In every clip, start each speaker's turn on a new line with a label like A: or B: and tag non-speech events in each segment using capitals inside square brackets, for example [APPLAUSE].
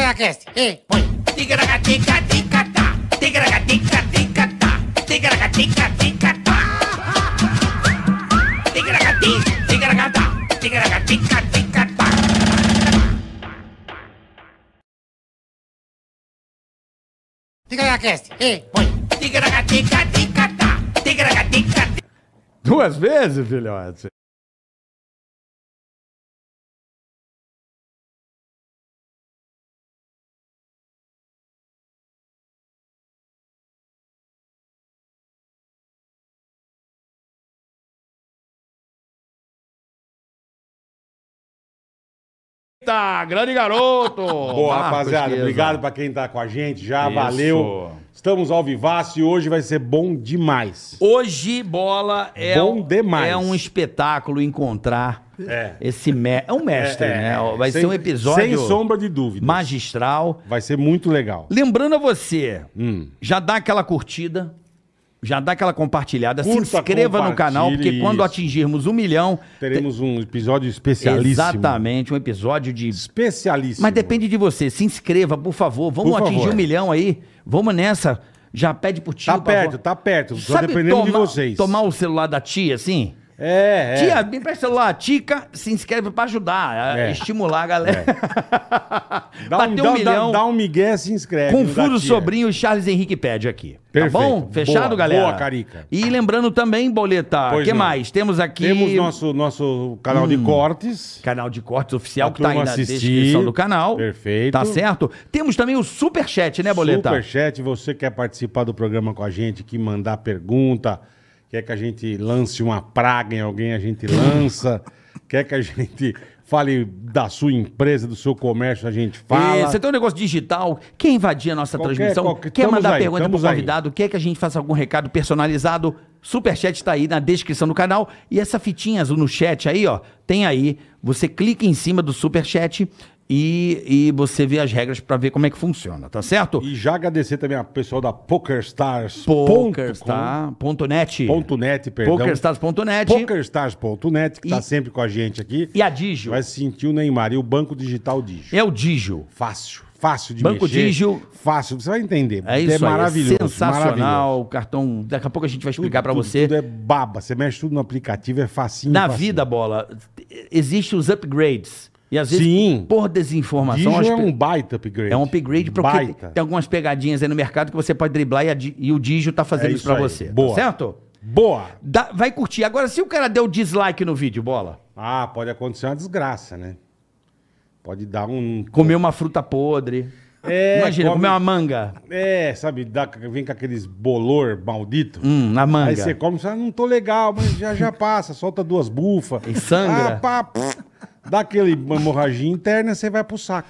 A: Ticaracast. Ei, põe. Ticaracatica-ticatá. Ticaracatica-ticatá. Ticaracatica-ticatá. Ticaracati, ticaracatá. Ticaracatica-ticatá. Ticaracast. Ei, põe. Ticaracatica-ticatá. Ticaracatica-ticatá.
B: Duas vezes, filhote. Tá, grande garoto!
C: [LAUGHS] Boa,
B: Marcos
C: rapaziada.
B: Chiesa.
C: Obrigado pra quem tá com a gente. Já
B: Isso.
C: valeu. Estamos ao vivaço e hoje vai ser bom demais.
D: Hoje, bola é,
C: Bom
D: um-
C: demais.
D: é um espetáculo encontrar
C: É.
D: esse me- é um mestre,
C: É, é,
D: né?
C: é.
D: Vai
C: Sem-
D: ser um episódio
C: Sem sombra de dúvida.
D: magistral.
C: Vai ser muito legal.
D: Lembrando a você,
C: Hum.
D: já dá aquela curtida, já dá aquela compartilhada, se
C: Curta,
D: inscreva no canal, porque
C: compartilhe,
D: quando
C: isso.
D: atingirmos um milhão,
C: Teremos um episódio especialíssimo.
D: exatamente um episódio de
C: Especialíssimo.
D: Mas depende de você. Se inscreva, por favor. Vamos
C: Por
D: atingir
C: favor.
D: um milhão aí. Vamos nessa. Já pede pro tio.
C: Tá
D: pra
C: perto,
D: avó.
C: tá perto. Só dependendo de
D: tomar-
C: vocês.
D: Tomar o celular da tia, assim?
C: É, é.
D: Tia, me presta o celular. Tica, se inscreve pra ajudar, é,
C: É.
D: estimular a galera.
C: Dá um,
D: Bater
C: dá,
D: um milhão.
C: Dá, dá um migué, se inscreve. no da
D: Confuso
C: tia.
D: Sobrinho e Charles Henrique pede aqui.
C: Perfeito.
D: Tá bom? Fechado,
C: Boa,
D: galera?
C: boa, Carica.
D: E lembrando também, Boleta, o
C: Pois
D: que
C: não.
D: mais? Temos aqui...
C: Temos nosso, nosso canal
D: Hum.
C: de cortes.
D: Canal de cortes oficial
C: Pra
D: que tá aí na
C: turma assistir.
D: descrição do canal.
C: Perfeito.
D: Tá certo? Temos também o Superchat, né, Boleta?
C: Superchat, você quer participar do programa com a gente, que mandar pergunta, quer que a gente lance uma praga em alguém, a gente lança, quer que a gente fale da sua empresa, do seu comércio, a gente fala.
D: É, Você tem um negócio digital, quer invadir a nossa
C: Qualquer-
D: transmissão,
C: qualquer-
D: quer
C: tamo
D: mandar
C: aí,
D: pergunta pro
C: tamo aí.
D: convidado, quer que a gente faça algum recado personalizado, superchat tá aí na descrição do canal. E essa fitinha azul no chat aí, ó, tem aí. Você clica em cima do superchat e, e você vê as regras pra ver como é que funciona, tá certo?
C: E já agradecer também ao pessoal da PokerStars.com.net,
D: tá Pokerstars.net
C: perdão.
D: Pokerstars.net
C: PokerStars.net, que
D: E-
C: tá sempre com a gente aqui.
D: e a Digio.
C: Vai sentir o Neymar e o Banco Digital Digio.
D: É o Digio.
C: Fácil, fácil de
D: Banco
C: mexer.
D: Digio.
C: Fácil, você vai entender.
D: É isso aí,
C: maravilhoso. maravilhoso.
D: sensacional, o cartão. Daqui a pouco a gente vai explicar pra
C: Tudo,
D: você.
C: Tudo é baba. Você mexe tudo no aplicativo, é facinho.
D: Na
C: facinho.
D: vida, bola, existem os upgrades. E às vezes,
C: Sim.
D: por desinformação,
C: Digio
D: as
C: é
D: pe-
C: um baita upgrade.
D: é um upgrade porque
C: baita.
D: tem algumas pegadinhas aí no mercado que você pode driblar e, a Di- e o Digio tá fazendo
C: É
D: isso,
C: isso
D: pra
C: aí.
D: você. tá
C: Boa.
D: certo?
C: Boa.
D: Dá- vai curtir. Agora, se o cara deu dislike no vídeo, bola,
C: Ah, pode acontecer uma desgraça, né? Pode dar um...
D: comer uma fruta podre.
C: É,
D: Imagina,
C: come-
D: comer uma manga.
C: É, sabe, dá- vem com aqueles bolor maldito.
D: Hum, na
C: Aí
D: manga.
C: você come e fala, não tô legal, mas
D: [LAUGHS]
C: já, já passa, solta duas bufas.
D: E sangra.
C: Ah, pá, pff, dá aquele hemorragia interna, você vai
D: [LAUGHS]
C: pro saco.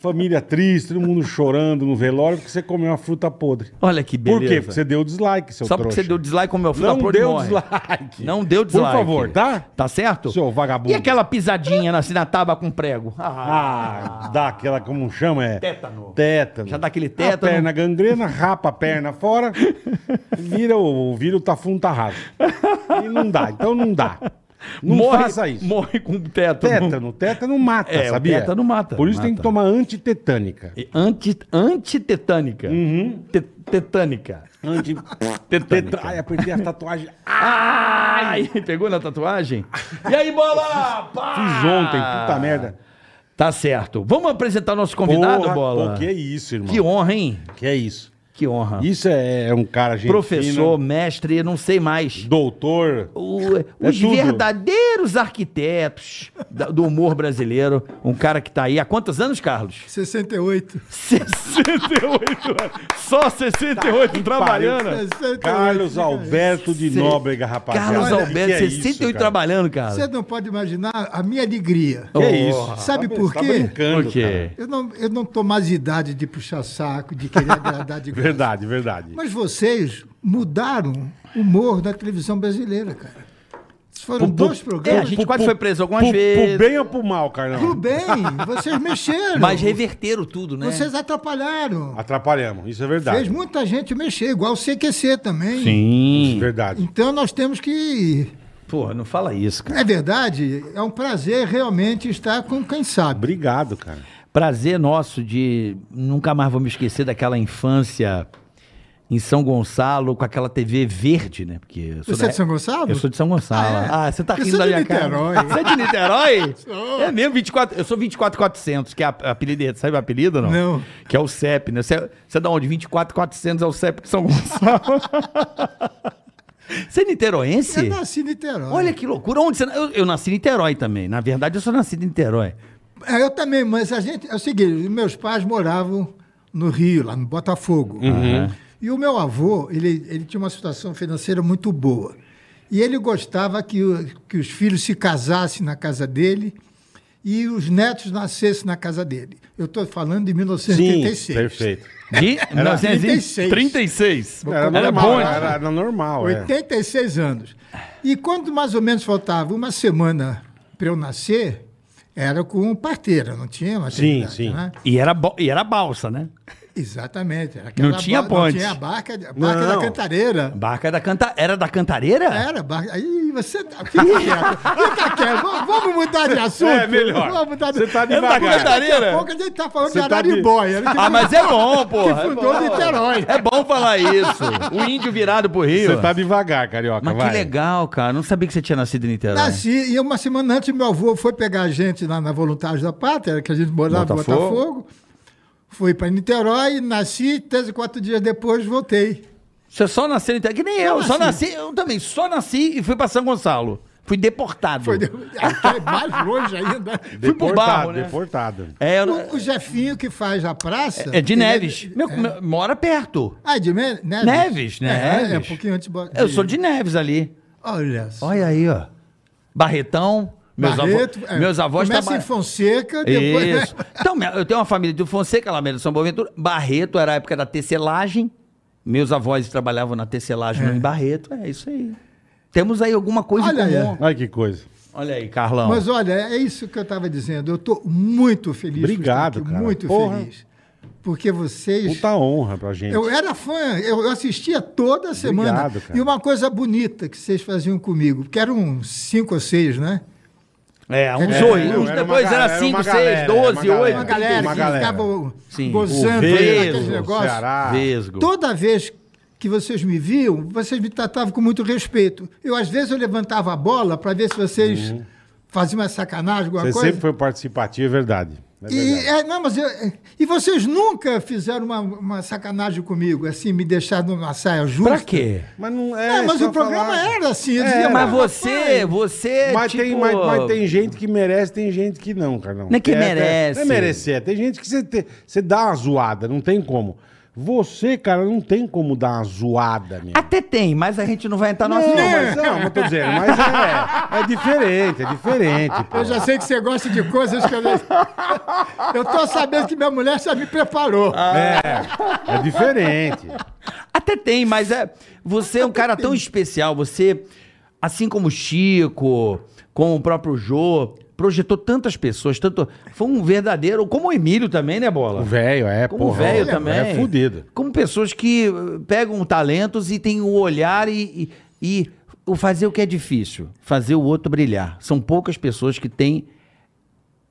C: Família triste, todo mundo chorando no velório porque você comeu uma fruta podre.
D: Olha que
C: Por quê?
D: beleza.
C: Porque você deu dislike, seu
D: Só
C: trouxa.
D: porque você deu dislike, Tá comeu fruta
C: Não
D: podre,
C: deu
D: morre.
C: dislike.
D: Não deu
C: Por
D: dislike.
C: favor, tá?
D: Tá certo?
C: Seu vagabundo.
D: E aquela pisadinha assim, na tábua com prego?
C: Ah, dá aquela, como chama? É...
D: Tétano.
C: Tétano.
D: Já dá aquele
C: A
D: tétano.
C: perna gangrena, rapa a perna fora, vira o, tá vira o tafum tarrado. E não dá, então não dá. Não faça isso.
D: Morre com o teto.
C: Tétano, tétano mata,
D: É, o
C: sabia?
D: tétano mata,
C: Por isso tem
D: mata.
C: que tomar antitetânica.
D: E Anti, antitetânica.
C: Uhum.
D: Te- tetânica.
C: Anti...
D: Tetânica.
C: Ai, apertei a tatuagem. Ah,
D: Ai! Pegou na tatuagem? E aí, bola?
C: [LAUGHS]
D: Pá!
C: Fiz ontem,
D: Ah.
C: puta merda.
D: Tá certo. Vamos apresentar nosso convidado,
C: Porra,
D: bola?
C: pô, que é isso, irmão.
D: Que honra, hein?
C: Que é isso.
D: Que honra.
C: Isso é, é um cara, gente
D: Professor,
C: fina,
D: mestre, não sei mais.
C: doutor.
D: O- os
C: É tudo.
D: verdadeiros arquitetos da- do humor brasileiro. Um cara que tá aí há quantos anos,
C: [LAUGHS]
D: Carlos?
E: 68.
D: 68 Só 68 trabalhando.
C: Tá, Pariu.
E: 68,
C: Carlos
E: cara.
C: Alberto de
D: Se-
C: Nóbrega, rapaziada.
D: Carlos
C: Olha,
D: Alberto,
C: que é isso,
D: 68
C: cara?
D: trabalhando, cara.
E: Você é não pode imaginar a minha alegria.
C: Que
D: Oh,
C: isso?
E: Sabe
C: Tá-
E: por
C: tá
E: quê?
C: brincando,
D: Por quê?
C: cara.
E: Eu não, eu não tô mais de idade de puxar saco, de querer
D: [LAUGHS]
E: agradar de graça.
C: Verdade, verdade.
E: Mas vocês mudaram o humor da televisão brasileira, cara. Esses foram
C: Pu- pu-
E: dois
D: É, a
E: programas.
D: gente quase foi preso algumas
C: Pro,
D: vezes.
C: pro bem ou pro mal,
E: Tudo
C: Carlão?
E: bem, vocês mexeram.
D: Mas reverteram tudo, né?
E: Vocês atrapalharam.
D: Ah,
C: Atrapalhamos, isso é verdade.
E: Fez muita gente mexer, igual o CQC também.
C: Isso é
D: Sim.
C: verdade.
E: Então nós temos que.
D: Porra, não fala isso, cara.
E: É verdade, é um prazer realmente estar com quem sabe.
C: Obrigado, cara.
D: prazer nosso de nunca mais vamos esquecer daquela infância em São Gonçalo com aquela TV verde, né? Porque eu sou
E: Você é
D: da-
E: de São Gonçalo?
D: Eu sou de São Gonçalo.
E: Ah, é?
D: Ah, você tá
E: Eu
D: rindo
E: sou
D: da
E: de
D: minha
E: Niterói.
D: cara. [LAUGHS] Você é de Niterói?
E: Sou.
D: É mesmo 24, eu sou 24400, que é a a apelido, sabe o apelido ou não?
E: Não.
D: Que é o CEP, né? Você, é- você é da onde? 24400 é o CEP de São Gonçalo. [LAUGHS] você é niteroense?
E: Eu nasci em Niterói.
D: Olha que loucura. Onde você... na- eu, eu nasci em Niterói também. Na verdade, eu sou nascido em Niterói.
E: É, eu também, mas a gente. É o seguinte, meus pais moravam no Rio, lá no Botafogo. E o meu avô, ele, ele tinha uma situação financeira muito boa. E ele gostava que, o- que os filhos se casassem na casa dele e os netos nascessem na casa dele. Eu estou falando de 1986.
C: Sim, perfeito.
D: [LAUGHS] De
E: 36.
D: 1936.
C: Era
D: Era
C: normal,
D: bonde.
C: era, era normal, é.
E: 86 anos. E quando mais ou menos faltava uma semana para eu nascer, era com parteira, não tinha maternidade,
C: sim.
E: né?
D: E era, bo- e era balsa, né?
E: Exatamente. Era
D: Não
E: aquela
D: tinha ponte.
E: Não tinha a barca, a barca
C: Não.
E: da cantareira.
D: Barca da canta... Era da cantareira?
E: Era, barca. Aí você. tá- [LAUGHS] Fica quieto. Fica quieto. Vamos, vamos mudar de assunto.
C: É, melhor.
E: Vamos mudar de
C: Você tá
E: Era da
C: devagar.
E: Daqui a pouco a gente tá falando
C: Você
E: de
C: tá de-
E: Araribóia.
D: Ah, mas é bom, porra.
E: Que
D: É
E: fundou
D: bom.
E: Niterói.
D: É bom falar isso. [LAUGHS] O índio virado pro Rio.
C: Você tá devagar, carioca,
D: Mas
C: vai.
D: que legal, cara. Não sabia que você tinha nascido em Niterói.
E: Nasci, e uma semana antes, meu avô foi pegar a gente lá na Voluntários da Pátria, que a gente morava
D: Botafogo.
E: em Botafogo. Fui para Niterói, nasci, três e quatro dias depois voltei.
D: Você só nasceu em Niterói. Que nem eu. Só nasci. Eu também. Só nasci e fui pra São Gonçalo. Fui deportado.
E: Foi de- [LAUGHS] até mais longe ainda.
D: Fui pro barro, né?
C: Deportado.
D: É, eu-
E: O, o Jefinho que faz a praça.
D: é de
E: ele
D: Neves. Meu- meu- mora perto.
E: Ah, de Me- Neves?
D: Neves,
E: É,
D: Neves.
E: é, um pouquinho antes. bo-
D: Eu sou de Neves ali.
E: Olha só.
D: Olha aí, ó. Barretão. Meus,
E: Barreto,
D: avô,
E: é,
D: meus avós
E: Começa
D: traba-
E: em Fonseca, depois.
D: Isso. Então, minha- eu tenho uma família de Fonseca, lá mesmo de São Boaventura. Barreto era a época da tecelagem. Meus avós trabalhavam na tecelagem em Barreto. É isso aí. Temos aí alguma coisa
E: Olha
D: em
E: aí.
D: comum.
C: Olha que coisa.
D: Olha aí, Carlão.
E: [LAUGHS] Mas olha, é isso que eu estava dizendo. Eu estou muito feliz. por estar
C: Obrigado,
E: aqui,
C: cara.
E: Muito
C: Porra.
E: feliz. Porque vocês.
C: Puta honra pra gente.
E: Eu era fã, eu eu assistia toda semana.
C: Obrigado, cara.
E: e uma coisa bonita que vocês faziam comigo, que eram cinco ou seis, né?
D: é, uns
E: É,
D: oito.
C: não,
D: uns
C: era uma
D: depois
C: galera,
D: era
C: era
D: cinco,
C: uma
D: seis,
C: galera,
D: doze,
C: era uma
D: oito.
E: Uma
C: É,
E: galera
C: uma
E: que
C: galera.
E: ficava
D: Sim.
E: gozando
C: O
E: né,
C: Vesgo,
E: aquele
C: o
E: negócio.
C: Ceará.
D: Vesgo.
E: Toda vez que vocês me viam, vocês me tratavam com muito respeito. Eu, às vezes, eu levantava a bola para ver se vocês faziam uma sacanagem, alguma
C: Você
E: coisa.
C: Uhum. sempre foi participativo, é verdade. É
E: E,
C: verdade.
E: é, não, mas eu- é, e vocês nunca fizeram uma, uma sacanagem comigo, assim, me deixaram numa saia justa.
D: Pra quê?
C: Mas não é.
E: Não, mas
C: só
E: o programa
C: falar.
E: era assim. eu
C: É,
E: dizia,
D: Mas
C: Mas
D: você, você.
C: Mas, tem,
D: tipo,
C: mas, mas tem gente que merece, tem gente que não, cara. Não,
D: Não é que merece.
C: Não é merecer. Tem gente que você, te- você dá uma zoada, não tem como. Você, cara, não tem como dar uma zoada, meu.
D: Até tem, mas a gente não vai entrar no
C: Não,
D: assunto.
C: mas, não, mas tô dizendo, mas é, é diferente, é diferente. pô.
E: Eu já sei que você gosta de coisas que eu não... [LAUGHS] Eu tô sabendo que minha mulher já me preparou.
C: É, é diferente.
D: Até tem, mas é. Você é um cara tão especial. Você, assim como o Chico, como o próprio Jô, projetou tantas pessoas, tanto. Foi um verdadeiro. Como o Emílio também, né, Bola?
C: O velho é,
D: Como o
C: porra,
D: velho
C: é,
D: também.
C: É fudido.
D: Como pessoas que eh, pegam talentos e têm o olhar e, e, e o fazer o que é difícil, fazer o outro brilhar. São poucas pessoas que têm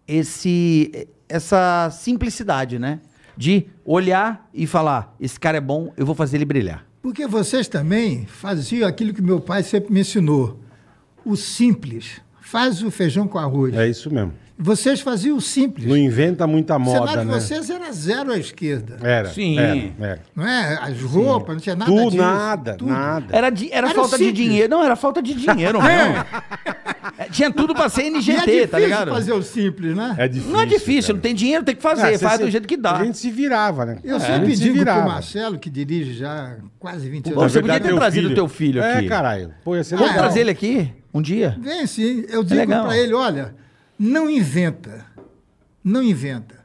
D: esse, essa simplicidade, né? De olhar e falar: esse cara é bom, eu vou fazer ele brilhar.
E: Porque vocês também faziam aquilo que meu pai sempre me ensinou. O simples. Faz o feijão com arroz.
C: É isso mesmo.
E: Vocês faziam o simples.
C: Não inventa muita
E: o
C: moda,
E: cenário
C: né? É.
E: de vocês era zero à esquerda.
C: Era.
D: Sim.
C: Era, era.
E: Não é? As roupas, não tinha nada
C: Tudo,
E: disso.
C: nada,
E: Tudo.
C: nada.
D: Era, di- era,
E: Era
D: falta
E: simples.
D: de dinheiro. Não, era falta de
C: [LAUGHS]
D: dinheiro mesmo. É, Tinha tudo pra ser
E: E é
D: NGT,
E: difícil
D: tá ligado?
E: fazer o simples, né?
C: É difícil.
D: não é difícil,
C: cara.
D: não tem dinheiro, tem que fazer.
C: Ah,
D: faz
C: você-
D: do jeito que dá.
C: A gente se virava, né?
E: Eu
C: É, a
E: sempre
C: gente se
E: digo pro
C: virava.
E: Marcelo, que dirige já quase 20
D: Pô,
E: anos.
D: você podia ter
C: teu
D: trazido o teu filho aqui.
C: É, caralho. Pô, ia ser
D: Vamos
E: Ah,
C: legal.
D: trazer ele aqui um dia?
E: Vem sim. é assim. Eu digo
D: É legal.
E: pra ele, olha, não inventa. Não inventa.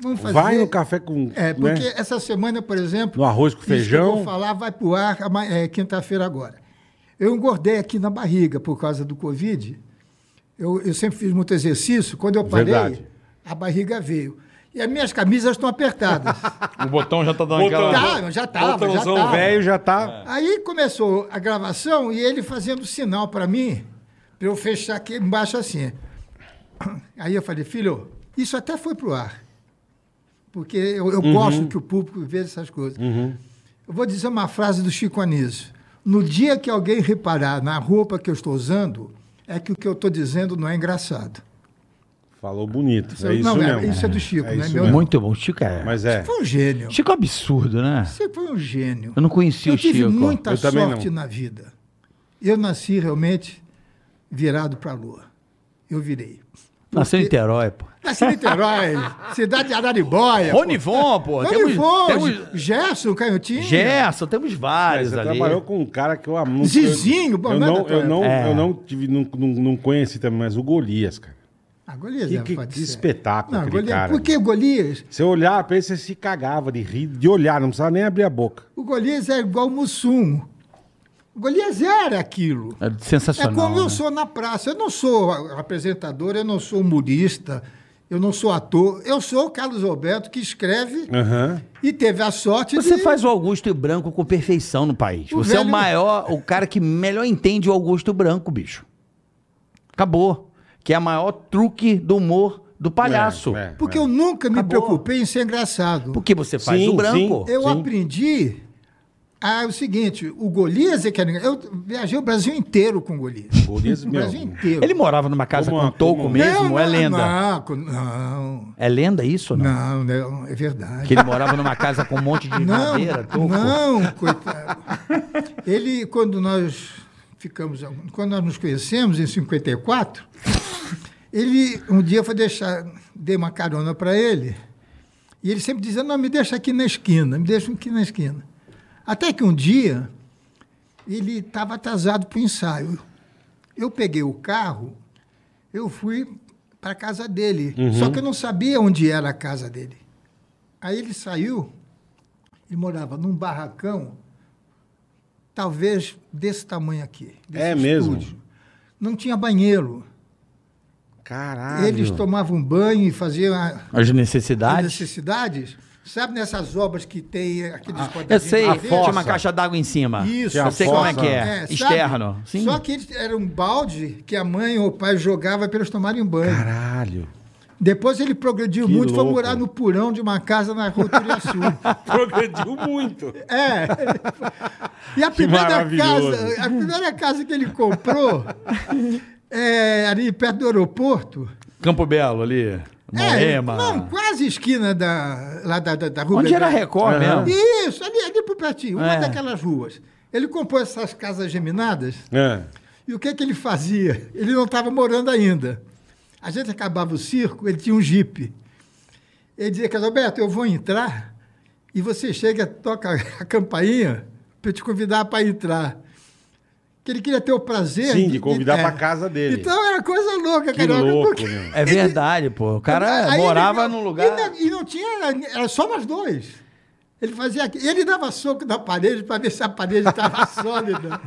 E: Vamos fazer...
C: Vai no café com...
E: É, porque
C: né?
E: essa semana, por exemplo...
C: No arroz com
E: isso que eu
C: feijão.
E: vou falar vai pro ar ama- é, quinta-feira agora. Eu engordei aqui na barriga por causa do Covid. Eu, eu sempre fiz muito exercício. Quando eu parei,
C: Verdade.
E: a barriga veio. E as minhas camisas estão apertadas.
D: O botão já tá dando
E: tá, já tava, já
C: Botãozão
E: tava.
C: velho já
D: É.
C: tá...
E: Aí começou a gravação e ele fazendo sinal para mim, para eu [CLEARS THROAT] fechar aqui embaixo assim. Aí eu falei, filho, isso até foi pro ar. porque eu, eu
C: Uhum.
E: gosto que o público veja essas coisas. Eu vou dizer uma frase do Chico Anísio. No dia que alguém reparar na roupa que eu estou usando, é que o que eu estou dizendo não é engraçado.
C: Falou bonito. é isso
E: não, é-
C: mesmo.
E: isso é do Chico, né?
C: isso
E: Meu-
C: mesmo.
D: Muito bom. Chico é.
C: Mas é.
E: Foi um gênio.
D: Chico é um absurdo, né?
E: Você foi um gênio.
D: Eu não conhecia
E: Eu
D: o Chico.
E: tive muita
C: Eu também
E: sorte
C: não.
E: na vida. Eu nasci realmente virado para a lua. Eu virei.
D: Nasceu em Niterói, pô.
E: Nasci em
C: [LAUGHS]
E: Niterói, cidade de Araribóia.
D: Ronivon, É, pô. Temos,
E: Ronivon,
D: temos
E: Gerson, Canhotinho.
D: Gerson, temos
C: É,
D: vários
C: Você
D: ali.
C: trabalhou com um cara que eu amo.
E: Zizinho, bom,
C: eu
E: né,
C: não,
E: doutor?
C: eu não,
D: É.
C: eu não tive, não, não, não conheci também, mas o Golias, cara.
E: Ah, Golias,
C: Que-
E: né,
C: que-
E: pode
C: que
E: ser.
C: espetáculo
E: Não,
C: aquele
E: Golias,
C: cara.
E: Por que Golias?
C: Você olhar pra ele, você se cagava de rir, de olhar, não precisava nem abrir a boca.
E: O Golias é igual o Mussum. O Golias era aquilo.
D: É
E: É
D: sensacional.
E: como eu
D: né?
E: sou na praça. Eu não sou a- apresentador, eu não sou humorista, eu não sou ator. Eu sou o Carlos Alberto que escreve
C: Aham.
E: e teve a sorte
D: Você
E: de...
D: faz o Augusto e Branco com perfeição no país.
E: O
D: Você é o
E: velho-
D: maior, o cara que melhor entende o Augusto Branco, bicho. Acabou. Que é o maior truque do humor do palhaço.
C: É, é,
E: Porque
C: é.
E: eu nunca me
D: Acabou.
E: preocupei em ser engraçado.
D: Porque você faz
C: Sim,
D: o branco.
E: Eu
C: Sim.
E: aprendi a, o seguinte, o Golias é que era... Eu viajei o Brasil inteiro com o Golias.
C: [LAUGHS] Golias,
E: o
C: meu,
E: Brasil inteiro.
D: Ele morava numa casa
C: Como
D: com
C: uma-
D: touco
C: como-
D: mesmo, é lenda.
E: Não, co- não,
D: É lenda isso ou não?
E: não, não, é verdade.
D: Que ele morava numa casa com um monte de
E: [LAUGHS] Não,
D: madeira, touco.
E: não, coitado. Ele, quando nós ficamos, quando nós nos conhecemos em 54, ele um dia foi deixar, dei uma carona para ele, e ele sempre dizia, não, me deixa aqui na esquina, me deixa aqui na esquina. Até que um dia ele estava atrasado para o ensaio. Eu peguei o carro, eu fui para a casa dele.
C: Uhum.
E: Só que eu não sabia onde era a casa dele. Aí ele saiu, ele morava num barracão, talvez desse tamanho aqui. desse
C: É mesmo?
E: Não tinha banheiro.
C: Caralho.
E: Eles tomavam banho e faziam a-
D: As
E: as
D: necessidades.
E: necessidades. Sabe nessas obras que tem aqueles
C: Ah,
D: Eu
E: quadradinhos
D: sei,
E: de
D: tinha
E: madeira?
D: uma caixa d'água em cima.
E: Isso,
D: eu sei
C: a
D: como é
C: fossa.
D: que
E: É,
D: é.
E: sabe?
D: Externo. Sim.
E: Só que ele- era um balde que a mãe ou o pai jogava para eles tomarem banho. [LAUGHS]
C: Caralho.
E: Depois ele progrediu
C: Que
E: muito, foi
C: louco.
E: morar no porão de uma casa na
D: [LAUGHS]
E: rua Turiaçu.
C: Progrediu muito.
E: é. E a primeira
C: maravilhoso.
E: casa, a primeira casa que ele comprou é, ali perto do aeroporto.
D: Campo Belo ali.
E: É,
D: Moema.
E: não, quase esquina da, lá da, da, da rua.
D: Onde era a
E: Belgrado.
D: Record
C: Aham.
D: mesmo?
E: Isso, ali, ali por pertinho, uma
D: É.
E: daquelas ruas. Ele comprou essas casas geminadas
C: É.
E: E o que, que ele fazia? Ele não estava morando ainda. A gente acabava o circo, ele tinha um jipe. Ele dizia, Carlos Alberto, eu vou entrar e você chega, toca [LAUGHS] a campainha para eu te convidar para entrar. Que ele queria ter o prazer.
C: Sim, de convidar
E: é.
C: pra casa dele.
E: Então era coisa louca,
C: Que
E: carioca,
C: louco,
E: porque-
C: meu.
D: É verdade, pô. O cara
E: Aí ele-
D: morava num lugar.
E: E não, e não tinha, era só nós dois. Ele fazia. aqui- Ele dava soco na parede para ver se a parede estava [LAUGHS] sólida.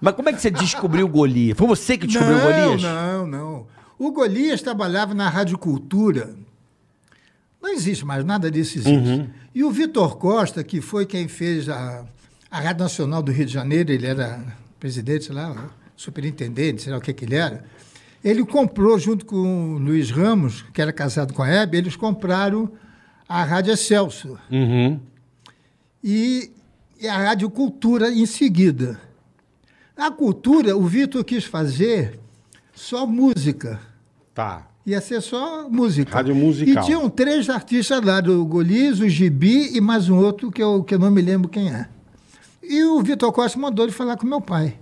D: Mas como é que você descobriu o Golias? Foi você que descobriu o Golias?
E: Não, não. O Golias trabalhava na Rádio Cultura. Não existe mais, nada disso existe.
D: Uhum.
E: E o Vitor Costa, que foi quem fez a, a Rádio Nacional do Rio de Janeiro, ele era presidente, sei lá, superintendente, sei lá o que, que ele era. Ele comprou, junto com o Luiz Ramos, que era casado com a Hebe, eles compraram a Rádio Excelsior
C: Uhum.
E: e, e a Rádio Cultura em seguida. A cultura, o Vitor quis fazer só música.
C: Tá.
E: Ia ser só música.
C: Rádio musical.
E: E tinham três artistas lá, do Golias, o Gibi e mais um outro que eu, que eu não me lembro quem é. E o Vitor Costa mandou ele falar com meu pai.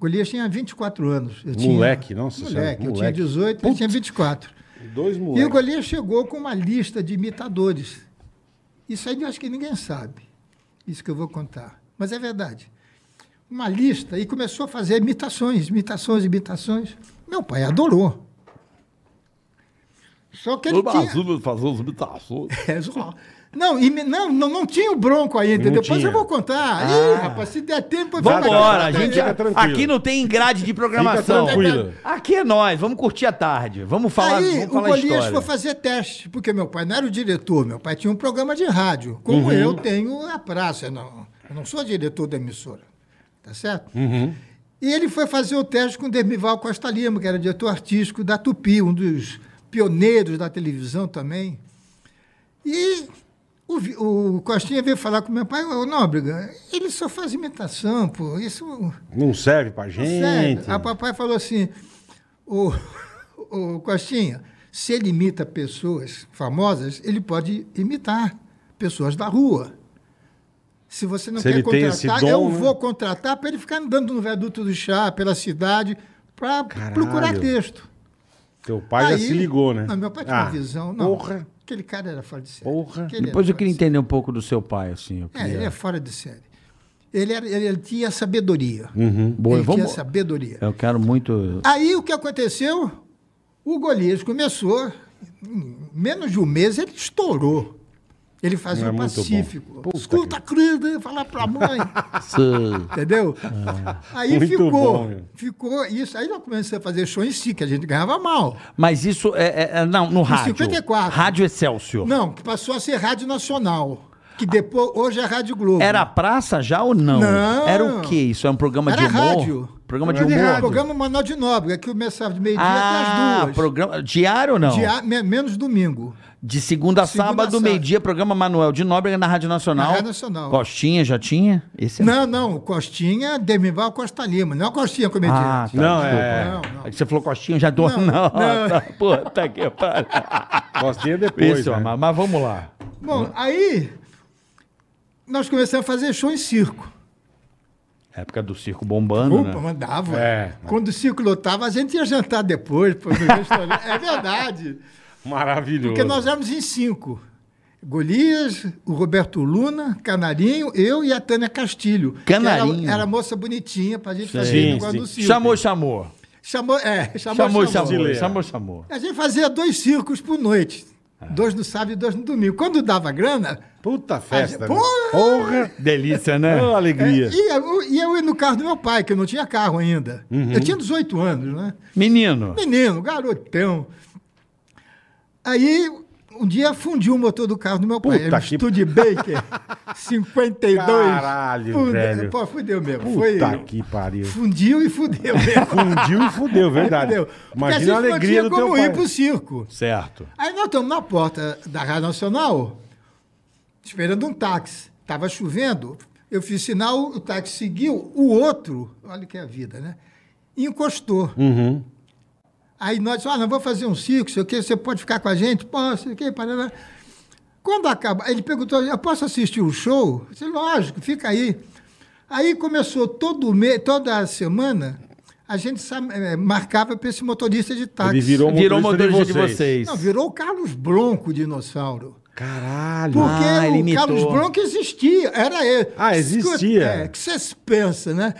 E: Golias tinha 24 anos. Eu tinha-
C: Moleque, nossa senhora,
E: Moleque, eu
C: moleque.
E: tinha 18, ele tinha 24.
C: Dois
E: E o
C: moleques.
E: Golias chegou com uma lista de imitadores. Isso aí eu acho que ninguém sabe, isso que eu vou contar. Mas é verdade. Uma lista e começou a fazer imitações, imitações, imitações. Meu pai adorou. Só que ele tinha...
B: fazer os imitações.
E: [LAUGHS] É, só- Não, imi- não, não, não tinha o bronco ainda.
C: Não
E: Depois
C: tinha.
E: eu vou contar. Ih, rapaz, se der tempo... eu vou
D: Ah. Vambora,
E: contar.
D: a gente.
C: Fica tranquilo.
D: Aqui não tem grade de programação.
C: Fica tranquilo.
D: Aqui é nós, vamos curtir a tarde. Vamos falar,
E: Aí
D: vamos
E: o
D: falar
E: Golias
D: história.
E: foi fazer teste, porque meu pai não era o diretor, meu pai tinha um programa de rádio,
D: Uhum.
E: como eu tenho na praça, eu não, eu não sou diretor da emissora, tá certo?
D: Uhum.
E: E ele foi fazer o teste com o Dermival Costa Lima, que era diretor artístico da Tupi, um dos pioneiros da televisão também. E o, Vi- o Costinha veio falar com meu pai, ô Nóbrega, ele só faz imitação, pô, isso...
C: Não serve pra
E: Sério.
C: gente.
E: Tá A papai falou assim: [LAUGHS] o, o Costinha, se ele imita pessoas famosas, ele pode imitar pessoas da rua. Se você não
C: Se
E: quer
C: ele tem
E: contratar,
C: esse
E: eu
C: dom, né?
E: vou contratar para ele ficar andando no viaduto do chá, pela cidade, para
C: Caralho.
E: procurar texto.
C: Teu pai já
E: Aí-
C: se ligou, né?
E: Não, meu pai tinha
C: Ah,
E: uma visão. Não,
C: Porra.
E: Aquele cara era fora de série.
C: Porra.
E: Aquele
D: Depois
E: era
D: eu queria
E: fora de
D: entender um pouco do seu pai, assim. Eu
E: série. É,
D: queria...
E: ele é fora de série. Ele, era- ele- ele tinha sabedoria.
C: Uhum.
D: Boa,
E: ele
D: vamos...
E: tinha sabedoria.
D: Eu quero muito.
E: Aí o que aconteceu? O Golias começou, em menos de um mês ele estourou. Ele fazia
C: É
E: o
C: muito bom.
E: Pacífico.
C: Puta
E: Escuta, Crida, falar
C: [LAUGHS]
E: pra mãe.
D: Sei.
E: Entendeu? Aí
C: Ah, Muito
E: ficou.
C: bom, meu.
E: ficou isso. Aí nós começamos a fazer show em si, que a gente ganhava mal.
D: Mas isso é, é- é- não, no rádio.
E: 54.
D: Rádio Excelsior.
E: Não, que passou a ser Rádio Nacional. Que depois, hoje é Rádio Globo.
D: Era a praça já ou não?
E: Não.
D: Era o que isso? É um programa de
E: Era
D: humor?
E: rádio.
D: Programa de
C: Era
D: humor?
C: rádio.
E: programa Manual de Nóbrega, que começava de meio-dia até
D: Ah,
E: as duas.
D: programa diário ou não?
E: Dia- me- menos domingo.
D: De segunda a
E: Segunda a
D: sábado,
E: sábado.
D: meio-dia, programa Manuel de Nóbrega na Rádio Nacional.
E: Na Rádio Nacional.
D: Costinha já tinha? Esse é-
E: Não, não, o Costinha, Demival Costa Lima, não é o Costinha comediante.
D: Ah, tá,
C: Não,
D: desculpa.
C: é.
E: Não, não.
D: É que Você falou Costinha, eu já tô. Não, [LAUGHS]
E: não.
D: puta que pariu.
C: Costinha depois.
D: Isso,
C: né?
D: mas, mas vamos lá.
E: Bom, aí nós começamos a fazer show em circo.
D: Época do circo bombando,
E: Opa,
D: né?
E: mandava.
C: É.
E: Quando o circo lotava, a gente ia jantar depois, pô, no restaurante. é verdade.
C: Maravilhoso.
E: Porque nós é- éramos em cinco. Golias, o Roberto Luna, Canarinho, eu e a Tânia Castilho. que
D: Canarinho.
E: Era, era moça bonitinha pra gente fazer
C: Sim,
E: o negócio
C: sim.
E: do circo.
D: Chamou, chamou.
E: Chamou, é, chamou,
D: Chamou,
E: chamou.
D: chamou.
C: Brasileiro.
D: Chamou, chamou.
E: A gente fazia dois circos por noite.
C: Ah.
E: Dois no sábado e dois no domingo. Quando dava grana,
C: Puta festa. né?
E: Ah, porra!
C: Porra.
D: Delícia,
E: [LAUGHS]
D: né?
C: Ô, alegria.
E: E eu, e eu ia no carro do meu pai, que eu não tinha carro ainda.
C: Uhum.
E: Eu tinha 18 anos, né?
D: Menino.
E: Menino, garotão. Aí, um dia fundiu o motor do carro do meu pai.
C: Puta
E: Era um
C: que-
E: Studebaker
C: [LAUGHS]
E: 52.
C: Caralho,
E: Funde-
C: velho.
E: Pô, fudeu mesmo. É, Foi...
C: Puta que pariu.
E: Fundiu e fudeu mesmo.
C: Fundiu e fudeu, verdade.
E: Fudeu. Porque
C: Imagina a
E: gente não
C: alegria
E: tinha
C: do teu
E: como
C: pai.
E: ir pro circo.
D: Certo.
E: Aí nós estamos na porta da Rádio Nacional, esperando um táxi. Estava chovendo, eu fiz sinal, o táxi seguiu, o outro, olha que é a vida, né? Encostou.
C: Uhum.
E: Aí nós dissemos, ah, não vou fazer um circo, sei o quê, você pode ficar com a gente? Posso, sei o quê, parará. Quando acaba, ele perguntou, eu posso assistir o show? Eu disse, lógico, fica aí. Aí começou todo mês, toda semana, a gente sa- eh, marcava para esse motorista de táxi.
C: Ele virou o
D: Virou
C: motorista,
D: motorista de vocês.
E: Não, virou o Carlos Bronco, dinossauro.
C: Caralho.
E: Porque
D: Ah, ele
E: o
D: imitou.
E: Carlos Bronco existia, era ele.
C: Ah, existia.
E: É, que você pensa, né?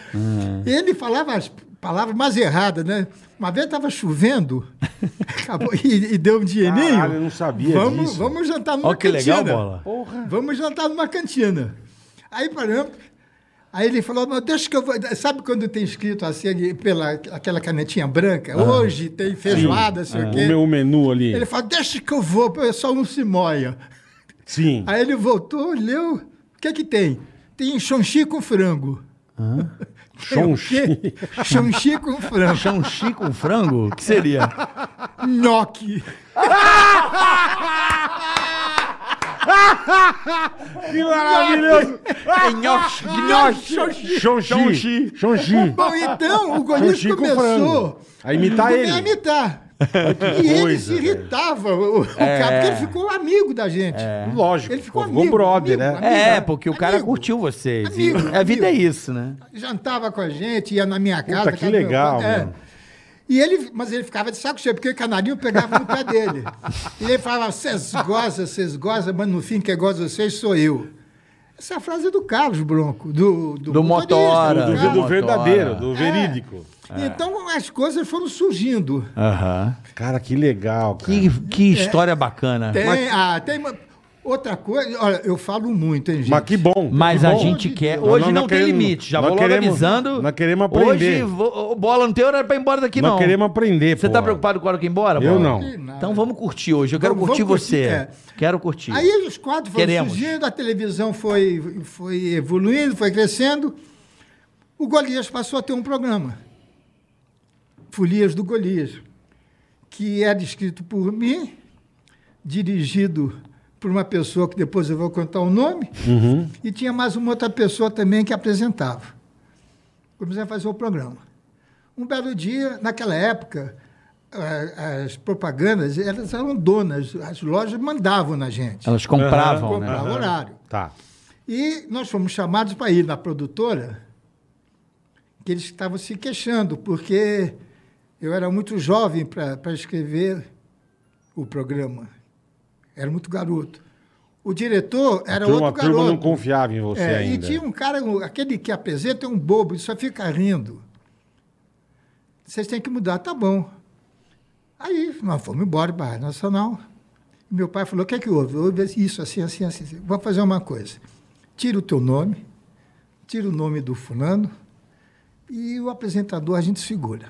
E: Ele falava as palavras mais erradas, né? Uma vez estava chovendo acabou, e, e deu um dinheirinho.
C: Caralho, eu não sabia
E: vamos,
C: disso.
E: Vamos jantar numa
D: Ó que
E: cantina.
D: legal, Bola.
C: Porra.
E: Vamos jantar numa cantina. Aí paramos. Aí ele falou, mas deixa que eu vou... Sabe quando tem escrito assim, ali pela aquela canetinha branca? Hoje tem feijoada, sei o quê.
C: Ah. O meu menu ali.
E: Ele falou, deixa que eu vou, o pessoal não se moia.
C: Sim.
E: Aí ele voltou, leu, o que é que tem? Tem chonchi com frango. Tem o [LAUGHS] quê? Chonchi com frango.
D: Chanchi
E: um
D: com frango? O que seria?
E: Nhoque.
C: Que maravilhoso.
D: É nhoque, nhoque.
C: Xonxi. Xonxi.
E: Bom, então o Golias
C: Chonchi com
E: começou
C: frango. A imitar
E: também
C: ele.
E: a
C: [LAUGHS]
E: imitar. E ele
C: coisa,
E: se
C: velho. É.
E: irritava, o, o cara, porque ele ficou um amigo da gente.
C: Lógico.
E: Ele ficou
C: ficou
E: amigo,
C: brother,
E: amigo,
C: né?
E: amigo.
D: É, porque o cara
E: Amigo.
D: curtiu vocês.
E: Amigo,
D: E a vida
E: amigo.
D: é isso, né?
E: Jantava com a gente, ia na minha casa.
C: que
E: casa do meu
C: legal,
E: pai. É.
C: mano.
E: E ele, mas ele ficava de saco cheio, porque o canarinho pegava no pé dele. E ele falava, vocês gozam, vocês gozam, mas no fim quem goza de vocês sou eu. Essa frase é do Carlos Bronco, do...
D: Do
E: motorista,
D: motora,
E: do
C: Do,
E: Carlos.
C: do verdadeiro,
D: Motora.
C: do verídico.
E: Então as coisas foram surgindo.
D: Aham.
C: Cara, que legal, cara.
D: Que, que história bacana.
E: É. Tem, ah, tem uma- outra coisa... Olha, eu falo muito, hein, gente?
C: Mas que bom.
D: Mas
C: que
D: a
C: bom.
D: gente quer.
C: Nós-
D: Hoje
C: nós
D: não tem
C: queremos-
D: limite. Já
C: nós
D: vou logo
C: queremos-
D: avisando.
C: nós queremos aprender.
D: Hoje, vou- ô, bola, não tem hora pra ir embora daqui,
C: Nós
D: não.
C: queremos aprender,
D: Você tá
C: porra.
D: preocupado com a hora que ir embora?
C: Eu
D: Bola?
C: não.
E: Que nada.
D: Então vamos curtir hoje. Eu quero
E: Vamos-
D: curtir
E: vamos
D: você.
E: curtir, é.
D: Quero curtir.
E: Aí os quadros foram
D: Queremos.
E: surgindo, a televisão foi, foi evoluindo, foi crescendo. O Golias passou a ter um programa. Folias do Golias, que era escrito por mim, dirigido por uma pessoa que depois eu vou contar o nome, e tinha mais uma outra pessoa também que apresentava. Comecei a fazer o programa. Um belo dia, naquela época, a- as propagandas elas eram donas, as lojas mandavam na gente.
D: Elas compravam, né?
E: Comprava horário.
C: Tá.
E: E nós fomos chamados para ir na produtora, que eles estavam se queixando, porque eu era muito jovem para para escrever o programa. Era muito garoto. O diretor era
C: A turma, a
E: outro
C: turma
E: garoto.
C: não confiava em você
E: É,
C: ainda.
E: E tinha um cara, um- aquele que apresenta é um bobo, ele só fica rindo. Vocês têm que mudar, tá bom. Aí nós fomos embora para a Rádio Nacional. Meu pai falou: o que é que houve? Houve isso, assim, assim, assim. assim. Vamos fazer uma coisa. Tira o teu nome, tira o nome do fulano e o apresentador a gente segura.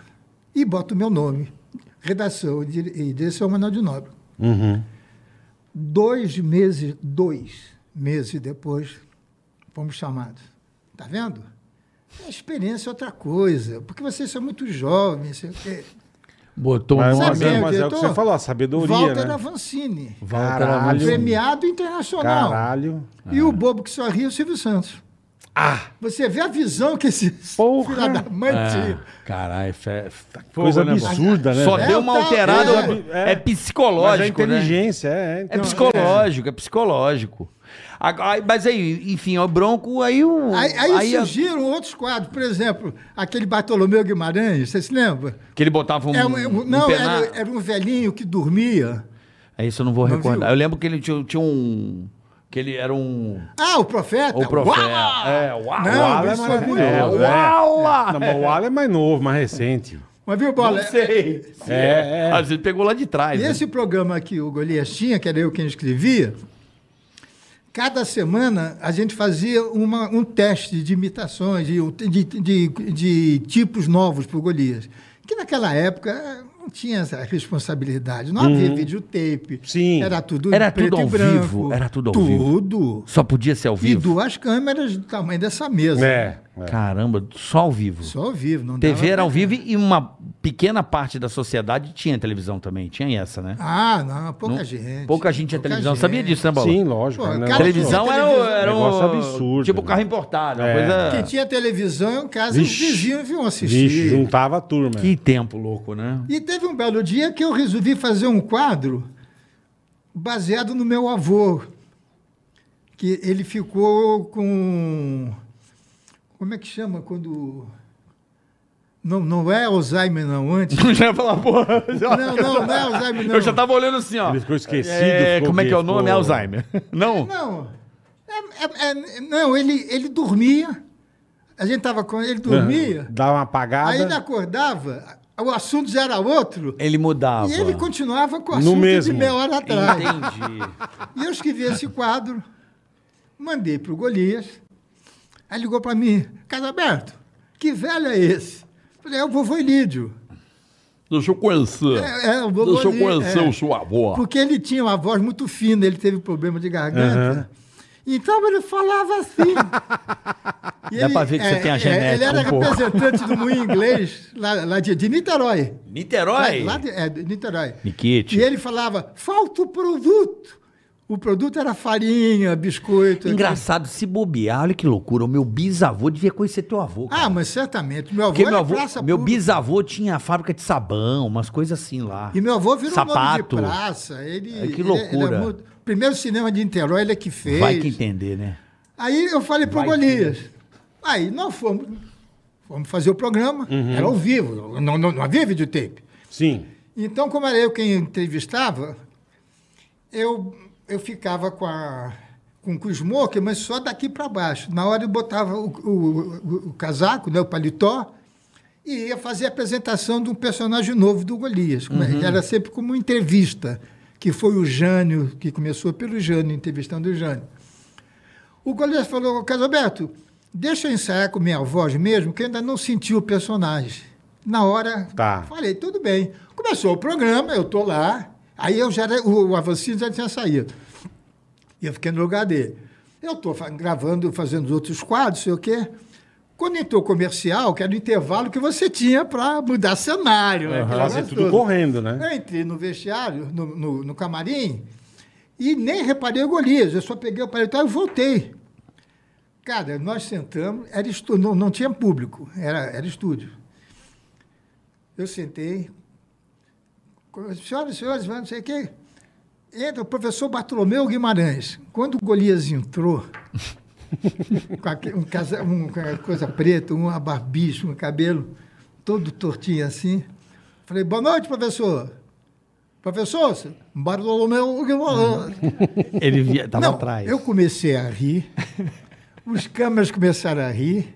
E: E bota o meu nome, redação e dire- e direção Manuel de Nobre.
C: Uhum.
E: Dois meses, dois meses depois, fomos chamados. Tá vendo? A experiência é outra coisa, porque vocês são muito jovens. sei o quê.
D: Botou
C: Mas,
D: um
C: mas,
D: nome.
E: Sabe,
C: mas é o que
E: diretor?
C: você falou, a sabedoria,
E: Walter
C: né?
E: Avancini,
C: Caralho.
E: premiado internacional.
C: Caralho.
E: E o bobo que só ria é o Silvio Santos. Ah! Você vê a visão que esse
C: Porra.
E: filho da mãe tinha.
D: Ah, Caralho, fe-
C: Coisa
B: Porra, né,
C: absurda, né?
D: só
C: velho?
E: É,
D: deu uma
E: tá-
D: alterada.
C: é.
D: É,
C: Mas a
D: psicológico, né?
C: inteligência, é.
D: É
C: então,
D: psicológico, é psicológico. Agora, mas aí, enfim, ó, o Bronco, aí é- o.
E: Aí, aí
D: a-
E: surgiram outros quadros, por exemplo, aquele Bartolomeu Guimarães, você se lembra?
D: Que ele botava um.
E: É um-
D: um
E: não,
D: pena-
E: era, era um velhinho que dormia.
D: É isso, eu não vou
E: Não
D: recordar.
E: viu?
D: Eu lembro que ele tinha, tinha um. Que ele era um.
E: Ah, o profeta.
D: O profeta.
E: Uau!
D: É, uau!
E: Não,
C: O Ala é
E: isso foi muito
C: maravilhoso.
E: bom.
C: é.
D: Uala!
C: Não, mas o Ala é mais novo, mais recente.
E: Mas viu, Bola?
D: sei.
C: É, é.
D: Às vezes pegou lá de trás.
E: E
D: né?
E: esse programa que o Golias tinha, que era eu quem escrevia, cada semana a gente fazia uma- um teste de imitações, de, de- de- de tipos novos para o Golias. Que naquela época eh, não tinha essa responsabilidade. Não havia videotape.
C: Sim.
E: Era tudo
D: Uhum. Era
E: em preto
D: tudo ao
E: e branco.
D: vivo, era tudo ao
E: tudo.
D: vivo. Só podia ser ao
E: E
D: vivo.
E: duas câmeras do tamanho dessa mesa.
C: É.
D: Caramba, só ao vivo.
E: Só ao vivo. Não dava
D: TV era um
E: pra-
D: ao vivo e uma pequena parte da sociedade tinha televisão também. Tinha essa, né?
E: Ah, não, pouca gente.
D: Pouca gente tinha televisão. Sabia
E: gente.
D: disso, né, Bola?
C: Sim, lógico.
E: Pô,
C: né?
E: cara,
D: Televisão era, o- era um.
C: Negócio absurdo,
D: Tipo
C: né?
D: carro importado. Uma
C: É.
E: Quem
D: coisa.
E: tinha televisão é um em casa, os
C: Vixe.
E: vizinhos vinham assistir.
C: Vixe, juntava a turma.
D: Que tempo louco, né?
E: E teve um belo dia que eu resolvi fazer um quadro baseado no meu avô, que ele ficou com como é que chama quando não, não é Alzheimer
D: [LAUGHS]
E: não antes.
D: Não [LAUGHS] já ia falar, porra.
E: Não, não, não é Alzheimer não.
D: Eu já tava olhando assim, ó.
C: Ele ficou esquecido.
D: É,
C: ficou
D: como é que é o
C: ficou-
D: nome? É Alzheimer. [LAUGHS] Não?
E: Não. É- é- é- não, ele ele dormia. A gente tava com ele dormia.
C: Dava uma apagada.
E: Aí ele acordava, o assunto já era outro.
D: Ele mudava.
E: E ele continuava com o
C: No
E: assunto de
C: mesmo.
E: meia hora atrás.
D: Entendi.
E: E eu escrevi esse quadro, mandei para o Golias. Aí ligou para mim, Casaberto, que velho é esse? Falei, é o vovô Ilídio.
D: Deixa eu conhecer.
E: É, é, o vovô
D: Deixa eu
E: Ilídio,
D: conhecer
E: é.
D: o seu avô.
E: Porque ele tinha uma voz muito fina, ele teve problema de garganta. Então ele falava assim. E
D: Dá pra ver que você tem a genética
E: Ele era
D: um pouco.
E: representante do moinho inglês, lá, lá de, de Niterói.
D: Niterói?
E: Lá, lá de, é, de Niterói.
D: Nikit.
E: E ele falava, falta o produto. O produto era farinha, biscoito.
D: Engraçado, se bobear, olha que loucura. O meu bisavô devia conhecer teu avô. cara.
E: Ah, mas certamente. Meu avô
D: Porque
E: era
D: meu avô,
E: praça
D: meu
E: pública.
D: bisavô tinha a fábrica de sabão, umas coisas assim lá.
E: E meu avô virou
D: Sapato.
E: nome de praça. Ele,
D: É, que
E: ele-
D: loucura.
E: ele é muito- Primeiro cinema de Niterói ele é que fez.
D: Vai que entender, né?
E: Aí eu falei pro
D: Vai
E: Golias. Aí nós fomos, fomos fazer o programa.
D: Uhum.
E: Era ao vivo, não, não, não havia videotape.
C: Sim.
E: Então, como era eu quem entrevistava, eu, eu ficava com a com, com o smoker, mas só daqui para baixo. Na hora eu botava o, o- o- o casaco, né, o paletó, e ia fazer a apresentação de um personagem novo do Golias. Como é- Era sempre como uma entrevista, que foi o Jânio, que começou pelo Jânio, entrevistando o Jânio. O Golias falou, Casalberto, deixa eu ensaiar com minha voz mesmo, que eu ainda não senti o personagem. Na hora,
C: Tá.
E: falei, tudo bem. Começou o programa, eu tô lá. Aí eu já era, o, o Avancini já tinha saído. E eu fiquei no lugar dele. Eu tô fa- gravando, fazendo os outros quadros, sei o quê. Quando entrou o comercial, que era o intervalo que você tinha para mudar cenário. né? Aquele
C: Fazer
E: negócio
C: tudo
E: todo.
C: correndo, né?
E: Eu entrei no vestiário, no, no- no camarim, E nem reparei o Golias, eu só peguei o paletó e voltei. Cara, nós sentamos, era estu... não, não tinha público, era, era estúdio. Eu sentei, senhoras e senhores, não sei o quê, entra o professor Bartolomeu Guimarães. Quando o Golias entrou, com aquele- um casa, um, com a coisa preta, uma barbicha, um cabelo todo tortinho assim. Falei, boa noite, professor. Professor, Bartolomeu Guimarães.
D: Ele via, Uhum. [LAUGHS] tava
E: Não,
D: atrás.
E: Eu comecei a rir, os câmeras começaram a rir,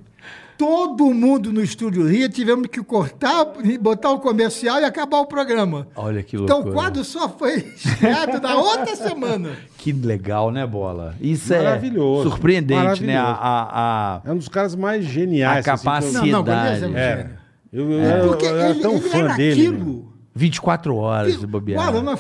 E: todo mundo no estúdio ria, tivemos que cortar, e botar o comercial e acabar o programa.
D: Olha que
E: então o
D: loucura.
E: quadro só foi [LAUGHS] estreado na outra semana.
D: Que legal, né, Bola? Isso
C: Maravilhoso.
D: é surpreendente, né? A,
C: Maravilhoso.
D: a, a-
C: É um dos caras mais geniais.
D: A
C: assim, que eu-
D: capacidade.
E: Não, não, Golias é um
D: É.
E: gênio.
C: Eu, eu, era- eu
E: Porque
C: era
E: ele,
C: tão
E: ele
C: fã
E: era
C: dele. meu.
D: né?
E: aquilo.
D: 24 horas de
E: O
D: bobear.
E: Alan-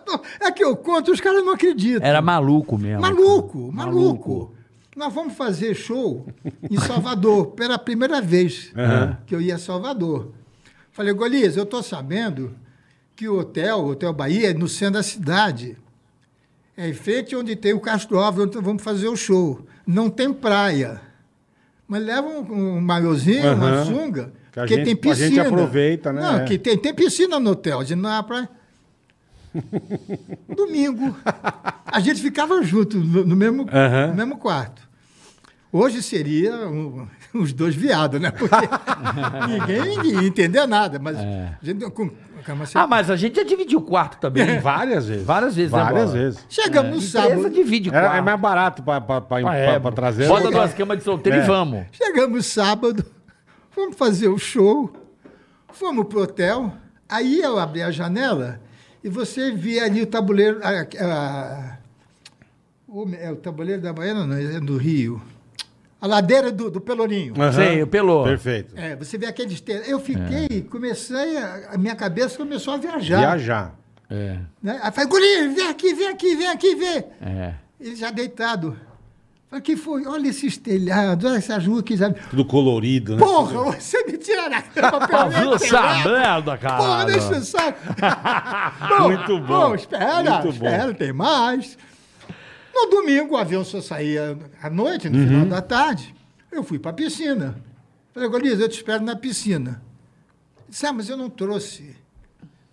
E: [LAUGHS] é que eu conto, os caras não acreditam.
D: Era maluco mesmo.
E: Maluco, maluco,
D: cara.
E: Nós vamos fazer show em Salvador, pela primeira vez que eu ia a Salvador. Falei, Golias, eu estou sabendo que o hotel, o Hotel Bahia, é no centro da cidade. É em frente onde tem o Castro Alves, onde vamos fazer o show. Não tem praia. Mas leva um, um maiozinho, uma
C: Aham.
E: sunga,
C: Que a
E: porque
C: gente-
E: tem
C: a gente
E: piscina.
C: aproveita, né?
E: Não,
C: É.
E: que tem, tem piscina no hotel, a gente não
C: [LAUGHS]
E: é praia. Domingo. A gente ficava junto no, no mesmo,
C: Aham.
E: no mesmo quarto. Hoje seria um- [LAUGHS] uns dois viados,
C: [LAUGHS]
E: né? Porque ninguém ia entender nada, mas
C: É.
E: a assim, gente com, com uma certa-
D: Ah, mas a gente já dividiu o quarto
E: [LAUGHS]
D: também.
C: né? Várias vezes.
D: Várias vezes, né,
C: Várias
D: Bola?
C: vezes.
E: Chegamos no
D: Empresa
E: sábado.
D: divide quarto.
C: Era, é mais barato pra, pra, pra,
D: Ah, é,
C: pra- pra trazer. É.
D: Bota duas camas de solteiro e vamos.
E: Chegamos sábado, [LAUGHS] fomos fazer o show, fomos pro hotel. Aí eu abri a janela e você via ali o tabuleiro. a- a- o, é o tabuleiro da Baiana, não, é do Rio. A ladeira do, do Pelourinho.
C: Aham.
D: Sei, pelou.
C: Perfeito.
E: É, você vê aqueles terrenos. Eu fiquei, comecei, a, a minha cabeça começou a viajar.
C: Viajar.
D: É,
E: Né? Aí falei, Guri, vem aqui, vem aqui, vem aqui, vem.
D: é.
E: Ele já deitado. Falei, que foi? Olha esses telhados, olha essas ruas que já.
C: Tudo colorido, né?
E: Porra, você me tira da cama pelo menos, sei lá.
D: merda, cara.
E: Porra, deixa
C: [LAUGHS]
E: eu só. Bom,
C: Ah, Muito bom.
E: espera,
C: Muito bom.
E: espera, tem mais. No domingo, o avião só saía à noite, no
C: Uhum.
E: final da tarde. Eu fui para a piscina. Falei, Golias, eu te espero na piscina. Ele Disse, ah, mas eu não trouxe.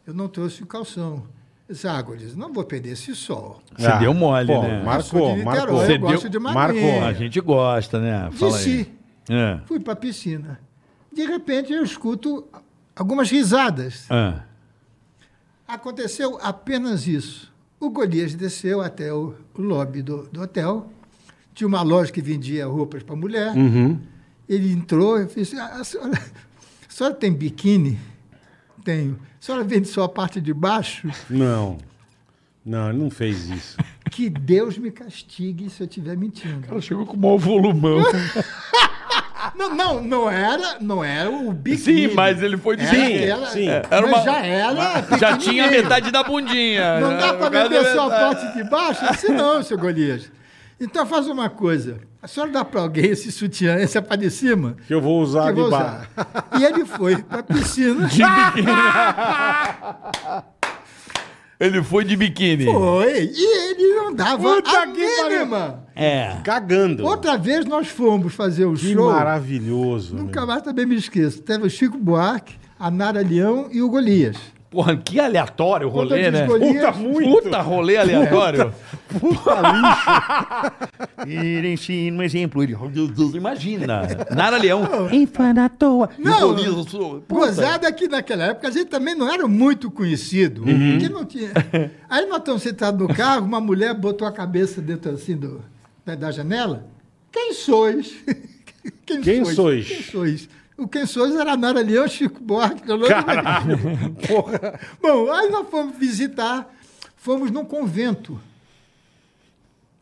E: Eu não trouxe o calção. Eu Disse, ah, Golias, não vou perder esse sol.
D: Você deu mole,
C: Ah. Pô, é.
D: né?
E: Eu é sou
C: Marcou,
E: de Niterói,
C: marcou.
E: eu
D: Você
E: gosto
D: deu-
E: de
C: marcou.
E: marinha.
D: A gente gosta, né? Fala aí.
E: Desci.
D: É.
E: Fui para a piscina. De repente, eu escuto algumas risadas.
D: é.
E: Aconteceu apenas isso. O Golias desceu até o lobby do, do hotel. Tinha uma loja que vendia roupas para mulher.
D: Uhum.
E: Ele entrou e disse: "Ah, a senhora, a senhora tem biquíni? Tenho. A senhora vende só a parte de baixo?
C: Não. Não, ele não fez isso.
E: Que Deus me castigue se eu estiver mentindo.
D: Ela chegou com o maior volumão.
E: Ah, Não, não, não era, não era o biquíni.
D: Sim, mas ele foi de
E: Era
D: biquíni. É,
E: aquela-
C: Sim.
D: Era
E: mas
D: uma- Ah.
E: já era.
D: Já tinha
E: pequenininho.
D: metade da bundinha.
C: É,
E: Não dá para
D: Cadê
E: vender só a
D: metade?
E: parte de baixo? Assim não, seu Golias. Então faz uma coisa. A senhora dá para alguém esse sutiã, esse é para de cima?
C: Que eu vou usar
E: que eu
C: de
E: vou
C: bar.
E: usar. E ele foi
C: [LAUGHS]
E: para piscina.
D: [LAUGHS] Ele foi de biquíni.
E: Foi. E ele não dava
C: Puta
E: a
C: que
E: mínima.
D: É.
C: Cagando.
E: Outra vez nós fomos fazer o
C: que
E: show.
C: maravilhoso.
E: Nunca
C: meu.
E: mais também me esqueço. Teve o Chico Buarque, a Nara Leão e o Golias.
D: Porra, que aleatório o
E: Quando
D: rolê,
E: eu diz
D: né?
E: Golias,
C: Puta muito.
D: Puta rolê aleatório. [LAUGHS] Puta, lixo. um exemplo. Ele... Imagina. Nara Leão. Infana à toa.
E: Não.
D: Golias, sou- Puta.
E: Gozada que naquela época a gente também não era muito conhecido. porque não tinha. Aí nós estamos sentados no carro, uma mulher botou a cabeça dentro assim do, da- da janela. Quem sois? [LAUGHS] Quem,
C: Quem sois?
E: Quem sois? O quem sois era a Nara Leão, Chico Buarque. eu não lembro. [LAUGHS]
C: Caralho. Porra.
E: Bom, aí nós fomos visitar, fomos num convento.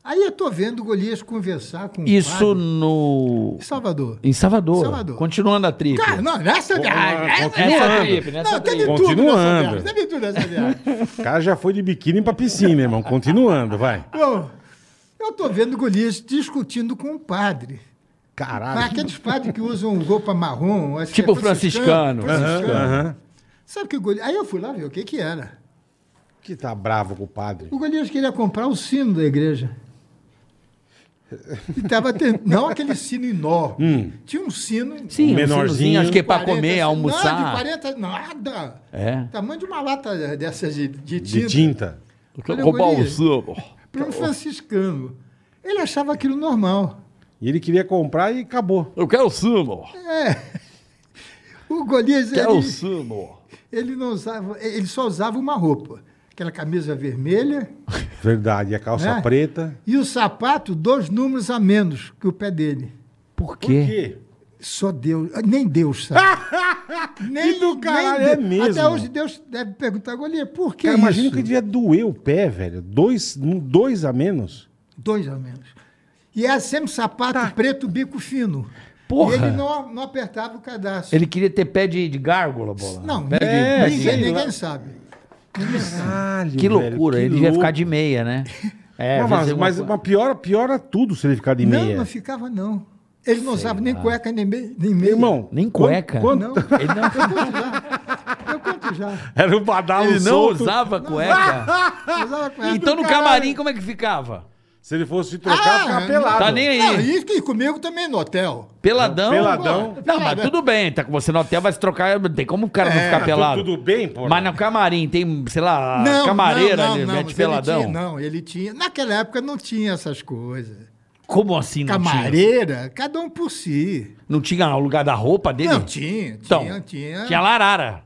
E: Aí eu tô vendo o Golias conversar com o
D: Isso
E: padre.
D: no...
E: Salvador.
D: Em Salvador.
E: Salvador.
D: Continuando a trip.
E: Cara, não, nessa viagem, essa é
D: Nessa trip,
E: Não,
D: nessa
E: teve
D: trip.
E: tudo nessa
C: Continuando.
E: viagem. Teve tudo nessa viagem.
C: O cara já foi de biquíni pra piscina, irmão. Continuando, vai.
E: Bom, eu tô vendo o Golias discutindo com o padre. Mas
C: Caralho.
E: aqueles padres que usam roupa marrom, acho que é
D: Tipo franciscano.
E: franciscano.
C: Aham, aham.
E: Sabe que o Golias. Aí eu fui lá ver o que que era.
C: Que tá bravo com o padre.
E: O Golias queria comprar o sino da igreja. E tava ten- não aquele sino enorme. Tinha um sino.
D: Sim, um
C: menorzinho,
D: menorzinho, acho que é pra
E: 40,
D: comer,
E: Não, de
D: almoçar.
E: 40, nada.
D: É.
E: Tamanho de uma lata dessas de, de tinta.
C: De tinta.
E: Olha,
D: Roubar o
E: Golias.
D: suco.
E: Para um franciscano. Ele achava aquilo normal.
C: E ele queria comprar e acabou.
D: Eu quero o sumo.
E: É. O Golias,
C: é
D: Quero o
E: É, ele,
D: sumo.
E: ele não usava, ele só usava uma roupa. Aquela camisa vermelha
C: Verdade. E a calça
E: É.
C: preta.
E: e o sapato, dois números a menos que o pé dele.
D: Por quê?
C: quê?
E: Só Deus, nem
C: [LAUGHS]
E: Deus sabe. nem,
C: Que do caralho,
E: Deus.
C: é mesmo.
E: Até hoje Deus deve perguntar, Golias, por que
C: Cara,
E: isso?
C: imagina que devia doer o pé, velho. Dois, um- dois a menos.
E: Dois a menos. E era sempre sapato
C: Tá.
E: preto, bico fino.
D: Porra.
E: E ele não, não apertava o cadastro.
D: Ele queria ter pé de, de gárgula, bola.
E: Não,
D: Pé de-
C: É,
D: pé de-
E: ninguém,
C: sei
E: ninguém
C: lá.
E: sabe.
C: Caralho,
D: Que
C: velho,
D: loucura,
C: que
D: ele devia
C: louco.
D: ficar de meia, né? [LAUGHS] É, vai
C: Mas- mas
D: ser uma
C: mas,
D: co-
C: mas piora, piora tudo se ele ficar de
E: Não,
C: meia.
E: não ficava, não. Ele não usava nem cueca, nem, me, nem meia.
C: Irmão,
D: Nem
C: quando-
D: cueca.
C: quando-
E: Não, eu conto
D: Ele não,
E: já. Eu conto já.
C: Era
F: um
C: o badalo
D: ele não
C: solto.
D: usava cueca.
E: Eu
D: [LAUGHS]
E: usava cueca.
D: então no camarim, como é que ficava?
C: Se ele fosse se trocar,
E: Ah,
C: ficava
E: não.
C: pelado.
D: Tá nem aí.
E: Não, e fiquei comigo também no hotel.
D: Peladão.
C: Peladão.
D: Não, mas tudo bem, tá com você no hotel, vai se trocar, não tem como o cara não ficar pelado.
C: Tudo, tudo bem, pô?
D: Mas no camarim tem, sei lá, Ah, camareira ali, mete
E: mas
D: peladão.
E: Ele tinha, não, ele tinha. Naquela época não tinha essas coisas.
D: Como assim não tinha?
E: Camareira, cada um por si.
D: Não tinha o lugar da roupa dele?
E: Não, tinha, tinha,
D: Então,
E: tinha.
D: tinha larara.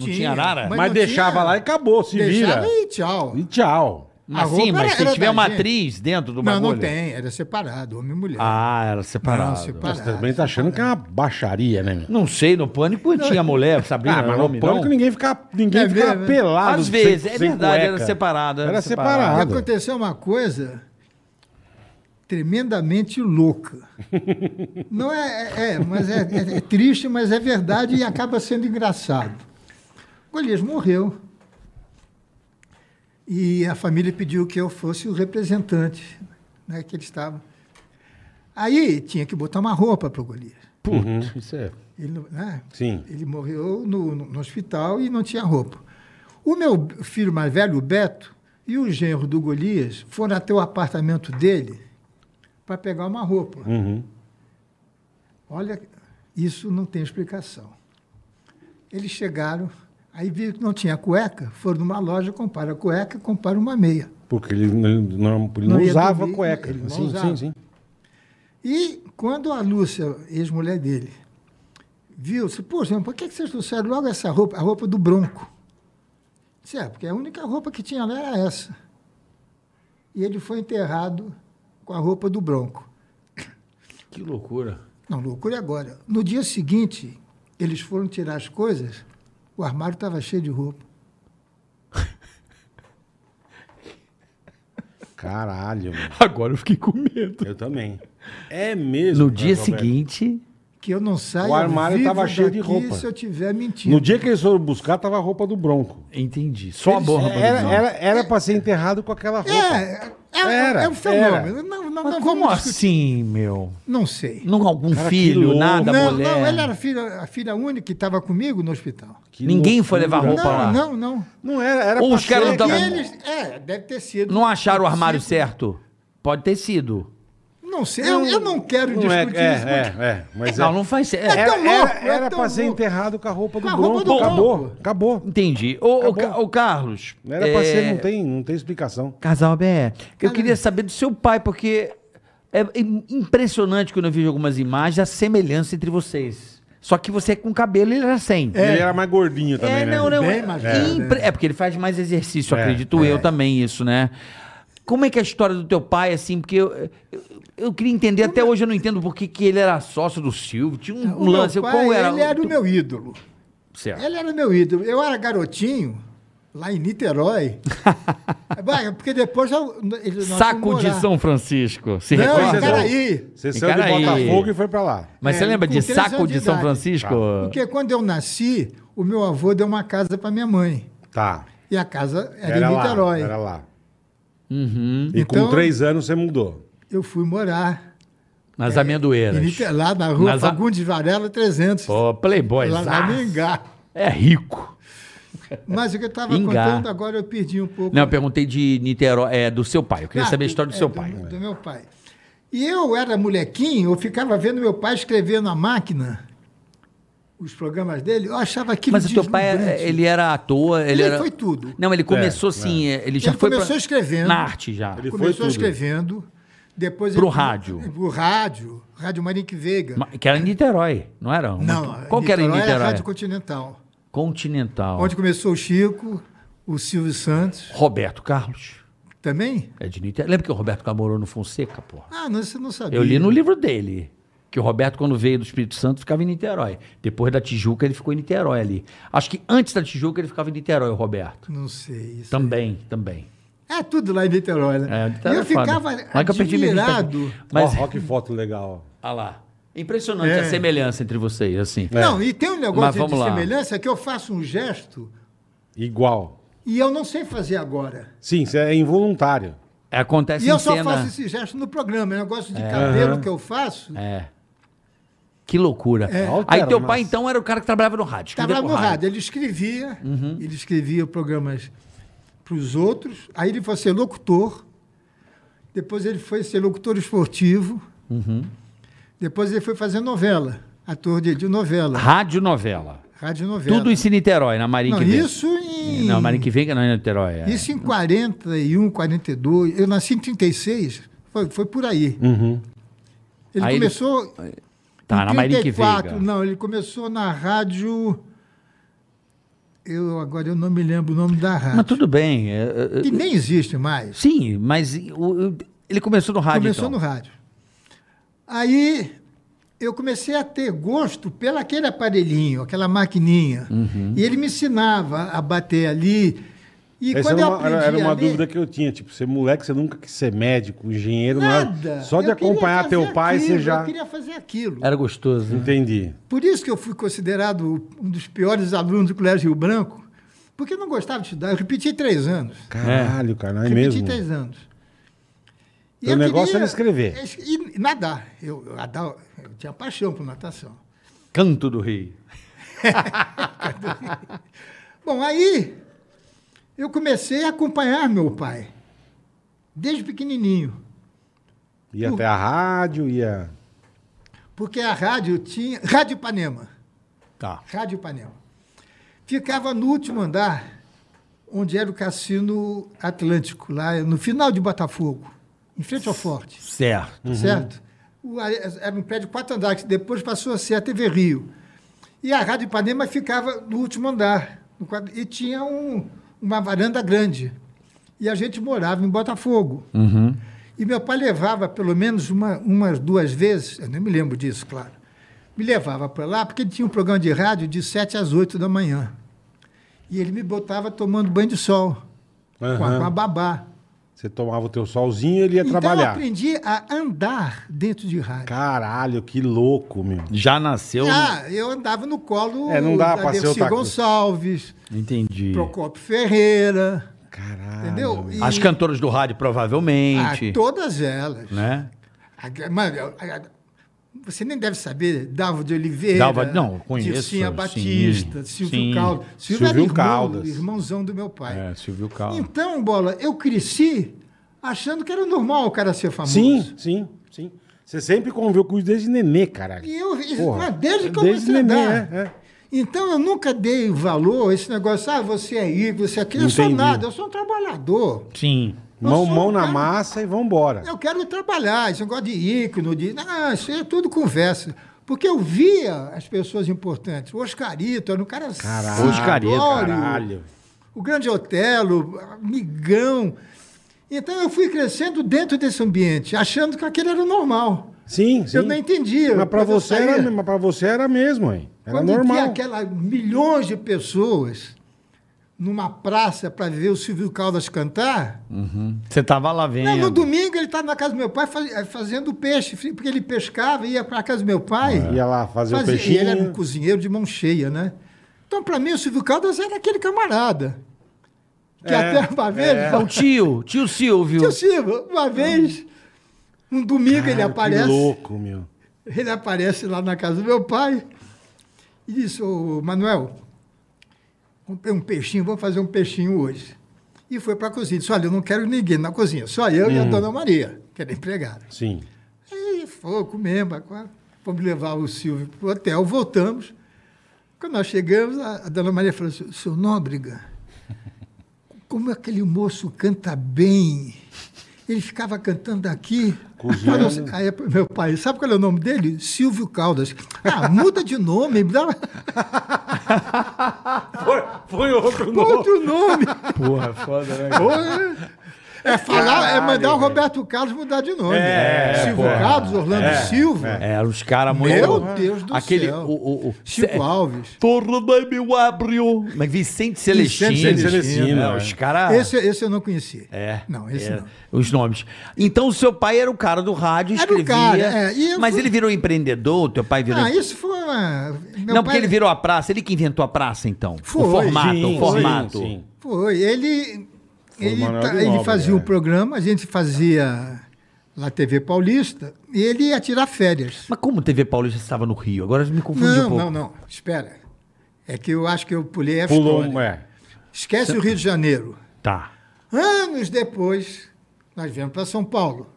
D: Não tinha,
E: Tinha,
D: arara?
C: Mas,
E: Mas não
C: deixava
E: tinha.
C: lá e acabou, se
E: Deixava
C: vira.
E: e tchau.
C: E tchau.
E: a
D: Mas
E: roupa
D: sim, mas
E: era-
D: se
E: era
D: tiver
E: da
D: uma
E: gente.
D: atriz dentro do
E: Não,
D: bagulho...
E: não tem, era separado, homem e mulher.
D: Ah, era separado. Não,
E: Não, separado.
C: Você também tá achando que é uma baixaria, né, meu?
D: sei, no Pânico tinha mulher, Sabrina,
C: Ah, mas no
D: homem, não?
C: pânico ninguém [LAUGHS] ficava, ninguém
E: É
C: ficava
E: mesmo, é.
C: pelado.
D: Às vezes,
C: sem-
D: é
C: sem
D: verdade,
C: cueca.
D: era separado, É
C: Era,
D: era
E: E
C: separado.
E: aconteceu uma coisa tremendamente louca. Não é, é- é, mas é, é- é triste, mas é verdade e acaba sendo engraçado. Golias morreu. E a família pediu que eu fosse o representante, né, que eles estavam. Aí tinha que botar uma roupa para o Golias.
F: Uhum.
C: Putz, isso é.
E: Ele, não- né?
C: Sim.
E: Ele morreu no, no- no hospital e não tinha roupa. O meu filho mais velho, o Beto, e o genro do Golias foram até o apartamento dele para pegar uma roupa.
C: Uhum.
E: Olha, isso não tem explicação. Eles chegaram, aí viram que não tinha cueca, foram numa loja, compraram a cueca, compraram uma meia.
C: Porque ele ele não, ele
E: Não
C: não
E: ia
C: usava
E: dormir,
C: cueca.
E: ele não
C: sim, sim,
E: usava.
C: sim.
E: E quando a Lúcia, ex-mulher dele, viu, disse, poxa, mas por que que vocês trouxeram logo essa roupa, a roupa do Bronco? Disse, é, porque a única roupa que tinha lá era essa. E ele foi enterrado com a roupa do Bronco.
D: Que loucura.
E: Não, loucura é agora. No dia seguinte, eles foram tirar as coisas, o armário estava cheio de roupa.
C: Caralho, meu.
D: Agora eu fiquei com medo.
C: eu também. É mesmo.
D: No dia
C: Roberto.
D: seguinte...
E: Que eu não saio
C: O armário
E: vivo
C: tava cheio de
E: daqui
C: roupa.
E: se eu tiver mentindo.
C: No dia que eles foram buscar, tava a roupa do Bronco.
D: Entendi. Só a
E: Eles-
D: borra.
C: Era, era, era pra ser enterrado com aquela roupa.
E: É, é,
C: Era,
E: é um fenômeno. Não, não,
D: Mas
E: não
D: como
E: vamos discutir.
D: assim, meu?
E: Não sei.
D: Não algum
C: Cara, que
D: filho,
C: louco.
D: nada,
E: não,
D: mulher.
E: não, ela era a filha, a filha única que estava comigo no hospital.
C: Que
D: Ninguém foi
C: loucura.
D: levar roupa
E: não,
D: lá.
E: não, não.
C: Não era, era
D: Ou
C: pra
D: os caras
C: ser-
D: não
E: E
D: tavam-
E: eles, é, deve ter sido.
D: Não acharam o armário
E: Sim.
D: certo? Pode ter sido.
E: Não sei, eu, eu não quero
C: Não é,
E: discutir isso.
C: é,
E: mas-
C: é, é, mas
D: Não,
C: é.
D: não faz certo.
E: É
D: É,
C: Era,
E: tão louco,
C: era,
E: é
C: era
E: tão
C: pra ser
E: louco.
C: enterrado com a roupa do
E: Com a
C: Bronco.
E: roupa do
C: acabou,
E: Bronco.
C: acabou.
D: Entendi. Ô, ô,
C: Acabou.
D: Ca- ô, Carlos.
C: Não era pra
D: é,
C: ser, não tem, não tem explicação.
D: Casal BR, eu
E: Ah,
D: queria saber do seu pai, porque é im- impressionante quando eu vejo algumas imagens a semelhança entre vocês. Só que você é com cabelo e ele era sem.
C: Ele era mais gordinho também,
D: É,
C: né?
D: não, não.
E: É. Bem
D: é,
E: mais
D: é.
E: velho,
D: impre-
E: né?
D: é porque ele faz mais exercício,
C: É,
D: acredito
C: é.
D: eu também, isso, né? Como é que é a história do teu pai, assim? Porque eu, eu, eu queria entender, até hoje eu não entendo por que que ele era sócio do Silvio. Tinha um
E: O
D: lance.
E: meu pai,
D: qual era?
E: ele era
D: Tu-
E: o meu ídolo.
D: Certo.
E: Ele era meu ídolo. Eu era garotinho, lá
D: [LAUGHS]
E: em Niterói. Vai, Porque depois eu, ele, nós
D: Saco
E: fomos
D: de
E: morar.
D: São Francisco. Se
E: Não,
D: recorda?
E: cara aí.
C: Você saiu de
D: Encaraí.
C: Botafogo e foi pra lá.
D: Mas você
E: É,
D: lembra
E: com
D: de
E: 13
D: Saco
E: anos
D: de
E: de
D: São
E: idade.
D: Francisco?
C: Tá.
E: Porque quando eu nasci, o meu avô deu uma casa para minha mãe.
C: Tá.
E: E a casa era,
C: Era,
E: em
C: lá.
E: Niterói.
C: Era lá. E com
E: Então-
C: três anos você mudou.
E: Eu fui morar
D: Nas amendoeiras.
E: É, Em Nite- lá na rua
D: Nas a-
E: Fagundes Varela 300,
D: Pô, Playboy.
E: lá na Mingá.
D: É rico.
E: Mas o que eu estava
D: Engar.
E: contando agora eu perdi um pouco.
D: Não, eu perguntei de Niterói, é, do seu pai. Eu queria
E: Ah,
D: saber a história do
E: é,
D: seu pai.
E: Do, do meu pai. E eu era molequinho, eu ficava vendo meu pai escrever na máquina os programas dele, eu achava aquilo
D: Mas o teu pai, é-
E: deslumbrante.
D: ele era ator, ele,
E: Ele
D: era...
E: foi tudo. É,
D: Não, ele começou assim, ele já
E: Ele
D: foi
E: começou
D: pra-
E: escrevendo.
D: na arte já.
C: Ele- foi
E: começou
C: tudo.
E: escrevendo, depois...
D: Pro
E: ele-
D: rádio.
E: Pro rádio, Rádio Manique Veiga.
D: Ma- Que era em Niterói, não era?
E: Não,
D: Qual que era em
E: Niterói
D: Niterói?
E: Era a Rádio Continental,
D: Continental.
E: onde começou o Chico, o Silvio Santos,
D: Roberto Carlos.
E: também...
D: É de Niterói. Lembra que o Roberto Carlos morou no Fonseca, porra?
E: Ah, não, você não sabia.
D: Eu li no livro dele. Que o Roberto, quando veio do Espírito Santo, ficava em Niterói. Depois da Tijuca, ele ficou em Niterói ali. Acho que antes da Tijuca, ele ficava em Niterói, o Roberto.
E: Não sei. Isso
D: Também, também.
E: É tudo lá em Niterói, né?
D: É,
E: e
D: Niterói
E: eu
D: é foda.
E: ficava
D: Mas que eu perdi minha vista.
E: admirado.
C: Mas...
D: Mas,
C: ó que foto legal.
D: olha lá. Impressionante
E: É.
D: a semelhança entre vocês, assim.
E: Não, e tem um
D: Mas
E: negócio de
D: vamos lá.
E: semelhança que eu faço um gesto
C: Igual.
E: e eu não sei fazer agora.
C: Sim, isso é involuntário.
D: É, Acontece
E: É. E eu
D: em
E: só
D: cena.
E: faço esse gesto no programa. É um negócio de cabelo que eu faço.
D: É. Que loucura. Aí
E: É.
C: Altera,
D: teu pai,
C: mas-
D: então, era o cara que trabalhava no rádio. escrevia
E: Estava
D: pro
E: no rádio. Ele escrevia,
D: Uhum.
E: ele escrevia programas para os outros. Aí ele foi ser locutor. Depois ele foi ser locutor esportivo.
D: Uhum.
E: Depois ele foi fazer novela. Ator de, de novela.
D: Rádio novela.
E: Rádio novela.
D: Tudo isso em Niterói, na Marinha
E: Não,
D: que Veiga.
E: isso em.
D: Não, Marinha que Veiga não é Niterói. é.
E: Isso em 41, 42. Eu nasci em 36. Foi, foi por aí.
C: Uhum.
E: Ele
D: Aí ele-
E: começou.
D: Tá, na Marinha que Veiga.
E: Não, ele começou na rádio. Eu agora eu não me lembro o nome da rádio.
D: Mas tudo bem. é, é, é,
E: Que nem existe mais.
D: Sim, mas o- o- ele começou no rádio.
E: começou
D: então.
E: no rádio. Aí eu comecei a ter gosto pelo aquele aparelhinho, aquela maquininha.
D: Uhum.
E: E ele me ensinava a bater ali. E
C: Essa
E: quando
C: era
E: eu
C: uma, era-
E: aprendi
C: era uma
E: ali-
C: dúvida que eu tinha. Tipo, ser moleque, você nunca quis ser médico, engenheiro,
E: Nada.
C: nada. Só de
E: Eu queria
C: acompanhar
E: fazer
C: teu pai,
E: aquilo,
C: você já.
E: Eu queria fazer aquilo.
D: Era gostoso. né?
C: Entendi.
E: Por isso que eu fui considerado um dos piores alunos do Colégio Rio Branco, porque eu não gostava de estudar. Eu repeti três anos.
C: Caralho, cara, não é
E: repeti
C: mesmo?
E: três anos. E
C: Teu
E: eu
C: negócio era escrever.
E: es- E nadar. Eu, eu, adoro- eu tinha paixão por natação.
D: Canto do Rei.
E: Bom, aí eu comecei a acompanhar meu pai, desde pequenininho.
C: Ia até a rádio, ia.
E: Porque a rádio tinha. Rádio Ipanema.
D: Tá.
E: Rádio Ipanema. Ficava no último andar, onde era o Cassino Atlântico, lá no final de Botafogo, em frente ao Forte,
D: Certo.
C: Uhum.
E: certo? O- era um prédio de quatro andares, que depois passou a ser a TV Rio. E a Rádio Ipanema ficava no último andar, no quadro- e tinha um- uma varanda grande. E a gente morava em Botafogo.
C: Uhum.
E: E meu pai levava pelo menos uma, umas duas vezes, eu nem me lembro disso, claro. Me levava para lá, porque ele tinha um programa de rádio de 7 às 8 da manhã. E ele me botava tomando banho de sol, com, a,
C: Aham.
E: com a babá.
C: Você tomava o teu solzinho e ele ia
E: Então eu
C: trabalhar.
E: aprendi a andar dentro de rádio.
C: Caralho, que louco, meu.
D: Já nasceu.
E: Ah, eu andava no colo
C: É, não dá
E: da
C: pra ser
E: Dercy
C: outra coisa.
E: Gonçalves,
D: Entendi.
E: Procopio Ferreira,
C: Caralho.
E: entendeu? E-
D: As cantoras do rádio,
E: ah,
D: provavelmente.
E: todas elas.
D: Né?
E: A gra- Mano, a- a- você nem deve saber, Dalva de Oliveira.
D: Dalva- não, conheço,
E: Dircinha
D: sim,
E: Batista, Silvio
D: sim. É.
E: Caldas. Silvio,
C: Silvio
E: era irmão,
C: Caldas.
E: irmãozão do meu pai.
F: É,
D: Silvio Calma.
E: Então, Bola, eu cresci achando que era normal o cara ser famoso.
C: Sim, sim, sim. Você sempre conviveu com isso desde nenê, caralho.
E: E eu, isso-
C: Porra,
E: mas desde que eu
C: desde
E: comecei a
C: neném,
E: andar.
C: é, é.
E: Então, eu nunca dei valor a esse negócio, ah, você é rico, você é aquilo. Eu sou
C: Entendi.
E: nada, eu sou um trabalhador.
D: Sim.
C: Mão,
E: sou um
C: mão na
E: cara-
C: massa e vambora.
E: Eu quero trabalhar, esse negócio de ícone, de. Ah, isso é tudo conversa. Porque eu via as pessoas importantes. O Oscarito era um cara
C: Caralho,
D: Oscarito,
E: simplório.
C: caralho.
E: O Grande Otelo, amigão. Então eu fui crescendo dentro desse ambiente, achando que aquele era normal.
C: Sim, sim.
E: Eu não entendia.
C: Mas pra,
E: Quando eu
C: você
E: saía-
C: era, mas pra você era mesmo, hein? Era
E: Quando tinha
C: normal.
E: aquelas milhões de pessoas numa praça para ver o Silvio Caldas cantar,
D: Você tava lá
E: Não,
D: vendo.
E: no domingo ele estava na casa do meu pai faz- eh, fazendo peixe, fi- porque ele pescava, ia para casa do meu pai.
C: É. Ia lá fazer o
E: fazia-
C: peixinho.
E: E ele era um cozinheiro de mão cheia, né? Então, para mim, o Silvio Caldas era aquele camarada. Que
C: É,
E: até uma vez. [LAUGHS]
C: é.
D: É o tio, tio Silvio.
E: Tio Silvio, uma vez, um domingo ele
C: Caralho,
E: aparece.
C: Que louco, meu.
E: Ele aparece lá na casa do meu pai e disse, ô Manuel, comprei um peixinho, vamos fazer um peixinho hoje. E foi para a cozinha. Disse, olha, eu não quero ninguém na cozinha, só eu e a dona Maria, que era empregada.
C: Sim.
E: Aí foi, comemos, aqua- fomos levar o Silvio para o hotel, voltamos. Quando nós chegamos, a, a dona Maria falou assim, seu Nóbrega, como aquele moço canta bem. Ele ficava cantando aqui.
C: Cozinhando.
E: Quando eu- Aí pro meu pai, sabe qual é o nome dele? Silvio Caldas. Ah, muda de nome.
C: [LAUGHS]
E: me dá
C: Foi, foi outro nome.
E: outro nome.
B: Porra, foda, né?
E: É falar, é mandar o Roberto Carlos mudar de nome.
C: É,
E: Silvio
C: porra.
E: Carlos, Orlando
C: É,
E: Silva.
D: É, os caras muito.
E: Meu Deus do
D: Aquele,
E: céu.
D: O, o, o,
E: Chico Alves.
D: Tornei-me o ábrio. Mas é Vicente Celestino.
C: Vicente Celestino,
D: É,
F: né?
C: é.
D: Os caras.
E: Esse, esse eu não conhecia.
D: É.
E: Não, esse
D: é,
E: não.
D: Os nomes. Então o seu pai era o cara do rádio,
E: Era o
D: escrevia.
E: cara, é, e eu
D: mas
E: fui-
D: ele virou empreendedor, teu pai virou.
E: Ah, isso foi uma. meu
D: não,
E: pai-
D: porque ele virou a praça, ele que inventou a praça, então. o
E: Foi,
D: formato,
C: Sim,
D: o formato.
C: sim, sim.
E: Foi. Ele,
C: Foi o
E: ele,
C: Manuel
E: ta-
C: de
E: ele
C: Nóbrega,
E: fazia o
C: é.
E: programa, a gente fazia na TV Paulista, e ele ia tirar férias.
D: Mas como TV Paulista estava no Rio? Agora me confundi um
E: Não,
D: pouco.
E: não, não. Espera. É que eu acho que eu pulei a
C: Pulou um.
E: história.
C: É.
E: Esquece o Rio de Janeiro.
D: Tá.
E: Anos depois, nós viemos para São Paulo.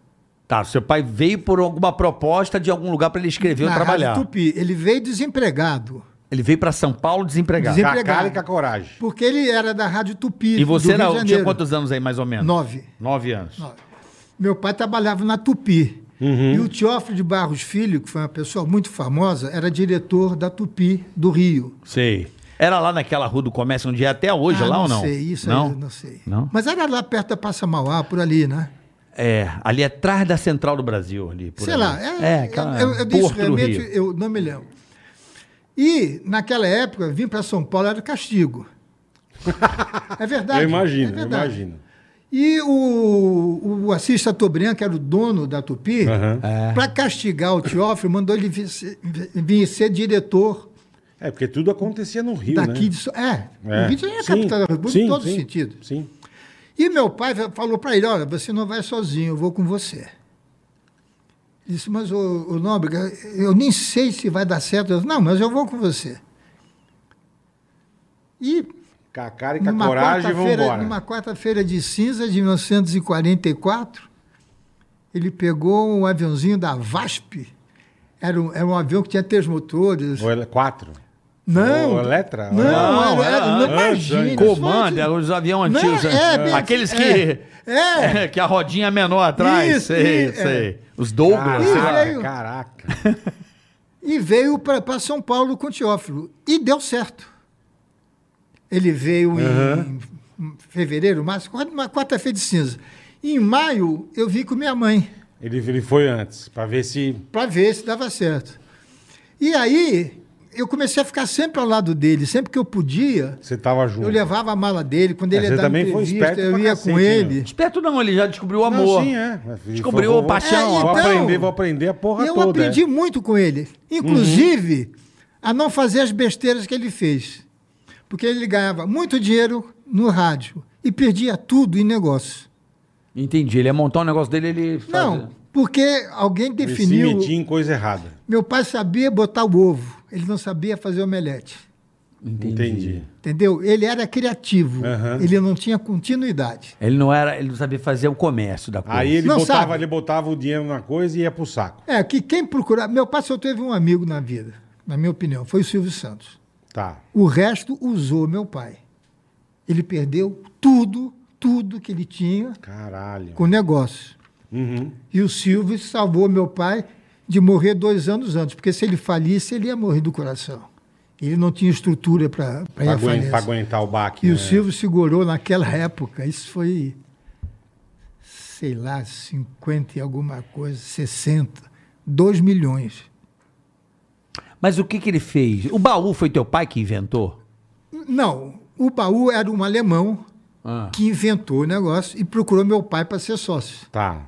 D: Tá, seu pai veio por alguma proposta de algum lugar pra ele escrever ou
E: na
D: trabalhar.
E: Rádio Tupi. Ele veio desempregado.
D: Ele veio pra São Paulo desempregado.
E: Desem-
C: Com a
E: Empregado.
C: cara e com a coragem.
E: Porque ele era da Rádio Tupi.
D: E você
E: do
D: era,
E: Rio de
D: tinha
E: Janeiro.
D: quantos anos aí, mais ou menos?
E: Nove.
D: Nove anos.
E: Nove. Meu pai trabalhava na Tupi.
D: Uhum.
E: E o Teófilo de Barros Filho, que foi uma pessoa muito famosa, era diretor da Tupi do Rio.
D: Sei. Era lá naquela rua do comércio onde é até hoje,
E: Ah,
D: lá ou não?
E: sei, isso
D: não?
E: aí eu não sei.
D: Não?
E: Mas era lá perto da Passa Mauá, por ali, né?
D: É, ali atrás da Central do Brasil. Ali, por
E: Sei
D: ali.
E: lá.
D: É,
E: É,
D: aquela
E: eu, eu disse,
D: Porto do
E: realmente,
D: Rio.
E: eu não me lembro. E, naquela época, vir para São Paulo
D: [LAUGHS]
E: era castigo. É verdade.
C: Eu
E: é
C: imagino, eu
E: verdade.
C: imagino.
E: E o, o Assis Chateaubriand, que era o dono da Tupi,
C: Aham.
E: para castigar o Teófilo, mandou ele vir ser, vir ser diretor
C: É, porque tudo acontecia no Rio,
E: daqui
C: né?
E: de... So- É,
C: É.
E: o Rio de Janeiro é a
C: Sim,
E: capital da República
C: sim,
E: em todos os
C: sim,
E: sentidos.
C: Sim.
E: E meu pai fa- falou para ele, olha, você não vai sozinho, eu vou com você. Ele disse, mas o, o Nóbrega, eu nem sei se vai dar certo. Eu disse, não, mas eu vou com você. E
C: Com a cara e com a
E: numa
C: coragem,
E: quarta-feira-
C: vambora.
E: Numa quarta-feira de cinza de 1944, ele pegou um aviãozinho da VASP. Era um, era um avião que tinha três motores.
C: Ou ele- Quatro.
E: Não.
C: Ou Eletra?
E: Não,
D: Não,
E: era, era,
D: era-
E: não
D: era-
E: imagina. isso
D: Comando,
E: foi-
D: era os aviões
E: Não,
D: antigos.
E: é,
D: né?
E: bem-
D: Aqueles que.
E: é,
D: [LAUGHS]
E: é.
D: que a rodinha é menor atrás.
E: Isso,
D: sei,
E: e-
D: sei. Os dobros.
E: Isso,
D: sei lá.
E: veio.
C: Caraca, caraca.
E: E veio para São Paulo com o Teófilo. E deu certo. Ele veio em fevereiro, março, quase uma quarta-feira de cinza. Em maio, eu vim com minha mãe.
C: Ele, ele foi antes, pra ver se...
E: para ver se dava certo. E aí eu comecei a ficar sempre ao lado dele, sempre que eu podia,
C: Você tava junto.
E: eu levava a mala dele. Quando
C: Uhum. É,
E: ele ia
C: você
E: dar
C: também foi
E: entrevista,
C: esperto
E: eu
C: pra
E: ia
C: cacete,
E: com
C: né?
E: ele.
D: Esperto não, ele já descobriu o
C: Não,
D: amor.
C: sim, é.
D: Descobriu
C: Vou-
D: a paixão.
E: É,
C: Vou
E: então-
C: aprender, vou aprender a porra
E: eu
C: toda. é. Uhum.
E: aprendi muito com ele. Inclusive, a não fazer as besteiras que ele fez. Porque ele ganhava muito dinheiro no rádio e perdia tudo em negócio.
D: Entendi. Ele ia montar um negócio dele, ele.
E: É. Não, porque alguém
C: É. Ele se
E: definiu.
C: metia em coisa errada.
E: Meu pai sabia botar o ovo, ele não sabia fazer omelete.
D: Entendi.
C: Entendi.
E: Entendeu? Ele era criativo,
C: Aham.
E: ele não tinha continuidade.
D: Ele não era. Ele não sabia fazer o comércio da coisa.
C: Aí ele
E: Não
C: botava,
E: sabe.
C: ele botava o dinheiro na coisa e ia pro saco.
E: É, que quem procurar. Meu pai só teve um amigo na vida, na minha opinião, foi o Silvio Santos.
C: Tá.
E: O resto usou meu pai. Ele perdeu tudo, tudo que ele tinha
C: Caralho.
E: com o negócio.
C: Uhum.
E: E o Silvio salvou meu pai de morrer dois anos antes, porque se ele falisse, ele ia morrer do coração. Ele não tinha estrutura para
C: Pra,
E: a
C: aguen- pra
E: falência.
C: aguentar o baque.
E: assim, E
C: né?
E: o Silvio segurou naquela época, isso foi, sei lá, 50 e alguma coisa, 60, 2 milhões.
D: Mas o que, que ele fez? O baú foi teu pai que inventou?
E: Não, o baú era um alemão
D: Ah.
E: que inventou o negócio e procurou meu pai para ser sócio.
C: Tá.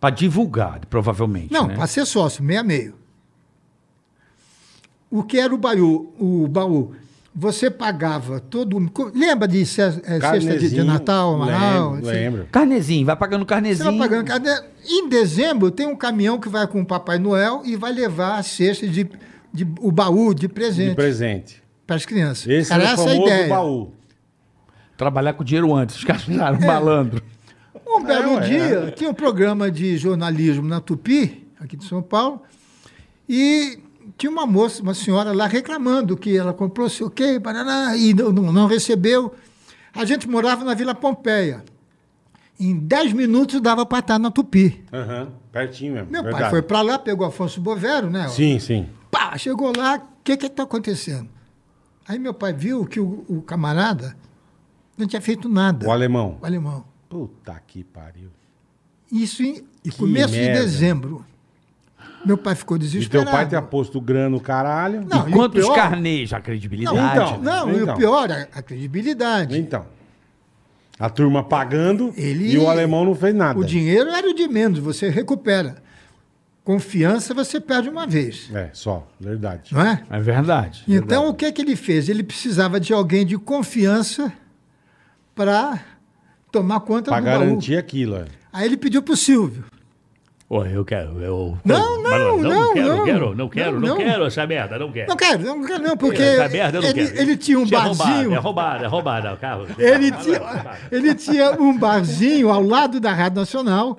D: Pra divulgar, provavelmente.
E: Não,
D: né?
E: para ser sócio, meio a meio. O que era o baú? O baú? Você pagava todo o. co- Lembra de ce- eh, cesta de, de
C: Carnezinho,
E: Natal, Amaral?
C: Lembro.
E: assim?
C: lembro.
D: Carnezinho, vai pagando
E: Você
D: carnezinho.
E: vai pagando cada... Em dezembro tem um caminhão que vai com o Papai Noel e vai levar a cesta de, de- o baú de presente.
C: De presente.
E: para as crianças.
C: Esse
E: Era
C: é o
E: essa a
C: famoso
E: ideia.
C: baú.
D: Trabalhar com dinheiro antes. Os caras
E: É.
D: viraram malandro.
E: Um belo
C: É, ué.
E: dia, tinha um programa de jornalismo na Tupi, aqui de São Paulo, e tinha uma moça, uma senhora lá reclamando que ela comprou sei o quê, barará, e não, não- não recebeu. A gente morava na Vila Pompeia. Em 10 minutos dava para estar na Tupi.
C: Aham, Pertinho mesmo.
E: Meu pai
C: verdade.
E: foi para lá, pegou Afonso Bovero, né?
C: Sim, sim.
E: Pá, chegou lá, o que que tá acontecendo? Aí meu pai viu que o, o camarada não tinha feito nada.
C: O alemão.
E: O alemão.
C: Puta que pariu.
E: Isso em em começo
C: merda.
E: de dezembro. Meu pai ficou
C: E
E: desesperado.
C: teu pai tinha posto grana no caralho.
E: Não, e o
D: Quantos
E: pior-
D: carnês? A
E: Não,
D: credibilidade. né?
C: Então,
E: não e
C: então.
E: o pior, a, a credibilidade.
C: Então. A turma pagando
E: Ele-
C: e o alemão não fez nada.
E: O dinheiro era o de menos, você recupera. Confiança você perde uma vez,
C: É, só, verdade.
E: não é?
D: É verdade.
E: Então, o que, que ele fez? Ele precisava de alguém de confiança para tomar conta
C: Pra
E: do baú.
C: garantir aquilo, é.
E: Aí ele pediu para o Silvio.
F: Ô, eu quero, eu...
E: Não, não,
F: Mas
E: não,
F: quero,
E: não.
F: quero, não quero, não,
E: Não, não.
F: quero essa merda, não quero.
E: Não quero, não quero não, porque
F: Essa merda eu não
E: ele,
F: quero.
E: ele tinha um
F: Isso é roubado,
E: barzinho...
F: É roubado, é roubado, é carro.
E: Ele tinha, ele tinha um barzinho ao lado da Rádio Nacional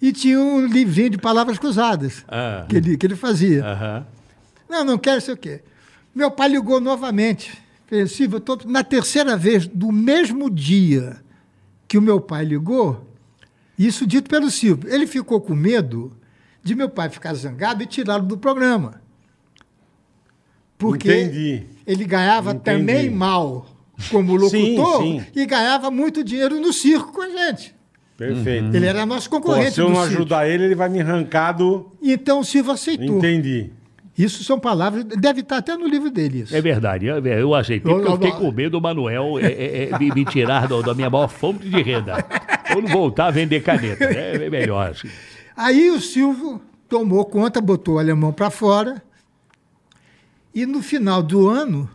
E: e tinha um livrinho de palavras cruzadas
F: Ah.
E: que, ele, que ele fazia.
F: Aham.
E: Não, não quero sei o quê. Meu pai ligou novamente. Falei, Silvio, eu tô... na terceira vez, do mesmo dia que o meu pai ligou, isso dito pelo Silvio, ele ficou com medo de meu pai ficar zangado e tirá-lo do programa. Porque
C: Entendi.
E: ele ganhava
C: Entendi.
E: também mal como locutor
C: Sim, sim.
E: e ganhava muito dinheiro no circo com a gente.
C: Perfeito.
E: Uhum. Ele era nosso
C: Pô,
E: concorrente
C: se eu
E: do
C: não
E: circo.
C: ajudar ele, ele vai me arrancar do.
E: Então o Silvio aceitou.
C: Entendi.
E: Isso são palavras, deve estar até no livro dele isso.
F: É verdade, eu, eu aceitei, porque eu
E: Eu- eu-
F: fiquei com medo do Manuel é, é, é, me, me tirar do- da minha maior fonte de renda. Ou não voltar a vender caneta, né? é melhor. assim.
E: Aí o Silvio tomou conta, botou o alemão para fora. E no final do ano,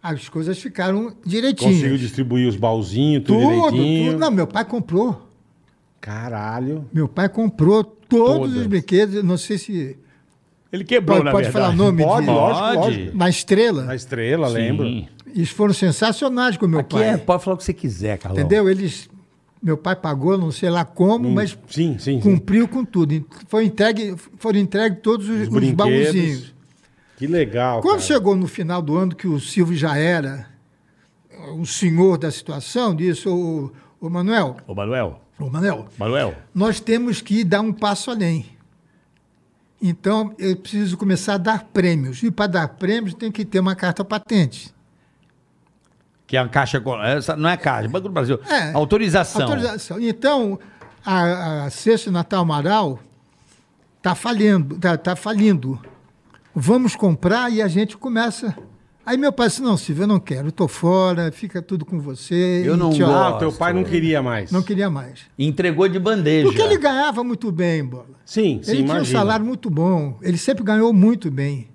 E: as coisas ficaram
C: Conseguiu
E: direitinho.
C: distribuir os baúzinhos, tudo,
E: Tudo,
C: direitinho.
E: tudo. Não, meu pai comprou.
C: Caralho.
E: Meu pai comprou todos os brinquedos. Não sei se
F: Ele quebrou,
E: pode,
F: na
E: pode
F: verdade.
E: falar o nome
C: Pode,
E: de-
C: lógico,
D: Pode.
C: lógico.
E: na estrela.
C: Na estrela, lembra?
E: Eles foram sensacionais com meu
D: Aqui
E: pai.
D: é, pode falar o que você quiser, Carlão.
E: Entendeu? Eles. Meu pai pagou, não sei lá
C: Hum.
E: como, mas
C: Sim, sim. sim.
E: cumpriu com tudo. En- Foi entregue, foram entregues todos os,
C: Os
E: os baúzinhos.
C: brinquedos. Que legal.
E: Quando
C: cara.
E: chegou no final do ano, que o Silvio já era um senhor da situação, disse, ô, ô Manuel,
F: Ô, Manuel,
E: ô Manuel,
F: Manuel,
E: nós temos que dar um passo além. Então, eu preciso começar a dar prêmios. E para dar prêmios, tem que ter uma carta patente.
D: Que é uma caixa. econômica. Essa não é caixa, Banco do Brasil.
E: É.
D: Autorização.
E: Autorização. Então, a, a Sexta Natal Amaral está falhando, tá, tá falindo. Vamos comprar e a gente começa. Aí meu pai disse, não, Silvio, eu não quero, estou fora, fica tudo com você.
D: Eu
E: e
D: não
E: tchau.
C: Ah, o teu pai não queria mais.
E: Não queria mais.
D: Entregou de bandeja.
E: Porque ele ganhava muito bem, Bola.
C: Sim, sim,
E: ele tinha um
C: imagina.
E: salário muito bom, ele sempre ganhou muito bem.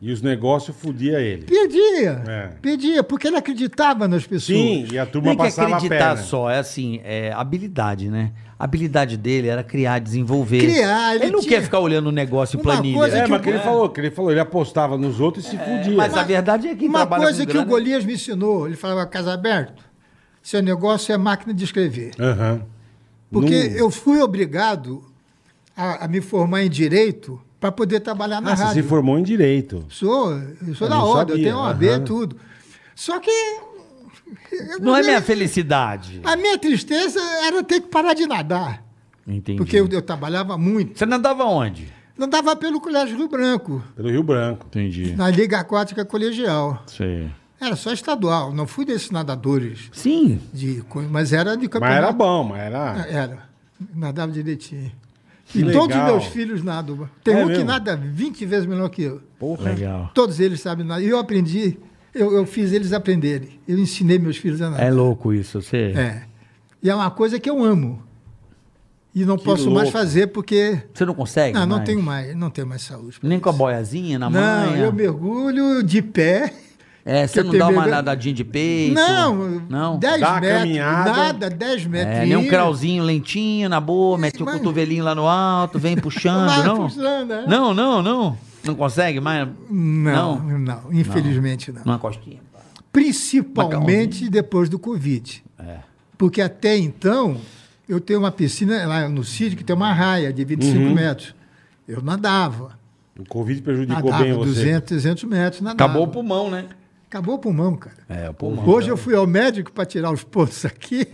C: E os negócios fudia ele.
E: Pedia,
C: É.
E: pedia, porque ele acreditava nas pessoas.
C: Sim, e a turma
D: Tem que
C: passava a
D: acreditar
C: perna.
D: só, é assim, é habilidade, né? A habilidade dele era criar, desenvolver.
E: Criar,
D: ele,
E: ele
D: não
E: tinha-
D: quer ficar olhando o negócio em
E: Uma
D: planilha.
E: coisa
C: É,
E: que
C: mas
E: o-
C: que ele
E: é.
C: falou, que ele falou, ele apostava nos outros e se fudia.
D: Mas a verdade é que
E: Uma
D: trabalha
E: coisa
D: com
E: que o
D: grana-
E: Golias me ensinou, ele falava, Casaberto, seu negócio é máquina de escrever.
C: Aham.
E: Porque
C: Não-
E: eu fui obrigado a, a me formar em direito para poder trabalhar na
C: Ah, você
E: rádio.
C: se formou em direito.
E: Sou, eu sou
C: Eu
E: da
C: não
E: ordem, eu
C: sabia,
E: tenho OAB e
C: aham.
E: tudo. Só que... eu
D: Não é minha
E: nem-
D: felicidade.
E: A minha tristeza era ter que parar de nadar,
D: Entendi.
E: porque eu, eu trabalhava muito.
D: Você nadava onde?
E: Nadava pelo Colégio Rio Branco,
C: Pelo Rio Branco.
D: Entendi.
E: na Liga Aquática Colegial.
D: Sei.
E: Era só estadual, não fui desses nadadores,
D: Sim.
E: de, co- mas era de
C: Mas
E: campeonato. É,
C: era bom, mas era.
E: Era. Nadava direitinho.
C: Que
E: e
C: legal.
E: todos os meus filhos nadam. Tem
C: É
E: um que
C: mesmo?
E: nada 20 vezes melhor que eu.
C: Porra.
E: Todos eles sabem nadar. E eu aprendi, eu, eu fiz eles aprenderem. Eu ensinei meus filhos a nadar.
D: É louco isso, você.
E: É. E é uma coisa que eu amo. E não posso mais
C: louco.
E: fazer porque.
D: Você não consegue?
E: Ah, Não, não
D: mais?
E: tenho mais, não tenho mais saúde. pra
D: Nem
E: isso.
D: com a boiazinha na
E: Não,
D: manha?
E: eu mergulho de pé.
D: É,
E: que
D: você
E: eu
D: não
E: tenho
D: dá uma
E: medo-
D: nadadinha de peito?
E: não,
D: Não?
E: 10
C: Dá a
E: metros.
C: caminhada.
E: Nada, 10 metros.
D: É, nem um crauzinho lentinho na boa, mete o
E: mas-
D: cotovelinho lá no alto, vem puxando,
E: Vai
D: não?
E: puxando, é.
D: Não, não, não. Não consegue mais?
E: Não,
D: Não,
E: não, infelizmente não.
D: Uma costinha.
E: Principalmente depois do Covid.
D: É.
E: Porque até então, eu tenho uma piscina lá no sítio que tem uma raia de 25
D: Uhum.
E: metros. Eu nadava.
C: O Covid prejudicou
E: Nadava
C: bem você.
E: 200, 300 metros, nadava.
D: Acabou o pulmão, né?
E: Acabou o pulmão, cara.
D: É, o pulmão.
E: Hoje eu fui ao médico para tirar os pontos aqui.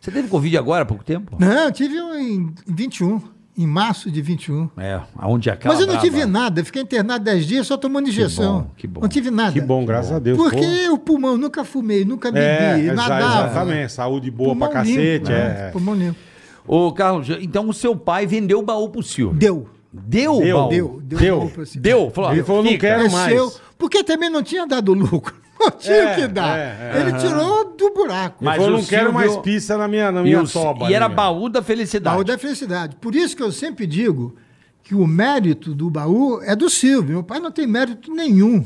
D: Você teve Covid agora há pouco tempo?
E: Não, eu tive um em 21, em março de 21.
D: É, aonde acaba.
E: Mas eu não tive nada, eu fiquei internado 10 dias só tomando injeção.
D: bom, que bom.
E: Não tive nada.
C: Que bom, graças a Deus.
E: Porque
C: pô.
E: o pulmão nunca fumei, nunca bebi,
C: é, exa-
E: nadava.
C: exatamente. Saúde boa pra
E: Pulmão limpo,
C: cacete.
E: né?
C: é.
E: Pulmão limpo.
D: Ô, Carlos, então o seu pai vendeu o baú pro Silvio.
E: Deu.
D: Deu, o
C: Deu,
D: baú?
E: Deu. Deu.
C: Deu.
E: pra você.
D: Deu, falou. ó,
C: Ele falou, não
D: fica.
E: é
C: quero mais.
E: Cresceu, porque também não tinha dado lucro. [LAUGHS] Não tinha
C: É,
E: o que dar.
C: é, é.
E: Ele tirou do buraco.
C: Ele
D: Mas
C: falou,
D: o
C: não quero
D: Silvio-
C: mais pizza na minha, na
D: E,
C: minha
D: o-
C: soba.
D: e
C: né,
D: era
C: meu?
D: baú da
E: Baú
D: felicidade.
E: da felicidade. Por isso que eu sempre digo que o mérito do baú é do Silvio. Meu pai não tem mérito nenhum.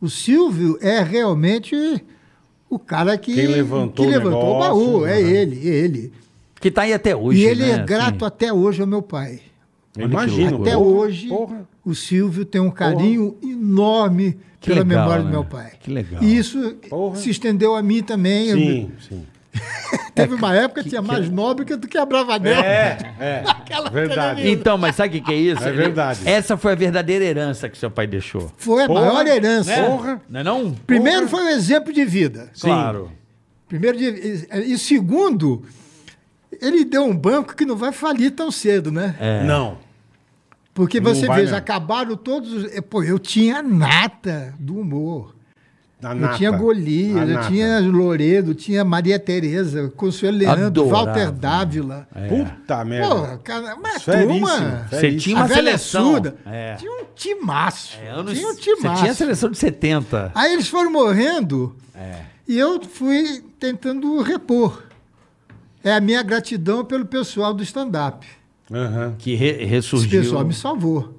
E: O Silvio é realmente o cara que,
C: Quem levantou
E: que
C: o
E: levantou o
C: negócio,
E: baú. É
C: né?
E: ele, é ele.
D: Que tá aí até hoje.
E: e ele
D: né,
E: é grato
D: assim.
E: até hoje ao meu pai.
C: Eu Imagino.
E: Até
C: porra,
E: hoje,
C: porra.
E: o Silvio tem um carinho enorme
D: Que
E: pela
D: legal,
E: memória
D: né?
E: do meu pai.
D: Que legal.
E: E isso
C: Porra.
E: se estendeu a mim também. Eu-
C: Sim, sim.
E: teve uma época que tinha mais nóbrega do que a Bravanel.
C: É, é. Verdade.
D: Então, mas sabe o que, que é isso?
C: É
D: Ele-
C: verdade.
D: Essa foi a verdadeira herança que seu pai deixou.
E: Foi a
C: Porra,
E: maior herança.
C: né? Porra.
D: Não é não?
E: Primeiro foi o exemplo de vida.
C: Sim.
D: Claro.
E: Primeiro de, e, e segundo, ele deu um banco que não vai falir tão cedo, né?
C: Não.
E: Porque
C: Não
E: você
C: vai
E: veja,
C: mesmo.
E: acabaram todos os. eh, Pô, eu tinha a nata do humor.
C: Da
E: Eu
C: nata.
E: tinha
C: A
E: Golias, eu
C: nata.
E: tinha Loredo, tinha Maria Tereza, Consuelo Leandro,
D: Adorava.
E: Walter Dávila.
C: É. Puta
E: Pô,
C: merda.
E: cara, uma
C: Seríssimo,
E: turma.
C: seríssimo.
D: Você tinha
E: É a
D: uma
E: velha
D: seleção.
E: surda.
D: É.
E: Tinha um timaço.
D: É, anos-
E: tinha um
D: Você
E: timaço.
D: tinha a seleção de 70.
E: Aí eles foram morrendo
C: É.
E: e eu fui tentando repor. É a minha gratidão pelo pessoal do stand-up.
C: Aham.
D: Que re-
E: Esse
D: ressurgiu.
E: pessoal me salvou.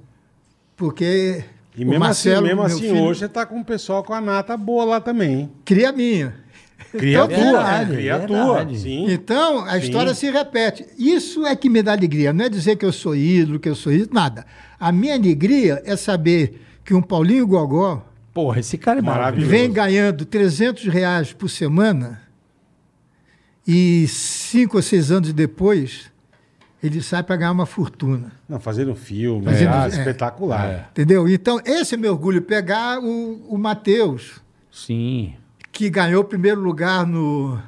E: Porque
C: E mesmo assim, mesmo
E: meu
C: assim
E: filho,
C: hoje você tá com o pessoal com a nata boa lá também. hein?
E: cria a minha.
C: Cria a tua.
E: Então,
C: né?
E: verdade,
C: Cria a tua.
D: verdade.
C: Sim.
E: Então, a história se repete. Isso é que me dá alegria. Não é dizer que eu sou ídolo, que eu sou ídolo, nada. A minha alegria é saber que um Paulinho Gogó
D: Porra, esse cara é
C: Maravilhoso.
D: maravilhoso.
E: vem ganhando 300 reais por semana e cinco ou seis anos depois ele sai para ganhar uma fortuna.
C: Não, fazendo um filme.
E: Fazendo-
C: ah,
E: é.
C: espetacular.
E: Entendeu? Então, esse é meu orgulho, pegar o, o Matheus,
D: Sim.
E: que ganhou o primeiro lugar no,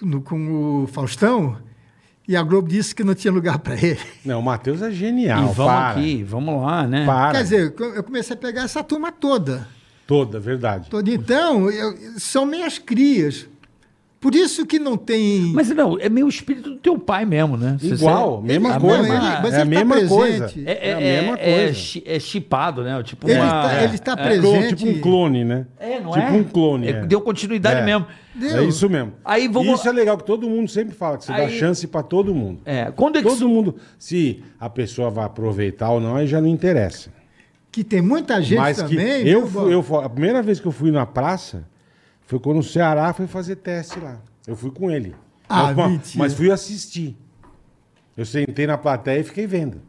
E: no- com o Faustão, e a Globo disse que não tinha lugar para ele.
C: Não, o Matheus é
D: e
C: genial.
D: vamos
C: para.
D: aqui, vamos lá, né?
C: Para.
E: Quer dizer, eu eu comecei a pegar essa turma toda.
C: Toda, verdade.
E: toda. Então, eu- são minhas crias. Por isso que não tem.
D: Mas não, é meio o espírito do teu pai mesmo, né? Você-
C: Igual,
D: você-
C: mesma
E: ele-
C: coisa.
E: não, ele- mas
C: é a
E: ele tá
C: mesma coisa.
E: presente.
D: É, é,
C: a mesma
D: é- é
C: coisa.
D: chi- É chipado, né? Tipo
E: Ele
D: uma-
E: tá- ele tá
D: é,
E: preso.
C: Clone,
E: presente.
C: tipo um clone, né?
D: É, não
C: tipo
D: é?
C: um clone.
D: É,
C: é.
D: Deu continuidade
C: É.
D: mesmo.
E: Deu.
C: É isso mesmo.
D: Aí vamos-
C: Isso é legal que todo mundo sempre fala, que você dá
D: Aí-
C: chance pra todo mundo.
D: É, quando é que
C: Todo mundo. Se a pessoa vai aproveitar ou não, aí já não interessa.
E: Que tem muita gente
C: Mas que
E: também.
C: eu,
E: viu,
C: fui-
E: Bob?
C: eu fui- a primeira vez que eu fui na praça foi quando o Ceará foi fazer teste lá. Eu fui com ele.
E: Ah,
C: mas, mas-
E: mentira.
C: mas fui assistir. Eu sentei na plateia e fiquei vendo.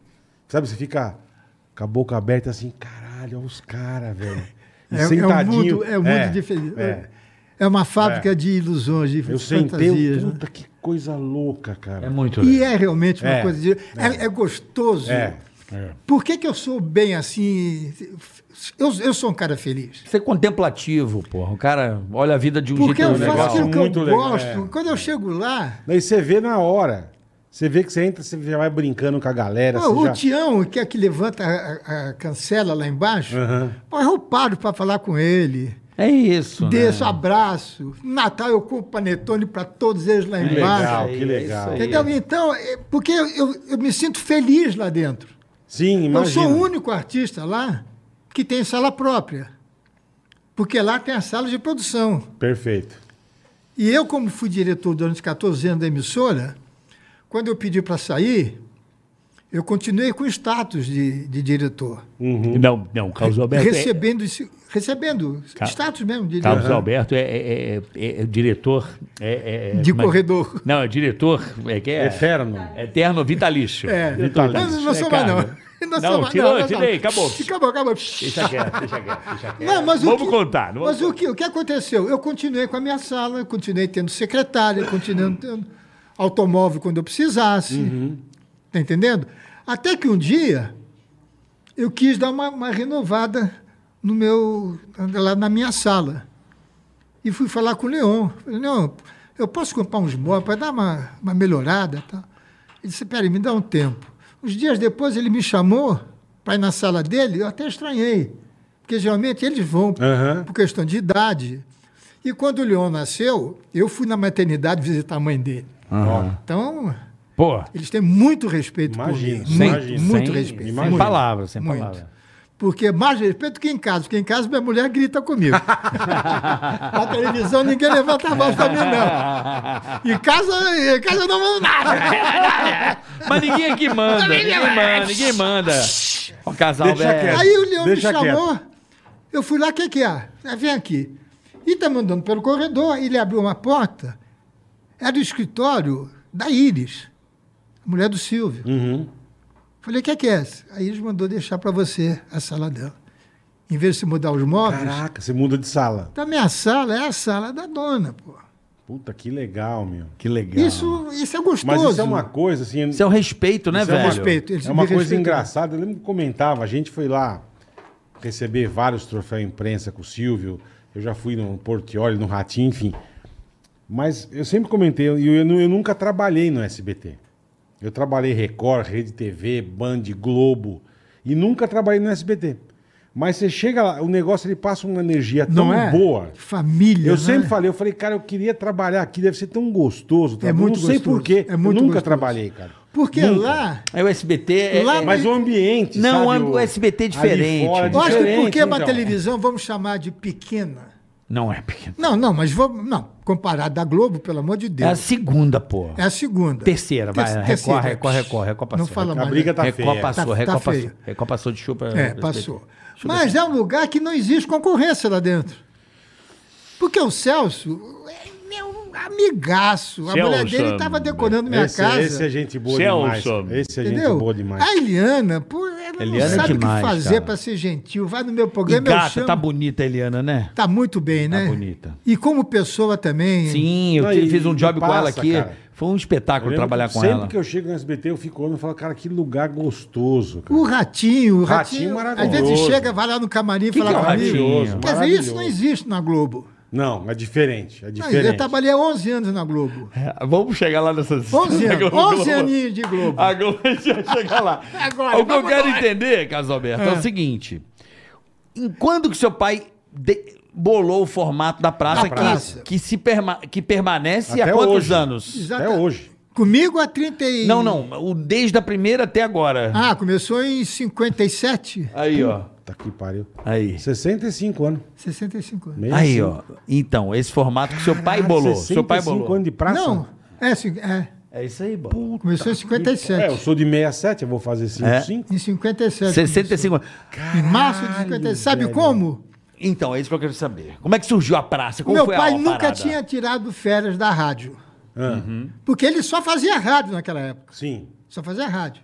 C: Sabe, você fica com a boca aberta assim, caralho, olha os caras, velho. E
E: [LAUGHS] É, é um mundo, é um mundo diferente.
C: é.
E: É. uma fábrica de ilusões, de
C: Eu sentei, um
E: fantasias.
C: eu,
E: né?
C: puta, que coisa louca, cara.
D: É muito
E: E
D: legal.
E: é realmente uma
C: É,
E: coisa de. É, é gostoso.
C: É, é.
E: Por que, que eu sou bem assim? Eu, eu sou um cara feliz.
D: Você é contemplativo, porra. O cara olha a vida de um
E: Porque eu
D: jeito
E: faço
C: legal,
E: aquilo que
C: é muito
E: eu
C: legal,
E: gosto.
C: é.
E: Quando eu chego lá,
C: Daí você vê na hora. Você vê que você entra, você já vai brincando com a galera.
E: pô,
C: você
E: o
C: já...
E: Tião, que é que levanta a, a- a cancela lá embaixo, pô, eu paro para falar com ele.
D: É isso,
E: Desço,
D: né?
E: abraço. Natal eu compro panetone para todos eles lá
C: Que
E: embaixo.
C: legal,
D: É
C: que
D: isso
C: legal.
D: aí.
E: Entendeu? Então, é porque eu, eu- eu me sinto feliz lá dentro.
C: Sim, imagina.
E: Eu sou um o único artista lá que tem sala própria. Porque lá tem a sala de produção.
C: Perfeito.
E: E eu, como fui diretor durante 14 anos da emissora, quando eu pedi para sair, eu continuei com o status de, de diretor.
F: Não, não, Carlos Alberto. é-
E: recebendo esse- recebendo
F: Ca-
E: status mesmo de
F: Carlos
E: diretor.
F: Alberto é, é- é- é- é diretor. é- é- é-
E: De
F: mas-
E: corredor.
F: Não, é diretor. É, que é,
C: Eterno.
F: Eterno vitalício.
E: É,
F: Vitalício.
C: Então,
E: Não, não sou mais,
F: cara,
E: não. [LAUGHS] Nós
F: É Não,
E: somos-
F: tirou, tirei, acabou.
E: Acabou, acabou.
F: Deixa quieto, deixa quieto, deixa quieto.
E: Não, mas o
F: vamos
E: que-
F: contar. não
E: mas
F: vamos-
E: o, que, o que aconteceu? Eu continuei com a minha sala, eu continuei tendo secretária, eu continuei tendo automóvel quando eu precisasse.
F: Uhum.
E: Tá entendendo? Até que um dia eu quis dar uma, uma renovada no meu, lá na minha sala. E fui falar com o Leon. Falei, Leon, eu posso comprar uns móveis para dar uma, uma melhorada? Tá? Ele disse, peraí, me dá um tempo. Uns dias depois ele me chamou para ir na sala dele, eu até estranhei. Porque geralmente eles vão por-
C: Aham.
E: por questão de idade. E quando o Leon nasceu, eu fui na maternidade visitar a mãe dele. Então,
F: Pô,
E: eles têm muito respeito
C: Imagina,
E: por mim. Muito,
C: imagina.
E: muito
D: Sem-
E: respeito.
D: Sem
C: Imagina.
D: palavras, sem
E: Muito.
D: palavras.
E: Porque mais respeito que em casa, porque em casa minha mulher
C: [LAUGHS]
E: grita comigo. Na televisão ninguém levanta a voz pra mim, não. Em casa, em casa eu não mando nada.
D: Mas ninguém aqui manda, ninguém manda, ninguém manda. O casal,
C: Deixa
D: velho.
C: quieto.
E: Aí o Leão me
C: É, Deixa
E: chamou, eu fui lá, o que, que é? Ah, Vem aqui. E tá mandando pelo corredor, ele abriu uma porta, era o escritório da Iris, a mulher do Silvio.
C: Uhum.
E: Falei, o que, que é? A Iris mandou deixar pra você a sala dela. Em vez de se mudar os móveis,
C: Caraca, você muda de sala.
E: Então, minha sala é a sala da dona, pô.
C: Puta, que legal, meu.
D: Que legal.
E: Isso, isso é gostoso.
C: Ah. Mas isso é uma coisa, assim...
D: Isso é o respeito, né,
C: Isso é
D: velho?
C: uma-
E: um Respeito, eles
C: É uma
E: me
C: coisa
E: respeitam.
C: engraçada. Eu lembro que comentava, a gente foi lá receber vários troféus imprensa com o Silvio. Eu já fui no Portioli, no Ratinho, enfim. Mas eu sempre comentei, eu, eu, nu- eu nunca trabalhei no SBT. Eu trabalhei Record, Rede TV, Band, Globo. E nunca trabalhei no SBT. Mas você chega lá, o negócio ele passa uma energia tão
E: Não é?
C: boa.
E: Família.
C: Eu
E: né?
C: sempre falei, eu falei, cara, eu queria trabalhar aqui, deve ser tão gostoso. tá?
E: É
C: Eu
E: muito
C: não sei
E: gostoso,
C: por quê.
E: é muito
C: eu nunca
E: gostoso.
C: trabalhei, cara.
E: Porque
C: Nunca.
E: lá.
D: Aí o SBT é,
E: Lá-
D: é-
C: Mas o ambiente.
D: Não,
C: sabe,
D: o SBT é
C: ali
D: diferente.
C: fora é
E: Eu acho que
C: diferente,
E: porque uma
C: então.
E: televisão vamos chamar de pequena.
D: não é pequeno.
E: Não, não, mas vamos. Não, comparado da Globo, pelo amor de
D: É a
E: Deus.
D: segunda, porra.
E: É a segunda.
D: Terceira, vai.
E: Ter-
D: Record,
E: terceira.
D: Record, Record, Record passou.
E: Não fala
C: A
E: mais.
C: briga tá
D: Record
C: feia.
D: passou,
E: Tá-
D: Record
E: tá
D: passou.
E: feio.
D: Record passou de chupa.
E: É, passou. Mas é um lugar que não existe concorrência lá dentro. Porque o Celso é meu amigaço. A
F: Celso,
E: mulher dele estava decorando minha
C: esse,
E: casa.
C: Esse é gente boa
F: Celso.
C: demais. Esse é
E: Entendeu?
C: gente boa demais.
E: A Eliana, pô, ela
D: Eliana é
E: não sabe o
D: demais,
E: que fazer
D: cara.
E: para ser gentil. Vai no meu
D: E
E: programa, eu
D: gata,
E: chamo.
D: tá
E: Tá,
D: bonita a Eliana, né?
E: muito bem, né?
D: bonita.
E: E como pessoa também.
D: Sim, eu
C: Não,
D: te-
C: e-
D: fiz um
C: e
D: job com ela
C: passa,
D: aqui.
C: cara.
D: Foi um
C: Eu
D: espetáculo
C: lembro
D: trabalhar
C: que
D: com
C: sempre
D: ela.
C: que eu chego no SBT, eu fico olhando e falo, cara, que lugar gostoso. Cara.
E: O ratinho, o
C: Ratinho
E: ratinho. às
C: maravilhoso.
E: vezes chega, vai lá no camarim e
D: Que
E: fala
D: que é o
E: comigo.
D: ratinho?
E: Quer dizer,
C: Maravilhoso.
E: isso não existe na Globo.
C: Não, é diferente. É
E: Não,
C: diferente.
E: eu trabalhei há 11 anos na Globo.
D: É, [LAUGHS] vamos chegar lá nessas. [LAUGHS]
E: 11
D: na
E: anos.
D: Globo.
E: 11 aninhos de Globo.
D: A Globo já chega lá.
E: Agora,
D: o que eu
E: vamos
D: quero
E: lá.
D: entender, Caso Alberto, é. o seguinte: em quando que seu pai de- bolou o formato da praça,
E: Da
D: que,
E: praça.
D: que se perma- que permanece
C: Até
D: há quantos
C: hoje.
D: anos?
E: Exata-
C: Até hoje.
E: Comigo há 30 e...
D: Não, não. O desde a primeira até agora.
E: Ah, começou em 57,
D: Aí, ó.
C: Tá que pariu.
D: Aí.
C: 65 anos.
E: 65 anos.
C: Meio
D: Aí,
C: assim.
D: ó. Então, esse formato que seu pai
C: Caralho,
D: bolou. Seu pai
C: 65
D: bolou.
C: anos de praça?
E: Não, é, cin- é,
D: É isso aí, bola.
E: começou em 57.
C: É, eu sou de 67, eu vou fazer
D: É?
C: 55.
E: Em 57.
D: 65 anos.
E: começou. Em março de 57. Sabe como?
D: Então, é isso que eu quero saber. Como é que surgiu a praça? Como
E: Meu
D: foi a
E: pai nunca
D: parada?
E: tinha tirado férias da rádio.
C: Ah,
E: Porque ele só fazia rádio naquela época.
C: Sim.
E: Só fazia rádio.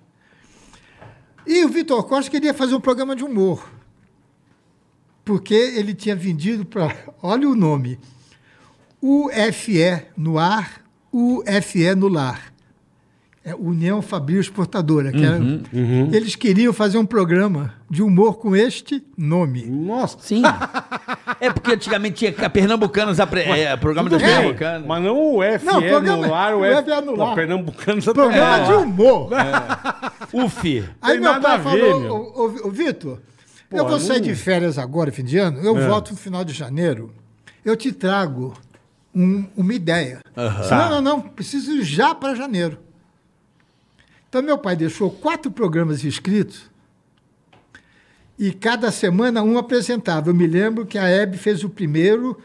E: E o Vitor Costa queria fazer um programa de humor. Porque ele tinha vendido para. [LAUGHS] Olha o nome. UFE no ar, UFE no lar. É União Fabril Exportadora. que era- Eles queriam fazer um programa de humor com este nome.
C: Nossa.
D: Sim. [LAUGHS] é porque antigamente tinha Pernambucanos, apre- é, programa dos
C: Tudo bem,
D: Pernambucanos.
C: Mas não o F
E: Não,
C: é
E: programa-
C: anular, o
E: o
C: F,
E: F é anular.
C: Pô, Pernambucano já tá
E: Programa de humor.
D: UF.
E: Aí
C: Tem
E: meu
C: nada a
E: pai
C: ver,
E: falou,
C: meu.
E: ô, ô, ô, Vitor,
C: Pô,
E: eu vou sair
C: não- É.
E: de férias agora, fim de ano, eu volto no final de janeiro, eu te trago um- uma ideia.
C: Tá.
E: Não, não, não, preciso ir já para janeiro. Então meu pai deixou quatro programas escritos e cada semana um apresentava. Eu me lembro que a Hebe fez o primeiro...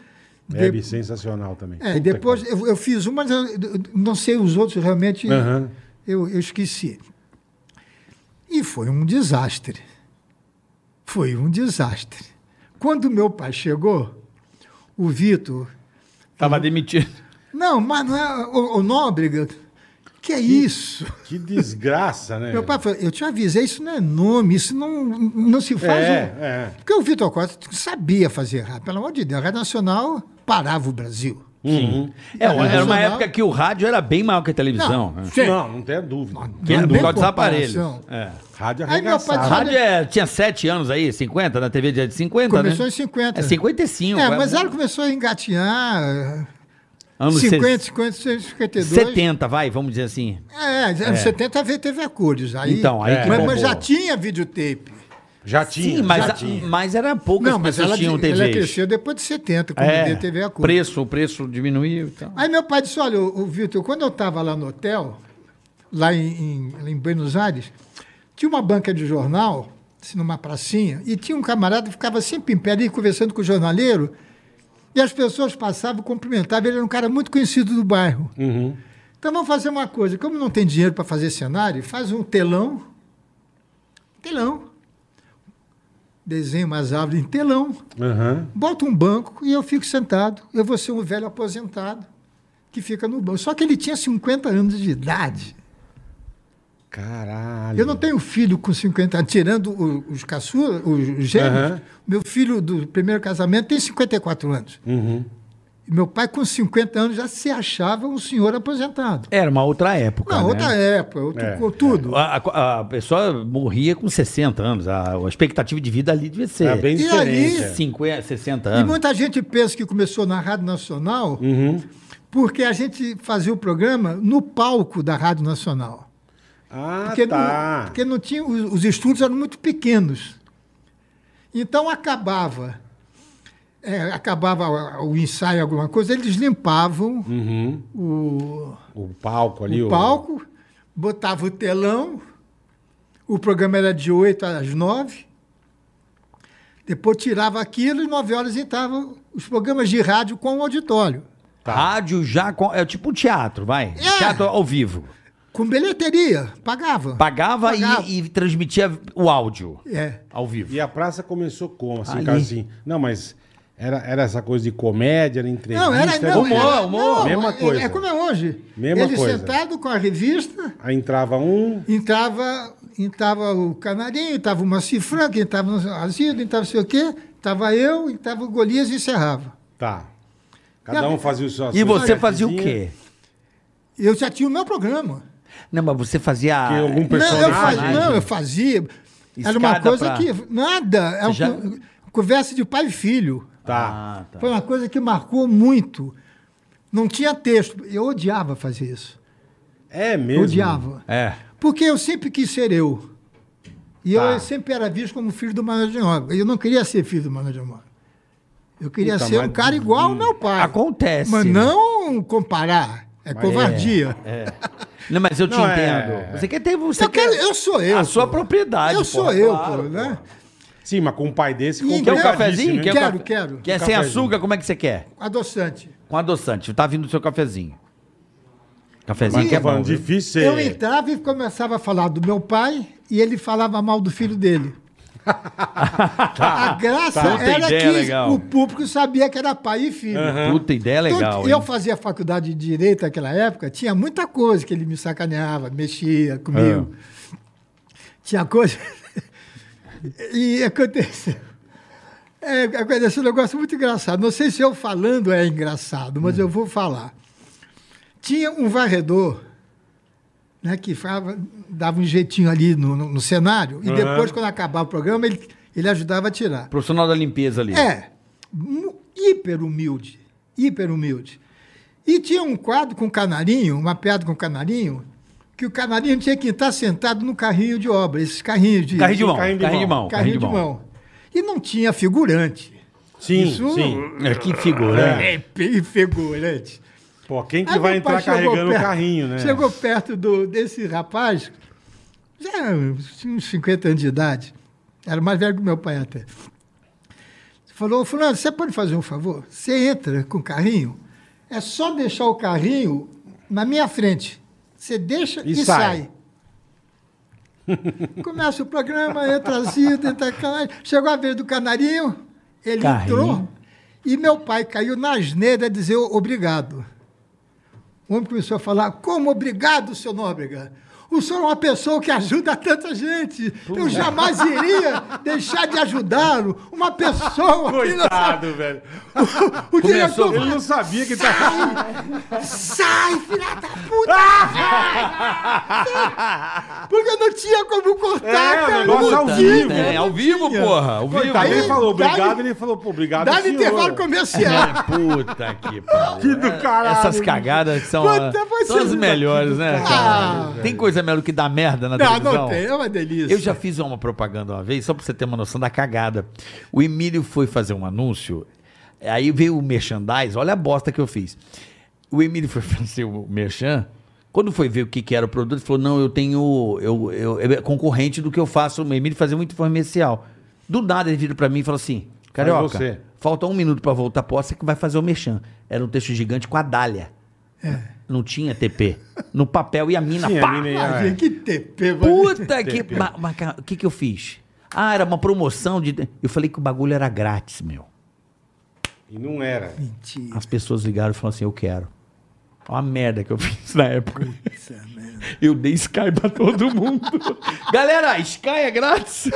E: de-
C: Web É sensacional também.
E: é,
C: Puta
E: depois
C: que
E: eu, eu fiz uma, mas eu eu não sei os outros, realmente
C: pariu. Aham.
E: eu, eu esqueci. E foi um desastre. Foi um desastre. Quando meu pai chegou, o Vitor.
D: Tava demitido.
E: Não, mas não é. O, o Nóbrega Que é isso?
C: Que desgraça, né?
E: Meu pai falou, eu te avisei, isso não é nome, isso não, não se faz.
C: É,
E: um-
C: é.
E: Porque o Vitor Costa sabia fazer rádio, pelo amor de Deus. A Rádio Nacional parava o Brasil.
C: Uhum.
D: É,
E: Não,
D: era uma
E: nacional-
D: época que o rádio era bem maior que a televisão. né?
E: Sim.
C: Não, não tem dúvida.
D: Que era
E: Não
D: por
E: tem
D: causa um dos aparelhos.
E: comparação.
D: É.
C: Rádio
E: Aí meu pai
D: A
E: Olha-
C: arregaçava.
D: rádio é- tinha 7 anos aí, 50, na TV já de 50,
E: Começou
D: né?
E: em 50.
D: É 55.
E: É, mas ela começou a engatinhar.
D: anos
E: 50, 50, 52.
D: 70, vai, vamos dizer assim.
E: É, anos 70 veio, teve acordes. Aí, é.
D: Então, aí que
E: mas,
D: bombou.
E: mas já tinha videotape.
C: Já tinha.
D: Sim, mas,
C: já
D: a-
C: tinha.
D: mas era poucas
E: Não, mas
D: pessoas
E: ela,
D: tinham
E: di- ela
D: TVs.
E: cresceu depois de 70, quando
D: É,
E: deu TV a cor.
D: preço, o preço diminuiu então. e tal.
E: Aí meu pai disse, olha, o, o Vitor, quando eu estava lá no hotel, lá em, em- em Buenos Aires, tinha uma banca de jornal, assim, numa pracinha, e tinha um camarada que ficava sempre em pé ali, conversando com o jornaleiro, e as pessoas passavam, cumprimentavam, ele era um cara muito conhecido do bairro. Então vamos fazer uma coisa, como não tem dinheiro para fazer cenário, faz um telão, telão, desenha umas árvores em telão,
C: Aham.
E: bota um banco e eu fico sentado. Eu vou ser um velho aposentado que fica no banco. Só que ele tinha 50 anos de idade.
C: Caralho.
E: Eu não tenho filho com 50 anos, tirando o- os caçula, os os gêmeos.
C: Aham.
E: Meu filho do primeiro casamento tem 54 anos.
C: Uhum.
E: E meu pai, com 50 anos, já se achava um senhor aposentado.
D: Era uma outra época.
E: Não,
D: né?
E: outra época, outro,
C: É,
E: com tudo.
D: A, a- a pessoa morria com 60 anos. A, a expectativa de vida ali devia ser
C: É bem
E: E ali-
C: diferente. é.
D: 50, 60
E: E
D: anos.
E: muita gente pensa que começou na Rádio Nacional
C: Uhum.
E: porque a gente fazia o programa no palco da Rádio Nacional.
C: Ah,
E: Porque, não,
C: tá.
E: porque não tinha, os, os estúdios eram muito pequenos. Então acabava. é, acabava o- o ensaio, alguma coisa, eles limpavam
C: Uhum.
E: o,
C: O palco ali.
E: o palco, botavam o telão, o programa era de 8 às 9, depois tirava aquilo e 9 horas entravam os programas de rádio com o auditório,
D: Tá. Rádio já. com- é tipo um teatro, vai.
E: Tá. É.
D: Teatro ao vivo.
E: com bilheteria, pagava.
D: Pagava,
E: Pagava.
D: E, e transmitia o áudio
E: É.
D: ao vivo.
C: E a praça começou como? Assim,
D: Ali.
C: cara, assim. Não, mas era, era essa coisa de comédia, era entrevista.
E: Não, era não,
D: humor,
E: era-
D: humor.
E: não,
C: é Mesma
E: é-
C: coisa.
E: É, como é hoje.
C: Mesma
E: Ele
C: coisa.
E: sentado com a revista,
C: Aí entrava um.
E: entrava, entrava o Canarinho, entrava o Maci Franco, entrava o Azido, entrava não sei o quê, entrava eu, entrava o Golias e encerrava.
C: Tá. Cada um fazia o seu
D: E você fazia o quê?
E: Eu já tinha o meu programa.
D: Não, mas você fazia.
C: Que algum
E: Não,
C: personagem.
E: eu fazia. Não, eu fazia era uma
D: Um Escada
E: coisa
D: pra-
E: que. Nada. É
D: Você
E: uma
D: já-
E: co- conversa de pai e filho.
C: Tá.
D: Ah, tá.
E: Foi uma coisa que marcou muito. Não tinha texto. Eu odiava fazer isso.
C: É mesmo.
E: Odiava.
D: É.
E: Porque eu sempre quis ser eu. E
C: Tá.
E: eu sempre era visto como filho do Manuel de Nóbrega. Eu não queria ser filho do Manuel de Nóbrega. Eu queria
C: Puta,
E: ser um
C: mas-
E: cara igual ao meu pai.
D: hum, Acontece. né?
E: Mas não comparar. É covardia.
D: Não, mas eu te
C: Não, é-
D: entendo. Você quer ter. Você
E: Eu,
D: quer...
E: quero, eu sou eu.
D: A
E: pô.
D: sua propriedade.
E: Eu
D: pô, é
E: sou eu,
D: claro,
E: pô, né?
C: Sim, mas com um pai desse.
E: Quer um
D: Quer um
C: complicadíssimo,
D: cafezinho?
C: hein?
D: Quer um
E: Quero,
D: cafe-
E: quero.
D: Quer sem
C: Cafezinho.
D: açúcar? Como é que você quer?
E: Adoçante.
D: Com adoçante. Tá vindo o seu cafezinho. Cafezinho
C: Mas
D: que é
C: tá
D: bom.
C: falando,
D: viu?
C: difícil.
E: Eu
C: é-
E: entrava e começava a falar do meu pai e ele falava mal do
D: [LAUGHS]
E: filho dele. a graça
D: tá. Puta
E: era
D: ideia
E: que
D: legal.
E: o público sabia que era pai e filho.
D: Puta ideia É legal.
E: Então, eu
D: hein?
E: fazia faculdade de direito naquela época, tinha muita coisa que ele me sacaneava, mexia comigo.
D: Ah.
E: Tinha coisa. [LAUGHS] e aconteceu. É, aconteceu um negócio muito engraçado. Não sei se eu falando é engraçado, mas
D: Hum.
E: eu vou falar. Tinha um varredor né, que falava- dava um jeitinho ali no, no- no cenário, e depois, quando acabava o programa, ele, ele ajudava a tirar.
D: Profissional da limpeza ali.
E: É, mu- hiper humilde, hiper humilde. E tinha um quadro com canarinho, uma piada com canarinho, que o canarinho tinha que estar sentado no carrinho de obra, esses carrinhos de...
D: Carrinho de mão.
C: Carrinho de
D: Carrinho de
C: mão.
D: mão.
E: carrinho de mão. E não tinha figurante.
C: Sim,
E: Isso-
C: sim.
D: É, Que figura. né?
E: É, e figurante.
C: Pô, quem que
E: Aí
C: vai
E: meu pai
C: entrar
E: chegou
C: carregando o
E: perto-
C: carrinho, né?
E: Chegou perto do, desse rapaz, já tinha uns 50 anos de idade, era mais velho que meu pai até. Falou, "Ô, fulano, você pode fazer um favor? Você entra com o carrinho, é só deixar o carrinho na minha frente. Você deixa
C: E
E: e,
C: sai. [LAUGHS]
E: sai. Começa o programa, entra Zilda, entra Canarinho. Chegou a vez do Canarinho, ele
D: Carrinho.
E: entrou e meu pai caiu na asneira a dizer obrigado. o homem começou a falar: como obrigado, seu Nóbrega. O senhor é uma pessoa que ajuda tanta gente. Eu jamais iria deixar de ajudá-lo. Uma pessoa.
F: [LAUGHS]
E: que não sabe-
C: Coitado, velho.
E: O, o
D: Começou,
E: diretor
C: Ele não sabia que tá.
E: Sai, filha da puta! sai! Porque não tinha como cortar,
C: É,
E: cara.
C: negócio
E: não
C: ao
E: tinha.
C: vivo.
D: É, ao vivo, porra. Ao vivo.
C: Coitado, ele
E: tá Aí,
C: falou obrigado,
E: dá-lhe-
C: ele falou, pô, obrigado.
E: Dá no
C: senhor.
E: intervalo comercial.
F: É,
D: Puta
F: [LAUGHS]
D: que pariu.
C: Que do caralho.
D: Essas cagadas que são,
E: Puta,
D: ah,
E: vocês
D: são as
E: não-
D: melhores, né?
E: Ah.
D: cara? Tem coisa melhor que dar merda na
E: Não,
D: televisão?
E: não tem, é uma delícia.
D: tá Eu já fiz uma propaganda uma vez, só pra você ter uma noção da cagada. O Emílio foi fazer um anúncio, aí veio o merchandise, olha a bosta que eu fiz. O Emílio foi [LAUGHS] fazer o merchan, quando foi ver o que, que era o produto, ele falou: não, eu tenho. Eu, eu, é concorrente do que eu faço. O Emílio fazia muito comercial. Do nada ele vira pra mim e fala assim: Carioca,
C: você."
D: falta um minuto pra voltar pro ar, você que vai fazer o merchan. Era um texto gigante com a Dália. Não tinha TP. No papel e a mina,
C: Sim, É. a
D: pá,
C: mina ia-
E: Imagina, que TP, mano.
D: Puta que. ma- ma- ca- O que, que eu fiz? Ah, era uma promoção de. Eu falei que o bagulho era grátis, meu.
C: E não era.
E: Mentira.
D: As pessoas ligaram e falaram assim: eu quero. Olha a merda que eu [LAUGHS] fiz na época. Eu dei Sky pra todo mundo. Galera, Sky é grátis?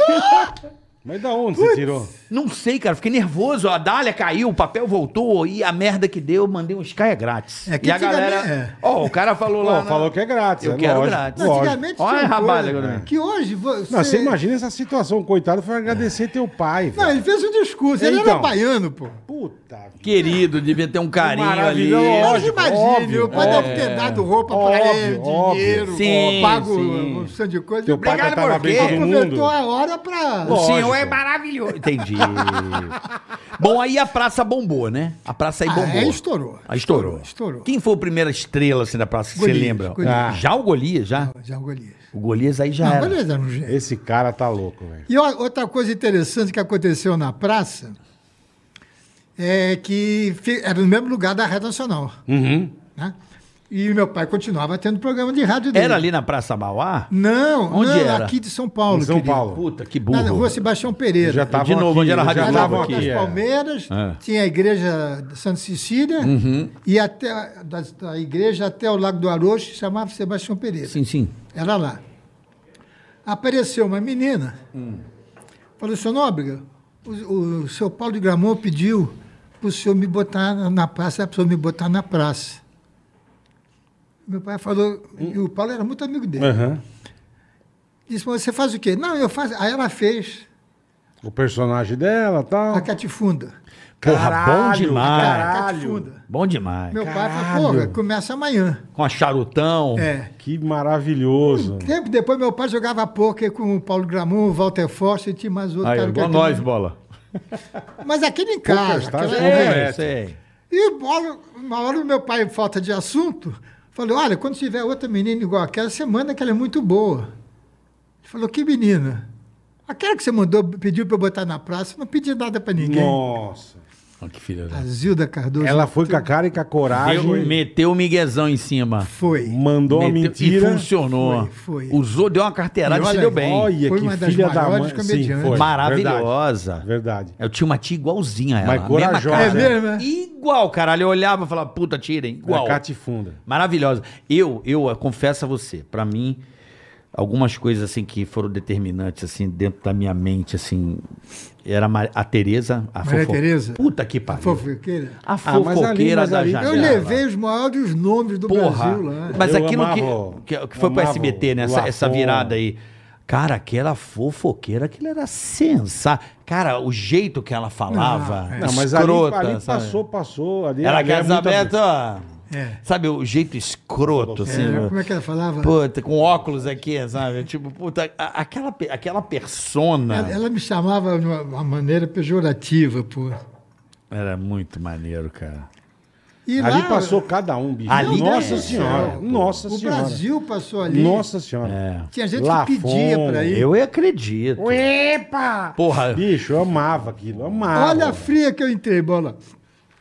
C: Mas da onde você tirou?
D: Não sei, cara. Fiquei nervoso. A Dália caiu, o papel voltou. E a merda que deu, eu mandei um Sky é grátis.
E: É que
D: e a
E: antigamente-
D: galera.
E: é.
D: Ó, o cara falou
C: Pô,
D: lá. né?
C: falou que é grátis.
D: Eu
C: é
D: quero
C: lógico,
D: grátis.
C: lógico.
E: Antigamente
D: Olha a
E: tinha
D: rabalha,
E: coisa
D: agora.
E: que hoje você...
C: Não, você imagina essa situação, coitado, foi agradecer teu pai.
E: Não, ele
C: velho.
E: fez um discurso. Ele
C: Então.
E: era baiano, pô.
C: Puta que
D: Querido, devia ter um carinho ali.
C: maravilha, É, lógico.
E: Mas imagine,
C: óbvio, é.
E: o pai deve ter dado roupa pra
C: Óbvio,
E: ele,
C: óbvio.
E: dinheiro,
D: Sim,
E: ó, pago
D: sim.
E: um monte de coisa.
C: Teu pai
D: Obrigado,
C: tava bem
D: porquê?
C: todo mundo.
E: Aproveitou a hora pra...
D: O
C: Lógico.
D: senhor é maravilhoso. Entendi. Bom, aí a praça bombou, né? A praça aí
E: Ah,
D: bombou.
E: aí estourou.
D: Aí estourou.
E: Estourou.
D: Quem foi a primeira estrela assim da praça que você
E: Golias,
D: lembra?
E: Golias.
D: Ah. Já o Golias, já?
E: Já o Golias.
D: O Golias aí já
E: Não, o
D: era.
E: Golias era um gênio.
C: Esse cara tá louco, velho.
E: E ó, outra coisa interessante que aconteceu na praça é que fi- era no mesmo lugar da Rádio Nacional.
C: Uhum.
E: né? E o meu pai continuava tendo programa de rádio dele.
D: Era ali na Praça Mauá?
E: Não,
D: Onde
E: não,
D: era?
E: aqui de São Paulo.
C: Em São
E: querido.
C: Paulo.
D: Puta, que
E: Na
D: burro.
E: rua Sebastião Pereira.
C: Já tavam
D: De novo, onde era a
C: já
D: Rádio
E: Era
D: Globo
E: a
C: tavam
E: Rua
D: aqui,
E: das
C: é.
E: Palmeiras,
D: É. Uhum.
E: tinha a igreja de Santa Cecília e até da, da igreja até o Lago do Arocho chamava Sebastião Pereira.
D: Sim, sim.
E: Era lá. Apareceu uma menina. Falou, seu Nóbrega, o, o seu Paulo de Gramont pediu para o senhor me botar na- na praça, para o senhor me botar na praça. Meu pai falou, e o Paulo era muito amigo dele.
C: Aham.
E: Disse, mas você faz o quê? Não, eu faço. Aí ela fez
C: O personagem dela
E: a
C: tal.
E: catifunda.
D: Porra, bom demais.
E: Cara,
C: caralho.
E: catifunda.
D: Bom demais.
E: Meu pai falou,
C: Caralho.
E: porra, começa amanhã.
D: Com a charutão.
E: É.
C: Que maravilhoso.
E: Tempo depois, meu pai jogava poker com o Paulo Gramont, o Walter Foster e tinha mais outro
D: Aí, é
E: cara que é
D: igual
E: eu
D: nós,
E: também-
D: bola.
E: Mas aquele em
C: Poker
E: casa.
C: Stars
E: aquela-
C: com
E: É.
C: É.
D: sei.
E: E bola- uma hora o meu pai, falta de assunto, falou: Olha, quando tiver outra menina igual aquela, você manda que ela é muito boa. Ele falou: Que menina? Aquela que você mandou, pediu para eu botar na praça, eu não pedi nada para ninguém.
C: Nossa.
D: Olha que filha
E: A
D: da...
E: Zilda Cardoso.
C: Ela foi com a cara e com a
D: Deu-
C: coragem.
D: Meteu o miguezão em cima.
E: foi.
C: Mandou a
D: Meteu- E
C: mentira.
D: funcionou.
E: Foi, foi.
D: Usou, deu uma carteirada
E: E
D: e se
E: olha,
D: deu bem.
C: Olha,
E: Foi
C: que
E: uma das
C: filha da
E: maiores
C: mãe.
E: comediantes.
C: foi.
D: Maravilhosa.
C: Verdade. É Verdade.
D: Eu tinha uma tia igualzinha a ela.
C: Mas
D: a mesma
C: corajosa. né?
D: cara.
E: É mesmo, é?
D: Igual, caralho. Eu olhava e falava, puta, tirem. Igual.
C: A catifunda.
D: Maravilhosa. Eu, eu eh, confesso a você, pra mim, algumas coisas assim que foram determinantes, assim, dentro da minha mente, assim, era a Mar- a Tereza. A
E: Maria
D: fofo-
E: Tereza?
D: Puta que pariu.
E: Fofoqueira.
D: A
C: Ah, mas ali,
D: fofoqueira
C: mas
D: da
C: ali-
D: janela.
E: Eu levei os maiores nomes do
D: Porra.
E: Brasil lá.
D: Mas
C: Eu
D: aquilo
C: amava-
D: que, que, que foi pro
C: amava
D: SBT, né?
C: o
D: Essa, essa
C: Lafon.
D: virada aí. Cara, aquela fofoqueira, aquilo era sensacional. Cara, o jeito que ela falava.
E: Ah,
C: Não, mas ali,
D: escrota,
C: ali
D: sabe?
C: passou, passou. Ali,
D: Ela
C: ali é
D: quer
C: muita-
D: saber, ó.
E: É.
D: Sabe, o jeito escroto, assim.
E: É,
D: né?
E: como é que ela falava?
D: Puta, com óculos aqui, sabe? Tipo, puta, a- aquela, pe- aquela persona
E: Ela, ela me chamava de uma, uma maneira pejorativa, pô.
D: era muito maneiro, cara.
E: E
C: Ali
E: lá-
C: passou cada um, bicho.
D: Ali-
C: Nossa
D: É,
C: senhora.
E: é,
C: Nossa
E: O
C: senhora.
E: Brasil passou ali.
C: Nossa senhora.
D: É.
E: Tinha gente
C: Lafon,
E: que pedia pra ir.
D: Eu acredito.
C: Epa!
D: Porra,
C: Bicho, eu amava aquilo. Amava.
E: Olha a fria que eu entrei, bola.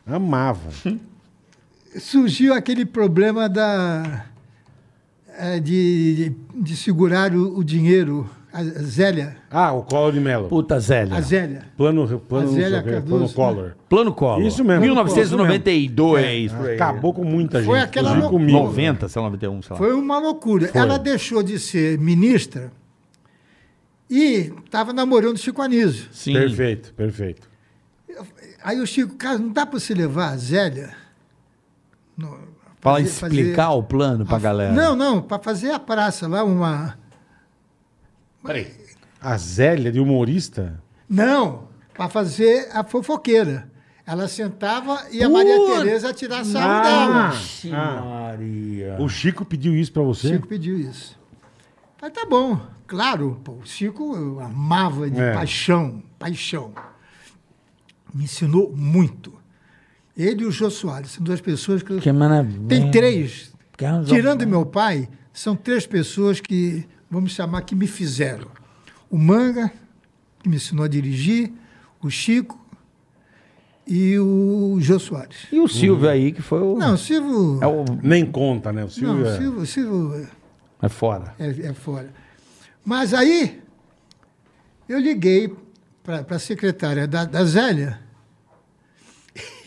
C: Amava.
E: Surgiu aquele é, problema da, eh, de, de, de segurar o, o dinheiro a Zélia.
C: Ah, o Collor de Mello.
D: Puta
E: A
D: Zélia.
E: Zélia.
C: Plano, plano, não
E: Zélia
C: sei o quê, plano
E: Cardoso,
C: Collor.
D: Plano Collor.
C: Isso mesmo.
D: 1992.
E: É.
D: por aí.
C: Acabou com muita gente.
E: Foi aquela
C: inclusive
E: loucura.
C: comigo.
D: 90, sei lá, 91, sei lá.
E: Foi uma loucura. Ela deixou de ser ministra e estava namorando o Chico Anísio.
D: Sim.
C: Perfeito, perfeito.
E: Aí o Chico, cara, não dá para se levar a Zélia. No,
D: Fala
E: fazer-
D: explicar
E: fazer
D: o plano pra
E: a-
D: galera.
E: Não, não, para fazer a praça lá, uma.
F: Peraí.
C: A Zélia de humorista?
E: Não, para fazer a fofoqueira. Ela sentava e a Maria
D: Puta-
E: Tereza tirava sarro dela.
C: Ah!
D: Maria.
C: O Chico pediu isso pra você?
E: Chico pediu isso. Mas tá bom, claro, pô, o Chico eu amava de
C: É.
E: paixão, paixão. Me ensinou muito. Ele e o Jô Soares são duas pessoas que.
D: Que maravilha.
E: Tem três.
D: Carlos
E: Tirando meu pai, são três pessoas que, vamos chamar, que me fizeram. O Manga, que me ensinou a dirigir, o Chico e o Jô Soares.
D: E o Silvio aí, que foi o.
E: Não, o Silvio.
D: É, o...
C: Nem conta, né? O Silvio.
E: Não, o
C: é-
E: Silvio, o Silvio
D: é fora.
E: é, é fora. Mas aí eu liguei para a secretária da, da Zélia [LAUGHS]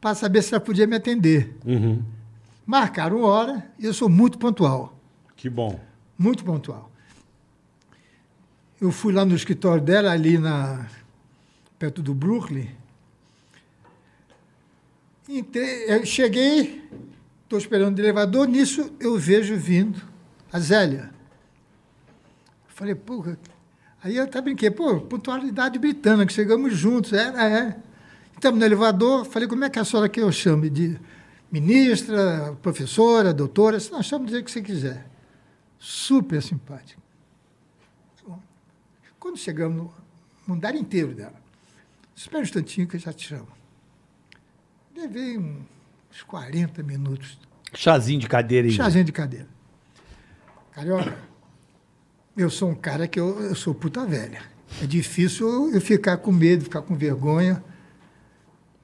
E: para saber se ela podia me atender. Marcaram hora, e eu sou muito pontual,
C: Que bom.
E: muito pontual. Eu fui lá no escritório dela, ali na, perto do Brooklyn. Entrei, eu cheguei, estou esperando o elevador, nisso eu vejo vindo a Zélia. Falei, pô, aí eu até brinquei, pô, pontualidade britânica, chegamos juntos, era, é. Estamos no elevador, falei, como é que a senhora que eu chame de ministra, professora, doutora? Se nós chamamos do jeito que você quiser. Super simpática. Tá bom. Quando chegamos no andar inteiro dela, espera um instantinho que eu já te chamo. Levei um- uns 40 minutos
D: Chazinho de cadeira aí.
E: Chazinho de cadeira. Carioca, eu sou um cara que eu, eu sou puta velha. É difícil eu- eu ficar com medo, ficar com vergonha.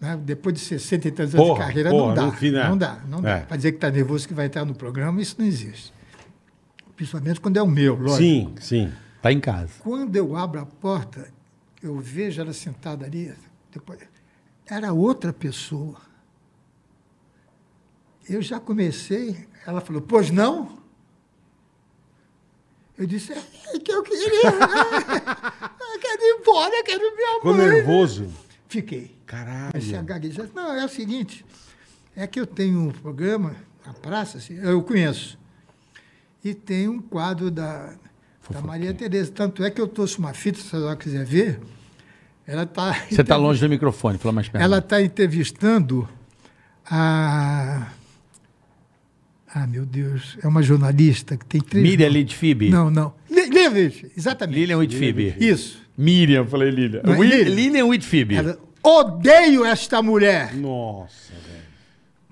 E: né? Depois de 60 e tantos anos de
C: Porra,
E: carreira,
C: porra,
E: não dá.
C: no fim, né?
E: Não dá, não dá.
C: É.
E: Para dizer que está nervoso que vai entrar no programa, isso não existe. Principalmente quando é o meu, lógico.
C: Sim, sim.
D: Tá em casa.
E: Quando eu abro a porta, eu vejo ela sentada ali. Depois, era outra pessoa. Eu já comecei. Ela falou: Pois não? Eu disse: É que eu queria. né?
C: [LAUGHS]
E: Eu quero ir embora, eu quero minha
C: Ficou
E: mãe.
C: nervoso.
E: Fiquei. Comecei a
C: Caralho.
E: gaguejar. Não, é o seguinte, é que eu tenho um programa na praça, assim, eu conheço, e tem um quadro da, da Maria Tereza. Tanto é que eu trouxe uma fita, se ela quiser ver, ela está...
D: Você tá longe do microfone, fala mais perto.
E: Ela está entrevistando a... Ah, meu Deus, é uma jornalista que tem três...
D: Miriam é Lidfib.
E: Não, não. Li- Lilian Wittfeld, exatamente.
D: Lilian Whitfib.
E: Isso.
D: Miriam, falei Lilian.
E: Não é
D: Wi-
E: Lilian?
D: Lilian Whitfib.
E: Ela, odeio esta mulher.
C: Nossa, velho.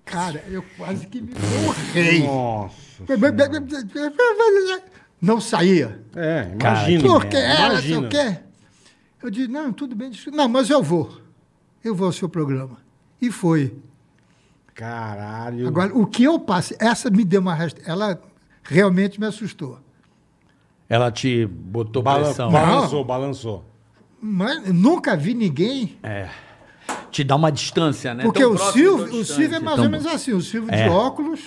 E: Cara, eu quase que me borrei.
C: Nossa.
E: Não saía.
C: É,
D: Cara,
C: imagina.
E: Por que ela, não sei
C: imagina.
E: o quê? Eu disse, não, tudo bem, desculpa. não, mas eu vou. Eu vou ao seu programa. E foi.
C: Caralho.
E: Agora, o que eu passei, essa me deu uma resta... Ela realmente me assustou.
D: Ela te botou
C: Bala-
D: pressão.
C: Balançou, balançou.
E: Mas nunca vi ninguém.
D: Te dá uma distância, né?
E: porque
D: Tão
E: o
D: próximo, tão
E: Silvio, o
D: distante.
E: Silvio é mais
D: Tão-
E: ou menos assim. O Silvio
D: É.
E: de óculos,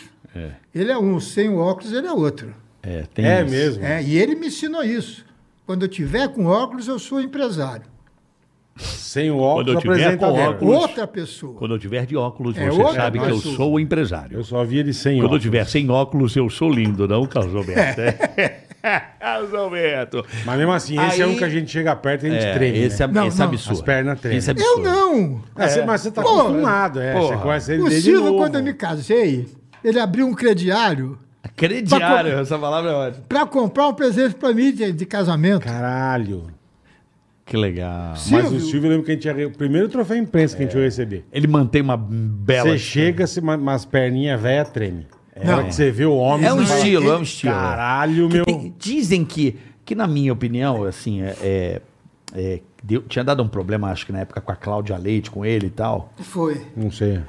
E: ele é um. Sem o óculos, ele é outro.
D: É, tem
C: É
D: isso.
C: mesmo.
E: É, e ele me ensinou isso. Quando eu tiver com óculos, eu sou empresário.
C: Sem o
F: Quando eu
C: óculos,
F: tiver
C: apresenta
F: com
C: dela.
F: óculos.
E: Outra pessoa.
F: Quando eu tiver de óculos,
E: É
F: você
E: outra
F: sabe que eu
E: pessoa.
F: sou o empresário.
C: Eu só vi ele sem
F: Quando eu
C: óculos.
F: tiver sem óculos, eu sou lindo, não, Carlos Alberto?
D: É.
F: Carlos Alberto.
C: Mas mesmo assim, esse é
D: Aí-
C: um que a gente chega perto e a gente
D: É,
C: treme.
D: esse é,
C: né?
E: Não,
D: esse
E: não.
D: absurdo.
C: As pernas tremem.
D: Esse
E: Eu
D: absurdo.
E: não.
C: É, você- mas você tá
E: Porra.
C: acostumado, é.
D: Porra.
C: Você conhece ele
E: O
C: desde
E: Silvio,
C: novo.
E: quando eu me casei, ele abriu um crediário
D: Crediário, essa palavra é ótima.
E: para comprar um presente para mim de, de casamento.
C: Caralho.
D: Que legal.
C: Mas o Silvio, eu lembro que a gente ia... re- O primeiro troféu imprensa que a gente ia receber.
D: Ele mantém uma bela.
C: Você chega, se ma- mas perninhas velha treme. É. Na
E: Não.
C: hora que você vê o homem...
D: É um
C: você fala,
D: estilo, é um estilo.
C: Caralho, meu...
D: Tem- dizem que, que, na minha opinião, assim, é, é- é, deu- tinha dado um problema, acho que na época, com a Cláudia Leite, com ele e tal.
E: Foi.
C: Não sei.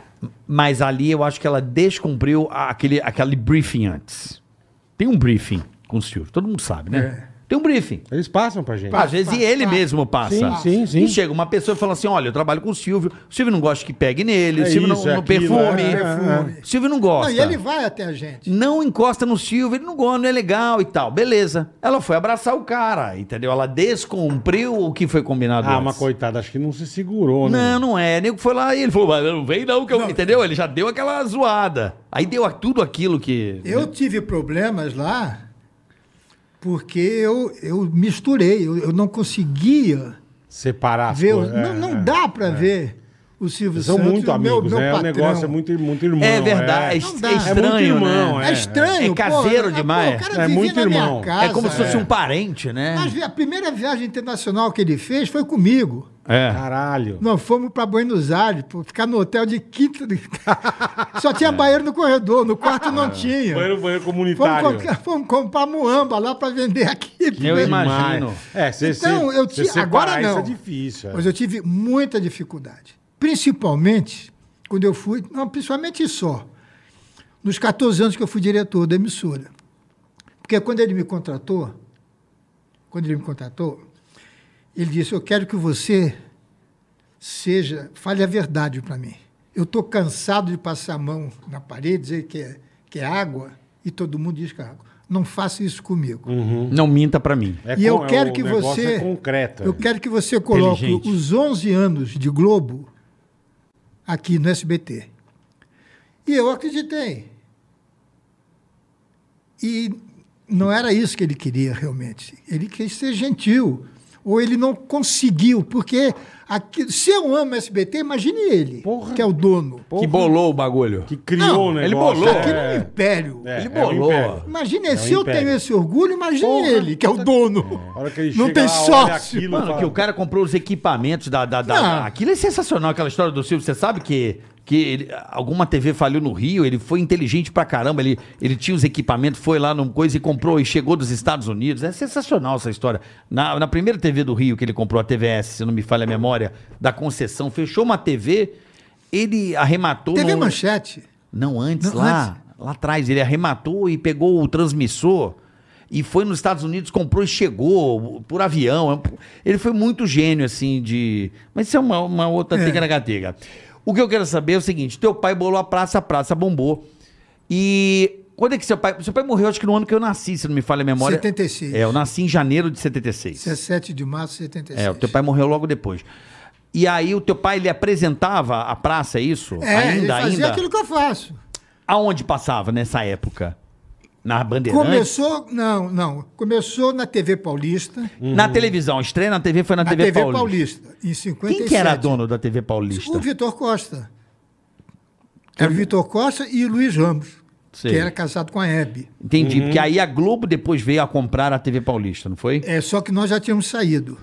D: Mas ali eu acho que ela
C: É.
D: descumpriu a- aquele, aquele briefing antes. Tem um briefing com o Silvio, todo mundo sabe, né? Tem um briefing.
C: Eles passam pra gente.
D: Às vezes ele mesmo passa.
C: Sim, sim, sim.
D: E chega uma pessoa e fala assim: olha, eu trabalho com o Silvio. O Silvio não gosta que pegue nele,
C: É
D: o Silvio
C: isso,
D: não,
C: é
D: no
C: aquilo,
D: perfume.
C: é,
E: é, é.
D: O Silvio não gosta.
E: Não, e ele vai até a gente.
D: Não encosta no Silvio, ele não gosta, não é legal e tal. Beleza. Ela foi abraçar o cara, entendeu? Ela descumpriu o que foi combinado
C: Ah,
D: antes.
C: mas coitado, acho que não se segurou, né?
D: Não, não é. Nego foi lá e ele falou, mas não vem não, que eu... entendeu? Ele já deu aquela zoada. Aí deu a- tudo aquilo que...
E: Eu
C: Hum.
E: tive problemas lá porque eu, eu misturei, eu, eu não conseguia
C: Separar as
E: ver. os-
C: coisas, é,
E: não, não
C: é.
E: dá para ver o Silvio
C: Eles São
E: Santos.
C: muito
E: o meu-
C: amigos,
E: meu
C: né? O
E: patrão.
C: negócio é muito, muito irmão.
D: é verdade, é,
C: é.
D: est-
E: Não dá.
D: é
E: É muito
D: estranho,
C: irmão,
D: né?
E: É estranho,
D: É caseiro
E: pô.
D: demais.
E: Ah, pô, o
C: É
E: cara vivia
C: muito
E: na minha
C: irmão.
E: casa.
D: é como se fosse
E: É.
D: um parente, né?
E: Mas vi- a primeira viagem internacional que ele fez foi comigo.
D: É.
C: Caralho.
E: Nós fomos para Buenos Aires, pô, ficar no hotel de quinta. de- Só tinha banheiro no corredor, no quarto não tinha.
C: Banheiro, banheiro
E: Fomos,
C: comunitário.
E: comprar, fomos comprar muamba lá para vender aqui.
D: Eu imagino.
C: Mas- É, você
E: Então,
C: se,
E: eu
C: você
E: ti- agora
C: separar
E: não.
C: Isso é difícil. é.
E: Mas eu tive muita dificuldade. Principalmente quando eu fui, não, principalmente só, nos 14 anos que eu fui diretor da emissora. Porque quando ele me contratou, quando ele me contratou, ele disse: Eu quero que você seja, fale a verdade para mim. Eu estou cansado de passar a mão na parede, dizer que é, que é água, e todo mundo diz que é água. Não faça isso comigo.
D: Não minta pra mim.
C: É
E: e eu
C: con- é
E: quero
C: o
E: que
C: negócio
E: você.
C: É concreto.
E: Eu quero que você coloque
D: Inteligente.
E: os 11 anos de Globo aqui no SBT. E eu acreditei. E não era isso que ele queria realmente. Ele quis ser gentil. Ou ele não conseguiu, porque aqui- se eu amo SBT, imagine ele,
C: Porra.
E: que é o dono.
D: Que bolou o bagulho.
C: Que criou o
D: Não,
C: negócio.
D: ele bolou.
E: Aquilo é um
C: É,
E: império.
C: é,
D: Ele
C: é um
D: bolou.
C: império.
E: Imagine,
C: É um
E: se eu
C: império.
E: tenho esse orgulho, imagine
C: Porra. tá-
E: ele, que é o dono.
C: A hora que ele
E: Não
C: chega
E: tem
C: lá, olha
E: sócio.
C: aquilo,
D: Mano,
C: fala,
D: que o cara comprou os equipamentos da. da, da-
E: Não.
D: da- Aquilo é sensacional, aquela história do Silvio. Você sabe que, que ele- alguma TV falhou no Rio, ele foi inteligente pra caramba, ele, ele tinha os equipamentos, foi lá num coisa e comprou e chegou dos Estados Unidos. É sensacional essa história. Na, na primeira TV do Rio que ele comprou, a TVS, se não me falha a memória, da concessão, fechou uma TV, ele arrematou.
E: TV
D: num-
E: Manchete.
D: não, antes,
E: Não,
D: lá, lá atrás, ele arrematou e pegou o transmissor e foi nos Estados Unidos, comprou e chegou por avião. Ele foi muito gênio, assim, de. Mas isso é uma, uma outra
E: É.
D: tigra-gatega. O que eu quero saber é o seguinte: teu pai bolou a praça, a praça bombou. E. Quando é que seu pai. Seu pai morreu, acho que no ano que eu nasci, se não me falha a memória.
E: 76.
D: É, eu nasci em janeiro de 76.
E: 17 de março de 76.
D: É, o teu pai morreu logo depois. E aí, o teu pai, ele apresentava a praça, é isso?
E: É, ele fazia aquilo que eu faço.
D: Aonde passava nessa época? Na Bandeirante?
E: Começou, não, não. Começou na TV Paulista,
D: Na televisão. A estreia na TV foi na,
E: na
D: TV,
E: TV,
D: Paulista.
E: Paulista. em 57.
D: Quem que era dono da TV Paulista?
E: O Vitor Costa. Era o Vitor Costa e o Luiz Ramos,
D: Sei.
E: que era casado com a Hebe.
D: Entendi,
C: Uhum.
D: porque aí a Globo depois veio a comprar a TV Paulista, não foi?
E: É, só que nós já tínhamos saído.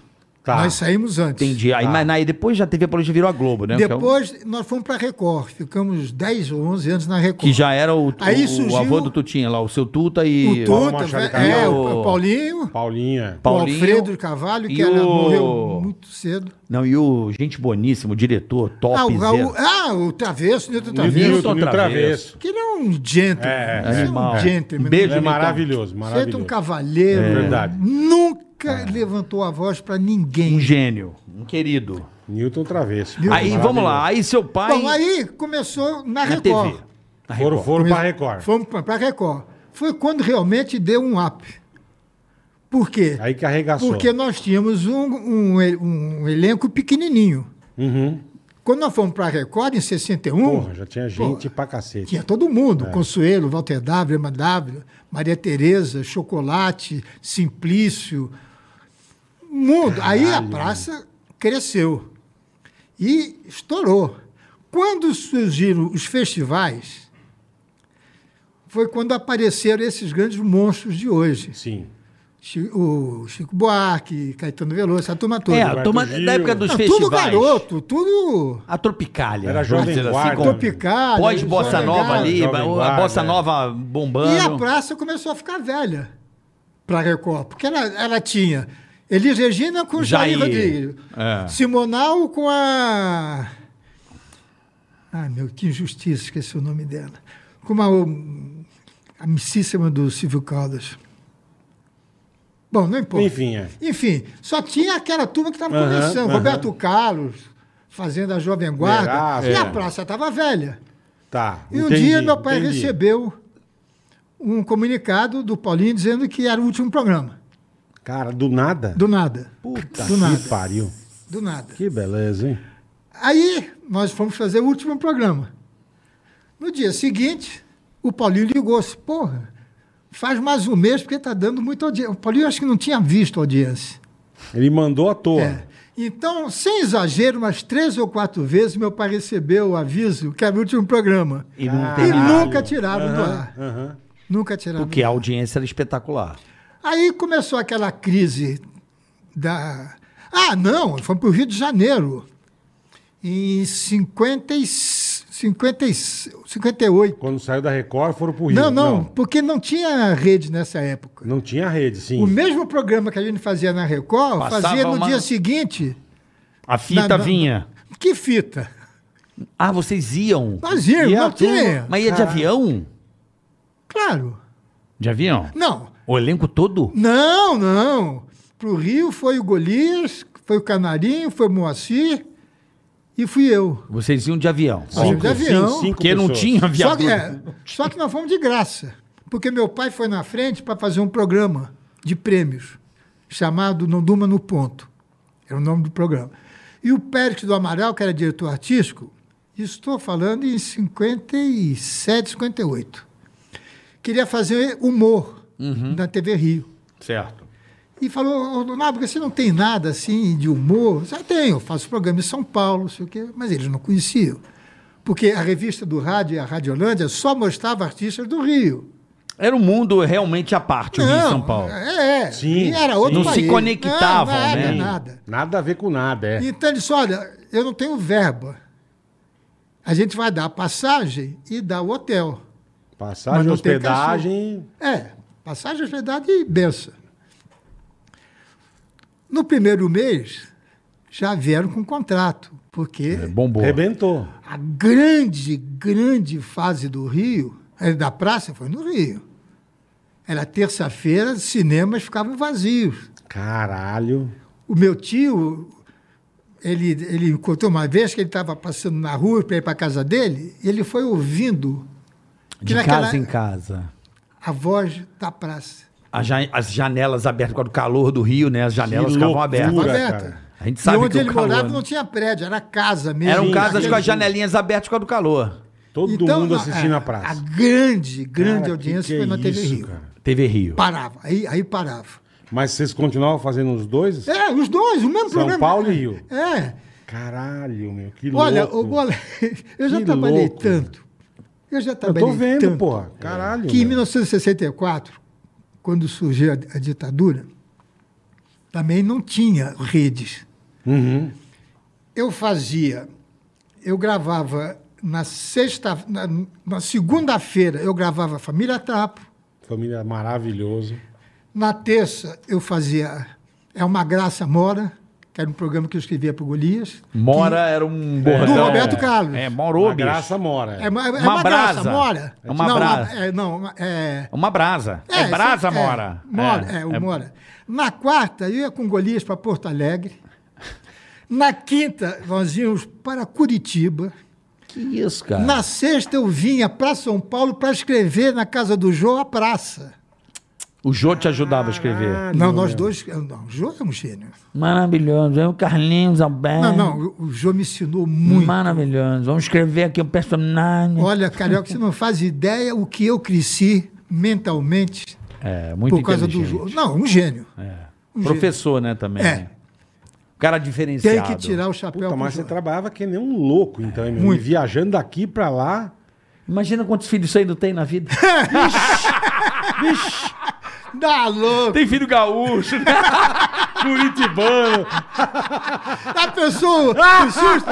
C: Tá.
E: Nós saímos antes.
D: Entendi. Aí, mas aí depois já a TV Paulista virou a Globo, né? Que é o-
E: Depois nós fomos para a Record. Ficamos 10 ou 11 anos na Record.
D: Que já é era o,
E: Aí
D: o- o
E: surgiu
D: avô do Tutinha lá, o seu Tuta e...
E: o Tuta,
C: Machado de
E: é,
D: Carvalho.
E: o Paulinho,
C: Paulinha.
E: o Alfredo Carvalho,
D: e
E: que era-
D: o-
E: morreu muito cedo.
D: Não, e o gente boníssimo, o diretor, top,
E: Ah, o Raul.
D: zero.
E: Ah, o Travesso, Newton
D: Newton
E: Travesso.
C: Newton Newton Travesso.
E: Que ele é um gentleman.
C: É,
E: ele é
D: animal.
E: um gentleman.
D: Um beijo,
C: É
D: Newton.
C: maravilhoso,
E: Feito
C: maravilhoso.
E: um cavalheiro.
C: verdade.
E: Nunca levantou a voz pra
D: Um
E: ninguém.
D: gênio, um querido.
C: Newton Travesso.
D: aí, vamos lá, aí seu pai...
E: Bom, aí começou na,
D: Um na
E: Record.
D: TV. Na
C: Foram,
D: Record.
C: foram
E: Come-
C: pra Record.
E: Fomos pra, pra Record. Foi quando realmente deu um up. Por quê?
C: Aí que arregaçou.
E: Porque nós tínhamos um, um, el- um elenco pequenininho. Quando nós fomos pra Record, em 61...
C: Porra, já tinha gente
E: Porra.
C: pra cacete.
E: Tinha é todo mundo. Consuelo, Walter W, Emma W, Maria Tereza, Chocolate, Simplício. Mundo. Aí a praça cresceu e estourou. Quando surgiram os festivais, foi quando apareceram esses grandes monstros de hoje.
C: Sim.
E: Chi- O Chico Buarque, Caetano Veloso, essa turma toda.
D: É, a
C: Roberto
D: turma
C: Gil.
D: da época dos
E: Não,
D: festivais.
E: tudo garoto, tudo
D: A Tropicália.
C: Era
D: vamos
C: Jovem
D: dizer
C: Guarda.
D: como-
E: tropicado.
D: Pós-bossa
E: jovem
D: nova
E: guarda.
D: ali,
C: Jovem
D: a
C: Guarda,
D: bossa
C: é.
D: nova
E: né? E a
D: bombando.
E: praça começou a ficar velha para Record, porque ela, ela tinha Elis Regina com Jair,
D: Jair,
E: Rodrigues,
D: é.
E: Simonal com a. Ai, meu, que injustiça, esqueci o nome dela. Com uma. um, Amicíssima do Silvio Caldas. Bom, não importa.
C: Enfim, é.
E: Enfim, só tinha aquela turma que estava
C: Aham,
E: começando.
C: aham.
E: Roberto Carlos, fazendo a Jovem Guarda.
C: Verás,
E: e a
C: é.
E: praça estava velha.
C: Tá.
E: E um
C: entendi,
E: dia meu pai
C: entendi.
E: recebeu um comunicado do Paulinho dizendo que era o último programa.
C: Cara, do nada?
E: Do nada.
C: Puta
E: do nada.
C: que pariu.
E: Do nada.
C: Que beleza, hein?
E: Aí nós fomos fazer o último programa. No dia seguinte, o Paulinho ligou-se: Porra, faz mais um mês porque está dando muita audiência. O Paulinho acho que não tinha visto a audiência.
C: Ele mandou à toa.
E: É. Então, sem exagero, umas três ou quatro vezes meu pai recebeu o aviso que era o último programa. Ah.
D: E não
E: E
D: tem nada.
E: nunca tiraram do
C: Aham,
E: ar.
C: aham.
E: Nunca tiraram.
D: Porque
E: do
D: a
E: ar.
D: audiência era espetacular.
E: Aí começou aquela crise da. Ah, não, foi para o Rio de Janeiro. Em 50 e... 50 e... 58.
C: Quando saiu da Record, foram pro Rio.
E: Não, não, porque não tinha rede nessa época.
C: Não tinha rede, sim.
E: O mesmo programa que a gente fazia na Record,
D: Passava
E: fazia no
D: uma-
E: dia seguinte.
F: A fita
E: Na- na-
F: vinha.
E: Que fita!
D: Ah, vocês iam?
E: Nós íamos,
C: E a
E: não tinha.
D: Mas ia de avião?
E: Claro.
F: De avião?
E: Não,
D: O elenco todo?
E: não, não. Pro Rio foi o Golias, foi o Canarinho, foi o Moacir e fui eu.
D: Vocês iam de avião.
E: Nós íamos de avião.
F: Porque não
C: pessoas.
F: tinha
E: Só
F: avião.
E: que, é, só que nós fomos de graça. Porque meu pai foi na frente para fazer um programa de prêmios, chamado Não Duma no Ponto. Era o nome do programa. E o Pérez do Amaral, que era diretor artístico, estou falando em 57, 58. Queria fazer humor na TV Rio.
F: Certo.
E: E falou, não, porque você não tem nada assim de humor. Já tenho, eu faço programa em São Paulo, não sei o quê, mas eles não conheciam. Porque a revista do rádio, a Radiolândia, só mostrava artistas do Rio.
D: Era um mundo realmente à parte, o Rio e São Paulo.
E: É, é.
C: Sim,
E: e era outro
D: sim. Não se
E: país.
D: conectavam,
E: não, não era
D: né?
E: nada.
C: Nada a ver com nada, é.
E: Então ele disse, olha, eu não tenho verba. A gente vai dar a passagem e dar o hotel. Mas
C: Passagem,
E: não tem
C: hospedagem.
E: É, passagem, hospedagem e benção. No primeiro mês, já vieram com contrato, porque
D: É, Bombou.
C: É, Arrebentou.
E: a grande, grande fase do Rio, eh, da praça, foi no Rio. Era terça-feira, os cinemas ficavam vazios.
C: Caralho.
E: O meu tio, ele, ele contou uma vez que ele estava passando na rua para ir para a casa dele, e ele foi ouvindo
D: De
E: naquela-
D: casa em casa.
E: a voz da praça.
D: As, ja- as janelas abertas com o calor do Rio, né? As janelas
C: Que
D: ficavam
C: loucura.
D: abertas.
C: Pura,
E: Roberta.
C: cara.
D: A gente sabe
E: e onde
D: que o
E: ele
D: calor, um
E: morava
D: né?
E: não tinha né? prédio, era casa mesmo.
C: um
D: Eram casas
E: Aquele-
D: com as janelinhas abertas por causa do calor.
C: Todo
E: Então,
C: mundo
E: a-
C: assistindo a
E: A
C: praça.
E: grande, grande
C: Cara, que
E: audiência
C: que é
E: foi na TV
C: isso,
E: Rio.
C: cara?
D: TV Rio.
E: Parava, aí, aí parava.
C: Mas vocês continuavam fazendo os dois?
E: É, os dois, o mesmo
C: São
E: programa.
C: Paulo e Rio.
E: É.
C: Caralho, meu. Que
E: Olha,
C: louco.
E: ô, Bola, [LAUGHS] eu já
C: Que
E: trabalhei
C: louco.
E: tanto. Eu já
C: Eu
E: trabalhei
C: tô vendo,
E: tanto,
C: porra. Caralho.
E: Que em
C: meu.
E: 1964, quando surgiu a, a ditadura, também não tinha redes.
C: Uhum.
E: eu fazia, eu gravava na sexta, na, na segunda-feira eu gravava Família Trapo,
C: Família maravilhoso.
E: na terça eu fazia É uma Graça Mora, que era um programa que eu escrevia para o Golias,
D: Mora era um
E: do
D: bordão.
E: Roberto Carlos.
F: É,
E: É,
F: morou,
C: a
F: bicho.
C: graça mora. é.
E: uma, é
D: Uma
E: uma Graça
D: brasa.
E: Mora.
D: É uma
E: não,
D: brasa.
E: é, não, é...
D: Uma brasa.
F: É brasa,
E: é,
F: Mora.
E: Mora,
F: É,
E: é, o
F: é-
E: Mora. Na quarta, eu ia com o Golias para Porto Alegre. Na quinta, nós íamos para Curitiba.
D: Que isso, cara.
E: Na sexta eu vinha para São Paulo para escrever na casa do João a praça.
D: O Jô te ajudava a
F: Ah,
D: escrever.
E: não, nós dois. Não, o João é um gênio.
D: Maravilhoso. Eu, Carlinhos Alberto.
E: Não, não, o- o João me ensinou muito.
D: Maravilhoso. Vamos escrever aqui o personagem.
E: Olha, Carioca, você não faz ideia o que eu cresci mentalmente
F: É, muito É.
E: por causa do João. Não, um gênio. Um
D: Professor, né, também.
E: É.
D: né? O cara
E: gênio. Tem
D: diferenciado.
E: que tirar o chapéu.
C: Puta,
E: pro
C: mas você
E: João.
F: tá-
C: trabalhava que nem um louco, então, hein, meu?
E: é um Muito.
C: E viajando daqui pra lá.
D: Imagina quantos filhos isso ainda tem na vida. [LAUGHS]
E: Dá Tá louco!
F: Tem filho gaúcho.
C: Curitibano.
E: A
C: [LAUGHS]
E: pessoa que susto!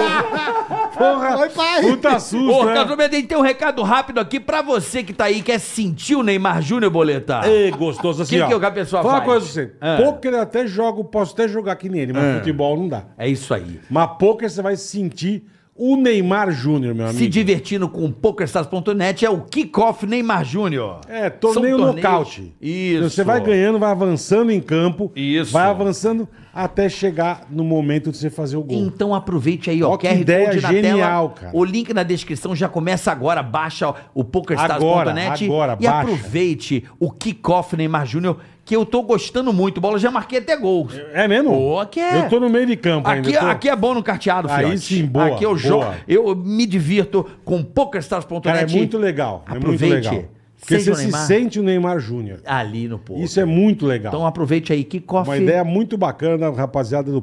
C: Porra.
E: Oi, pai! [LAUGHS]
C: Puta susto,
D: Ô,
C: né?
D: Carlos Alberto, a gente tem um recado rápido aqui pra você que tá aí, quer sentir o Neymar Júnior boletar.
C: Ei, gostoso assim,
D: Que
C: ó.
D: que o pessoal
C: Fala
D: faz?
C: uma coisa pra você.
D: Ah.
C: Pôquer eu até jogo, posso até jogar aqui nele, mas futebol não dá.
D: É isso aí.
C: Mas pôquer você vai sentir O Neymar Júnior, meu amigo.
D: Se divertindo com o PokerStars.net é o Kickoff Neymar Júnior.
C: É, torneio
D: São torneios-
C: nocaute.
D: Isso.
C: Você vai ganhando, vai avançando em campo.
D: Isso.
C: Vai avançando até chegar no momento de você fazer o gol.
D: Então aproveite aí, ó.
C: Ó, que ideia genial, cara.
D: O link na descrição já começa agora. Baixa o PokerStars.net
C: Agora, agora,
D: e
C: baixa.
D: aproveite o Kickoff Neymar Júnior, que eu tô gostando muito. Bola, já marquei até gols.
C: É mesmo?
D: Pô, que é.
C: Eu tô no meio de campo
D: Aqui,
C: ainda. eu tô-
D: aqui é bom no carteado,
C: Aí
D: filhote.
C: sim, boa,
D: Aqui eu jogo.
C: boa.
D: Eu me divirto com PokerStars.net.
C: Cara, é muito legal. É
D: Aproveite.
C: muito legal. Porque
D: Seja
C: você
D: o
C: se
D: Neymar.
C: sente o Neymar Júnior.
D: Ali no poker.
C: Isso é muito legal.
D: Então aproveite aí, Kickoff.
C: Uma ideia muito bacana da rapaziada do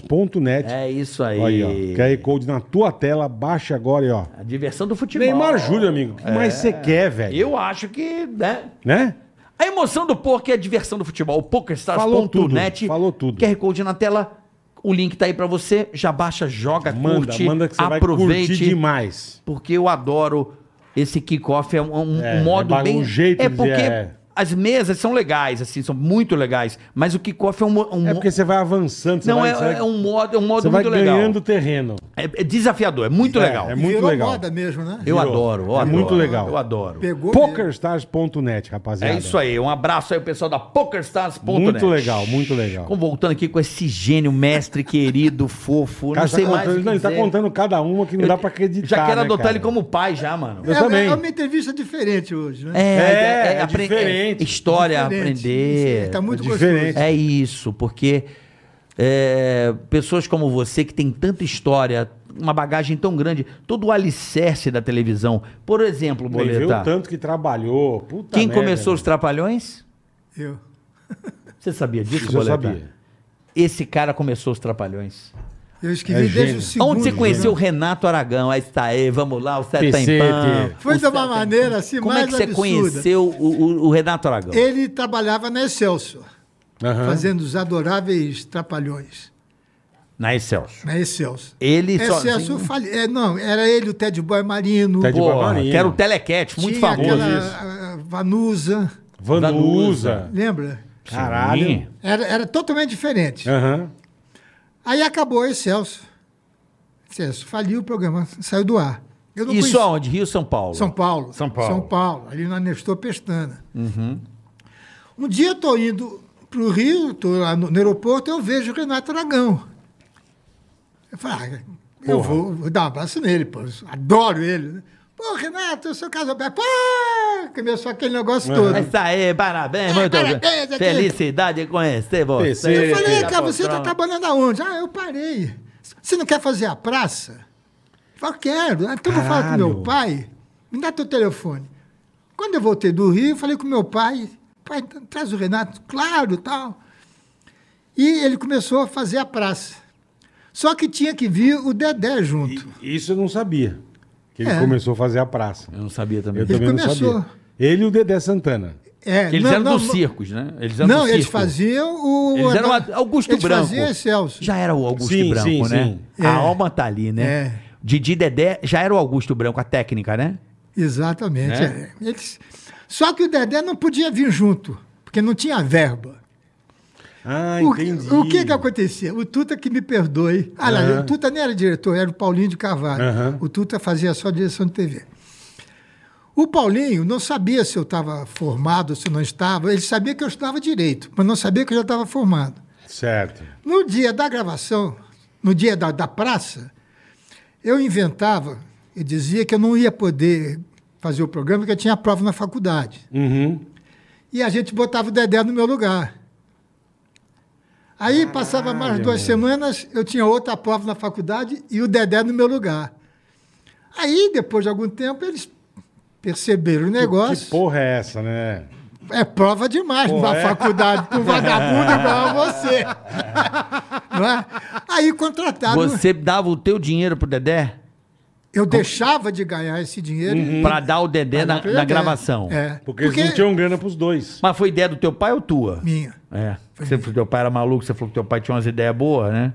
C: PokerStars.net.
D: É isso aí.
C: Olha aí, ó. QR Code na tua tela, baixa agora e ó.
D: A diversão do futebol.
C: Neymar Júnior, amigo, o que mais você quer, velho?
D: Eu acho que, né?
C: Né?
D: A emoção do poker é a diversão do futebol. O
C: Falou tudo,
D: PokerStars.net.
C: falou tudo.
D: QR Code na tela. O link tá aí pra você. Já baixa, joga,
C: Manda,
D: curte.
C: manda que você vai
D: aproveite.
C: curtir demais.
D: Porque eu adoro esse kickoff. É um, um
C: É,
D: modo
C: é ba-
D: bem.
C: um jeito
D: é
C: de-
D: porque
C: é.
D: as mesas são legais, assim, são muito legais. Mas o kickoff é um. mo- um
C: É porque você vai avançando, você
D: Não,
C: vai,
D: é,
C: você vai-
D: é um modo, é um modo
C: você vai
D: muito legal.
C: ganhando terreno.
D: É, é desafiador, é muito
C: É,
D: legal.
C: é
E: E
C: muito
E: virou
C: legal.
E: moda mesmo, né?
D: Eu
C: Virou.
D: adoro, eu
C: É
D: adoro,
C: muito legal.
D: Eu adoro.
E: Pegou mesmo.
C: Pokerstars.net, rapaziada.
D: É isso aí. Um abraço aí, o pessoal da PokerStars.net.
C: Muito legal, muito legal.
D: Então, voltando aqui com esse gênio, mestre, querido, fofo.
C: Cara,
D: não
C: tá
D: sei mais.
C: contando-
D: o que
C: não, ele tá
D: dizer.
C: contando cada uma que não
D: Eu
C: dá pra acreditar.
D: Já quero
C: né,
D: adotar
C: cara?
D: ele como pai, já, mano.
C: Eu
E: é,
C: também.
E: é uma entrevista diferente hoje, né?
D: É,
C: É, é
D: apre-
C: diferente.
D: história,
E: Diferente.
D: aprender.
E: Tá muito
C: É diferente.
E: gostoso.
D: É isso, porque é, pessoas como você que tem tanta história, uma bagagem tão grande, todo o alicerce da televisão. Por exemplo,
C: Nem viu o
D: Boleta,
C: tanto que trabalhou. Puta
D: tá? quem
C: merda,
D: começou
C: meu.
D: os Trapalhões?
E: Eu.
D: Você sabia disso,
C: Isso eu
D: Boleta?
C: sabia.
D: Esse cara começou os Trapalhões.
E: Eu
C: É
E: escrevi desde
C: gênio.
E: o segundo.
D: Onde você conheceu o
E: né?
D: Renato Aragão? Aí está aí, vamos lá, o Sete
C: Pecete.
D: tem pão.
E: Foi
D: o
E: de uma
D: Sete
E: maneira assim
D: Tem- Como
E: mais
D: é que você
E: absurda.
D: conheceu o, o- o Renato Aragão?
E: Ele trabalhava na Excelsior,
C: Aham.
E: fazendo os adoráveis trapalhões
D: Na Excelsior.
E: na Excelsior.
D: Ele só-
E: Excelsior fali... é, não, era ele, o Ted Boy Marino,
C: Ted
E: Ted
C: Boy
D: Porra,
C: Barbarino.
D: que era o Telecat, muito
E: tinha
D: famoso.
E: aquela
C: isso.
E: a- a Vanusa,
C: Vanusa.
E: lembra?
C: Caralho.
E: Era, era totalmente diferente.
C: Aham.
E: Aí acabou a Excelsior. Excelsior faliu o programa, saiu do ar. Eu não
D: Isso
E: conhecia-
D: aonde? Rio São Paulo.
E: São Paulo.
C: um? São Paulo. Uhum.
E: São Paulo, ali na Nestor Pestana. Um dia eu estou indo para o Rio, estou lá no, no aeroporto, eu vejo o Renato Aragão. Eu falo, ah, eu
C: Porra.
E: vou, vou dar um abraço nele, pô. eu Adoro ele. né? Pô, Renato, eu sou caso aberto. Pô, começou aquele negócio todo.
D: É isso aí, parabéns,
E: É,
D: muito
E: parabéns,
D: bem.
E: aqui.
D: Felicidade em conhecer
C: Terceiro.
D: você.
E: Eu falei,
C: Ele-
E: cara, você está
D: poltrona.
E: trabalhando aonde? Ah, eu parei. Você não quer fazer a praça? Eu falo, quero. Ah, Então eu vou falar com meu
C: Caralho.
E: pai. Me dá teu telefone. Quando eu voltei do Rio, eu falei com meu pai. Pai, tra- traz o Renato. Claro, tal. E ele começou a fazer a praça. Só que tinha que vir o Dedé junto.
C: E- Isso eu não sabia. Que ele
E: É.
C: começou a fazer a praça.
D: Eu não sabia também.
C: Eu também
E: começou.
C: não sabia. Ele e o Dedé Santana.
E: É,
D: Porque Eles
E: não-
D: eram
E: não-
D: dos circos, né? Eles eram
E: Não,
D: do
E: eles
D: circo.
E: faziam o...
D: Eles eram a- Augusto
E: eles
D: Branco.
E: faziam Celso.
D: Já era o Augusto
C: Sim,
D: Branco,
C: sim,
D: né?
C: sim.
D: A
E: É.
D: alma tá ali, né?
E: É.
D: Didi Dedé já era o Augusto Branco, a técnica, né?
E: Exatamente.
D: Né?
E: é. Eles- Só que o Dedé não podia vir junto, porque não tinha verba.
C: Ah,
E: o,
C: entendi.
E: o que que acontecia? O Tuta que me perdoe. Ah, lá,
C: Aham.
E: o Tuta nem era diretor, era o Paulinho de Carvalho.
C: Aham.
E: O Tuta fazia só direção de TV. O Paulinho não sabia se eu estava formado, se eu não estava. Ele sabia que eu estudava direito, mas não sabia que eu já estava formado.
C: Certo.
E: No dia da gravação, no dia da, da praça, eu inventava, eu dizia que eu não ia poder fazer o programa porque eu tinha prova na faculdade.
C: Uhum.
E: E a gente botava o Dedé no meu lugar. Aí passava mais duas semanas, eu tinha outra prova na faculdade e o Dedé no meu lugar. Aí, depois de algum tempo, eles perceberam o negócio.
C: Que porra é essa, né?
E: É prova demais
C: Pô,
E: na
C: é? [LAUGHS]
E: faculdade para um vagabundo igual a você. Não é? Aí contrataram.
D: Você dava o teu dinheiro pro Dedé
E: Eu deixava de ganhar esse dinheiro.
D: pra dar o Dedé na, na gravação.
E: É.
C: Uhum. Porque, eles não tinham grana pros dois.
D: Mas foi ideia do teu pai ou tua?
E: Minha.
D: É. Você falou que teu pai era maluco, você falou que teu pai tinha umas ideias boas, né?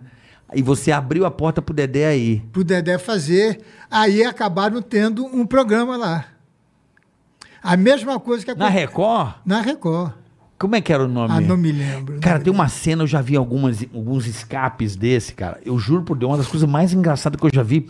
D: E você abriu a porta pro Dedé aí.
E: Pro Dedé fazer. Aí acabaram tendo um programa lá. A mesma coisa que
D: Na Record?
E: Na Record.
D: Como é que era o nome?
E: Ah, não me lembro.
D: Cara,
E: Não
D: tem uma cena, eu já vi algumas, alguns escapes desse, cara. Eu juro por Deus, uma das coisas mais engraçadas que eu já vi.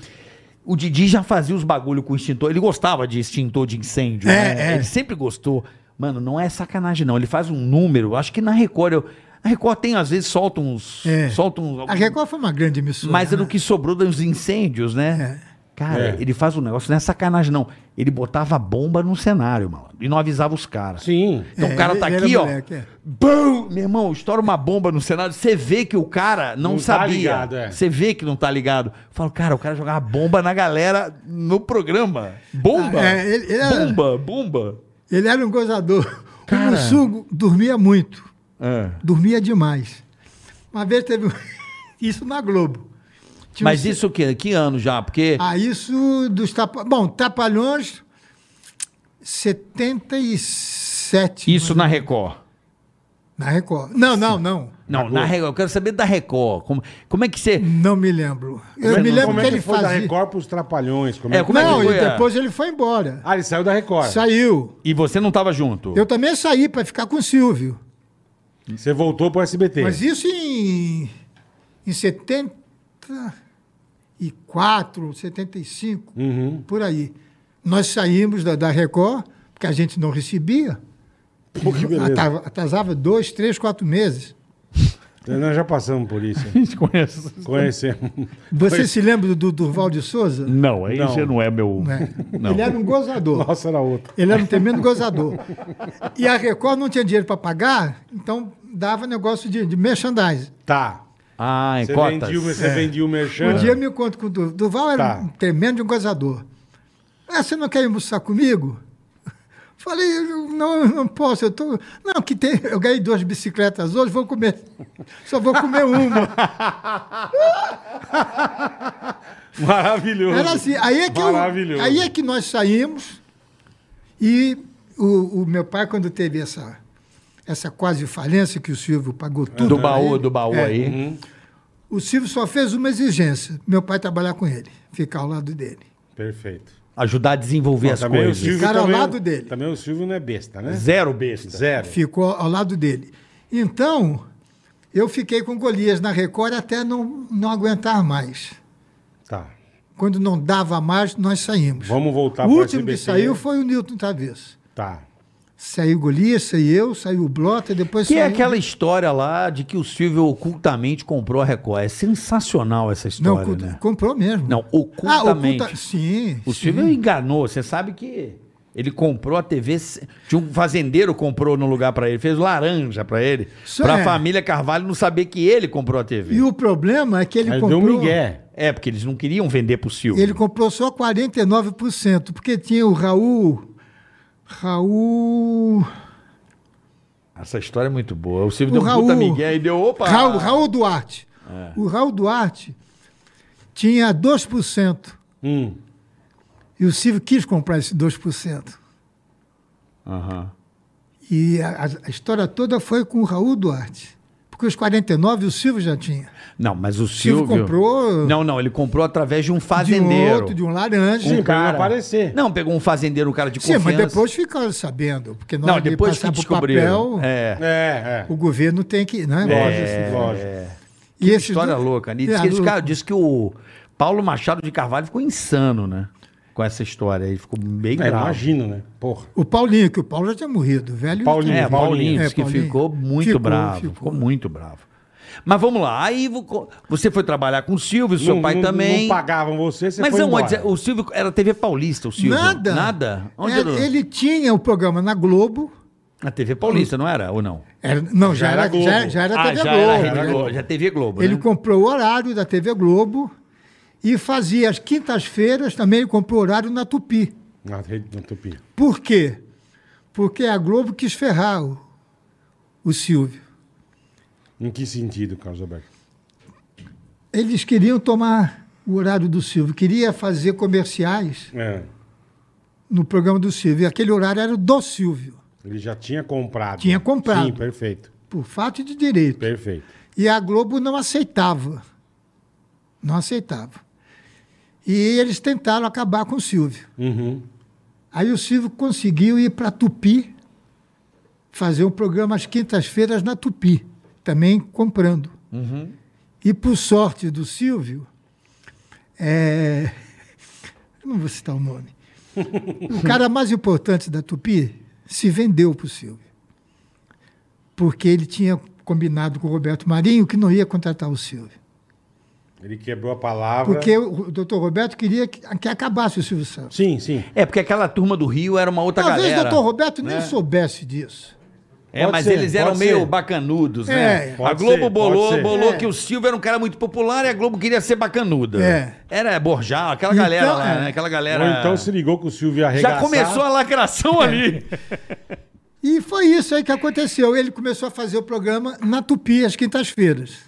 D: O Didi já fazia os bagulho com extintor. Ele gostava de extintor de incêndio.
E: É,
D: né?
E: é.
D: Ele sempre gostou. Mano, não é sacanagem, não. Ele faz um número. Acho que na Record. Eu, a Record tem, às vezes, solta uns.
E: É.
D: Solta uns
E: A Record foi uma grande emissora.
D: um mas era
E: né?
D: o que sobrou dos incêndios, né? Cara,
C: É.
D: ele faz um negócio, não é sacanagem, não. Ele botava a bomba no cenário, mano. E não avisava os caras.
C: Sim.
D: Então
E: É,
D: o cara tá
E: ele- ele
D: aqui,
E: era
D: ó.
E: moleque, é.
D: Bum! Meu irmão, estoura uma bomba no cenário. Você vê que o cara não,
C: Não tá
D: sabia.
C: ligado, é.
D: Você vê que não tá ligado. Fala, cara, o cara jogava bomba na galera no programa. Bomba!
E: Ah, é, ele- ele era-
D: Bomba, bomba.
E: Ele era um gozador.
D: Cara.
E: O Mussugo dormia muito.
D: É.
E: Dormia demais. Uma vez teve um- [LAUGHS] isso na Globo. Tinha
D: Mas
E: um-
D: isso o quê? Que ano já? Porque.
E: Ah, isso dos Tapalhões. Bom, Tapalhões, 77.
D: isso na Record.
E: Na Record. Não, não, não.
D: Não, na Record. Eu quero saber da Record. Como, como é que você.
E: Não me lembro. Eu
D: Mas
E: me
D: não-
E: lembro
C: Como
E: que
C: é que
E: ele
C: foi da
E: fazia.
C: Record pros Trapalhões? Como
D: É,
C: é, que...
D: como é que
E: Não,
D: foi,
E: e
D: é?
E: depois ele foi embora.
C: Ah, ele saiu da Record.
E: Saiu.
D: E você não tava junto?
E: Eu também saí para ficar com o Silvio.
C: Você voltou pro SBT.
E: Mas isso em, em 74, 75,
F: Uhum.
E: por aí. Nós saímos da, da Record, porque a gente não recebia. tá.
C: Pô, [LAUGHS] que beleza.
E: Atava- Atrasava dois, três, quatro meses.
C: Nós já passamos por
E: [LAUGHS]
C: isso.
F: A gente conhece.
C: Conhecemos. [LAUGHS]
E: Você se lembra do Durval de Souza?
F: Não, aí
C: Não.
F: você não é meu.
E: Né?
F: Não.
E: Ele era um gozador.
C: Nossa, era outro.
E: Ele era um tremendo gozador. E a Record não tinha dinheiro para pagar, então dava negócio de, de merchandising.
C: Tá.
D: Ah, em
C: Você
D: cotas.
C: vendia, o- você vendia o merchan.
E: Um dia eu me encontro com o Durval. Durval era
C: Tá.
E: um tremendo gozador. Ah, você não quer ir almoçar comigo? [LAUGHS] Falei, eu não, eu não posso, eu tô. Não, que tem. Eu ganhei duas bicicletas hoje, vou comer. Só vou comer
C: [LAUGHS]
E: uma.
C: Maravilhoso.
E: Era assim. Aí é que, eu-
C: Maravilhoso.
E: aí é que nós saímos e o, o meu pai, quando teve essa, essa quase falência que o Silvio pagou tudo.
D: Do
E: pra
D: baú,
E: ele,
D: do baú
E: é,
D: aí.
C: Uhum.
E: O Silvio só fez uma exigência: meu pai trabalhar com ele, ficar ao lado dele.
C: Perfeito.
D: Ajudar a desenvolver as
C: Também o
D: coisas.
C: tá Silvio
E: Cara ao
C: também-
E: lado dele.
C: Também o Silvio não é besta, né?
D: Zero besta.
C: Zero.
E: ficou ao lado dele. Então, eu fiquei com Golias na Record até não, não aguentar mais.
C: Tá.
E: Quando não dava mais, nós saímos.
C: Vamos voltar
E: o
C: pro
E: último que
C: SBT.
E: saiu foi o Newton Tavesso.
C: Tá.
E: Saiu Golias, saí eu, saiu o Blota, depois
D: Que é
E: saiu...
D: aquela história lá de que o Silvio ocultamente comprou a Record. É sensacional essa
E: Não,
D: história,
E: oculta-
D: né?
E: comprou mesmo.
D: Não,
E: Ah,
D: ocultamente.
E: oculta... Sim,
D: O
E: sim.
D: Silvio é enganou. Você sabe que ele comprou a TV. se- Tinha um fazendeiro comprou no lugar pra ele. Fez laranja pra ele.
E: Isso
D: pra
E: é.
D: família Carvalho não saber que ele comprou a TV.
E: E o problema é que ele
C: Mas
E: comprou...
C: deu um migué.
D: É, porque eles não queriam vender pro Silvio.
E: Ele comprou só 49%, porque tinha o Raul... Raul...
D: Essa história é muito boa. O Silvio
E: O
D: deu um puta
E: Raul-
D: migué e deu. Opa! É.
E: Raul, Raul Duarte. O Raul Duarte tinha 2%.
C: Hum.
E: E o Silvio quis comprar esse 2%.
D: Aham.
E: E a, a- a história toda foi com o Raul Duarte. Porque os 49 o Silvio já tinha.
D: Não, mas o Silvio.
E: Silvio comprou-
D: Não, não, ele comprou através de um
E: De um
D: fazendeiro.
E: outro, de um laranja.
C: Sim, pra não aparecer.
D: Não, pegou um fazendeiro, um cara de
E: Sim,
D: confiança.
E: mas depois ficaram sabendo. Porque na
D: Não,
E: hora de
D: depois que
E: passar pro
D: descobriram.
E: papel,
D: é.
C: É, é.
E: o governo tem que. Né?
C: Lógico,
D: É.
C: lógico.
E: E esses
D: História
E: dois-
D: louca. né?
E: É,
D: Diz, que eles
E: louco.
D: ficaram- diz que o Paulo Machado de Carvalho ficou insano, né? Com essa história. Ele ficou bem
C: É,
D: grave.
C: imagino, né? Porra.
E: O Paulinho, que o Paulo já tinha morrido. o Velho.
C: Paulinho.
D: É, Paulinho,
C: Paulinho.
D: diz que
E: É, Paulinho.
D: ficou muito
E: Ficou,
D: bravo. Ficou.
E: ficou.
D: muito bravo. Mas vamos lá. Aí vo- você foi trabalhar com o Silvio, seu
C: Não-
D: pai
C: não-
D: também.
C: Não pagavam você, você
D: mas
C: foi
D: não,
C: embora.
D: onde, o Silvio era TV Paulista, o Silvio.
E: Nada.
D: Nada? Onde
E: É,
D: era?
E: Ele tinha o programa na Globo.
D: A TV Paulista, não era? Ou não?
E: Era- não, já,
C: Já era
E: era,
C: Globo.
E: já, já era
D: Ah,
E: TV
D: já
E: Globo.
D: era Rede
E: né?
D: Globo, já TV Globo,
E: Ele
D: né?
E: comprou o horário da TV Globo e fazia as quintas-feiras também, ele comprou horário na Tupi.
C: Na rede do Tupi.
E: Por quê? Porque a Globo quis ferrar o, o Silvio.
C: Em que sentido, Carlos Alberto?
E: Eles queriam tomar o horário do Silvio, queria fazer comerciais
C: É.
E: no programa do Silvio. E aquele horário era do Silvio,
C: Ele já tinha comprado.
E: Tinha comprado.
C: Sim, perfeito.
E: por fato de direito.
C: Perfeito.
E: E a Globo não aceitava. Não aceitava. E eles tentaram acabar com o Silvio.
C: Uhum.
E: Aí o Silvio conseguiu ir para Tupi fazer um programa às quintas-feiras na Tupi, também comprando. E por sorte do Silvio, é, [LAUGHS] não vou citar o nome, o cara mais importante da Tupi se vendeu para o Silvio. Porque ele tinha combinado com o Roberto Marinho que não ia contratar o Silvio.
C: Ele quebrou a palavra.
E: Porque o doutor Roberto queria que, que acabasse o Silvio Santos.
C: Sim, sim.
D: É, porque aquela turma do Rio era uma outra
E: Talvez o
D: galera. né?
E: doutor Roberto nem soubesse disso.
D: É,
C: Pode
D: mas
C: ser,
D: eles eram
C: pode
D: meio
C: ser.
D: bacanudos,
E: É.
D: né? A
C: Pode
D: Globo
C: ser,
D: bolou,
C: pode ser.
D: bolou
E: É.
D: que o Silvio era um cara muito popular e a Globo queria ser bacanuda.
E: É.
D: Era Borjal, aquela
E: Então,
D: galera lá,
E: é.
D: né? Aquela
C: Ou
D: galera.
C: então se ligou com o Silvio
D: Já
C: arregaçado.
D: começou a lacração ali.
E: E foi isso aí que aconteceu. Ele começou a fazer o programa na Tupi, às quintas-feiras.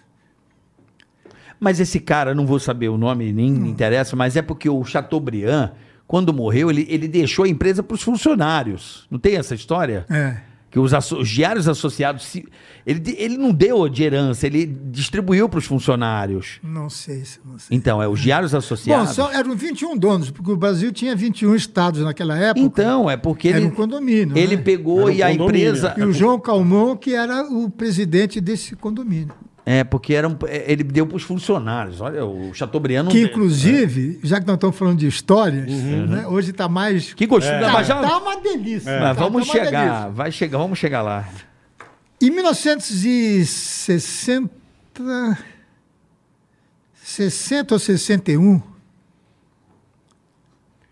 D: [LAUGHS] Mas esse cara, não vou saber o nome, nem me interessa, mas é porque o Chateaubriand, quando morreu, ele, ele deixou a empresa para os funcionários. Não tem essa história?
E: É.
D: Que os, asso- os diários associados. se- ele, de- ele não deu de herança, ele distribuiu para os funcionários.
E: Não sei se não sei.
D: Então, é os diários
E: Bom,
D: associados.
E: só um eram 21 donos, porque o Brasil tinha 21 estados naquela época.
D: Então, é porque
E: Era
D: ele.
E: um condomínio,
D: Ele
E: né?
D: pegou
C: Era um
D: e a
C: condomínio.
D: empresa.
E: E o João Calmon, que era o presidente desse condomínio.
D: É, porque era um- é, ele deu para os funcionários. Olha, o Chateaubriand não. Uhum.
E: Que, inclusive, já que nós estamos falando de histórias, né, hoje está mais.
D: Que gostoso.
E: Tá,
D: Mas já-
E: tá uma delícia.
D: mas
E: tá-
D: vamos
E: tá uma
D: chegar,
E: delícia.
D: vai chegar, vamos chegar lá.
E: Em 1960. 60 ou 61.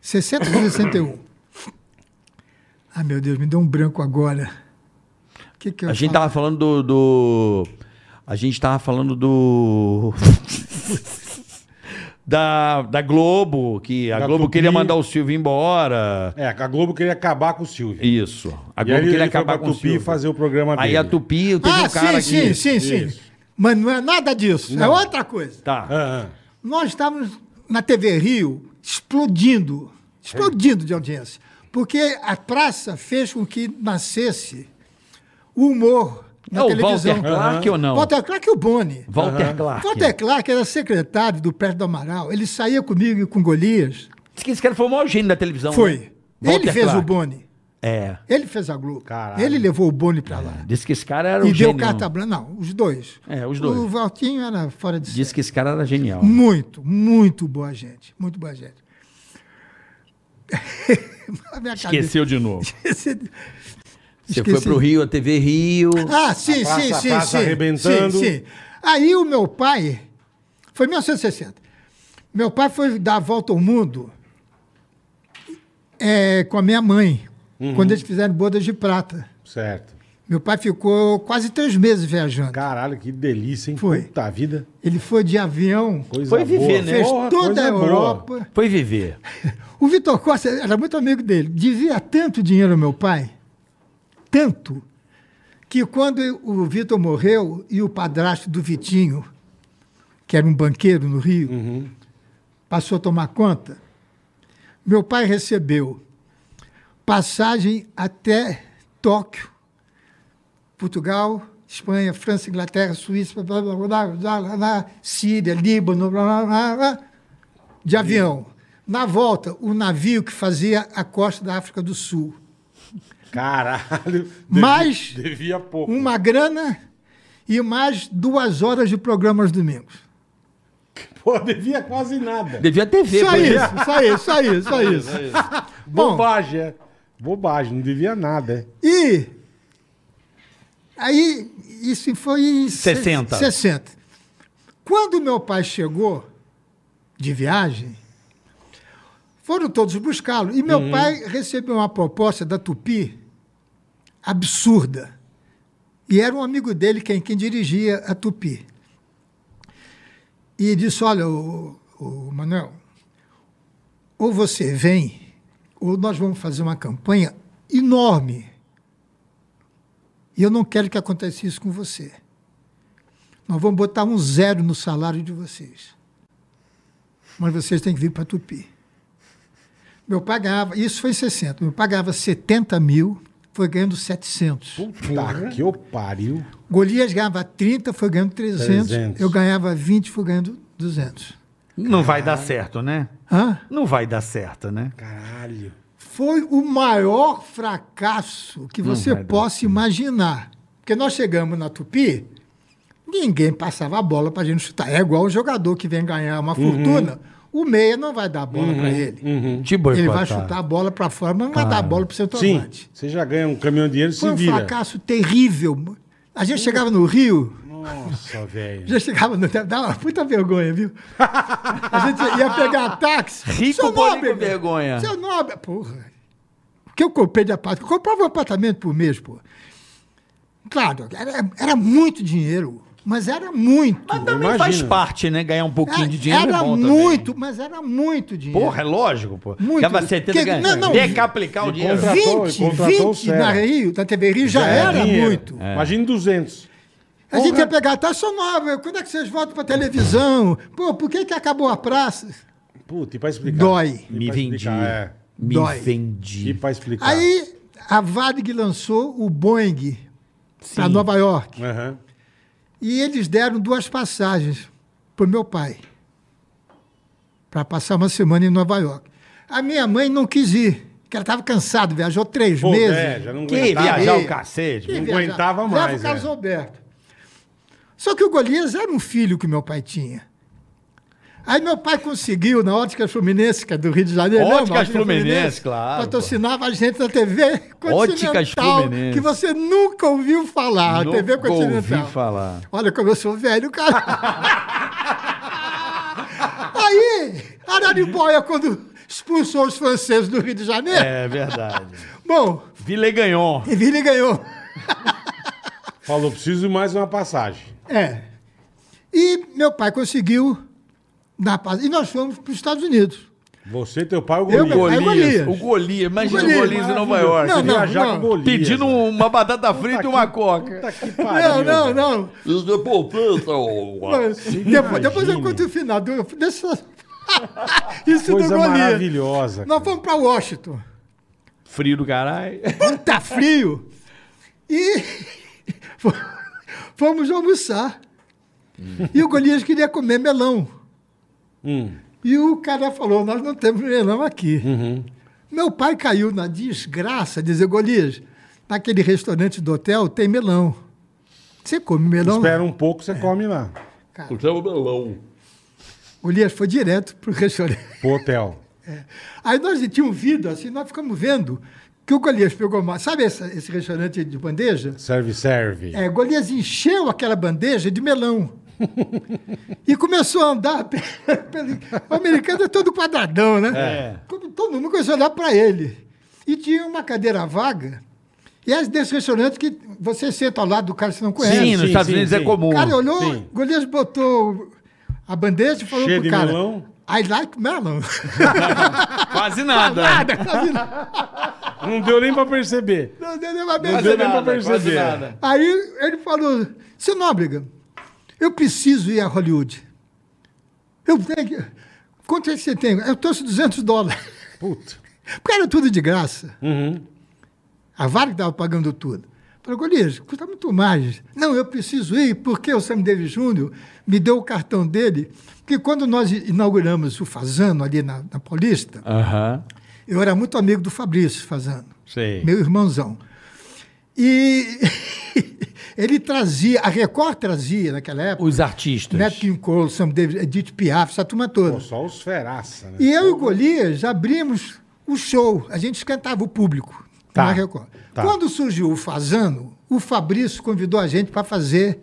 E: 60 ou 61. Ai, meu Deus, me deu um branco agora. O que, que eu
D: A gente
E: falo?
D: tava falando do. do- a gente tava falando do. [LAUGHS] da, da Globo, que a
C: Da
D: Globo
C: Tupi.
D: queria mandar o Silvio embora.
C: É, a Globo queria acabar com o Silvio.
D: Isso. A
C: E
D: Globo
C: aí ele
D: queria
C: foi
D: acabar
C: pra
D: com o
C: Tupi
D: Silvio.
C: fazer o programa
D: Aí
C: dele.
D: a Tupi, teve
E: Ah,
D: um cara
E: sim,
D: aqui.
E: sim, sim, sim.
C: Isso.
E: Mas não é nada disso. É outra coisa.
D: Tá.
C: Ah, ah.
E: Nós estávamos na TV Rio explodindo, explodindo de audiência, porque a praça fez com que nascesse o humor na
D: É o
E: televisão.
D: Walter Clark ou não?
E: Walter Clark e o Boni.
D: Walter Clark.
E: Walter Clark era secretário do Pérez do Amaral. Ele saía comigo e com Golias.
D: Diz que esse cara foi o maior gênio da televisão. né?
E: Foi.
D: Walter
E: ele fez
D: Clark.
E: o Boni.
D: É.
E: Ele fez a Globo.
C: Caralho.
E: Ele levou o Boni para lá.
D: Disse que esse cara era um
E: e deu
D: gênio.
E: carta branca. Não, os dois.
D: É, os dois.
E: O Valtinho era fora de série.
D: Disse que esse cara era genial.
E: Muito, muito boa gente. Muito boa gente. [LAUGHS] A minha cabeça-
F: de novo.
E: Esqueci.
D: Você foi pro Rio, a TV
E: [LAUGHS]
D: Rio.
E: Ah, sim,
C: praça,
E: sim,
C: a
E: sim,
C: praça
E: sim.
C: arrebentando.
E: Sim, sim. Aí o meu pai. Foi em 1960. Meu pai foi dar a volta ao mundo eh, com a minha mãe,
C: Uhum.
E: quando eles fizeram bodas de prata.
C: Certo.
E: Meu pai ficou quase três meses viajando.
C: Caralho, que delícia, hein?
E: Foi.
C: Puta vida.
E: Ele foi de avião,
C: Coisa
D: Foi viver,
C: boa.
D: né?
E: fez
C: Porra,
E: toda
C: coisa
E: a
C: boa.
E: Europa.
D: Foi viver.
E: O Vitor Costa era muito amigo dele. Devia tanto dinheiro ao meu pai, tanto, que quando o Vitor morreu e o padrasto do Vitinho, que era um banqueiro no Rio, passou a tomar conta, meu pai recebeu passagem até Tóquio, Portugal, Espanha, França, Inglaterra, Suíça, blá, blá, blá, blá, blá, blá, blá, Síria, Líbano, blá, blá, blá, blá, de avião. Na volta, o navio que fazia a costa da África do Sul.
C: Caralho. [LAUGHS] Devia-
E: Mais
C: Devia pouco.
E: Uma grana e mais duas horas de programa aos domingos.
C: Pô, devia quase nada.
D: Devia TV,
E: Só
D: por exemplo.
E: isso, só isso, só isso, só isso. Bom,
C: Bobagem, é. Bobagem, não devia nada, é.
E: E aí isso foi em
D: 60.
E: 60. Quando meu pai chegou de viagem, foram todos buscá-lo. E meu pai recebeu uma proposta da Tupi absurda. E era um amigo dele quem, quem dirigia a Tupi. E disse: Olha, o, Manuel, ou você vem, ou nós vamos fazer uma campanha enorme. E eu não quero que aconteça isso com você. Nós vamos botar um zero no salário de vocês. Mas vocês têm que vir para Tupi. Meu pai ganhava, isso foi em 60, meu pai ganhava 70 mil, foi ganhando 700. né?
C: Puta que eu pariu.
E: Golias ganhava 30, foi ganhando 300.
C: 300.
E: Eu ganhava 20, fui ganhando 200.
D: Não vai dar certo, né?
E: Hã?
D: Não vai dar certo, né?
C: Caralho.
E: foi o maior fracasso que você possa imaginar. Porque nós chegamos na Tupi, ninguém passava a bola para a gente chutar. É igual o jogador que vem ganhar
C: Uhum.
E: uma fortuna, o meia não vai dar a bola para ele.
D: Te
E: Ele vai
D: boicotar.
E: chutar a bola para fora, mas não vai dar a bola para o
C: Uhum. Sim,
E: centroavante.
C: você já ganha um caminhão de dinheiro e
E: Foi
C: se
E: um
C: vira.
E: fracasso terrível. A gente chegava no Rio,
C: Nossa, velho.
E: já chegava no. Dá uma puta vergonha, viu? A gente ia pegar táxi.
D: [LAUGHS] Rico,
E: Seu
D: porém, com
E: Nóbrega,
D: vergonha.
E: Seu nobre, porra. O que eu comprei de apartamento? Eu comprava um apartamento por mês, pô. Claro, era, era muito dinheiro, mas era muito.
D: Mas também
C: Imagina.
D: faz parte, né? Ganhar um pouquinho de dinheiro
E: era
D: é bom
E: muito, mas era muito
D: também.
E: dinheiro.
D: Porra, é lógico, pô.
E: Muito.
D: Dava 70
E: Que-
D: ganha.
E: não, não.
D: Decaplicar o dinheiro.
C: Contra- Contratou-
E: 20,
C: contratou o
E: 20 na
C: Serra.
E: Rio, na TV Rio já, era
C: dinheiro.
E: muito.
C: É. Imagina 200.
E: A gente ia pegar, tá só nova, quando é que vocês voltam pra televisão? Pô, por que que acabou a praça?
C: Puta, e pra explicar?
E: Dói.
C: E
D: Me
C: pra
D: vendi.
C: explicar, é.
D: Me
E: Dói.
C: E
D: vendi.
C: pra explicar.
E: Aí a Varig lançou o Boeing pra Nova York.
C: Aham.
E: E eles deram duas passagens pro meu pai. Pra passar uma semana em Nova York. A minha mãe não quis ir, porque ela estava cansada, viajou três
C: Pô,
E: meses.
C: é, já não
D: Que
C: aguentava.
D: viajar o
E: Ei.
D: cacete.
E: Quem
C: Não
E: viajar?
C: aguentava
E: Leva
C: mais,
E: o Carlos
C: é.
E: Alberto. Só que o Golias era um filho que meu pai tinha. Aí meu pai conseguiu, na Óticas Fluminense, que é do Rio de Janeiro.
D: Óticas
E: lembra?
D: Fluminense, claro,
E: Patrocinava a gente na TV Continental.
D: Óticas Fluminense.
E: Que você nunca ouviu falar, a TV
D: Nunca
E: Continental.
D: ouvi falar.
E: Olha como eu sou velho, cara. Aí, Araribóia, quando expulsou os franceses do Rio de Janeiro.
D: É verdade.
E: [LAUGHS] Bom,
D: Vile ganhou.
E: Vini ganhou.
C: Falou, preciso de mais uma passagem.
E: É. E meu pai conseguiu dar paz. E nós fomos para os Estados Unidos.
C: Você, teu pai, o Golias.
E: Eu, meu pai, É, Golias.
D: O Golias. Imagina o
E: Golias,
D: Golias em Nova York.
E: Não, não,
C: viajar
E: não.
C: com o Golias.
D: Pedindo um-
C: velho.
D: uma batata frita e uma coca.
C: Puta que
E: Não,
C: pariu.
E: não,
C: velho.
E: não.
D: Isso é poupança, ô.
E: Mas Depois, depois eu conto o final. Do, dessa, [LAUGHS] isso
C: Coisa
E: do Golias.
C: maravilhosa.
E: Nós
C: cara.
E: fomos para Washington.
D: Frio do caralho.
E: Tá frio. E [LAUGHS] fo- fomos almoçar. E o Golias queria comer melão.
C: Hum.
E: E o cara falou: Nós não temos melão aqui. Meu pai caiu na desgraça, dizer: Golias, naquele restaurante do hotel tem melão. Você come melão? lá?"
C: Espera um pouco, você come lá.
F: Chama o melão.
E: Golias foi direto pro restaurante. [LAUGHS]
C: Pro hotel.
E: Aí nós tínhamos vindo, assim, nós ficamos vendo que o Golias pegou uma. Sabe essa- esse restaurante de bandeja?
C: Serve, serve.
E: É, Golias encheu aquela bandeja
C: [LAUGHS]
E: de melão. e começou a andar. [LAUGHS] pe- pelo- o americano é todo quadradão, né?
C: É.
E: Como Todo mundo começou a olhar para ele. E tinha uma cadeira vaga. E é desse restaurante que você senta ao lado do cara que você não conhece.
D: Sim, nos
C: sim,
D: Estados
C: sim,
D: Unidos
C: sim.
D: é comum.
E: O cara olhou,
C: Sim.
E: Golias botou a bandeja e falou
C: Cheio de
E: pro cara.
C: melão?
E: I like melon. [LAUGHS]
D: Quase nada.
E: Nada, quase nada.
C: Não deu nem pra perceber.
E: Não assim, deu nem uma
C: Não
E: beijada.
C: deu nem pra perceber.
E: Aí ele falou: Seu Nóbrega, eu preciso ir a Hollywood. Eu tenho. que- Quanto é que você tem? Eu trouxe 200 dólares.
C: Puta.
E: [LAUGHS] Porque era tudo de graça. A Varg estava pagando tudo. Falei, Golias, custa muito mais. Não, eu preciso ir, porque o Sam Davis Júnior me deu o cartão dele. Porque quando nós inauguramos o Fazano ali na, na Paulista,
D: Aham.
E: eu era muito amigo do Fabrício Fazano
C: Sei.
E: meu irmãozão. E [LAUGHS] ele trazia, a Record trazia naquela época,
D: Os artistas.
E: Nat King Cole, Sam Davis, Edith Piaf, essa turma toda.
C: Pô, só os feraça, né?
E: E eu e o Golias abrimos o show, a gente esquentava o público
C: Tá.
E: na Record.
C: Tá.
E: Quando surgiu o Fazano, o Fabrício convidou a gente para fazer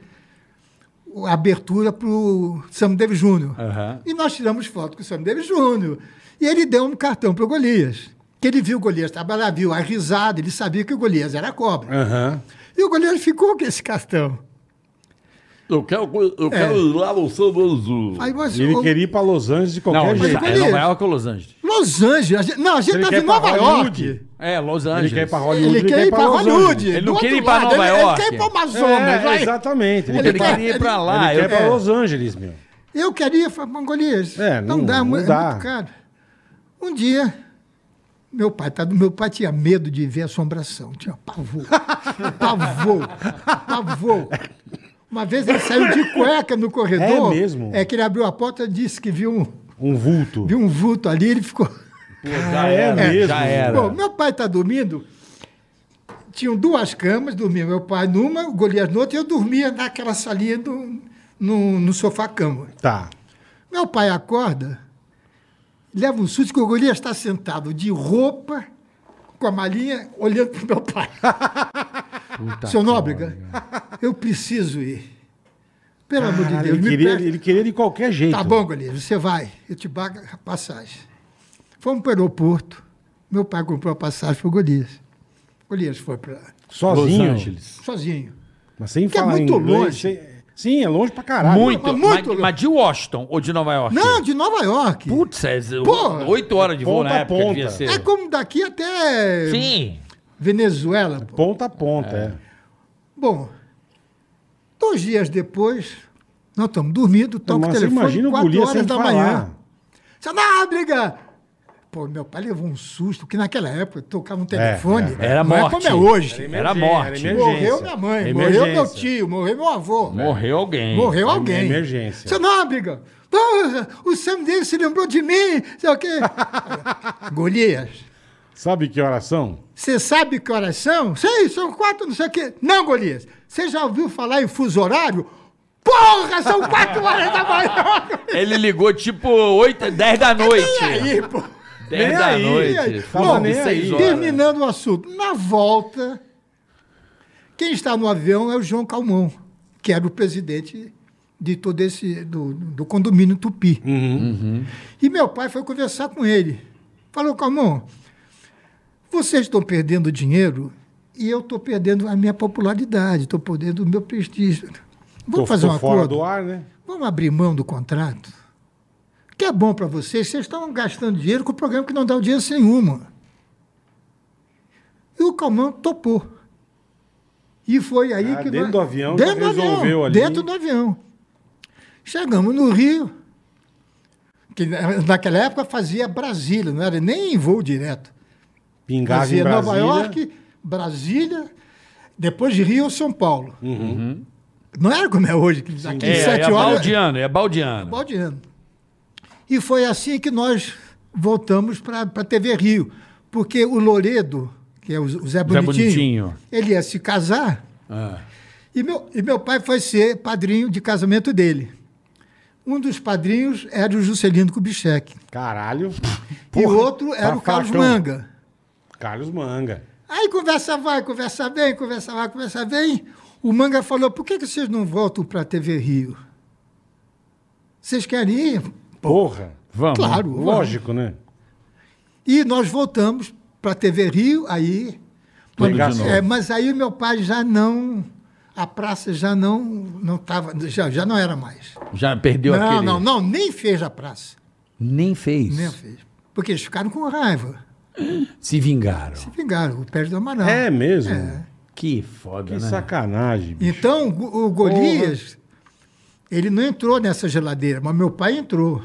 E: a abertura para o Sam Davis Júnior.
D: Aham.
E: E nós tiramos foto com o Sam Davis Júnior. E ele deu um cartão para o Golias. Que ele viu o Golias trabalhar, viu a risada, ele sabia que o Golias era cobra.
C: Aham.
E: E o Golias ficou com esse cartão.
F: Eu quero, eu quero ir lá no São Azul.
E: Aí você,
C: E ele
E: ô,
C: queria ir pra Los Angeles de qualquer
D: Não,
C: jeito.
E: mas
D: é
E: Golias.
D: Nova York ou Los Angeles?
E: Los Angeles. a gente- não, a gente
C: Ele
E: estava
C: quer
E: em
C: ir pra
E: Nova
C: Hollywood.
E: York.
D: É, Los
C: Ele
D: Angeles.
C: quer ir pra
E: Ele,
C: Hollywood,
E: quer ir para
C: Los
E: Hollywood.
D: Ele
E: do
D: não quer
E: outro
D: ir pra
E: lado,
D: Nova
E: ele-
D: York.
E: Ele quer ir para Amazonas.
C: Angeles. É,
E: vai. É.
C: exatamente. Ele,
D: Ele
C: quer, pra-
D: queria ir pra lá.
C: ele quer
D: eu-
C: pra Los Angeles, meu.
E: Eu queria, falei, Mongolias.
C: É, não- não
E: mu- é
C: dá.
E: muito caro. Um dia, meu pai, tá, meu pai tinha medo de ver assombração, tinha
C: [LAUGHS]
E: pavor. pavor, pavor. Uma vez ele saiu de cueca no corredor.
C: É mesmo?
E: É que ele abriu a porta e disse que viu um,
C: Um vulto.
E: viu um vulto ali, ele ficou.
C: já era.
E: é.
C: mesmo.
D: Já era.
E: Bom, meu pai tá dormindo. Tinham duas camas, dormia meu pai numa, o Golias no outra, e eu dormia naquela salinha do, no, no sofá-cama.
C: Tá.
E: Meu pai acorda, leva um susto que o Golias está sentado de roupa, com a malinha, olhando para
C: [LAUGHS]
E: meu pai. Seu Nóbrega, eu preciso ir. Pelo amor de
C: Cara,
E: Deus,
C: ele,
E: me
C: queria,
E: presta-
C: ele queria de qualquer jeito.
E: Tá bom, Golias, você vai. Eu te pago a passagem. Fomos para o aeroporto. Meu pai comprou a passagem para o Golias. Golias foi para
C: Sozinho.
F: Los Angeles.
E: sozinho.
C: Mas sem
E: Que é
C: falar
E: muito
C: inglês,
E: longe.
C: sem- Sim, é longe pra caralho.
D: Muito.
E: Mas
D: Mas,
E: muito,
D: mas
E: Léo.
D: de Washington ou de Nova York?
E: Não, de Nova York.
D: Putz, é, z-
E: Porra.
D: oito horas de voo
C: Ponta
D: na
C: a
D: época
C: ponta.
D: devia ser.
E: É como daqui até
D: Sim.
E: Venezuela. pô.
C: Ponta a ponta, é.
E: Bom, dois dias depois, nós estamos dormindo,
C: Não,
E: toca o
C: mas você
E: telefone,
C: imagina o
E: quatro
C: Golias
E: horas
C: sem
E: da
C: falar.
E: manhã. Você não briga! Pô, meu pai levou um susto, que naquela época tocava um telefone.
D: é. Era
E: não é
D: morte.
E: como é hoje.
D: Era morte.
C: emergência.
E: Morreu minha mãe, morreu meu tio, morreu meu avô.
D: Morreu alguém.
E: Morreu
C: Em
E: alguém.
C: emergência.
E: Seu Nóbrega, porra, o Sam Davis se lembrou de mim, sei o
C: [LAUGHS]
E: quê. Golias,
C: Sabe que oração?
E: você sabe que horas são? Sei, são quatro, não sei o quê. Não, Golias, você já ouviu falar em fuso horário? Porra, são quatro horas da manhã.
D: [LAUGHS] Ele ligou tipo 8, 10 da noite.
E: E aí, pô?
D: 10
C: Nem
D: da
C: aí,
E: E
D: noite.
E: aí?
C: Tava
E: Bom,
C: nem
D: seis
C: aí.
D: horas.
E: terminando o assunto, na volta, quem está no avião é o João Calmon, que era o presidente de todo esse do, do condomínio Tupi. E meu pai foi conversar com ele. Falou, Calmon, vocês estão perdendo dinheiro e eu estou perdendo a minha popularidade, estou perdendo o meu prestígio. Vamos
C: Tô-
E: fazer
C: tô
E: um
C: fora
E: acordo?
C: do ar, né?
E: Vamos abrir mão do contrato? Que é bom para vocês, vocês estão gastando dinheiro com o programa que não dá audiência nenhuma. E o Calmão topou. E foi aí
C: Ah,
E: que.
C: dentro do avião já resolveu ali.
E: Dentro do avião. Chegamos no Rio, que na- naquela época fazia Brasília, não era nem voo direto.
C: Pingava em
E: Fazia Nova
C: Brasília.
E: York, Brasília, depois de Rio, São Paulo.
C: Uhum.
E: Não era como é hoje, que aqui em
D: É,
E: sete
D: é
E: horas.
D: baldeano, é baldeano.
E: Baldiano. E foi assim que nós voltamos para a TV Rio. Porque o Loredo, que é o o Zé Bonitinho,
D: Bonitinho.
E: ele ia se casar. E, meu, e meu pai foi ser padrinho de casamento dele. Um dos padrinhos era o Juscelino Kubitschek.
C: Caralho.
E: e o
C: Porra,
E: outro era
C: tá
E: o Carlos
C: fracão.
E: Manga.
C: Carlos Manga.
E: Aí conversa vai, conversa bem, conversa vai, conversa bem. O Manga falou: por que, que vocês não voltam para a TV Rio? Vocês querem ir?
C: Porra.
D: Vamos.
E: Claro, vamos.
C: Lógico, né?
E: E nós voltamos para a TV Rio, aí.
D: Tudo
C: de
E: Mas-
C: novo.
E: é, mas aí o meu pai já não. A praça já não não tava, já, já não era mais.
D: Já perdeu
E: não,
D: aquele.
E: não, não, nem fez a praça.
D: Nem fez.
E: Nem fez. Porque eles ficaram com raiva.
D: Se vingaram.
E: Vingaram, o Pérez do Amaral.
C: É mesmo?
D: Que foda,
C: Que
D: né?
C: sacanagem, bicho.
E: Então, o o Golias, ele não entrou nessa geladeira, mas meu pai entrou.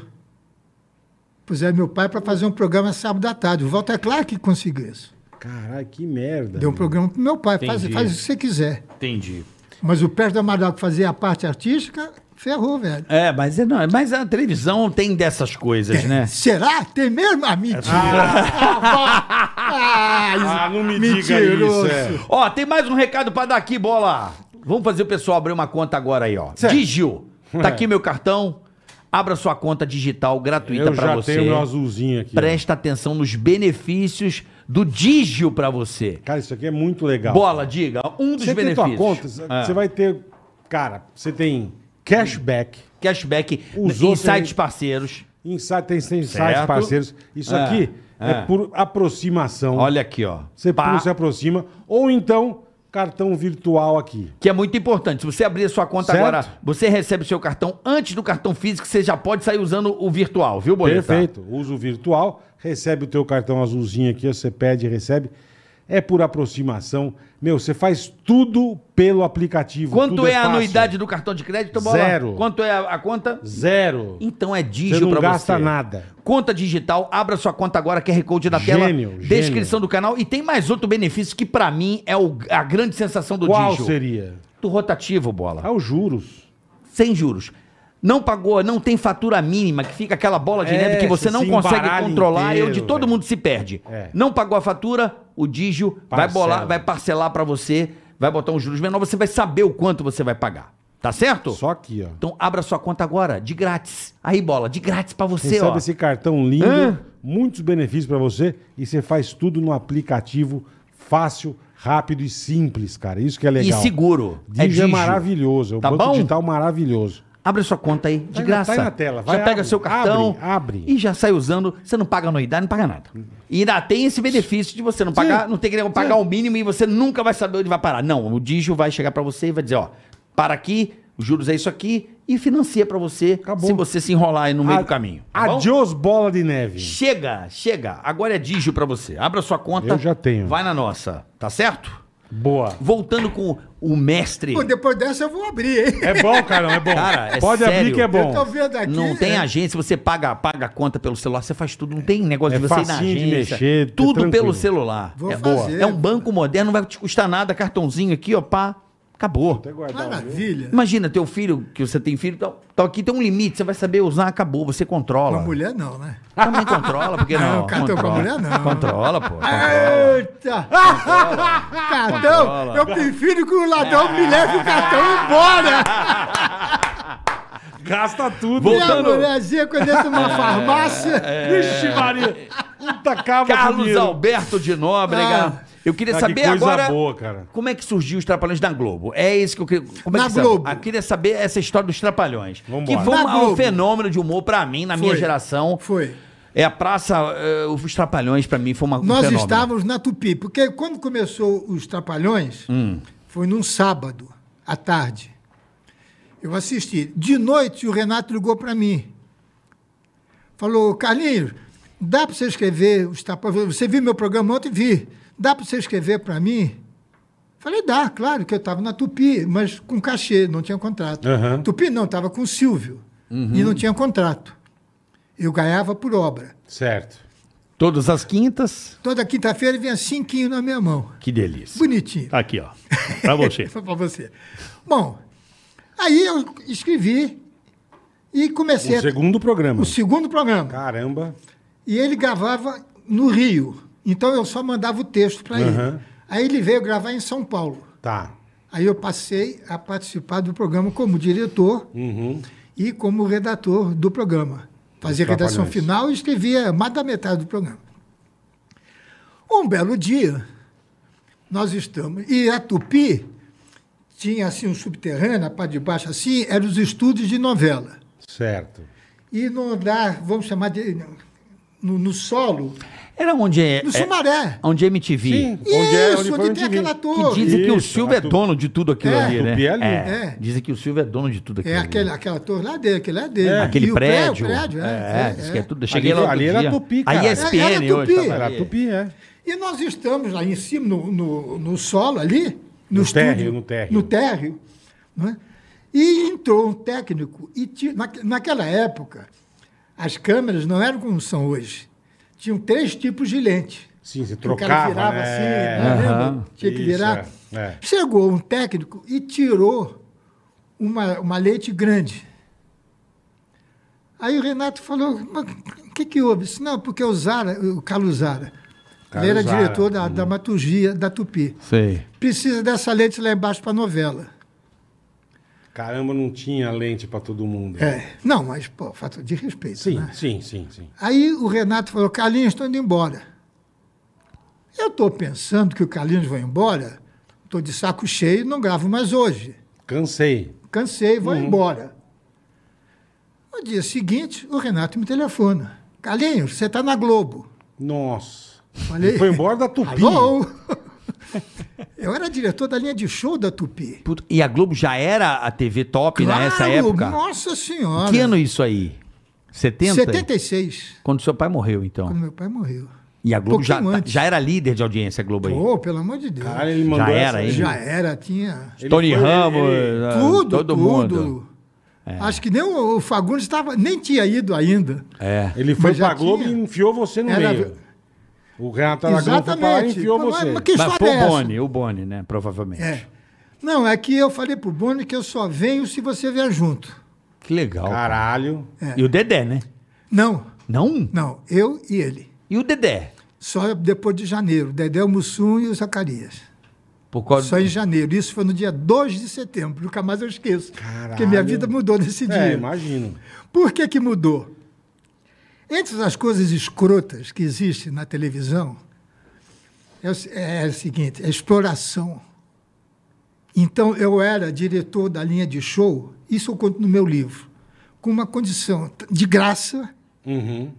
E: Puseram meu pai para fazer um programa sábado à tarde. O Walter Clark conseguiu isso.
C: Caralho, que merda.
E: Deu um
C: meu.
E: programa para meu pai. Faz,
D: Entendi.
E: faz o que você quiser.
D: Entendi.
E: Mas o Pérez do Amaral que fazia a parte artística, ferrou, velho.
D: É, mas, é, não, mas a televisão tem dessas coisas,
C: [LAUGHS]
D: né?
E: Será? Tem mesmo? Ah, mentira.
C: É
E: Ah, isso-
C: Ah, não me
E: Mentiroso.
C: diga isso. É.
D: Ó, tem mais um recado pra dar aqui, bola. Vamos fazer o pessoal abrir uma conta agora aí, ó. Digio, tá
C: É.
D: aqui meu cartão. Abra sua conta digital gratuita
C: Eu
D: pra
C: já
D: você.
C: tenho meu azulzinho aqui. ó.
D: Presta atenção nos benefícios do Digio pra você.
C: Cara, isso aqui é muito legal.
D: Bola, diga, um dos
C: Você tem
D: benefícios.
C: tua conta, você
D: Ah.
C: vai ter... Cara, você tem cashback.
D: Cashback
C: Usou
D: em sites
C: sem-
D: parceiros.
C: Insight, tem tem sites
D: Certo.
C: parceiros. Isso
D: É,
C: aqui é.
D: é.
C: por aproximação.
D: Olha aqui, ó.
C: você
D: Pá.
C: se aproxima. Ou então, cartão virtual aqui.
D: Que é muito importante. Se você abrir a sua conta
C: Certo.
D: agora, você recebe o seu cartão antes do cartão físico, você já pode sair usando o virtual, viu, Boleta?
C: Perfeito. Uso virtual, recebe o teu cartão azulzinho aqui, você pede e recebe. É por aproximação. Meu, você faz tudo pelo aplicativo.
D: Quanto
C: tudo
D: é a
C: fácil.
D: anuidade do cartão de crédito, Bola?
C: Zero.
D: Quanto é a, a conta?
C: Zero.
D: Então é
C: Você
D: dígito
C: não
D: pra
C: gasta
D: você.
C: nada.
D: Conta digital, abra sua conta agora, QR Code na tela,
C: Gênio, gênio.
D: descrição do canal. E tem mais outro benefício que pra mim é o- a grande sensação do
C: Qual
D: Digio.
C: seria?
D: Do rotativo, Bola.
C: Ah, os juros.
D: Sem juros. Não pagou, não tem fatura mínima, que fica aquela bola de
C: É,
D: neve que você
C: se-
D: não
C: se
D: consegue
C: embaralha
D: controlar e
C: inteiro,
D: onde todo
C: velho.
D: mundo se perde.
C: É.
D: Não pagou a fatura, o Digio vai
C: Parcela.
D: bolar, vai parcelar pra você, vai botar um juros menor, você vai saber o quanto você vai pagar. Tá certo?
C: Só aqui, ó.
D: Então abra sua conta agora, de grátis. Aí, bola, de grátis pra você,
C: Recebe
D: ó.
C: esse cartão lindo, muitos benefícios pra você e você faz tudo no aplicativo fácil, rápido e simples, cara. Isso que é legal.
D: E seguro.
C: Digio é,
D: Digio.
C: maravilhoso, é um
D: Tá
C: banco
D: bom?
C: digital maravilhoso.
D: Abre sua conta aí, de
C: Tá aí na-
D: graça.
C: tá aí na tela, vai,
D: já pega
C: abre,
D: seu cartão,
C: abre, abre.
D: e já sai usando. Você não paga anuidade, não paga nada. E ainda tem esse benefício de você não pagar, não ter que pagar o mínimo e você nunca vai saber onde vai parar. Não, o Digio vai chegar pra você e vai dizer, ó, para aqui, os juros é isso aqui e financia pra você se você se enrolar aí no meio
C: A-
D: do caminho. tá bom?
C: Adiós, bola de neve.
D: Chega, chega. Agora é Digio pra você. Abra sua conta.
C: Eu já tenho.
D: Vai na nossa, tá certo?
C: Boa.
D: Voltando com o mestre.
E: Ah, Pô, depois dessa eu vou abrir, hein?
C: É bom, Carlão, é bom.
D: Cara, é
C: Pode abrir
D: sério.
C: que é bom.
E: Eu tô vendo aqui.
D: não tem
E: é,
D: agência, você paga, paga a conta pelo celular, você faz tudo, não tem negócio
C: É
D: de você ir na
C: facinho de
D: agência.
C: mexer, é
D: tudo
C: tranquilo.
D: pelo celular.
E: Vou
D: é
E: fazer.
D: É um banco moderno, não vai te custar nada, cartãozinho aqui, ó, pá, acabou.
C: Até guardar um dia.
E: Maravilha.
D: Imagina, teu filho, que você tem filho, tal, tal, aqui tem um limite, você vai saber usar, acabou, você controla.
E: Uma mulher não, né?
D: Também controla, porque não.
E: Não, cartão pra
D: controla.
E: mulher, não. Ah,
D: Controla, pô.
E: Eita! Cartão! Eu prefiro que o ladrão me leve o cartão embora!
C: Gasta tudo.
E: Minha mulherzinha, quando entra numa
C: É,
E: farmácia.
D: É.
C: Vixe, Maria. Puta cava com
D: Carlos
C: dinheiro.
D: Alberto de Nóbrega.
E: Ah.
D: Eu queria
C: Ah, que
D: saber
C: coisa
D: agora
C: boa, cara.
D: como é que surgiu os Trapalhões na Globo. É isso que eu queria... Como é
E: Na
D: que sabe?
E: Globo.
D: Ah, Eu queria saber essa história dos Trapalhões.
C: Vambora.
D: Que foi
E: Na
D: um,
E: Globo.
D: um fenômeno de humor pra mim, na minha
E: Foi.
D: geração.
E: Foi.
D: É a praça... eh, os Trapalhões pra mim foi uma, um
E: Nós
D: fenômeno.
E: estávamos na Tupi, porque quando começou os Trapalhões,
D: Hum.
E: foi num sábado, à tarde. Eu assisti. De noite, o Renato ligou para mim. Falou, Carlinhos, dá para você escrever os Trapalhões? Você viu meu programa ontem? Vi. Dá para você escrever para mim? Falei, dá, claro, que eu estava na Tupi, mas com cachê, não tinha contrato.
C: Aham.
E: Tupi não, estava com o Silvio
D: Uhum.
E: e não tinha contrato. Eu ganhava por obra.
C: Certo.
D: Todas as quintas.
E: Toda quinta-feira vinha cinquinho na minha mão.
F: Que delícia.
E: Bonitinho.
F: Tá aqui, ó. Pra [LAUGHS] você.
E: Foi pra você. Bom, aí eu escrevi e comecei
C: O
E: a-
C: segundo programa.
E: é o segundo programa.
C: Caramba.
E: E ele gravava no Rio. Então eu só mandava o texto para
C: Aham.
E: ele. Aí ele veio gravar em São Paulo.
C: Tá.
E: Aí eu passei a participar do programa como diretor e como redator do programa. Fazia
C: Os Trapalhões.
E: redação final e escrevia mais da metade do programa. Um belo dia, nós estamos. E a Tupi tinha assim um subterrâneo, a parte de baixo assim, eram os estúdios de novela.
C: Certo.
E: E no andar, vamos chamar de. No, no solo,
D: Era onde... É,
E: no
D: é-
E: Sumaré.
D: onde é MTV.
C: é?
E: Isso, onde, tem aquela
D: Que
E: torre.
D: dizem que o
C: Isso,
D: Silvio
C: a
D: é
C: tu-
D: dono de tudo aquilo
E: É,
D: ali, né?
C: Tupi é ali.
E: É.
D: Dizem que o Silvio é dono de tudo aquilo
E: É
D: ali.
E: aquele, aquela torre lá dele, aquele lá dele.
C: É.
D: Aquele
E: E o
D: prédio.
E: prédio,
D: é,
E: é,
D: diz
E: é,
D: que é
E: é.
D: tudo. Eu cheguei
C: Ali-
D: lá
C: ali
D: outro
C: era
D: dia.
C: Tupi, cara.
D: A ESPN
E: Era- era
D: hoje.
E: Tupi.
D: tava
C: Era
D: ali.
C: Tupi, é.
E: E nós estamos lá em cima, no, no, no solo ali, no,
C: No
E: estúdio,
C: térreo, no térreo.
E: no térreo, né? E entrou um técnico. e ti- naque- Naquela época, as câmeras não eram como são hoje. Tinham três tipos de lente.
C: Sim, você
E: Que o
C: trocava,
E: cara virava
C: né?
E: assim, né?
D: Aham.
E: lembra? Tinha que
C: Isso,
E: virar.
C: é, é.
E: Chegou um técnico e tirou uma, uma leite grande. Aí o Renato falou, mas o que, que houve? Eu disse, não, porque o Zara, o Carlos Zara, ele era
C: Zara. Hum.
E: diretor da dramaturgia da Tupi,
D: Sei.
E: precisa dessa leite lá embaixo para novela.
C: Caramba, não tinha lente pra todo mundo.
E: É. Não, mas, pô, fato de respeito,
C: Sim,
E: né?
C: sim, sim, sim.
E: Aí o Renato falou, Carlinhos, estou indo embora. Eu estou pensando que o Carlinhos vai embora, estou de saco cheio, não gravo mais hoje.
C: Cansei.
E: Cansei, vou embora. No dia seguinte, o Renato me telefona. Carlinhos, você está na Globo.
C: Nossa.
E: Falei,
C: Foi embora da Tupi.
E: [LAUGHS] alô? Eu era diretor da linha de show da Tupi.
D: Puta, E a Globo já era a TV top nessa época?
E: Nossa Senhora.
D: Que ano é isso aí? 70?
E: 76,
D: Quando seu pai morreu, então.
E: quando meu pai morreu.
D: E a Globo já, tá-
E: pouquinho antes.
D: já era líder de audiência, a Globo aí.
E: Pô, pelo amor de Deus.
C: Caralho, ele mandou
D: Já era, hein?
E: Já era, tinha...
C: Ele
D: Tony
C: foi-
D: Ramos,
C: ele-
D: eh,
E: Tudo,
D: todo
E: tudo.
D: mundo.
E: Acho que nem o o Fagundes tava, nem tinha ido ainda.
D: É.
C: Ele foi
E: Mas já
C: pra Globo
E: tinha.
C: e enfiou você no
E: Era-
C: meio. O Renato Aragão foi pra lá e enfiou
E: Mas-
C: você.
E: Mas que
D: Mas
E: história
D: foi
E: é
D: o
E: essa?
D: Boni, o Boni, né? Provavelmente.
E: É. Não, é que eu falei pro Boni que eu só venho se você vier junto.
D: Que legal.
C: Caralho.
D: E o Dedé, né?
E: Não,
D: Não?
E: não, eu e ele.
D: E o Dedé?
E: Só depois de janeiro. Dedé, o Mussum e o Zacarias.
D: Por causa...
E: Só em janeiro. Isso foi no dia 2 de setembro. Nunca mais eu esqueço. Porque minha vida mudou nesse
C: É,
E: dia.
C: imagino.
E: Por que, que mudou? Entre as coisas escrotas que existem na televisão, é o, se- é o seguinte, é exploração. Então, eu era diretor da linha de show, isso eu conto no meu livro, com uma condição t- de graça,
C: Uhum.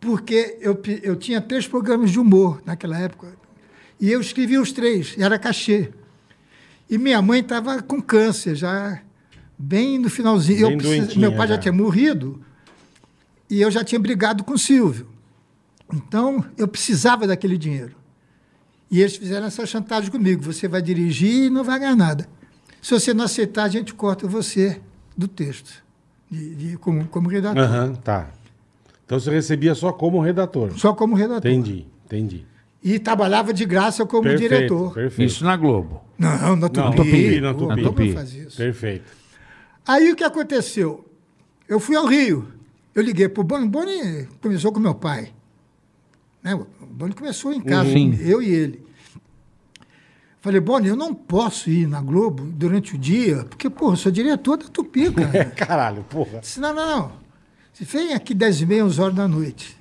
E: porque eu, pe- eu tinha três programas de humor naquela época. E eu escrevi os três, era cachê. E minha mãe estava com câncer, já bem no finalzinho. Eu
C: Bem
E: precisa-
C: doentinha,
E: meu pai já.
C: já.
E: tinha morrido e eu já tinha brigado com o Silvio. Então, eu precisava daquele dinheiro. E eles fizeram essa chantagem comigo: você vai dirigir e não vai ganhar nada. Se você não aceitar, a gente corta você do texto, de, de- como, como redator.
C: Aham, tá. Então você recebia só como redator.
E: Só como redator.
C: Entendi, entendi.
E: E trabalhava de graça como
C: perfeito,
E: diretor.
C: perfeito.
D: Isso na Globo.
E: Não, na
C: Não,
E: Tupi.
C: Tupi, na
E: Pô,
C: Tupi.
E: Como
D: Tupi.
E: eu fazia isso?
C: Perfeito.
E: Aí o que aconteceu? Eu fui ao Rio. Eu liguei para o Boni. Boni começou com meu pai. Né? O Boni começou em casa,
D: Sim.
E: eu e ele. Falei, Boni, eu não posso ir na Globo durante o dia, porque, porra, eu sou diretor da Tupi,
C: É,
E: cara.
C: caralho, porra.
E: Disse, não, não, não. Se vem aqui 10 e meia, 11 horas da noite.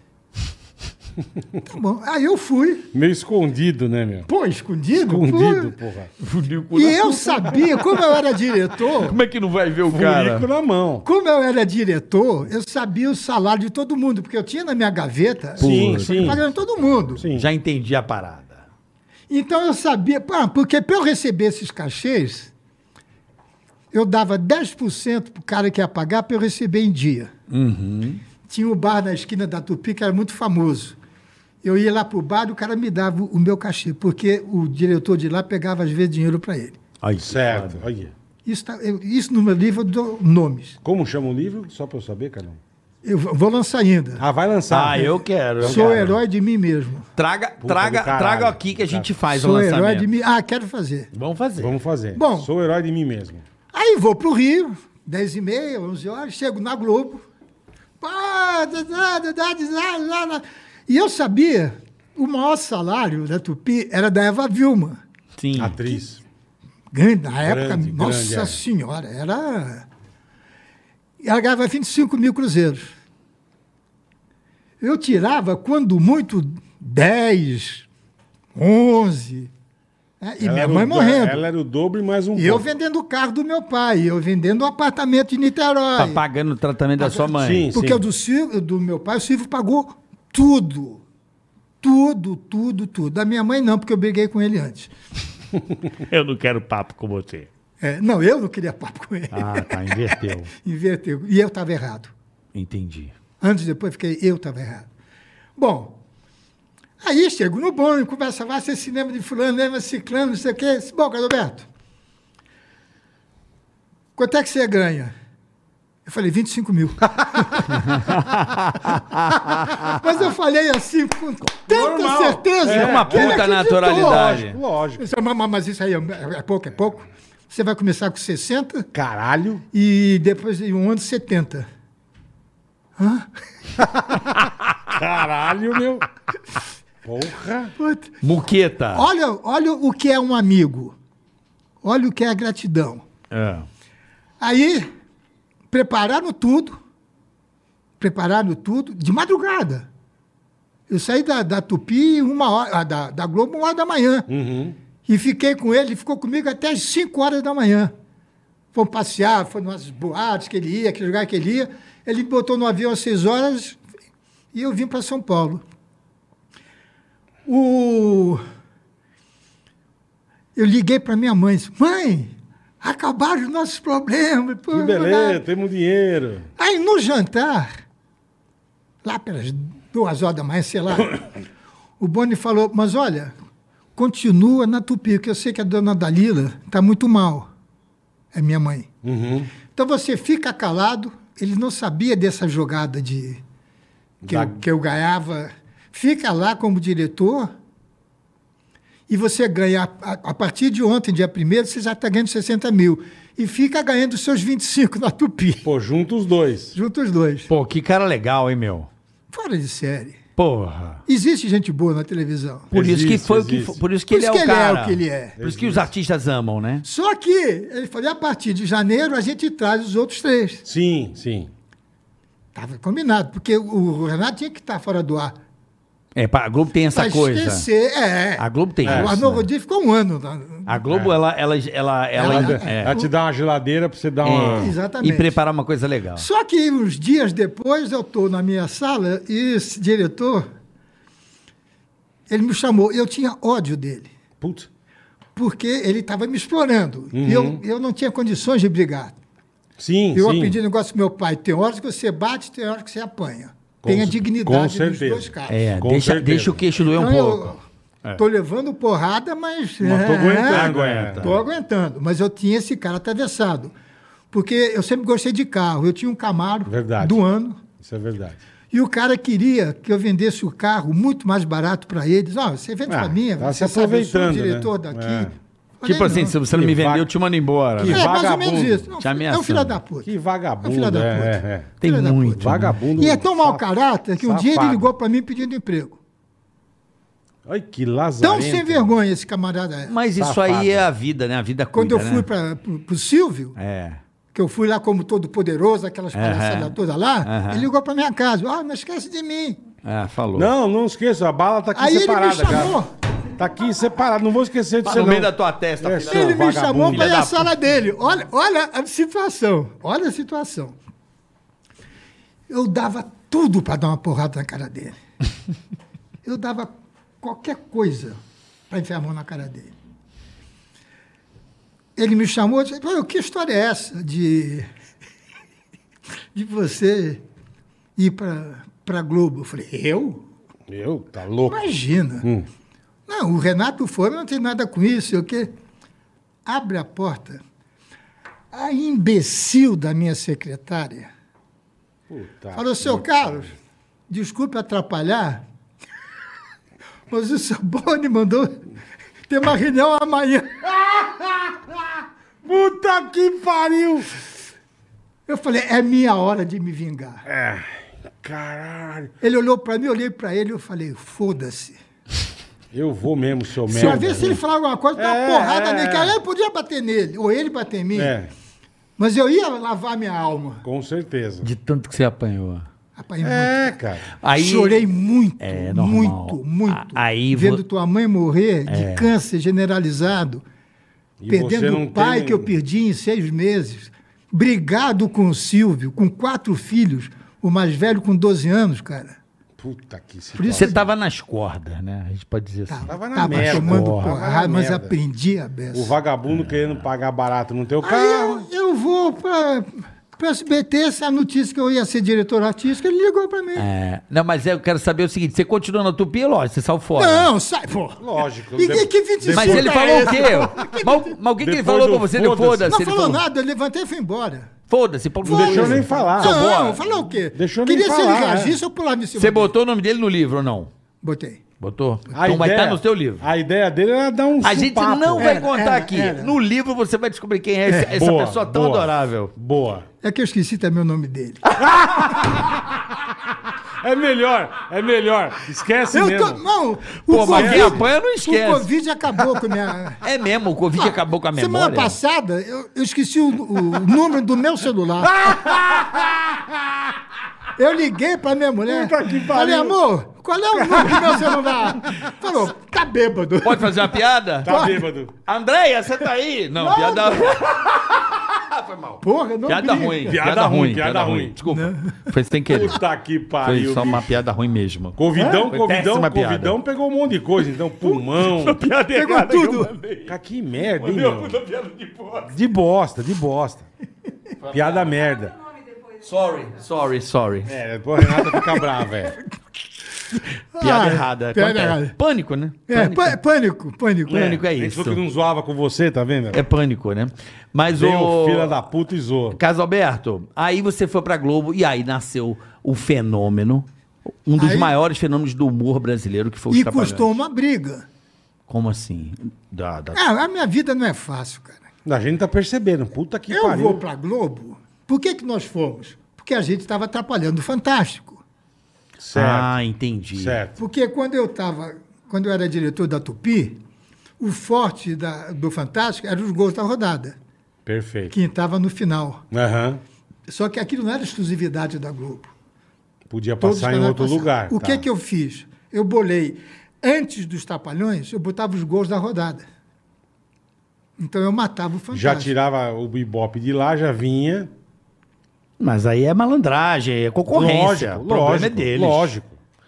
E: tá bom. Aí eu fui.
C: Meio escondido, né, meu?
E: Pô, escondido?
C: Escondido,
E: pô.
C: porra.
E: E eu sabia, como eu era diretor,
D: Como é que não vai ver o
E: Um
C: Furico na mão.
E: Como eu era diretor, eu sabia o salário de todo mundo, porque eu tinha na minha gaveta
C: Sim,
E: eu
C: sim.
E: pagando todo mundo.
C: Sim.
D: Já entendi a parada.
E: Então eu sabia, pá, porque para eu receber esses cachês, eu dava 10% para o cara que ia pagar para eu receber em dia.
C: Uhum.
E: Tinha um bar na esquina da Tupi que era muito famoso. Eu ia lá para o bar e o cara me dava o meu cachê, porque o diretor de lá pegava às vezes dinheiro para ele.
D: Aí,
C: Certo, olha.
E: Isso, tá- eu- isso no meu livro eu dou nomes.
C: Como chama o livro? Só pra eu saber, Carlão.
E: Eu vou vou lançar ainda.
C: Ah, vai lançar.
D: Ah, eu quero. eu
E: Tá. Sou
D: quero.
E: herói de mim mesmo.
D: Traga, traga,
C: do caralho.
D: traga aqui que a gente faz o
E: Sou
D: lançamento.
E: herói de mim. Ah, quero fazer.
D: Vamos fazer.
C: Vamos fazer.
E: Bom.
C: Sou herói de mim mesmo.
E: Aí vou pro Rio, 10 e meia, 11 horas, chego na Globo. Pá, dá, dá, dá, dá, dá, dá, dá. E eu sabia, o maior salário da Tupi era da Eva Vilma.
D: Sim.
C: Atriz.
E: Grande, na época,
C: grande,
E: nossa
C: é.
E: senhora, era... E Ela ganhava 25 mil cruzeiros. Eu tirava, quando muito, 10, 11. né? E
C: Ela
E: minha
C: era
E: mãe
C: o do-
E: morrendo.
C: Ela era o dobro e mais um
E: E eu
C: pouco.
E: vendendo o carro do meu pai, eu vendendo o apartamento de Niterói.
D: Tá pagando o tratamento da sua mãe.
C: Sim,
E: porque
C: sim.
E: o do, Silvio, do meu pai, o Silvio pagou tudo. Tudo, tudo, tudo. Da minha mãe não, porque eu briguei com ele antes.
F: Eu não quero papo com você.
E: É, não, eu não queria papo com ele.
F: Ah, tá, [LAUGHS] inverteu.
E: Inverteu. E eu estava errado.
D: Entendi.
E: Antes e depois fiquei, eu estava errado. Bom, aí chego no bom, conversa, vai ser cinema de fulano, leva ciclano, não sei o quê. Bom, Roberto, quanto é que você ganha? Eu falei, 25 mil. [LAUGHS] Mas eu falei assim com tanta
C: Normal.
E: certeza.
D: É uma
E: que ele
D: puta
E: acreditou.
D: naturalidade.
C: Lógico.
E: Eu falei, "Mas- mas- Mas isso aí é é pouco, é pouco. Você vai começar com 60
C: Caralho.
E: e depois de um ano 70.
C: Caralho, meu. [LAUGHS] Porra.
E: Puta.
D: Muqueta.
E: Olha, olha o que é um amigo. Olha o que é a gratidão.
F: É.
E: Aí, prepararam tudo. Prepararam tudo de madrugada. Eu saí da, da Tupi uma hora, ah, da, da Globo uma hora da manhã.
C: Uhum.
E: E fiquei com ele, ele ficou comigo até as 5 horas da manhã. Fomos passear, foram umas boates que ele ia, aquele lugar que ele ia. Ele me botou no avião às 6 horas e eu vim para São Paulo. O... Eu liguei para minha mãe, disse, mãe, acabaram os nossos problemas. Pô,
C: Que beleza, temos dinheiro.
E: Aí no jantar, lá pelas duas horas da manhã, sei lá, [COUGHS] o Boni falou, mas olha, continua na Tupi, porque eu sei que a dona Dalila está muito mal. É minha mãe. Então você fica calado, ele não sabia dessa jogada de que,
C: Da-
E: eu, que eu ganhava. Fica lá como diretor e você ganha, a, a- a partir de ontem, dia 1 você já está ganhando 60 mil. E fica ganhando os seus 25 na Tupi,
C: Pô, junta os dois.
E: junto os dois.
D: Pô, que cara legal, hein, meu?
E: Fora de série.
D: Porra.
E: Existe gente boa na televisão.
D: Por isso que
C: Existe,
D: foi o que
C: existe.
D: foi, por isso que
E: Por
D: ele
E: isso
D: é o
E: que ele é
D: cara.
E: o que ele é.
D: Por isso que os artistas amam, né?
E: Só que, ele falou, e a partir de janeiro a gente traz os outros três.
C: Sim, sim.
E: Estava combinado, porque o Renato tinha que estar fora do ar.
D: É, pá, a Globo tem essa
E: Pra
D: coisa.
E: esquecer, é.
D: A Globo tem
E: o
D: essa.
E: Arnaldo Rodrigues ficou um ano. na-
D: A Globo, ela, ela, ela, ela,
E: Ela-
D: é,
C: Ela te dá uma geladeira pra você dar uma.
E: Exatamente.
D: e preparar uma coisa legal.
E: Só que uns dias depois eu estou na minha sala e esse diretor, ele me chamou. Eu tinha ódio dele,
D: É.
C: Putz.
E: porque ele estava me explorando. E
D: Uhum.
E: eu, eu não tinha condições de brigar.
C: Sim,
E: Eu
C: sim.
E: aprendi um negócio do meu pai. Tem horas que você bate, tem horas que você apanha.
C: Com
E: tem
C: cer-
E: a
C: com
E: dignidade dos
C: certeza.
E: dois casos.
D: É,
C: Com
D: deixa,
C: certeza.
D: deixa o queixo doer
E: Então,
D: um pouco.
E: Estou levando porrada, mas.
C: Mas É. tô aguentando, é.
E: Estou aguentando. Mas eu tinha esse cara atravessado. Porque eu sempre gostei de carro. Eu tinha um Camaro
C: Verdade.
E: do ano.
C: Isso é verdade.
E: E o cara queria que eu vendesse o carro muito mais barato para eles. Ó, você vende
C: Ah,
E: para mim,
C: tá se
E: você sabe, eu sou o
C: aproveitando,
E: diretor
C: né?
E: daqui.
C: É.
E: Falei,
D: tipo assim,
E: não.
D: se você não
C: Que
D: me vendeu,
C: vaga-
D: eu te mando embora.
C: Que
D: né?
E: É mais ou menos
C: vagabundo.
E: isso. Não,
D: Te
E: é um filho
D: ameaçando.
E: da puta.
C: Que
E: É um filho
C: vagabundo.
E: da puta.
C: É, é.
D: Tem
E: filha da puta.
D: muito.
C: Vagabundo.
E: E é tão mau
C: saf-
E: caráter que um dia ele
C: safado.
E: ligou para mim pedindo emprego.
C: Ai, que
E: Tão
C: lazarento.
D: né?
E: sem vergonha esse camarada. é.
D: Mas isso
C: Safado.
D: aí é a vida, né? A vida
E: Quando
D: cuida,
E: eu fui
D: né?
E: para o Silvio,
D: É.
E: que eu fui lá como todo poderoso, aquelas palhaçadas todas lá,
D: Aham.
E: ele ligou para minha casa. Ah, não esquece de mim.
D: Ah, falou.
C: Não, não esqueça. A bala tá aqui
E: Aí ele me
C: separada,
E: chamou.
C: cara. Tá aqui separada. Não vou esquecer
D: Tá
C: disso,
D: no
C: não.
D: meio da tua testa,
C: É,
D: filha.
C: seu
E: Ele me
C: vagabundo.
E: chamou para ir
D: Filha
E: à
D: da
E: sala dele. Olha, olha a situação. Olha a situação. Eu dava tudo para dar uma porrada na
D: [LAUGHS]
E: cara dele. Eu dava qualquer coisa para enfiar a mão na cara dele. Ele me chamou e disse, "Pô, que história é essa de, [LAUGHS] de você ir para a Globo? Eu falei, eu?
C: Meu, tá louco.
E: Imagina.
C: Hum.
E: Não, o Renato Fora não tem nada com isso, sei o quê. Abre a porta. A imbecil da minha secretária
C: Puta
E: falou, seu Carlos, desculpe atrapalhar, mas o Sabone mandou ter uma reunião amanhã.
C: Puta que pariu!
E: Eu falei, é minha hora de me vingar.
C: É, Caralho.
E: Ele olhou para mim, eu olhei para ele, eu falei, foda-se.
C: Eu vou mesmo, seu merda.
E: Pra ver se ele falar alguma coisa, dá uma
C: É,
E: porrada
C: é,
E: nele, que
C: é.
E: aí eu podia bater nele, ou ele bater em mim.
C: É,
E: Mas eu ia lavar minha alma.
C: com certeza.
D: De tanto que você apanhou.
E: Apanhei
C: É,
E: muito.
C: cara.
D: Aí,
E: Chorei muito,
D: É, normal.
E: muito, muito.
D: A- aí vo- É.
E: Vendo tua mãe morrer de câncer generalizado,
C: E você
E: perdendo
C: não
E: o pai
C: tem-
E: que eu perdi em seis meses, brigado com o Silvio, com quatro filhos, o mais velho com 12 anos, cara.
C: Puta que se.
D: Você tava nas cordas, né? A gente pode dizer assim.
C: Tava na
E: Tava
C: merda,
E: chamando
C: porra, tava na
E: porrada, mas
C: merda.
E: aprendi a beça.
C: O vagabundo querendo pagar barato no teu
E: Aí é
C: carro.
E: eu, eu vou para o SBT, essa notícia que eu ia ser diretor artístico, ele ligou para mim.
D: É, não, mas eu quero saber o seguinte: você continua na tupi, lógico, você saiu fora.
E: Não, sai, pô.
C: Lógico. de-
E: E que- que 25
D: Mas ele
E: é
D: falou o
E: esse?
D: quê? Mas, o- mas o que, que ele
C: Depois
D: falou
C: do
D: pra você? Ele
C: foda-se.
D: foda-se.
E: Não
D: ele
E: falou
D: falou-
E: nada, eu levantei e fui embora.
D: Foda-se, Paulo.
C: Não deixou
D: foda-se.
C: nem falar.
E: Não, falar o quê?
C: Deixa eu nem
E: Queria se
C: falar,
E: ele reagisse,
C: é.
E: eu pulava em cima.
D: Você
E: dele.
D: botou o nome dele no livro ou não?
E: Botei.
D: Botou?
C: A
D: então vai
C: ideia-
D: estar no seu livro.
C: A ideia dele era dar um
D: A gente
C: supapo.
D: não vai contar
E: era,
D: aqui.
E: era.
D: No livro você vai descobrir quem é, esse- essa
C: Boa,
D: pessoa tão
C: boa,
D: adorável.
C: Boa.
E: É que eu esqueci também o nome dele.
C: Ah, É melhor, é melhor. Esquece
E: eu tô.
C: é mesmo.
E: Não, o
D: Pô, mas quem apanha não esquece.
E: O Covid acabou com
D: [LAUGHS]
E: a minha.
D: É mesmo, o Covid acabou com a memória.
E: Ah, Semana passada, eu, eu esqueci o, o número do
D: [LAUGHS]
E: meu celular. Eu liguei pra minha mulher.
C: Puta que
E: falei,
C: pariu.
E: amor, qual é o número do meu
D: [LAUGHS]
E: celular? Falou, tá bêbado.
D: Pode fazer uma piada?
C: Tá bêbado.
D: Andréia, você tá aí? Não, piada,
E: Porra, não
D: piada
E: brinca.
D: ruim.
C: Piada ruim, piada ruim.
D: Desculpa. Foi sem querer.
C: Puta Tá que
D: Foi
C: pariu.
D: só uma
C: bicho.
D: piada ruim mesmo.
C: Covidão,
D: Foi
C: covidão,
D: péssima piada.
C: covidão pegou um monte de coisa. Então, pulmão.
E: Pegou tudo.
C: Cara, que merda, hein, meu? De bosta, de bosta. Piada merda.
D: Sorry, sorry, sorry.
C: É, pô, a Renata fica
D: [LAUGHS]
C: brava, é.
D: Piada
E: Ah,
D: errada.
E: piada
D: Acontece.
E: errada.
D: Pânico, né?
E: É, pânico, pânico. pânico.
D: Pânico é
C: A gente
D: isso.
C: falou que não zoava com você, tá vendo?
D: É pânico, né? Mas
C: Veio
D: o...
C: o filho da puta e zoa.
D: Caso Alberto, aí você foi pra Globo e aí nasceu o fenômeno, um dos
E: Aí-
D: maiores fenômenos do humor brasileiro que foi o
E: É. E
D: Trapalhões.
E: custou uma briga.
D: Como assim? Da, da...
E: Ah, a minha vida não é fácil, cara.
C: A gente tá percebendo. Puta que
E: eu
C: pariu.
E: vou pra Globo. Por que, que nós fomos? Porque a gente estava atrapalhando o Fantástico.
C: Certo.
D: Ah, entendi.
C: certo.
E: Porque quando eu estava, quando eu era diretor da Tupi, o forte da- do Fantástico era os gols da rodada,
C: Perfeito.
E: que estava no final.
C: Aham.
E: Só que aquilo não era exclusividade da Globo.
C: Podia
E: Todos
C: passar em
E: canais
C: outro
E: passavam.
C: lugar.
E: O
C: tá.
E: que que eu fiz? Eu bolei. Antes dos Trapalhões, eu botava os gols da rodada. Então eu matava o Fantástico.
C: Já tirava o bebop de lá, já vinha.
D: Mas aí é malandragem, é concorrência.
C: Lógico,
D: o problema
C: lógico,
D: é deles.
C: lógico.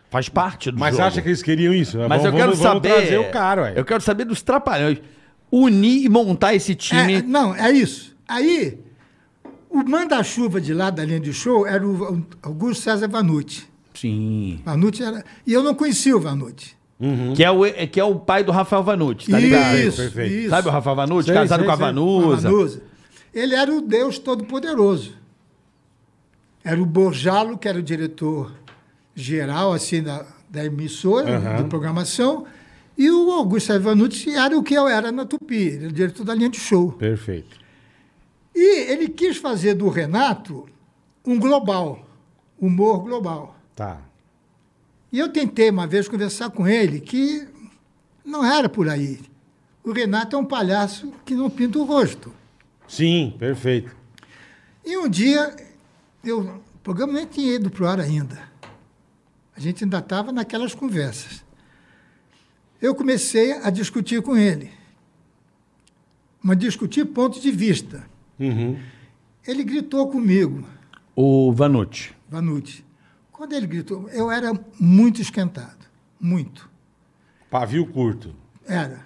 D: Faz parte do
C: Mas
D: jogo.
C: acha que eles queriam isso? Né?
D: Mas
C: Vamos-
D: eu quero
C: vamos- vamos
D: saber.
C: trazer o cara, ué.
D: eu quero saber dos trapalhões. Unir e montar esse time.
E: É, não, é isso. Aí, o manda-chuva de lá da linha de show era o Augusto César Vanucci.
C: é.
D: Sim.
E: Vanucci era... E eu não conhecia o Vanucci.
C: Uhum.
D: Que, é o, é- que é o pai do Rafael Vanucci, tá ligado?
E: isso,
C: Perfeito.
E: isso.
D: Sabe o Rafael Vanucci?
C: Sei,
D: casado
C: sei,
D: com a
C: sei.
D: Vanusa.
E: Vanusa. Ele era o Deus Todo-Poderoso. Era o Borjalo, que era o diretor geral assim da, da emissora, de programação, e o Augusto César Vanucci era o que eu era na Tupi, ele era o diretor da linha de show.
C: Perfeito.
E: E ele quis fazer do Renato um global, humor global.
C: Tá.
E: E eu tentei uma vez conversar com ele que não era por aí. O Renato é um palhaço que não pinta o rosto.
C: Sim, perfeito.
E: E um dia, eu, o programa nem tinha ido para o ar ainda. A gente ainda estava naquelas conversas. Eu comecei a discutir com ele, mas discutir pontos de vista.
C: Uhum.
E: Ele gritou comigo,
D: O Vanucci.
E: Vanucci. Quando ele gritou, eu era muito esquentado, muito.
C: Pavio curto.
E: Era.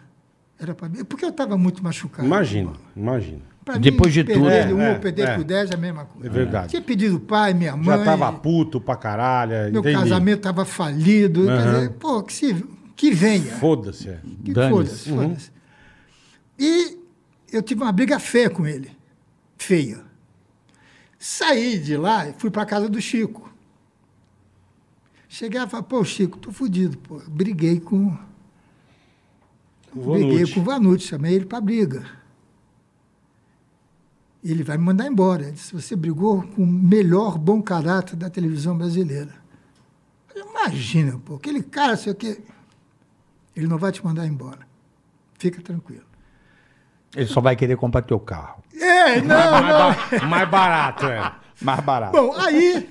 E: Era para mim, porque eu estava muito
C: Tá.
E: machucado.
C: Imagina, imagina.
E: Pra
D: Depois de tudo,
E: perder
C: é,
E: um,
C: é,
E: perder
C: é.
E: por dez é a mesma coisa.
C: É verdade.
E: Tinha pedido pai, minha mãe.
C: Já tava puto pra caralho.
E: Meu
C: entendi.
E: casamento estava falido. quer
C: Aham.
E: dizer, pô, que, se, que venha.
C: Foda-se. é.
E: Que
D: Dane-se.
E: foda-se, foda-se. E eu tive uma briga feia com ele. Feia. Saí de lá e fui para casa do Chico. Cheguei e falei, pô, Chico, tô fudido, pô. Briguei com.
C: Vanucci.
E: Briguei com o Vanucci, chamei ele para briga. Ele vai me mandar embora. Ele disse, você brigou com o melhor bom caráter da televisão brasileira. Eu falei, Imagina, pô, aquele cara, sei o quê. Ele não vai te mandar embora. Fica tranquilo.
D: Ele só vai querer comprar teu carro.
E: É, [LAUGHS] não,
C: Mais,
E: não.
C: ba- mais barato, é.
D: Mais barato.
E: Bom, aí,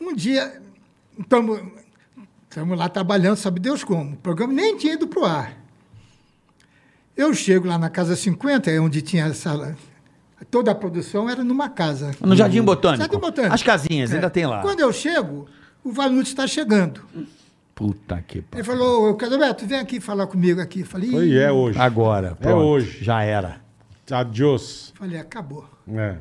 E: um dia, estamos lá trabalhando, sabe Deus como. O programa nem tinha ido para o ar. Eu chego lá na Casa 50, é onde tinha a sala. Toda a produção era numa casa.
D: No
C: Hum.
D: Jardim Botânico.
E: Jardim Botânico. É.
D: As
C: É.
D: casinhas, ainda tem lá.
E: Quando eu chego, o Vanucci está chegando.
D: Puta que
E: Ele
D: pariu.
E: falou, ô, Casaberto, vem aqui falar comigo aqui. Eu Falei,
C: Foi,
E: "Ih".
C: é hoje.
D: Agora. pronto,
C: hoje.
D: Já era.
C: Adios.
E: falei, acabou.
C: É.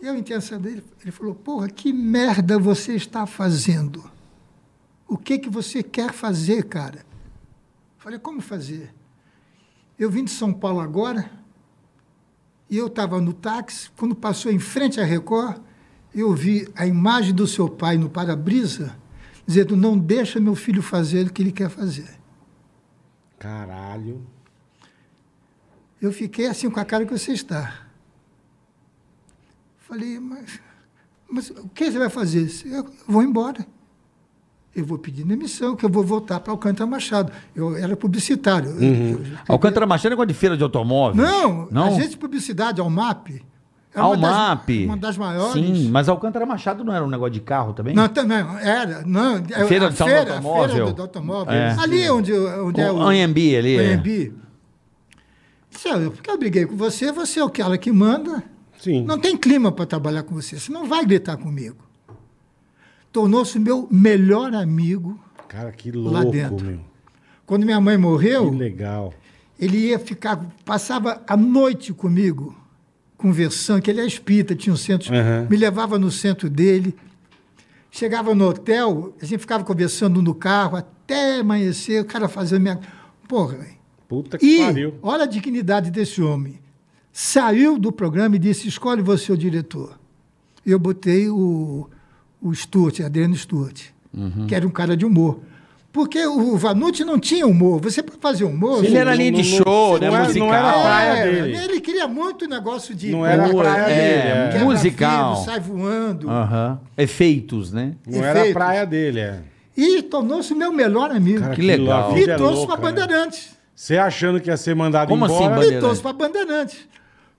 E: Eu, intenção dele, ele falou: Porra, que merda você está fazendo? O que que você quer fazer, cara? Falei: Como fazer? Eu vim de São Paulo agora e eu estava no táxi. Quando passou em frente à Record, eu vi a imagem do seu pai no para-brisa dizendo: Não deixa meu filho fazer o que ele quer fazer.
C: Caralho.
E: Eu fiquei assim com a cara que você está. Falei, mas, mas o que você vai fazer? Eu vou embora. Eu vou pedir demissão, que eu vou voltar para Alcântara Machado. Eu era publicitário. Eu- eu-
D: Alcântara Machado é coisa de feira de automóveis.
E: não,
D: não.
E: agência de publicidade, Almap. era uma das-
D: Almap.
E: Uma das maiores.
D: Sim, mas Alcântara Machado não era um negócio de carro também?
E: Não, também, era. Não, é,
D: Feira
E: a
D: de São
E: feira,
D: do
E: a
D: Automóvel.
E: Feira do, do automóvel.
D: É.
E: Ali onde, onde é o...
D: O Anhembi ali, é.
E: Anhembi. Disse, "Olha, Porque eu briguei com você, você é o cara que manda.
C: Sim.
E: Não tem clima para trabalhar com você. Você não vai gritar comigo. Tornou-se meu melhor amigo.
C: Cara, que louco,
E: dentro.
C: meu.
E: Quando minha mãe
C: Que
E: morreu,
C: legal.
E: ele ia ficar, passava a noite comigo, conversando, que ele é espírita, tinha um centro,
C: Aham.
E: me levava no centro dele. Chegava no hotel, a gente ficava conversando no carro até amanhecer, o cara fazendo minha. Porra,
C: Puta que
E: e
C: pariu.
E: olha a dignidade desse homem. Saiu do programa e disse: escolhe você o diretor. Eu
C: Uhum.
E: botei o, o Stuart, Adriano Stuart, que era um cara de humor. Porque o Vanucci não tinha humor. Você para fazer humor.
D: Ele era linha de show, né?
C: Não era-
D: musical.
C: não era
E: É,
C: praia dele.
E: Ele queria muito negócio de.
C: Não era a praia dele.
D: é.
C: é. Ah.
E: Quebra
D: musical.
E: vidro, Sai voando.
D: Aham. Efeitos, né?
C: Não era a
E: Efeitos.
C: praia dele, é.
E: E tornou-se meu melhor amigo.
C: Cara,
D: Que
C: aquilo lá,
D: legal.
C: a
E: e
C: vida é
E: torço
C: louca,
E: para
C: né?
E: Bandeirantes.
C: Você achando que ia ser mandado
D: Como assim,
C: embora.
D: Ban-
E: E torço para Bandeirantes.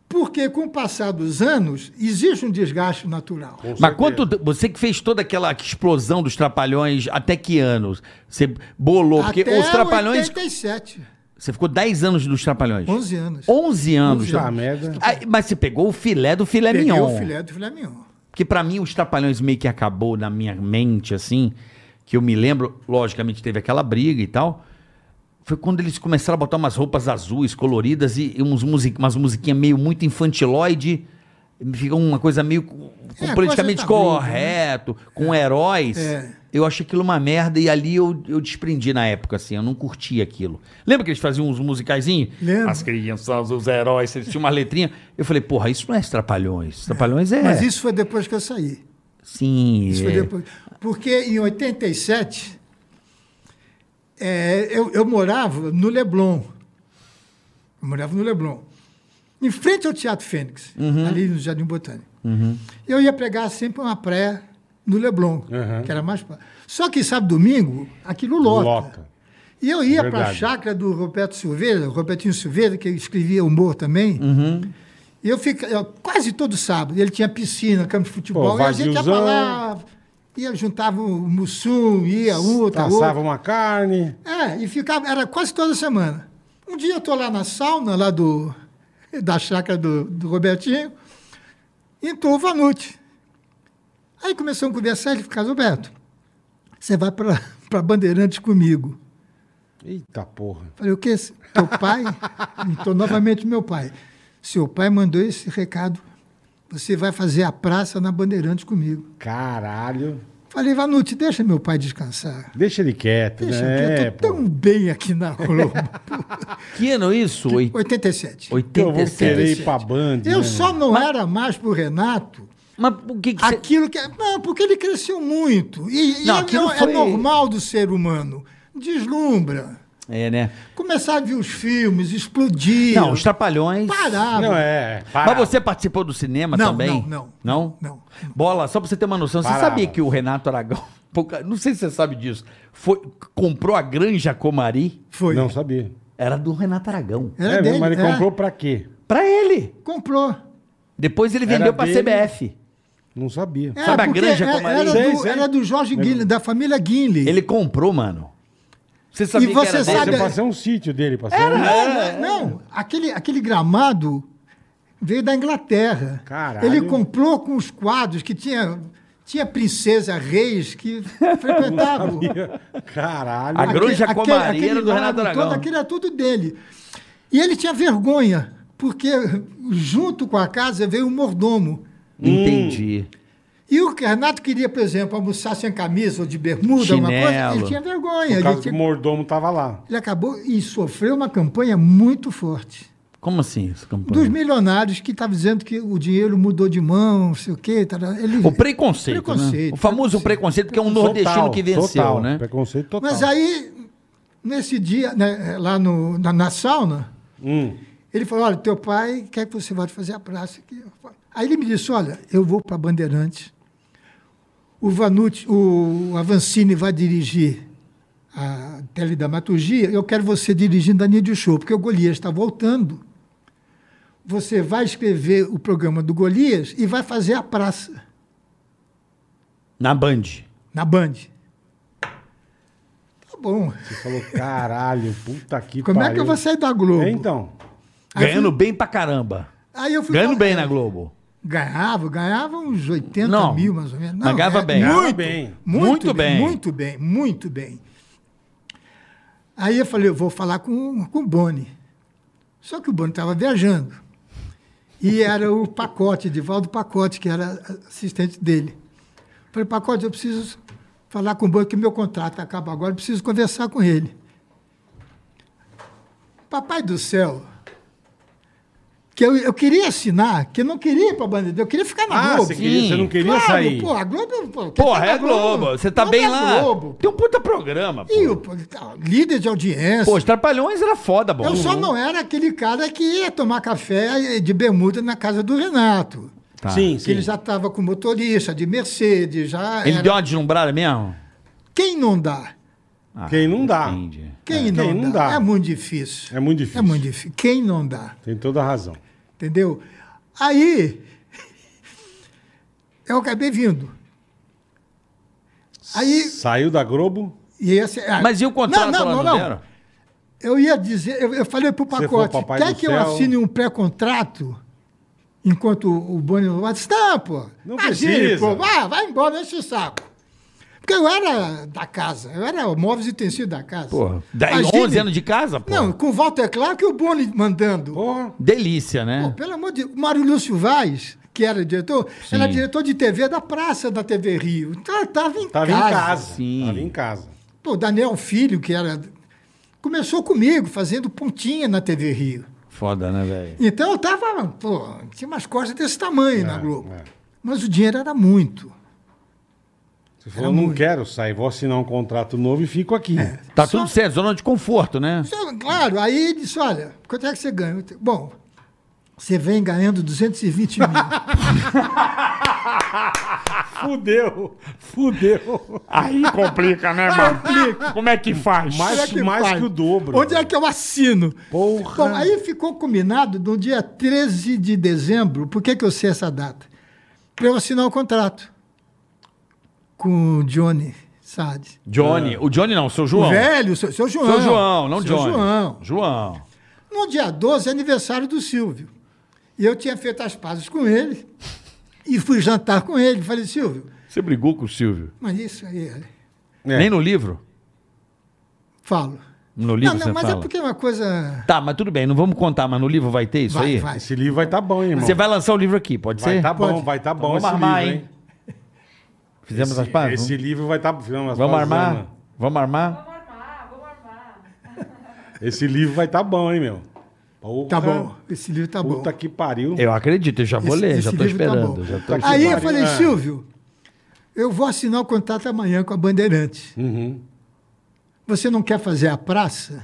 E: Porque, com o passar dos anos, existe um desgaste natural.
D: Mas quanto. Você que fez toda aquela explosão dos trapalhões, até que anos? Você bolou? Porque
E: Até
D: os trapalhões.
E: 87,
D: Você ficou 10 anos nos trapalhões.
E: 11 anos.
D: 11 anos.
C: Puta merda.
D: Ah, mas você pegou o filé do filé
E: Peguei
D: mignon.
E: o filé do filé mignon.
D: Porque pra mim os Trapalhões meio que acabou na minha mente, assim, que eu me lembro, logicamente teve aquela briga e tal, foi quando eles começaram a botar umas roupas azuis, coloridas e, e uns music, umas musiquinhas meio muito infantiloide, fica uma coisa meio com- com
E: É, coisa
D: politicamente
E: da Globo,
D: correto, com heróis.
E: É.
D: Eu achei aquilo uma merda e ali eu, eu desprendi na época, assim, eu não curti aquilo. Lembra que eles faziam uns musicaizinhos?
E: Lembro.
D: As crianças, os heróis, eles tinham uma letrinha. Eu falei, porra, isso não é Trapalhões. Trapalhões é...
E: Mas isso foi depois que eu saí.
D: Sim.
E: Isso
D: é.
E: foi depois. Porque em 87, é, eu, eu morava no Leblon. Eu morava no Leblon. Em frente ao Teatro Fênix, ali no Jardim Botânico. Eu ia pregar sempre uma praia no Leblon, que era mais. pra- Só que sábado e domingo, aquilo lota.
C: Lota.
E: E eu ia para a
C: Verdade.
E: chácara do Roberto Silveira, Robertinho Silveira, que escrevia humor também.
C: Uhum.
E: E eu ficava quase todo sábado. Ele tinha piscina, campo de futebol.
C: Pô,
E: e a gente ia pra
C: vaziozão.
E: lá, ia, juntava o mussum, ia outra,
C: Caçava
E: outra.
C: uma carne.
E: É, e ficava, era quase toda semana. Um dia eu tô lá na sauna, lá do, da chácara do, do Robertinho, entrou o Vanucci. Aí começamos a conversar, ele ficava, Roberto, você vai pra, [LAUGHS] pra Bandeirantes comigo.
C: Eita porra.
E: Falei, o quê?
D: [LAUGHS]
E: Teu pai? então, novamente, meu pai. Seu pai mandou esse recado. Você vai fazer a praça na Bandeirantes comigo.
C: Caralho.
E: Falei, Vanucci, deixa meu pai descansar.
C: Deixa ele quieto,
E: Deixa,
C: né?
D: É,
E: que eu tô tão bem aqui na Globo.
D: Que ano isso? [LAUGHS] Oit-
E: 87.
C: Eu vou
D: 87.
C: querer ir pra Band.
E: Eu
C: né?
E: só não era mais pro Renato
D: Mas o que, que você...
E: aquilo que... é, Não, porque ele cresceu muito. E, e
D: Não,
E: é-
D: aquilo
E: é,
D: foi-
E: normal do ser humano. Deslumbra.
D: É, né?
E: Começar a ver os filmes, explodir.
D: Não, os Trapalhões...
E: Parava.
C: Não, é.
D: Mas
C: Para.
D: você participou do cinema
E: Não,
D: também?
E: não, não.
D: Não?
E: Não.
D: Bola, só pra você ter uma noção, você
C: Parava.
D: sabia que o Renato Aragão... [LAUGHS] pouca- Não sei se você sabe disso. Foi... Comprou a Granja Comari,
E: Foi.
C: Não sabia.
D: era do Renato Aragão.
E: Era
C: é,
E: dele.
C: mas ele
E: é.
C: comprou pra quê?
D: Pra ele.
E: Comprou.
D: Depois ele
C: Era
D: vendeu pra
C: dele.
D: CBF.
C: Não sabia.
E: É,
D: Sabe a
E: porque
D: granja
E: é-
D: Comari?
E: era,
C: Sei,
E: do,
C: sei.
E: era do Jorge Guinle, da família Guinle.
D: Ele comprou, mano. Você sabia
E: E você
D: que era
E: sabe- É,
C: Você
D: dele?
C: passou um sítio dele, passou [LAUGHS] um...
E: Não, não, aquele, aquele gramado veio da Inglaterra.
C: Caralho.
E: Ele comprou com os quadros que tinha, tinha princesa, reis que frequentavam.
C: Caralho.
D: A Granja
E: Aque-
D: Comari
E: aquele-
D: era do
E: lago
D: Renato Aragão.
E: Todo, aquilo era tudo dele. E ele tinha vergonha, porque junto com a casa veio um mordomo.
D: Entendi.
E: E o Renato queria, por exemplo, almoçar sem camisa ou de bermuda, uma coisa, ele
D: Chinelo.
E: tinha vergonha.
C: Por
E: Ele,
C: causa que
E: tinha-
C: o mordomo tava lá.
E: ele acabou e sofreu uma campanha muito forte.
D: Como assim, essa campanha?
E: Dos milionários que estavam dizendo que o dinheiro mudou de mão, não sei o quê. tará, Ele...
D: O preconceito,
E: Preconceito,
D: né? O famoso preconceito, que é um nordestino que venceu,
C: total.
D: né?
C: Preconceito total.
E: Mas aí, nesse dia, né, lá no, na, na sauna,
C: Hum.
E: ele falou: olha, teu pai quer que você vá fazer a praça aqui. Aí ele me disse: olha, eu vou para Bandeirantes, o Vanucci, o Avancini vai dirigir a teledramaturgia, eu quero você dirigindo a Nídio Show, porque o Golias está voltando. Você vai escrever o programa do Golias e vai fazer a praça.
D: Na Band.
E: Na Band. Tá bom.
C: Você falou, caralho, puta que
E: Como é que eu
C: pariu.
E: vou sair da Globo?
C: É, então.
E: Aí
D: Ganhando
E: eu fui-
D: bem pra caramba.
E: Aí eu fui
D: Ganhando
E: pra-
D: bem
C: né?
D: na Globo.
E: Ganhava, ganhava uns 80
D: Não,
E: mil, mais ou menos. é
D: mas ganhava bem.
E: Muito,
C: Ganhava bem.
E: Muito,
D: Muito
E: bem,
D: bem.
E: Muito bem, muito bem. Aí eu falei, eu vou falar com, com o Boni. Só que o Boni estava viajando. E era o Pacote, Edivaldo Pacote, que era assistente dele. Falei, Pacote, eu preciso falar com o Boni, que meu contrato acaba agora, eu preciso conversar com ele. Papai do céu, que eu, eu queria assinar, que eu não queria ir pra Bandeirantes, eu queria ficar na
C: Ah,
E: Globo.
C: você, queria, você não queria
E: Claro,
C: sair.
E: Pô, a Globo. Pô, quem
D: Porra,
E: tá
D: é
E: na
D: Globo. Você tá
E: Globo
D: bem
E: é
D: lá.
E: Globo.
D: Tem um puta programa, pô.
E: E o pô, tá, líder de audiência.
D: Pô, os Trapalhões era foda, Uhum. bom.
E: eu só não era aquele cara que ia tomar café de bermuda na casa do Renato.
C: Sim,
E: Que
C: sim.
E: ele já estava com motorista de Mercedes, já.
D: Ele
E: era-
D: deu uma deslumbrada mesmo?
E: Quem não dá?
D: Ah,
C: Quem não dá.
D: Entendi.
E: Quem, não,
C: Quem não
E: dá?
C: dá.
E: É muito difícil.
C: É muito difícil.
E: É muito difícil. Quem não dá?
C: Tem toda a razão.
E: Entendeu? Aí [LAUGHS] eu acabei vindo. Aí
C: Saiu da Globo,
E: e esse, ah,
D: Mas e o contrato
E: Não,
D: lá
E: não, não,
D: não,
E: não.
D: deram?
E: Eu ia dizer, eu, eu falei pro
C: for
E: pacote,
C: papai
E: quer
C: do
E: que eu
C: céu-
E: assine um pré-contrato enquanto o o Boni não vai? Disse, Não, pô.
C: Não
E: imagine,
C: precisa.
E: pô. Vai, vai embora, enche o saco. Porque eu era da casa, eu era o móveis e utensílios da casa.
D: Porra. Daí,
E: Imagine-
D: 11 anos de casa, pô.
E: Não, com o Walter Clark e o Boni mandando.
C: porra, é.
D: Delícia,
E: Pô,
D: né?
E: pelo amor de Deus, o Mário Lúcio Vaz, que era diretor,
D: Sim.
E: era diretor de TV da Praça da TV Rio. Então, tava em
C: tava
E: casa.
C: em casa.
D: Sim.
C: Tava em casa.
E: Pô, o Daniel Filho, que era. Começou comigo, fazendo pontinha na TV Rio.
D: Foda, né, velho?
E: Então eu tava. Pô, tinha umas costas desse tamanho na
C: É,
E: Globo.
C: é.
E: Mas o dinheiro era muito.
C: Você falou, não quero sair, vou assinar um contrato novo e fico aqui.
D: Tá
E: Só-
D: tudo certo, zona de conforto, né?
E: Então, claro, aí ele disse: olha, quanto é que você ganha? Eu disse, Bom, você vem ganhando
C: [LAUGHS]
E: 220 mil.
C: Fudeu, fudeu.
B: Aí complica, né, mano? Como é que faz?
C: Mais,
E: Será
C: que, mais
E: faz?
C: que o dobro.
E: Onde é que eu assino?
C: Porra.
E: Bom, aí ficou combinado no dia 13 de dezembro. Por que, que eu sei essa data? Para eu assinar o contrato com o Johnny Sade.
D: Johnny. O Johnny não, seu João.
E: É. O velho, seu, seu João.
D: Seu João, não
E: seu
D: Johnny.
E: João.
D: João.
E: No dia 12 é aniversário do Silvio. E eu tinha feito as pazes com ele e fui jantar com ele. Falei, Silvio,
D: Você brigou com o Silvio?
E: mas isso aí. é-
C: É.
D: Nem no livro?
E: Falo.
D: No livro
E: não,
D: você
E: não, mas
D: fala.
E: é porque é uma coisa.
D: Tá, mas tudo bem, não vamos contar, mas no livro vai ter isso
E: vai,
D: aí?
E: vai.
C: Esse livro vai tá bom, hein, irmão.
D: Você vai lançar o livro aqui, pode
C: Vai
D: ser?
C: tá bom,
E: Pode.
C: vai tá bom
D: vamos
C: esse
D: armar,
C: livro,
D: hein?
C: hein?
D: Fizemos as pazes?
C: Esse livro vai tá... Fizemos as
D: Vamos
C: pazes,
D: armar?
C: Ana.
D: Vamos armar?
G: Vamos armar, vamos armar.
C: Esse livro vai tá bom, hein, meu. Porra,
E: Tá bom. Esse livro tá bom.
C: Puta que pariu.
D: Eu acredito, eu já vou
E: Esse-
D: ler, já
E: esse
D: tô
E: livro tá
D: esperando.
E: bom.
D: já tô
C: Tá aqui.
D: esperando.
E: Aí eu
C: Maria-
E: falei,
C: Ah.
E: Silvio, eu vou assinar o contrato amanhã com a Bandeirante.
C: Uhum.
E: Você não quer fazer a praça?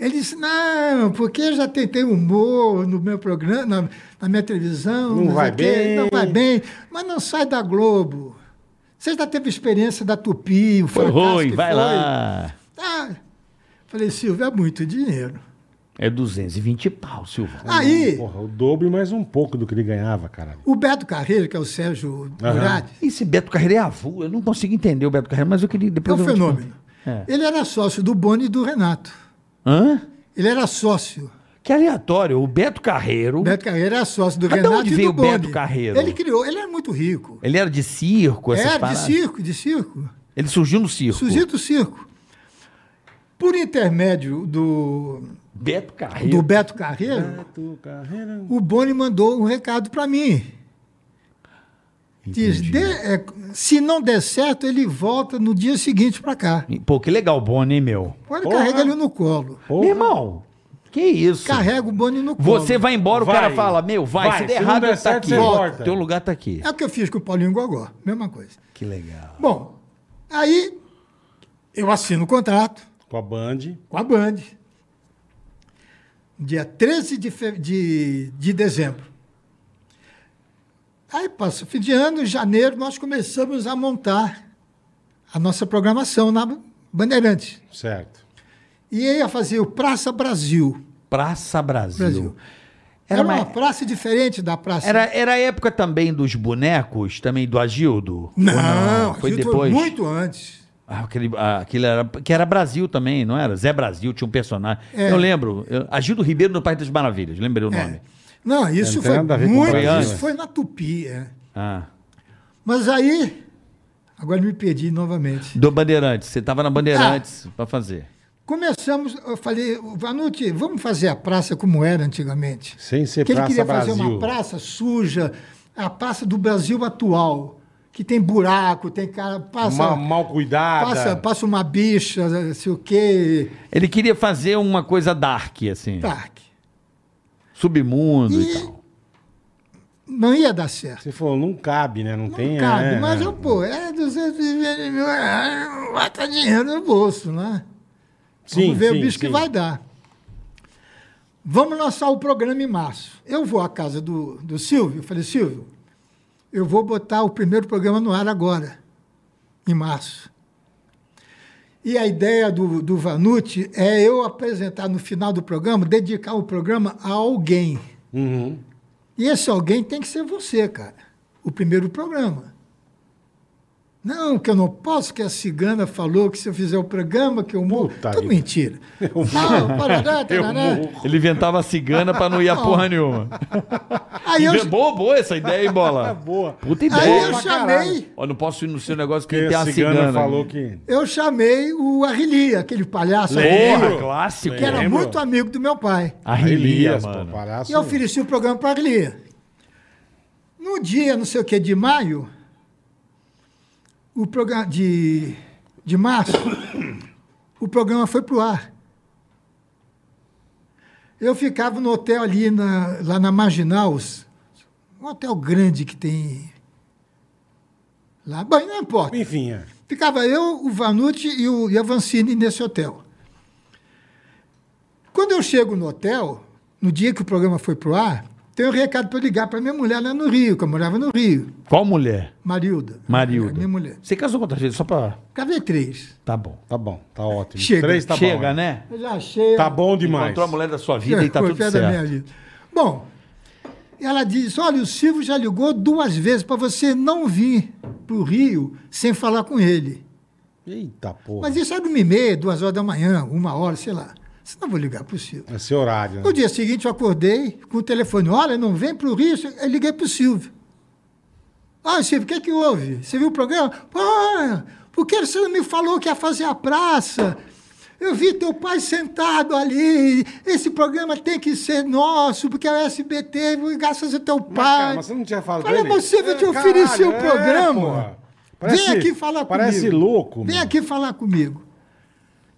E: Ele disse, não, porque eu já tentei humor no meu programa, na, na minha televisão.
C: Não
E: sei
C: vai
E: o quê,
C: bem.
E: Não vai bem, mas não sai da Globo. Você já teve experiência da Tupi, o
D: Foi
E: fracasso
D: ruim,
E: que
D: vai
E: foi.
D: lá.
E: Ah, falei, Silvio, é muito dinheiro.
D: É 220 pau, Silvio.
E: Aí,
C: Porra, o dobro e mais um pouco do que ele ganhava, caralho.
E: o Beto Carreiro, que é o Sérgio Murad, um
D: Esse Beto Carreira é avô, eu não consigo entender o Beto Carreira, mas eu queria
E: é
D: depois...
E: um
D: eu vou te contar.
E: fenômeno. Ele era sócio do Boni e do Renato.
D: Hã?
E: Ele era sócio.
D: Que aleatório, o Beto Carreiro,
E: O Beto Carreiro era sócio do
D: Mas de
E: Renato
D: onde
E: e
D: veio o
E: do Boni.
D: Beto Carreiro?
E: Ele criou, ele era muito rico.
D: ele era de circo, essas
E: Era É, de
D: paradas?
E: circo, de circo.
D: Ele surgiu no circo.
E: Surgiu do circo. Por intermédio do,
D: Beto Carreiro.
E: do Beto Carreiro, o Boni mandou um recado para mim. Diz, "Dê- é, se não der certo, ele volta no dia seguinte para cá.
D: Pô, que legal o Boni, hein, meu?
E: Agora
C: Porra.
E: carrega ele no colo.
C: Porra.
D: Meu irmão, que isso?
E: Carrega o Boni no colo.
D: Você vai embora,
C: Vai.
D: o cara fala, meu, vai,
C: Vai,
D: se der
C: se não
D: errado,
C: der
D: tá
C: certo,
D: aqui.
C: você volta.
D: Teu lugar tá aqui.
E: É o que eu fiz com o Paulinho Gogó, mesma coisa.
D: Que legal.
E: Bom, aí eu assino o contrato
C: Com a Band.
E: com a Band. Dia 13 de, fe- de, de dezembro. Aí passa o fim de ano, em janeiro, nós começamos a montar a nossa programação na Bandeirantes.
C: Certo.
E: E eu ia fazer o Praça Brasil.
D: Praça Brasil.
E: Brasil.
D: Era,
E: Era,
D: uma-
E: uma praça diferente da Praça.
D: era, era a época também dos bonecos, também do Agildo?
E: Não,
D: Ou
E: foi
D: foi depois.
E: muito antes.
D: Ah, aquele, ah, aquele era, que era Brasil também, não era? Zé Brasil tinha um personagem.
E: É.
D: Eu lembro. Eu, Agildo Ribeiro no País das Maravilhas, lembrei o
E: É.
D: nome.
E: Não,
C: É,
E: isso
C: não tem nada a ver
E: foi
C: com
E: muito.
C: Brasil,
E: Isso
C: né?
E: foi na Tupi. É.
D: Ah.
E: Mas aí, agora me perdi novamente.
D: Do Bandeirantes, você tava na Bandeirantes pra fazer.
E: Começamos, eu falei, Vanucci, vamos fazer a praça como era antigamente.
C: Sem ser
E: Porque ele
C: Praça
E: queria
C: Brasil.
E: fazer uma praça suja, a praça do Brasil atual, que tem buraco, tem cara, passa,
C: Ma- mal cuidada.
E: passa, passa uma bicha, sei o quê, Tá.
D: Ele queria fazer uma coisa dark, assim.
E: dark.
D: submundo e,
E: E-
D: tal.
E: Não ia dar certo.
C: Você falou, não cabe, né? Não, tem.
E: não cabe,
C: é,
E: mas
C: é.
E: eu, pô, é 220 mil reais, não vai estar dinheiro no bolso, né?
C: Sim,
E: Vamos ver
C: sim,
E: o bicho que
C: sim.
E: vai dar. Vamos lançar o programa em março. Eu vou à casa do, do Silvio, eu falei, Silvio, eu vou botar o primeiro programa no ar agora, em março. E a ideia do, do Vanucci é eu apresentar no final do programa, dedicar o programa a alguém.
C: Uhum.
E: E esse alguém tem que ser você, cara. O primeiro programa. Não, que eu não posso, que a cigana falou que se eu fizer o programa, que eu morro.
C: Puta
E: Tudo
C: vida. [LAUGHS]
E: mentira. Não, parará, tarará.
D: Ele inventava cigana pra não ir a porra nenhuma.
E: Aí eu, É
D: Inve- Boa, boa essa ideia, hein, bola?
C: Boa.
D: Puta
E: aí
D: ideia.
E: eu
C: pra
E: chamei,
D: Ó, não posso ir no seu negócio que
C: Porque
D: tem
C: a
D: uma
C: cigana,
D: cigana.
C: falou que.
E: eu chamei o Arreli, aquele palhaço
D: Porra,
C: Lembro.
D: clássico.
E: que era
C: lembro.
E: muito amigo do meu pai.
F: Arrelia,
C: pô,
F: mano.
C: palhaço.
E: E eu ofereci o programa para Arrelia. No dia, não sei o que, de maio, o programa de, de março, [COUGHS] o programa foi pro ar. Eu ficava no hotel ali na- lá na Marginal, um hotel grande que tem lá, bem, não importa.
C: Enfim, é.
E: Ficava eu, o Vanucci e, o, e a Vancini nesse hotel. Quando eu chego no hotel, no dia que o programa foi pro ar, tem um recado para ligar para minha mulher lá no Rio, que eu morava no Rio,
D: Qual mulher?
E: Marilda. É,
D: Marilda.
E: Minha mulher.
D: Você casou quantas vezes? Só pra.
E: Cadê três?
D: Tá bom.
C: Tá bom, tá ótimo.
E: Chega.
C: Três tá bom.
D: Chega, né?
E: Eu já achei.
C: Tá bom demais.
D: Encontrou a mulher da sua vida
E: [LAUGHS]
D: e tá tudo
E: Coitada da minha
D: certo.
E: vida. Bom, ela disse: olha, o Silvio já ligou duas vezes para você não vir pro Rio sem falar com ele.
C: Eita porra.
E: Mas isso era uma e meia, duas horas da manhã, uma hora, sei lá. Você não vou ligar pro Silvio.
C: Esse horário,
E: No
C: né?
E: dia seguinte eu acordei com o telefone, olha, não vem pro Rio, eu liguei pro Silvio. Ah, Silvio, o que é que houve? Você viu o programa? Ah, Pô, por que você não me falou que ia fazer a praça? Eu vi teu pai sentado ali, esse programa tem que ser nosso, porque é o SBT, graças a teu
C: Mas, cara,
E: pai.
C: mas você não tinha falado
E: Falei,
C: pra ele?
E: mas Silvio, eu te
C: É,
E: ofereci o
C: caralho, é,
E: programa.
C: porra.
E: Vem aqui falar
C: parece
E: comigo.
C: louco.
E: Vem
C: meu.
E: aqui falar comigo.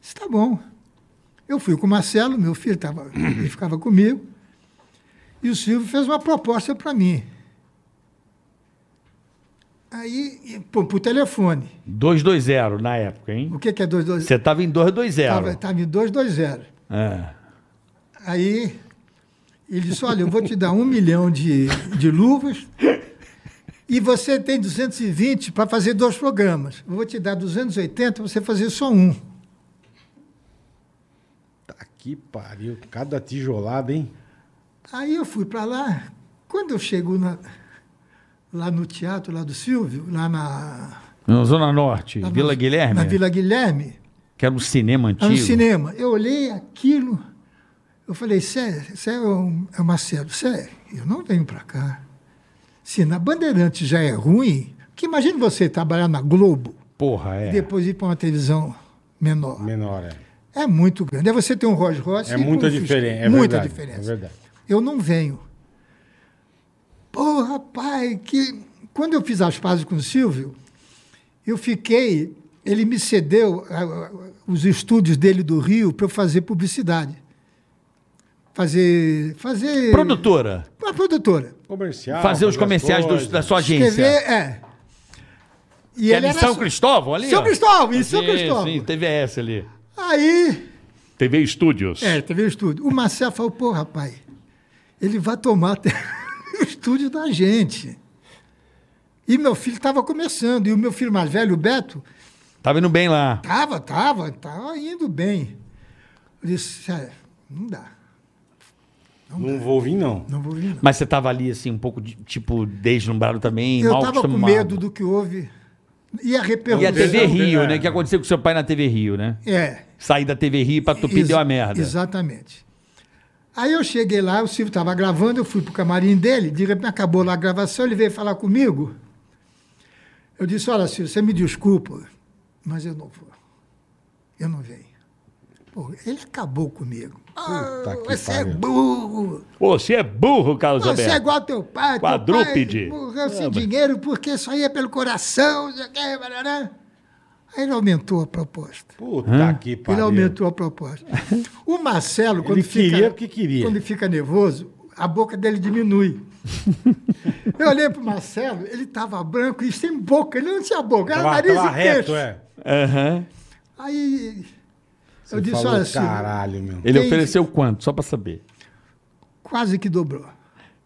E: Disse, tá bom. Eu fui com o Marcelo, meu filho
D: [CLEARS THROAT]
E: tava, ele ficava comigo. E o Silvio fez uma proposta para mim. Aí, e, pô, por telefone.
F: 220 na época, hein?
E: O que, que é 220?
D: Você tava em 220.
E: Estava em 220.
D: É.
E: Aí ele disse: Olha, eu vou te dar um milhão de, de luvas e você tem 220 para fazer dois programas. Eu vou te dar 280 para você fazer só um.
C: Tá que pariu. Cada tijolada, hein?
E: Aí eu fui para lá. Quando eu chego na- lá no teatro, lá do Silvio, lá na.
D: Na Zona Norte,
E: lá na-
D: Vila Guilherme.
E: Na Vila Guilherme,
D: Que era um cinema
E: lá
D: antigo.
E: no cinema. Eu olhei aquilo, eu falei, sério, sério, é Marcelo, sério, eu não venho para cá. Se na Bandeirante já é ruim, que imagina você trabalhar na Globo
D: Porra, é.
E: e depois ir para uma televisão menor.
C: Menor, é.
E: É muito grande. É você ter um Rolls Royce.
C: É
E: e
C: muita
E: um Fusca.
C: diferença. É
E: muita
C: verdade,
E: diferença.
C: É verdade.
E: Eu não venho. Porra, pai, que. Quando eu fiz as pazes com o Silvio, eu fiquei. Ele me cedeu ah, ah, os estúdios dele do Rio para eu fazer publicidade. Fazer. Fazer.
D: Produtora.
E: Uma produtora.
C: Comercial.
D: fazer os
C: Ah, as
D: comerciais do-
C: coisas.
D: da sua agência.
E: Escrever, é. E
D: Que era em São
E: so-
D: Cristóvão ali?
E: São
D: ó.
E: Cristóvão, em São
D: Sim,
E: Cristóvão.
D: Sim, teve essa ali.
E: Aí.
F: TV Studios.
E: É, teve o estúdio. O Marcelo falou, pô, rapaz, ele vai tomar até [LAUGHS] o estúdio da gente. E meu filho estava começando, e o meu filho mais velho, o Beto,
D: Tava indo bem lá.
E: tava, tava, tava indo bem. Eu disse, "Sério, não dá,
C: Não vou vir, não.
E: não vou vir não.
D: Mas você tava ali, assim, um pouco, de, tipo, deslumbrado também,
E: Eu
D: mal
E: estava com
D: acostumado.
E: medo do que houve. É. E a
D: E a
E: repercussão...
D: TV
C: Não, é. não,
D: Rio,
C: não.
D: né? O que aconteceu com seu pai na TV Rio, né?
E: É,
D: Sair da TV Rio pra Tupi deu a
E: Exa-
D: merda.
E: Exatamente. Aí eu cheguei lá, o Silvio estava gravando, eu fui pro camarim dele, de repente acabou lá a gravação, ele veio falar comigo. Eu disse, olha, Silvio, você me desculpa, mas eu não vou. Eu não venho. Pô, ele acabou comigo. Ah,
C: Puta que
E: você é
C: pariu.
E: burro.
F: Ô, Você é burro, Carlos
E: Você é
F: Alberto.
E: igual teu pai. teu
F: Quadrúpede.
E: pai Morreu sem dinheiro porque só ia pelo coração. não sei o quê, barará. Aí ele aumentou a proposta.
C: Puta que pariu.
E: Ele aumentou a proposta. O Marcelo,
C: [LAUGHS]
E: quando
C: Ele
E: fica,
C: queria porque queria.
E: Quando fica nervoso, a boca
C: [LAUGHS]
E: dele diminui. Eu olhei pro Marcelo, ele tava branco e sem boca, ele não tinha boca, era
C: Tava-
E: nariz
C: tava
E: e queixo.
C: tá é.
E: Aí eu
C: Você
E: disse,
C: falou,
E: olha, Silvio,
C: Caralho, meu.
D: Ele
E: Tem-
D: ofereceu quanto? Só pra saber.
E: quase que dobrou.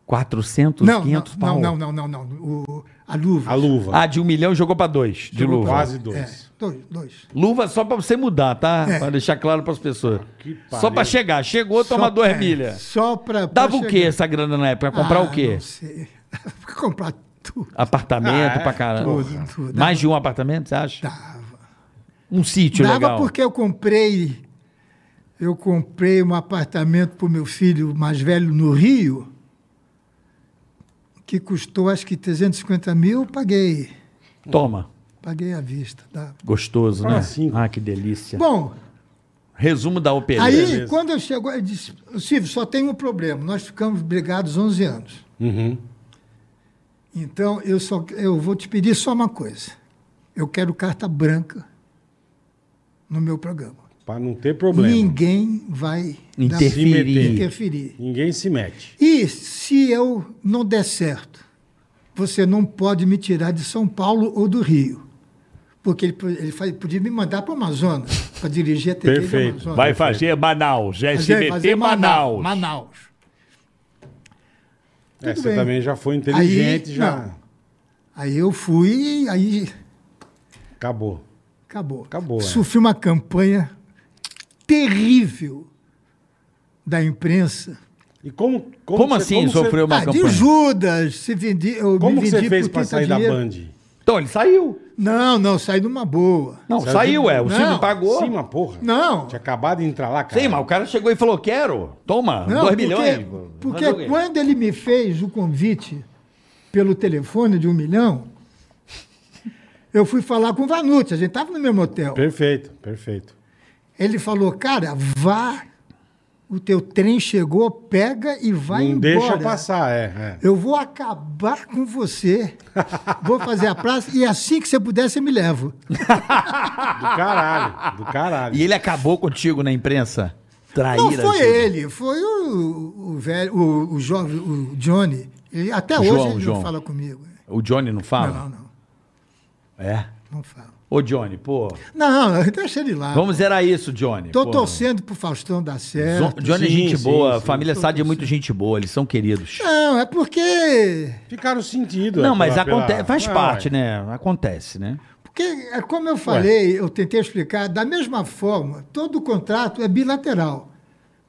D: 400,
E: Não,
D: 500
E: não,
D: pau?
E: não, não, não, não, não. O, a luva.
C: A luva.
D: Ah, de um milhão jogou pra dois, de luva.
C: Quase
E: É,
C: dois.
E: dois, dois.
D: Luva só pra você mudar, tá?
E: É.
D: Pra deixar claro pras pessoas.
C: que
D: Só
C: pariu.
D: pra chegar. Chegou, toma
E: Só-
D: duas
E: é,
D: milhas.
E: Só pra. pra
D: Dava o quê
E: chegar.
D: essa grana na época? Comprar
E: Ah,
D: o quê?
E: Não sei. [LAUGHS] comprar tudo.
D: Apartamento
C: Ah, é?
D: pra caramba.
E: Tudo, tudo.
D: Mais de um apartamento, você acha?
E: Dava.
D: Um sítio
E: Dava
D: legal.
E: porque eu comprei. Eu comprei um apartamento pro meu filho mais velho no Rio, que custou acho que 350 mil, eu paguei.
D: Toma.
E: Paguei à vista. dava.
D: Gostoso, né?
C: Ah, sim.
F: Ah, que delícia.
E: Bom,
D: Resumo da OPL.
E: aí
C: beleza.
E: quando eu chegou, eu disse, Silvio, só tem um problema. Nós ficamos brigados 11 anos.
C: Uhum.
E: Então, eu, só, eu vou te pedir só uma coisa. Eu quero carta branca no meu programa.
C: Pra não ter problema.
E: Ninguém vai dar-
D: Interferir.
E: interferir.
C: Ninguém se mete.
E: E se eu não der certo, você não pode me tirar de São Paulo ou do Rio. Porque ele, po- ele fa- podia me mandar para o Amazonas, para dirigir a TV
C: Perfeito.
E: do Amazonas.
F: Vai fazer Manaus, é
E: Fazer-
F: SBT
E: fazer
F: Manaus.
E: Manaus.
C: É,
E: Tudo
C: você
E: bem.
C: também já foi inteligente,
E: Aí,
C: já.
E: não. Aí eu fui, aí
C: Acabou.
E: Acabou.
C: Acabou, é.
E: Sofri uma campanha terrível da imprensa.
C: E como. Como,
D: Como
C: você-
D: assim
C: como você-
D: sofreu uma
E: ah, de
D: campanha?
E: Judas, se vendi, eu
C: Como
E: me
C: que
E: vendi
C: você fez
E: por
C: pra
E: 30
C: sair
E: dinheiro.
C: da Band?
D: Então, ele saiu.
E: Não, não, saí numa boa.
D: Não,
C: Saiu
D: saiu,
C: de-
D: é. O
E: Não,
D: Silvio pagou.
C: Sim, mas porra.
E: Não,
C: Tinha acabado de entrar lá, cara.
D: Sim, mas o cara chegou e falou, quero. Toma,
E: não,
D: 2
E: porque,
D: milhões.
E: Porque
D: Fazer o quê?
E: quando ele me fez o convite pelo telefone de um milhão, eu fui falar com o Vanucci, a gente estava no mesmo hotel.
C: Perfeito, perfeito.
E: Ele falou, cara, vá, o teu trem chegou, pega e vai
C: não
E: embora.
C: deixa passar, é. é.
E: Eu vou acabar com você. Vou fazer a praça e assim que você puder, você me leva.
D: [LAUGHS]
C: Do caralho, do caralho.
D: E ele acabou contigo na imprensa? Traíra.
E: Não foi
D: Silvio.
E: ele, foi o, o velho, o, o jovem, o Johnny. Ele- até hoje
D: João,
E: ele
D: João.
E: não fala comigo.
D: O Johnny não fala?
E: Não, não,
D: É.
E: não fala.
D: Ô, Johnny, pô.
E: Não, não, deixa ele lá.
D: Vamos zerar isso, Johnny.
E: Tô
D: pô.
E: torcendo pro Faustão dar
D: Zo-
E: certo.
D: Johnny é
C: Sim,
D: gente
C: sim,
D: boa.
C: sim.
D: Família Sad é muito gente boa. Eles são queridos.
E: Não, é porque.
C: Ficaram sentido.
D: Não,
C: é,
D: mas
C: pela-
D: acontece,
C: pela-
D: faz
C: Ah,
D: parte, né? Acontece, né?
E: Porque, é como eu falei, eu tentei explicar, da mesma forma, todo contrato é bilateral.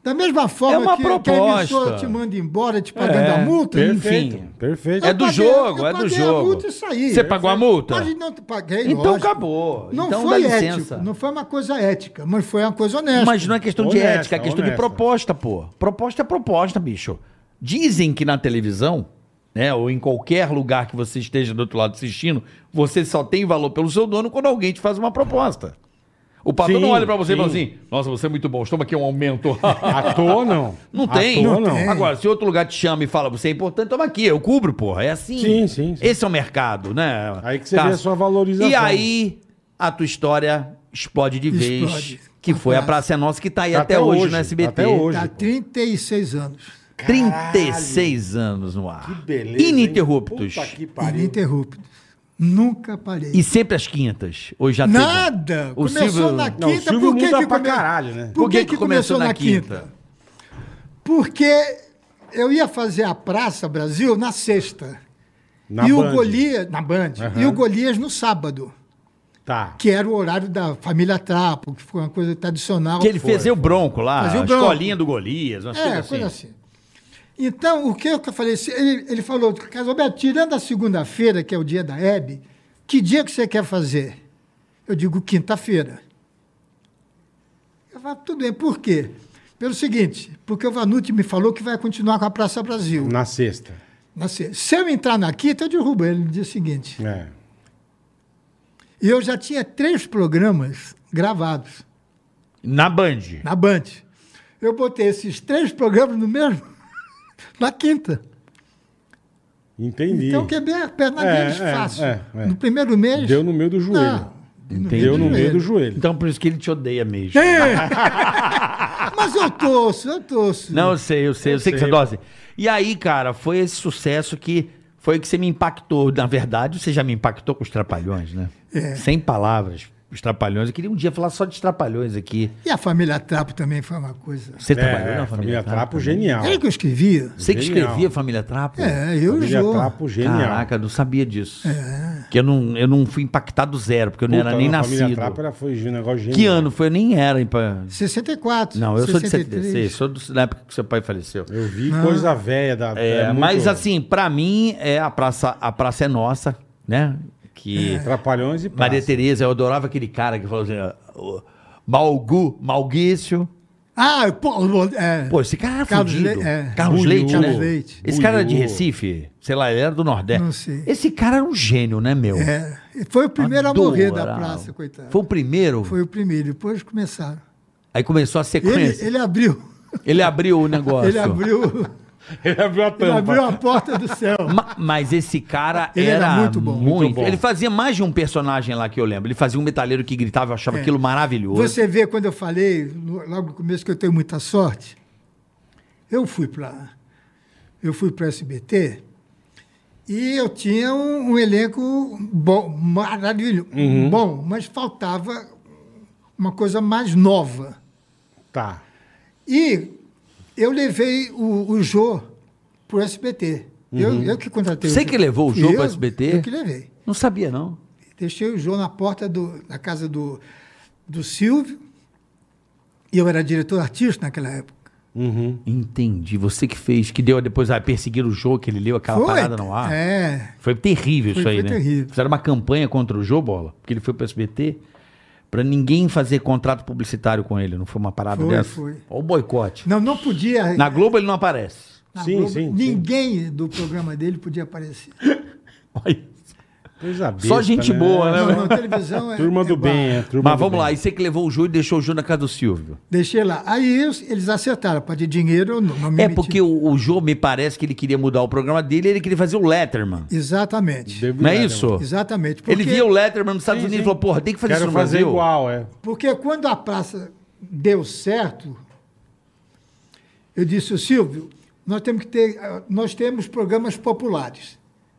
E: Da mesma forma
D: É uma
E: que, que a
D: proposta. É,
E: emissora te manda embora, te pagando a multa,
C: Perfeito,
D: Enfim.
C: perfeito.
D: É do
E: paguei-
D: jogo,
E: eu
D: é do
E: paguei A
D: jogo.
E: multa e saí.
D: Você pagou a multa?
E: é- Mas não paguei,
D: Então
E: lógico.
D: acabou.
E: Não
D: Então
E: foi
D: dá
E: ético,
D: licença.
E: não foi uma coisa ética, mas foi uma coisa honesta.
D: Mas não é questão de
C: Honesta,
D: ética, é questão de
C: honesta.
D: proposta, pô. Proposta é proposta, bicho. Dizem que na televisão, né, ou em qualquer lugar que você esteja do outro lado assistindo, você só tem valor pelo seu dono quando alguém te faz uma proposta. O patrão
C: Sim,
D: não olha pra você e
C: sim.
D: fala assim: nossa, você é muito bom, toma aqui um
F: [LAUGHS]
D: aumento.
C: À toa, não.
D: Não tem.
C: À toa,
D: Não
C: não.
D: tem. Agora, se outro lugar te chama e fala, você é importante, toma aqui, eu cubro, porra. É assim.
C: Sim, sim, sim.
D: Esse é o mercado, né?
C: Aí que você vê a sua valorização.
D: E aí, a tua história explode de vez.
E: Explode.
D: Que foi a
E: Praça.
D: Praça é Nossa, que tá aí
C: Tá
D: até,
C: até
D: hoje,
C: hoje,
D: no SBT.
C: tá até hoje.
E: Há 36 anos,
D: 36 anos no ar. Ininterruptos.
C: Puta que pariu.
E: ininterrupto. Nunca parei.
D: E sempre às quintas. Ou já teve?
E: Nada!
D: é O
E: começou
D: Silvio-
E: na
C: Não, o
E: quinta,
C: Silvio
E: por que
C: muda
E: que
C: pra
E: come-
C: caralho, né?
E: Por que, que, começou, na quinta? Porque eu ia fazer a Praça Brasil na sexta.
C: Na
E: e o
C: Band.
E: Golias, na Band, e o Golias no sábado,
C: Tá.
E: que era o horário da família Trapo, que foi uma coisa tradicional.
D: Que ele
E: Foi.
D: fez o Bronco lá,
E: Fazia o
D: a
E: Bronco.
D: escolinha do Golias, umas
E: É,
D: coisas assim.
E: coisa assim. Então, o que eu falei? assim, Ele, ele falou, Casalberto, tirando a segunda-feira, que é o dia da Hebe, que dia que você quer fazer? Eu digo quinta-feira. Eu falo, tudo bem, por quê? Pelo seguinte, porque o Vanucci me falou que vai continuar com a Praça Brasil.
C: Na sexta.
E: Na se- Se eu entrar na quinta, eu derrubo ele no dia seguinte.
C: É.
E: E eu já tinha três programas gravados
D: Na Band.
E: na Band. Eu botei esses três programas no mesmo, [LAUGHS] na quinta.
C: Entendi.
E: Então quebrei a perna
C: É,
E: deles
C: é,
E: fácil.
C: é, é.
E: No primeiro mês.
C: Deu no meio do joelho.
E: Não,
C: Deu no meio do joelho.
D: Então por isso que ele te odeia mesmo.
E: Mas eu torço, eu torço.
D: Não, eu sei, eu sei, eu, sei, que
C: sei.
D: você dose. E aí, cara, foi esse sucesso que foi o que você me impactou. Na verdade, você já me impactou com os trapalhões, né?
C: É.
D: Sem palavras, os trapalhões. Eu queria um dia falar só de trapalhões aqui.
E: E a família Trapo também foi uma coisa.
D: Você trabalhou
C: É,
D: na família, tá?
C: família
D: Trapo?
C: Trapo,
D: também?
C: genial.
E: Era que eu escrevia?
D: Você que
C: Genial.
D: escrevia Família Trapo?
E: É, eu
C: Família
E: juro.
C: Trapo, genial. É.
D: Caraca, eu não sabia disso. Que eu não, eu não fui impactado zero, porque eu não
C: Puta,
D: era nem
C: na
D: nascido.
C: Família Trapo era, foi um negócio genial.
D: Que ano foi? Eu nem era. hein, pá.
E: 64.
D: Não, eu sou de 76,
E: 63.
D: sou do- da época que seu pai faleceu.
C: Eu vi coisa velha da...
D: É,
C: muito-
D: mas assim, pra mim, é a praça, a praça é nossa, né?
E: É,
D: Que
C: Trapalhões e
D: Maria
C: Praça.
D: Tereza, eu adorava aquele cara que falou assim, ó, o Malgu, Malguício.
E: Ah, pô, é,
D: Pô, esse cara era
E: Carlos
D: fudido.
E: Le- é.
D: Carlos
C: Bulhu.
D: Leite, né?
E: Carlos Leite.
D: Esse cara era de
C: Bulhu.
D: Recife, sei lá, ele era do Nordeste.
E: Não sei.
D: Esse cara era um gênio, né, meu?
E: é. Foi o primeiro a morrer da
D: Adorava.
E: praça, coitado.
D: Foi o primeiro?
E: Foi o primeiro, depois começaram.
D: Aí começou a sequência. Ele,
E: Ele, ele abriu.
D: abriu o negócio.
E: [LAUGHS] Ele abriu,
C: [LAUGHS] Ele abriu a
E: ele
C: tampa.
E: abriu a porta do céu.
D: [LAUGHS] Ma- mas esse cara
E: Ele
D: era,
E: era muito bom.
D: muito
C: Muito bom.
D: Ele fazia mais de um personagem lá que eu lembro. Ele fazia um metalheiro que gritava, eu achava aquilo maravilhoso.
E: É. Você vê quando eu falei, no- logo no começo, que eu tenho muita sorte. Eu fui para eu fui para SBT e eu tinha um, um elenco bom, maravilhoso,
D: Uhum.
E: bom, mas faltava uma coisa mais nova.
C: Tá.
E: E eu levei o, o Jô para o SBT. Eu, eu que contratei
D: Uhum. Você
E: Jô.
D: que levou o Jô
E: Eu-
D: pro SBT?
E: Eu que levei.
D: Não sabia, não.
E: Deixei o João na porta do- da casa do, do Silvio. E eu era diretor artístico naquela época.
D: Entendi. Você que fez, que deu depois a perseguir o jogo que ele leu aquela parada no ar.
E: É.
D: Foi terrível isso
E: Foi-
D: aí,
E: foi
D: né?
E: terrível.
D: Fizeram uma campanha contra o Jô Bola, porque ele foi pro SBT, pra ninguém fazer contrato publicitário com ele. Não foi uma parada
E: Foi,
D: dessa?
E: foi.
D: Olha o boicote.
E: Não, não podia.
D: Na Globo ele não aparece.
E: na
C: Sim, sim, sim.
E: Ninguém do programa dele podia aparecer.
D: Olha.
C: Coisa
D: Só
C: besta,
D: gente boa, né?
E: Não, não, televisão é.
C: Turma
E: é
C: do
E: barra.
C: bem, é. Turma
D: Mas
C: do
D: vamos
C: bem.
D: lá, e você que levou o Jô e deixou o Jô na casa do Silvio.
E: Deixei lá. Aí eu- eles acertaram. Para de dinheiro, eu não, não me
D: É
E: meti.
D: porque o, o Jô me parece que ele queria mudar o programa dele, ele queria fazer o Letterman.
E: Exatamente.
C: David
D: Não é
C: Letterman.
D: isso?
E: Exatamente. Porque,
D: Ele via o Letterman nos Estados
C: Sim,
D: Unidos
C: sim.
D: e falou, porra, tem que fazer
C: Quero
D: isso no
C: fazer
D: Brasil.
C: igual, é.
E: porque quando a praça deu certo, eu disse, "Ô, Silvio, nós temos que ter. ah, Nós temos programas populares.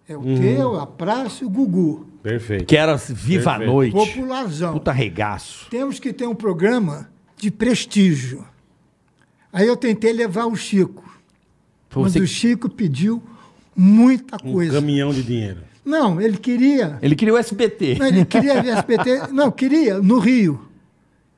E: É o
D: Uhum.
E: teu, a praça e o Gugu.
C: Perfeito.
D: Que era Viva a
C: Perfeito.
D: Noite.
E: Popularzão.
D: Puta regaço.
E: Temos que ter um programa de prestígio. Aí eu tentei levar o Chico.
D: Pô,
E: mas
D: você-
E: o Chico pediu muita
C: Um
E: coisa.
C: caminhão de dinheiro.
E: Não, ele queria.
D: Ele queria o SBT.
E: Não, ele queria ver SBT. Não, queria, no Rio.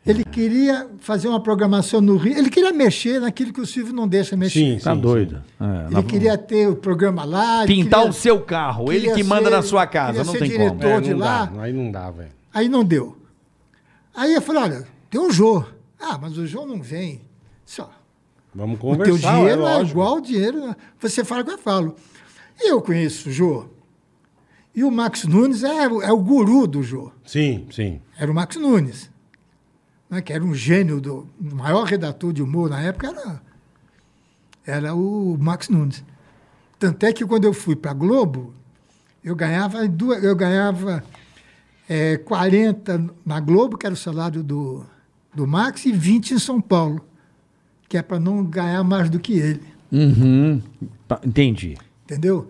E: Ele queria fazer uma programação no Rio. Ele queria mexer naquilo que o Silvio não deixa mexer.
C: Sim,
D: Tá
C: sim,
D: doido. É,
E: Ele
D: na-
E: queria ter o programa lá. ele
D: Pintar
E: queria-
D: o seu carro, ele
E: queria
D: que manda
E: ser-
D: na sua casa,
E: queria
D: não
E: ser
D: tem
E: diretor.
D: como.
C: sim. É,
E: de
C: não
E: lá.
C: Dá, aí não dá, velho.
E: Aí não deu. Aí eu falei, olha, tem o Jô. Ah, mas o Jô não vem. Só.
C: Vamos
E: O teu
C: conversar,
E: dinheiro é,
C: lógico.
E: igual o dinheiro. Você fala o que eu falo. E eu conheço o Jô. E o Max Nunes é, é o guru do Jô.
C: Sim, sim.
E: Era o Max Nunes. né, que era um gênio, do, o maior redator de humor na época era, era o Max Nunes. Tanto é que quando eu fui para Globo, eu ganhava, em duas- eu ganhava eh, 40 na Globo, que era o salário do, do Max, e 20 em São Paulo, que é para não ganhar mais do que ele.
D: Uhum. Tá, Entendi.
E: Entendeu?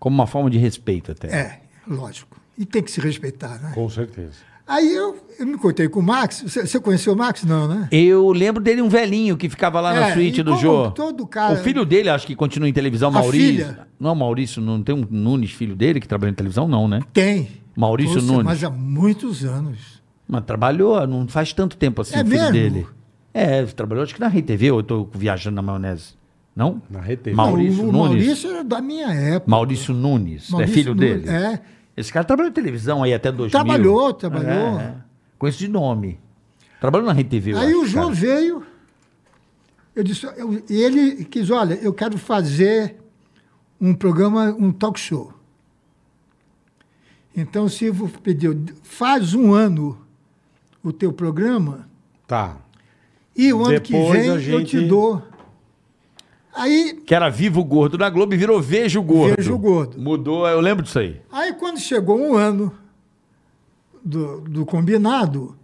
D: Como uma forma de respeito até.
E: É, lógico. E tem que se respeitar, né?
C: Com certeza.
E: Aí eu, eu me contei com o Max. Você você conheceu o Max? Não, né?
D: Eu lembro dele um velhinho que ficava lá na
E: É,
D: suíte
E: e
D: do
E: como
D: Jô.
E: todo cara-
D: O filho dele, acho que continua em televisão,
E: A
D: Maurício.
E: filha.
D: Não, Maurício, não tem um Nunes, filho dele, que trabalha em televisão, não, né?
E: Tem.
D: Maurício Nunes.
E: Mas há muitos anos.
D: Mas trabalhou, não faz tanto tempo assim
E: É
D: o filho
E: mesmo?
D: dele. É, trabalhou acho que na RTV, ou eu tô viajando na maionese. Não?
C: Na RTV.
D: Maurício
E: Não, o
D: Nunes.
E: Maurício era da minha época.
D: Maurício Nunes,
E: Maurício
D: é filho
E: Nunes,
D: dele.
E: É.
D: Esse cara trabalhou em televisão aí até 2000.
E: Trabalhou, trabalhou.
D: É, Conheço de nome. Trabalhou na RTV. eu
E: Aí
D: acho,
E: o João
D: cara.
E: veio. Eu disse, eu- e ele quis, olha, eu quero fazer um programa, um talk show. Então o Silvio pediu, faz um ano o teu programa
C: Tá.
E: e o ano que
C: Depois
E: vem
C: a
E: eu
C: gente-
E: te dou. Aí,
D: Que era Vivo Gordo na Globo e virou Vejo Gordo.
E: Vejo Gordo.
D: Mudou, eu lembro disso aí.
E: aí quando chegou um ano do, do combinado,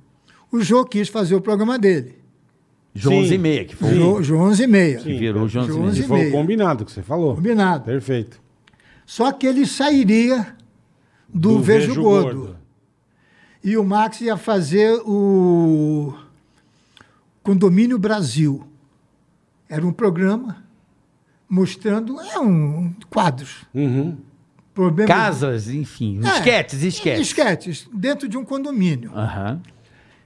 E: o Jô quis fazer o programa dele.
D: João
C: Sim.
D: 11 e meia, que foi
C: Sim.
E: Jo- João 11 e meia.
D: que virou João 11 e meia.
E: Onze
C: E
E: e
C: foi o
E: meia.
C: combinado que você falou.
E: Combinado.
C: Perfeito.
E: Só que ele sairia do, Vejo, Gordo. E o Max ia fazer o Condomínio Brasil. Era um programa mostrando é um, quadros.
C: Uhum.
E: Problema
D: Casas, enfim,
E: É,
D: esquetes, esquetes.
E: Esquetes, dentro de um condomínio.
D: Aham.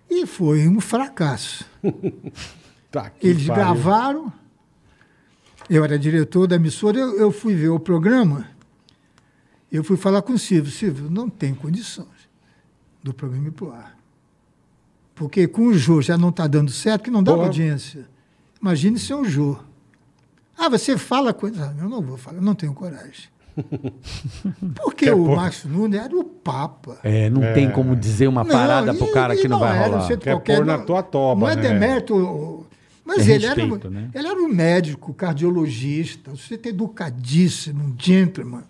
E: E foi um fracasso.
C: Tá, que
E: Eles
C: pariu.
E: gravaram. Eu era diretor da emissora, eu, eu fui ver o programa. Eu fui falar com o Silvio. Silvio, não tem condições do programa ir para ar. Porque com o Jô já não está dando certo, que não dá
C: Porra.
E: audiência. Imagine sem o Jô. Ah, você fala coisa. Ah, eu não vou falar, eu não
C: [LAUGHS]
E: tenho coragem. Porque o Márcio Nunes era o Papa.
D: É, não tem como dizer uma
E: Não,
D: parada
E: e-
D: pro cara
E: e
D: que não, vai
E: era
D: rolar.
E: um centro
C: Quer É pôr na
E: não-
C: tua toba,
E: Não é
C: né?
E: demérito. o- Mas
D: É
E: ele,
D: respeito,
E: era,
D: né?
E: ele era um médico, cardiologista, um sujeito educadíssimo, um gentleman.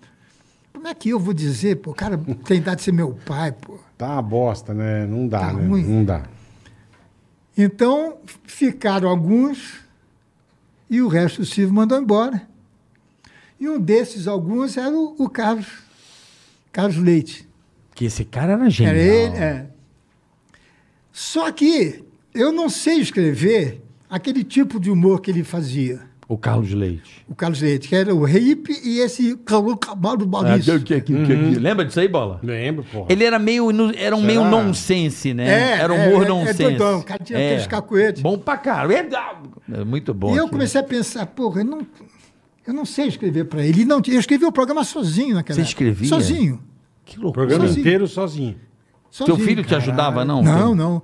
E: Como é que eu vou dizer, pô, o cara tem idade de ser meu pai, pô?
C: Tá uma bosta, né? Não dá,
E: Tá
C: né?
E: ruim.
C: Não dá.
E: Então, f- ficaram alguns e o resto o Silvio mandou embora. E um desses alguns era o, o Carlos, Carlos Leite.
D: Que esse cara era genial.
E: Era ele, é. Só que eu não sei escrever aquele tipo de humor que ele fazia,
D: O Carlos Leite.
E: o Carlos Leite, que era o hip e esse calor cabal do Maurício.
D: Ah, é Lembra disso aí, Bola?
C: Lembro, porra.
D: Uhum. Ele era meio, inu- era um meio nonsense, né?
E: É,
D: era um
E: é,
D: humor
E: é, é
D: nonsense. É.
E: doidão, o cara tinha aqueles cacuetes.
D: Bom pra caralho. É, é muito bom.
E: e eu
D: aquilo.
E: comecei a pensar, porra, eu não, eu não sei escrever para ele. E Não, eu escrevi o programa sozinho naquela
D: Você
E: época.
D: escrevia?
E: Sozinho.
D: Que
C: O
D: loucura.
C: programa
E: Sozinho.
C: inteiro sozinho.
E: sozinho,
D: filho te ajudava, não?
E: Não, não.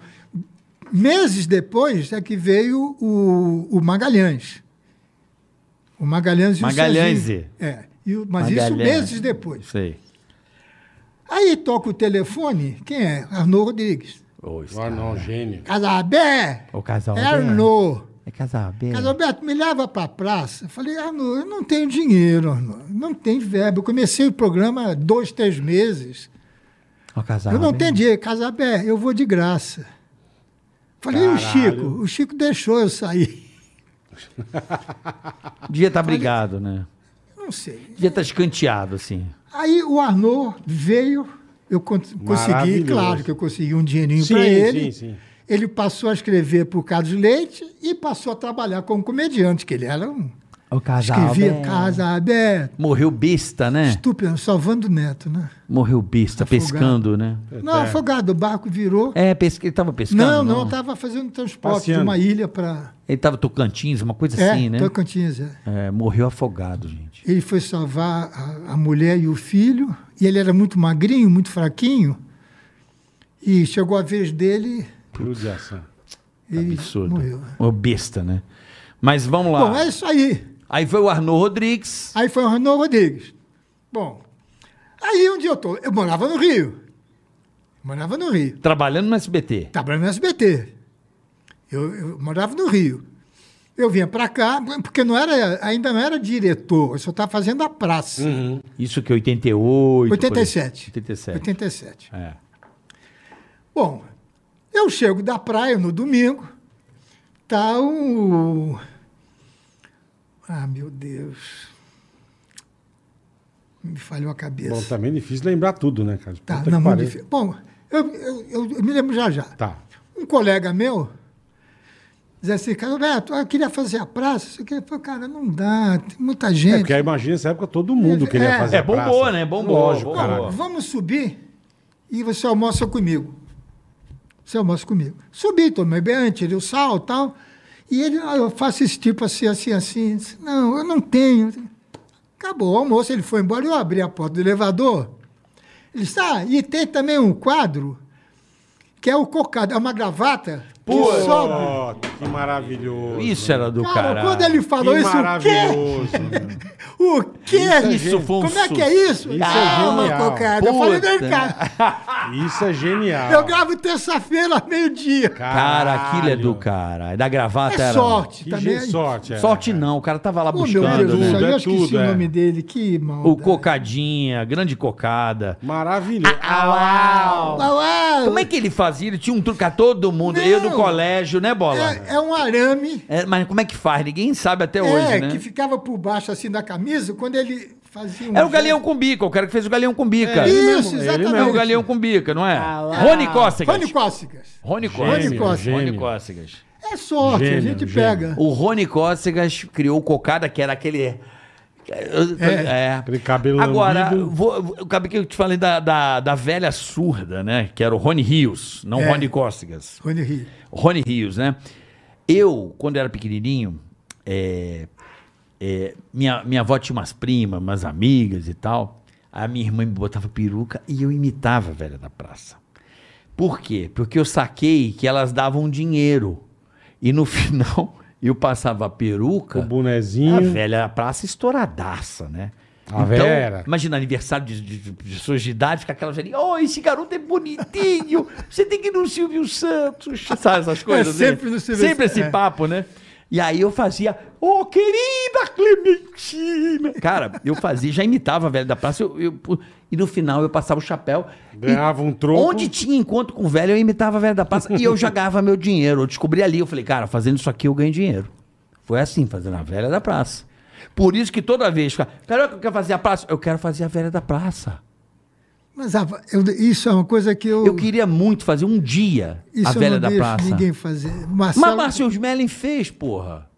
E: Meses depois é que veio o, o Magalhães. O Magalhães e
D: Magalhães.
E: o Serginho. É. E o- mas isso
D: Magalhães.
E: meses depois.
D: Isso aí.
E: Aí toca o telefone, quem é? Arnaud Rodrigues.
D: Ô, esse
C: Ah,
D: cara.
C: não, gênio.
E: Casabé!
D: O
C: Então,
D: casal.
E: É
D: Arno.
E: Arnaud.
D: É casal. bem.
E: Carlos Alberto, me leva para a praça. Eu falei, Arnaud, eu não tenho dinheiro, Arnaud. Não tem verba. Eu comecei o programa há dois, três meses.
D: O
C: Tá
D: casal.
E: eu não
D: bem.
E: tenho dinheiro. Casabé, eu vou de graça. Falei, e o
C: Caralho.
E: Chico? O Chico deixou eu sair. [LAUGHS]
D: Devia estar brigado, né?
E: Não sei.
D: Devia estar escanteado, assim.
E: Aí o Arnaud veio, eu con- consegui,
C: Maravilhoso.
E: claro que eu consegui um dinheirinho
C: Sim,
E: para ele.
C: sim, sim.
E: Ele passou a escrever para o Carlos Leite e passou a trabalhar como comediante, que ele era um.
D: O casal.
E: Escrevia
D: bem.
E: Casa Aberta,
D: Morreu besta, né?
E: estúpido, salvando o neto, né?
D: Morreu besta,
E: Afogado.
D: pescando, né?
E: Não, afogado, o barco virou.
D: É, pesca... ele tava pescando.
E: não, não, tá- estava fazendo transporte
C: Passeando.
E: de uma ilha para.
D: Ele tava Tocantins, uma coisa
E: É,
D: assim, né?
E: Tocantins. é.
D: É, morreu afogado, gente.
E: Ele foi salvar a, a mulher e o filho, e ele era muito magrinho, muito fraquinho. E chegou a vez dele,
F: é.
C: Judiação.
E: ele
D: Absurdo.
E: morreu.
D: Ô, besta, né? Mas vamos lá.
E: Bom, é isso aí.
D: Aí foi o Arnaud Rodrigues.
E: Aí foi o Arnaldo Rodrigues. Bom, aí um dia eu tô. Eu morava no Rio. Morava no Rio.
D: Trabalhando no SBT.
E: trabalhando no SBT. Eu, eu morava no Rio. Eu vinha para cá, porque não era, ainda não era diretor, eu só estava fazendo a praça.
D: Isso que 88. por aí.
E: 87.
D: 87.
E: 87.
D: É.
E: Bom, eu chego da praia no domingo, tá o. Ah, meu Deus. Me falhou a cabeça.
C: Bom, também é difícil lembrar tudo, né, cara?
E: tá,
C: Puta
E: não,
C: que
E: muito
C: pariu.
E: difícil. Bom, eu, eu- eu- eu me lembro já já.
C: Tá.
E: Um colega meu dizia assim, cara, Roberto, eu queria fazer a praça. isso aqui. Eu falei, cara, não dá, tem muita
C: É,
E: gente.
C: porque aí imagina essa época todo mundo queria
E: É.
C: fazer
D: É, bombou,
C: praça.
D: né? Bombou,
C: Lógico,
D: bombou.
E: Bom,
C: caralho.
E: vamos subir e você almoça comigo. Você almoça comigo. Subi, tomei bem, tirei o sal e tal. E ele, ah, eu faço esse tipo assim, assim, assim. Eu disse, não, eu não tenho. Acabou o almoço, ele foi embora, eu abri a porta do elevador. Ele disse, ah, e tem também um quadro, que é o cocado, é uma gravata que sobe.
C: Ó, que maravilhoso.
D: Isso era do
E: Cara,
D: caralho.
E: quando ele falou
C: que
E: isso, o quê?
C: maravilhoso. né?
E: O quê?
D: Isso foi um
E: Como é
D: su-
E: que é isso?
C: Isso é
E: Calma,
C: genial.
E: cocada. Eu falei,
D: Puta.
E: vem cá.
C: Isso é genial.
E: Eu gravo terça-feira, meio-dia.
D: Cara, aquilo é
C: Caralho.
D: do cara. Da gravata
E: É
D: era. um-
E: sorte
C: Que
E: também.
C: ge- sorte, é.
D: Sorte não, o cara tava lá
E: Ô, meu
D: buscando,
E: Deus, do
C: tudo,
E: céu,
D: né?
E: eu
C: é
E: esqueci
C: tudo,
E: o
C: é.
E: nome dele. Que maldade.
D: O Cocadinha, grande cocada.
C: Maravilhoso.
D: Ah,
E: Uau, uau.
D: Como é que ele fazia? Ele tinha um truque a todo mundo.
E: Não.
D: Eu do colégio, né, Bola?
E: É, é um arame.
D: É, mas como é que faz? Ninguém sabe até
E: É,
D: hoje, né?
E: que ficava por baixo assim da camisa quando ele fazia um.
D: Era É o
E: jeito-
D: Galeão com Bica, o cara que fez o Galeão com Bica.
C: Ele
E: Isso,
C: mesmo, ele
E: exatamente. Ah,
C: mesmo.
D: É o Galeão com Bica, não é? Rony Cócegas.
E: Rony Cócegas.
D: Rony Cócegas.
C: Gênio,
E: Rony Costa.
D: Rony
C: gênio.
D: Cócegas.
E: É sorte, a
C: Gênio,
E: gente
C: gênio.
E: pega.
D: O Rony Cócegas criou o Cocada, que era aquele. É.
C: Aquele cabelo
D: Agora,
C: lambido.
D: vou, vou- acabei que eu te falei da, da, da velha surda, né? Que era o Rony Rios, não
E: É.
D: Rony Cócegas.
E: Rony Rio.
D: Rony Rios, né? Eu, quando era pequenininho, é, é, minha, minha avó tinha umas primas, umas amigas e tal. A minha irmã me botava peruca e eu imitava a velha da praça. Por quê? Porque eu saquei que elas davam dinheiro. E no [LAUGHS] final, eu passava a peruca.
C: O bonezinho.
D: A velha praça estouradaça, né?
C: A Vera.
D: Imagina aniversário de, de, de pessoas de idade, fica aquela velhinha, oh, esse garoto é bonitinho, você tem que ir no Silvio Santos, [LAUGHS] sabe essas coisas? né?
E: É, sempre no Silvio
D: Sempre
E: Santos,
D: esse
E: é.
D: papo, né? E aí eu fazia, oh, querida Clementina. Cara, eu fazia, já imitava a velha da praça, eu, eu- e no final eu passava o chapéu. e
C: Ganhava um troco.
D: Onde tinha encontro com o velho, eu imitava a velha da praça e eu já ganhava meu dinheiro. Eu descobri ali, eu falei, cara, fazendo isso aqui eu ganho dinheiro. Foi assim, fazendo a velha da praça. Por isso que toda vez, cara, "Carioca, eu quero fazer a praça, eu quero fazer a velha da praça.
E: Mas ah, eu- isso é uma coisa que eu.
D: Eu queria muito fazer um dia
E: isso
D: a
E: eu
D: velha
E: não
D: da
E: deixo
D: praça.
E: ninguém fazer.
D: Mas
E: Marcelo,
D: Márcio Smelling fez, porra.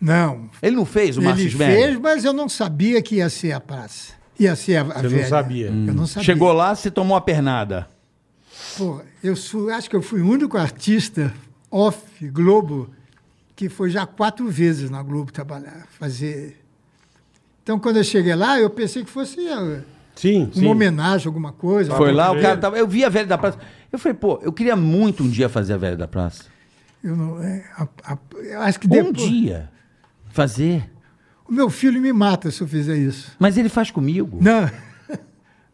E: Não.
D: Ele não fez o Márcio
E: Ele
D: Smelling?
E: fez, mas eu não sabia que ia ser a praça. Ia ser a, a
C: não
E: velha.
C: sabia.
D: Hum.
E: Eu não sabia.
D: Chegou lá, se tomou a pernada.
E: Pô, eu sou- acho que eu fui o único artista off Globo que foi já quatro vezes na Globo trabalhar, fazer. Então, quando eu cheguei lá, eu pensei que fosse ah,
C: Sim, sim.
E: uma homenagem, alguma coisa.
D: Foi lá, o
C: crer.
D: cara tava. Eu vi a velha da praça. Eu falei, pô, eu queria muito um dia fazer a velha da praça.
E: Eu, não, é, a- a- eu acho que
D: Um
E: depois.
D: dia. Fazer.
E: O meu filho me mata se eu fizer isso.
D: Mas ele faz comigo.
E: Não.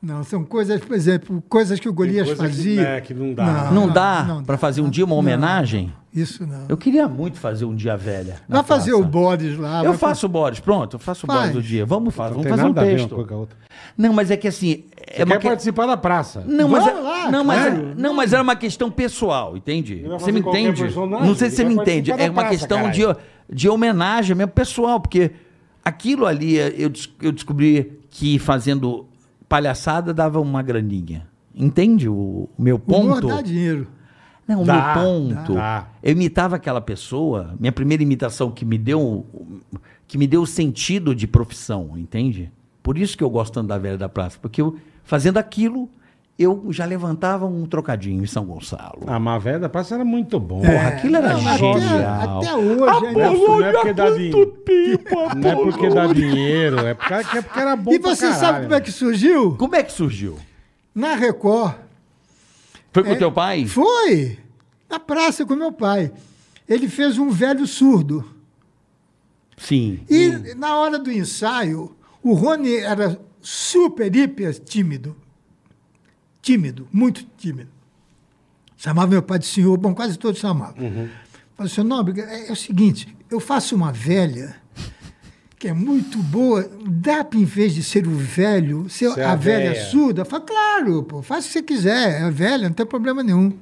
E: Não, são coisas, por exemplo, coisas que o Golias
C: coisa que,
E: fazia.
C: né, que não dá.
D: Não, dá
E: não
D: pra fazer um dia uma
E: Não,
D: homenagem?
E: Isso não.
D: Eu queria muito fazer um dia velha. na
E: Vai fazer
D: praça.
E: o Boris lá.
D: Eu
E: vai
D: faço o Boris, pronto, eu faço o
E: Faz.
D: Boris do dia. Vamos, fa-
C: Não
D: vamos
C: tem
D: fazer um
C: nada a ver uma
D: texto.
C: coisa com a outra.
D: não, mas é que assim. É
C: Você
D: uma
C: quer
D: que-
C: participar da praça.
D: Não, mas,
E: Vamos
D: é-
E: lá,
D: não, mas, é-
E: claro.
D: não, mas era uma questão pessoal, entende?
C: vai
D: Você
C: fazer
D: me
C: qualquer
D: entende?
C: personagem,
D: Não sei se você
C: ele
D: me
C: vai
D: entende.
C: participar
D: É
C: da
D: uma
C: praça,
D: questão de,
C: caralho.
D: de homenagem mesmo pessoal, porque aquilo ali eu, des- eu descobri que fazendo palhaçada dava uma graninha. Entende o, o meu
E: O
D: ponto?
E: humor dá dinheiro.
D: Não, Né, o meu
C: Dá,
D: ponto.
C: dá.
D: Eu imitava aquela pessoa, minha primeira imitação que me deu que me deu o sentido de profissão, entende? Por isso que eu gosto tanto da velha da praça, porque eu fazendo aquilo, eu já levantava um trocadinho em São Gonçalo.
C: Ah, A Mavé da praça era muito bom.
D: Porra, aquilo era
E: Não, mas
D: genial.
E: Até, até hoje. ainda-
C: Não é porque dá dinheiro.
D: tá
C: Não é porque dá dinheiro, é porque, é porque era bom
E: E
C: pra
E: você sabe
C: caralho.
E: como é que surgiu?
D: Como é que surgiu?
E: Na Record.
D: Foi com teu pai?
E: Foi! Na praça com meu pai. Ele fez um velho surdo.
D: Sim.
E: E
C: Hum.
E: na hora do ensaio, o Rony era super, hiper tímido. Tímido, muito tímido. Chamava meu pai de senhor, bom, quase todos chamavam.
C: Uhum.
E: Falei, senhor Nobre, é, é o seguinte, eu faço uma velha que é muito boa, dá para, em vez de ser o velho, ser
C: Ser
E: a,
C: a
E: velha,
C: velha.
E: surda? Fala, claro, pô, faz o que você quiser, é velha, não tem problema nenhum.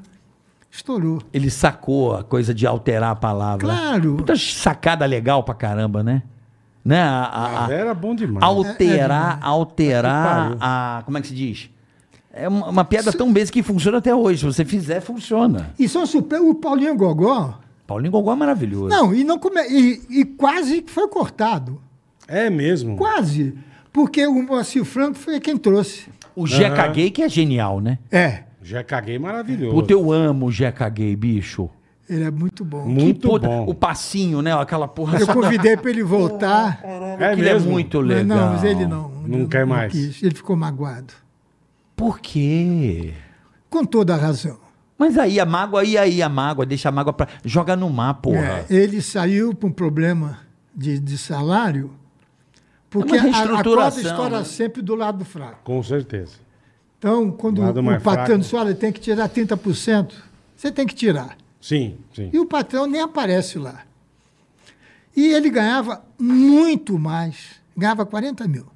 E: Estourou.
D: Ele sacou a coisa de alterar a palavra.
E: Claro.
D: Puta sacada legal pra caramba, né? Né? A- a- a-
C: Mavé era bom demais.
D: alterar, alterar
C: Que pariu.
D: a. Como é que se diz? É uma, uma piada tão basic que funciona até hoje. Se você fizer, funciona.
E: E são super. O Paulinho Gogó.
D: Paulinho Gogó é maravilhoso.
E: Não, e, não come, e, e quase que foi cortado.
C: É mesmo.
E: Quase. Porque o Moacir Franco foi quem trouxe.
D: O Jeca Gay, que é genial, né?
E: É,
C: Já caguei maravilhoso.
D: Puta, eu amo o Jeca Gay, bicho.
E: ele é muito bom.
C: Muito
D: que puta,
C: bom.
D: O passinho, né? Aquela porra.
E: Eu convidei para
D: [LAUGHS]
E: ele voltar,
C: É
D: Aquilo é
C: mesmo.
D: muito legal.
E: mas não, mas ele não.
C: Não quer mais.
E: quis, Ele ficou magoado.
D: Por quê?
E: Com toda a razão.
D: Mas aí a mágoa, e aí a mágoa, deixa a mágoa pra. Joga no mar, porra.
E: É, ele saiu com um problema de, de salário, porque a, a
D: É reestruturação,
E: corda estoura
D: né?
E: sempre do lado fraco.
C: Com certeza.
E: Então, quando
C: Lado
E: o
C: mais
E: patrão
C: fraco.
E: diz, olha, tem que tirar 30%, você tem que tirar.
C: Sim, sim.
E: E o patrão nem aparece lá. E ele ganhava muito mais, ganhava 40 mil,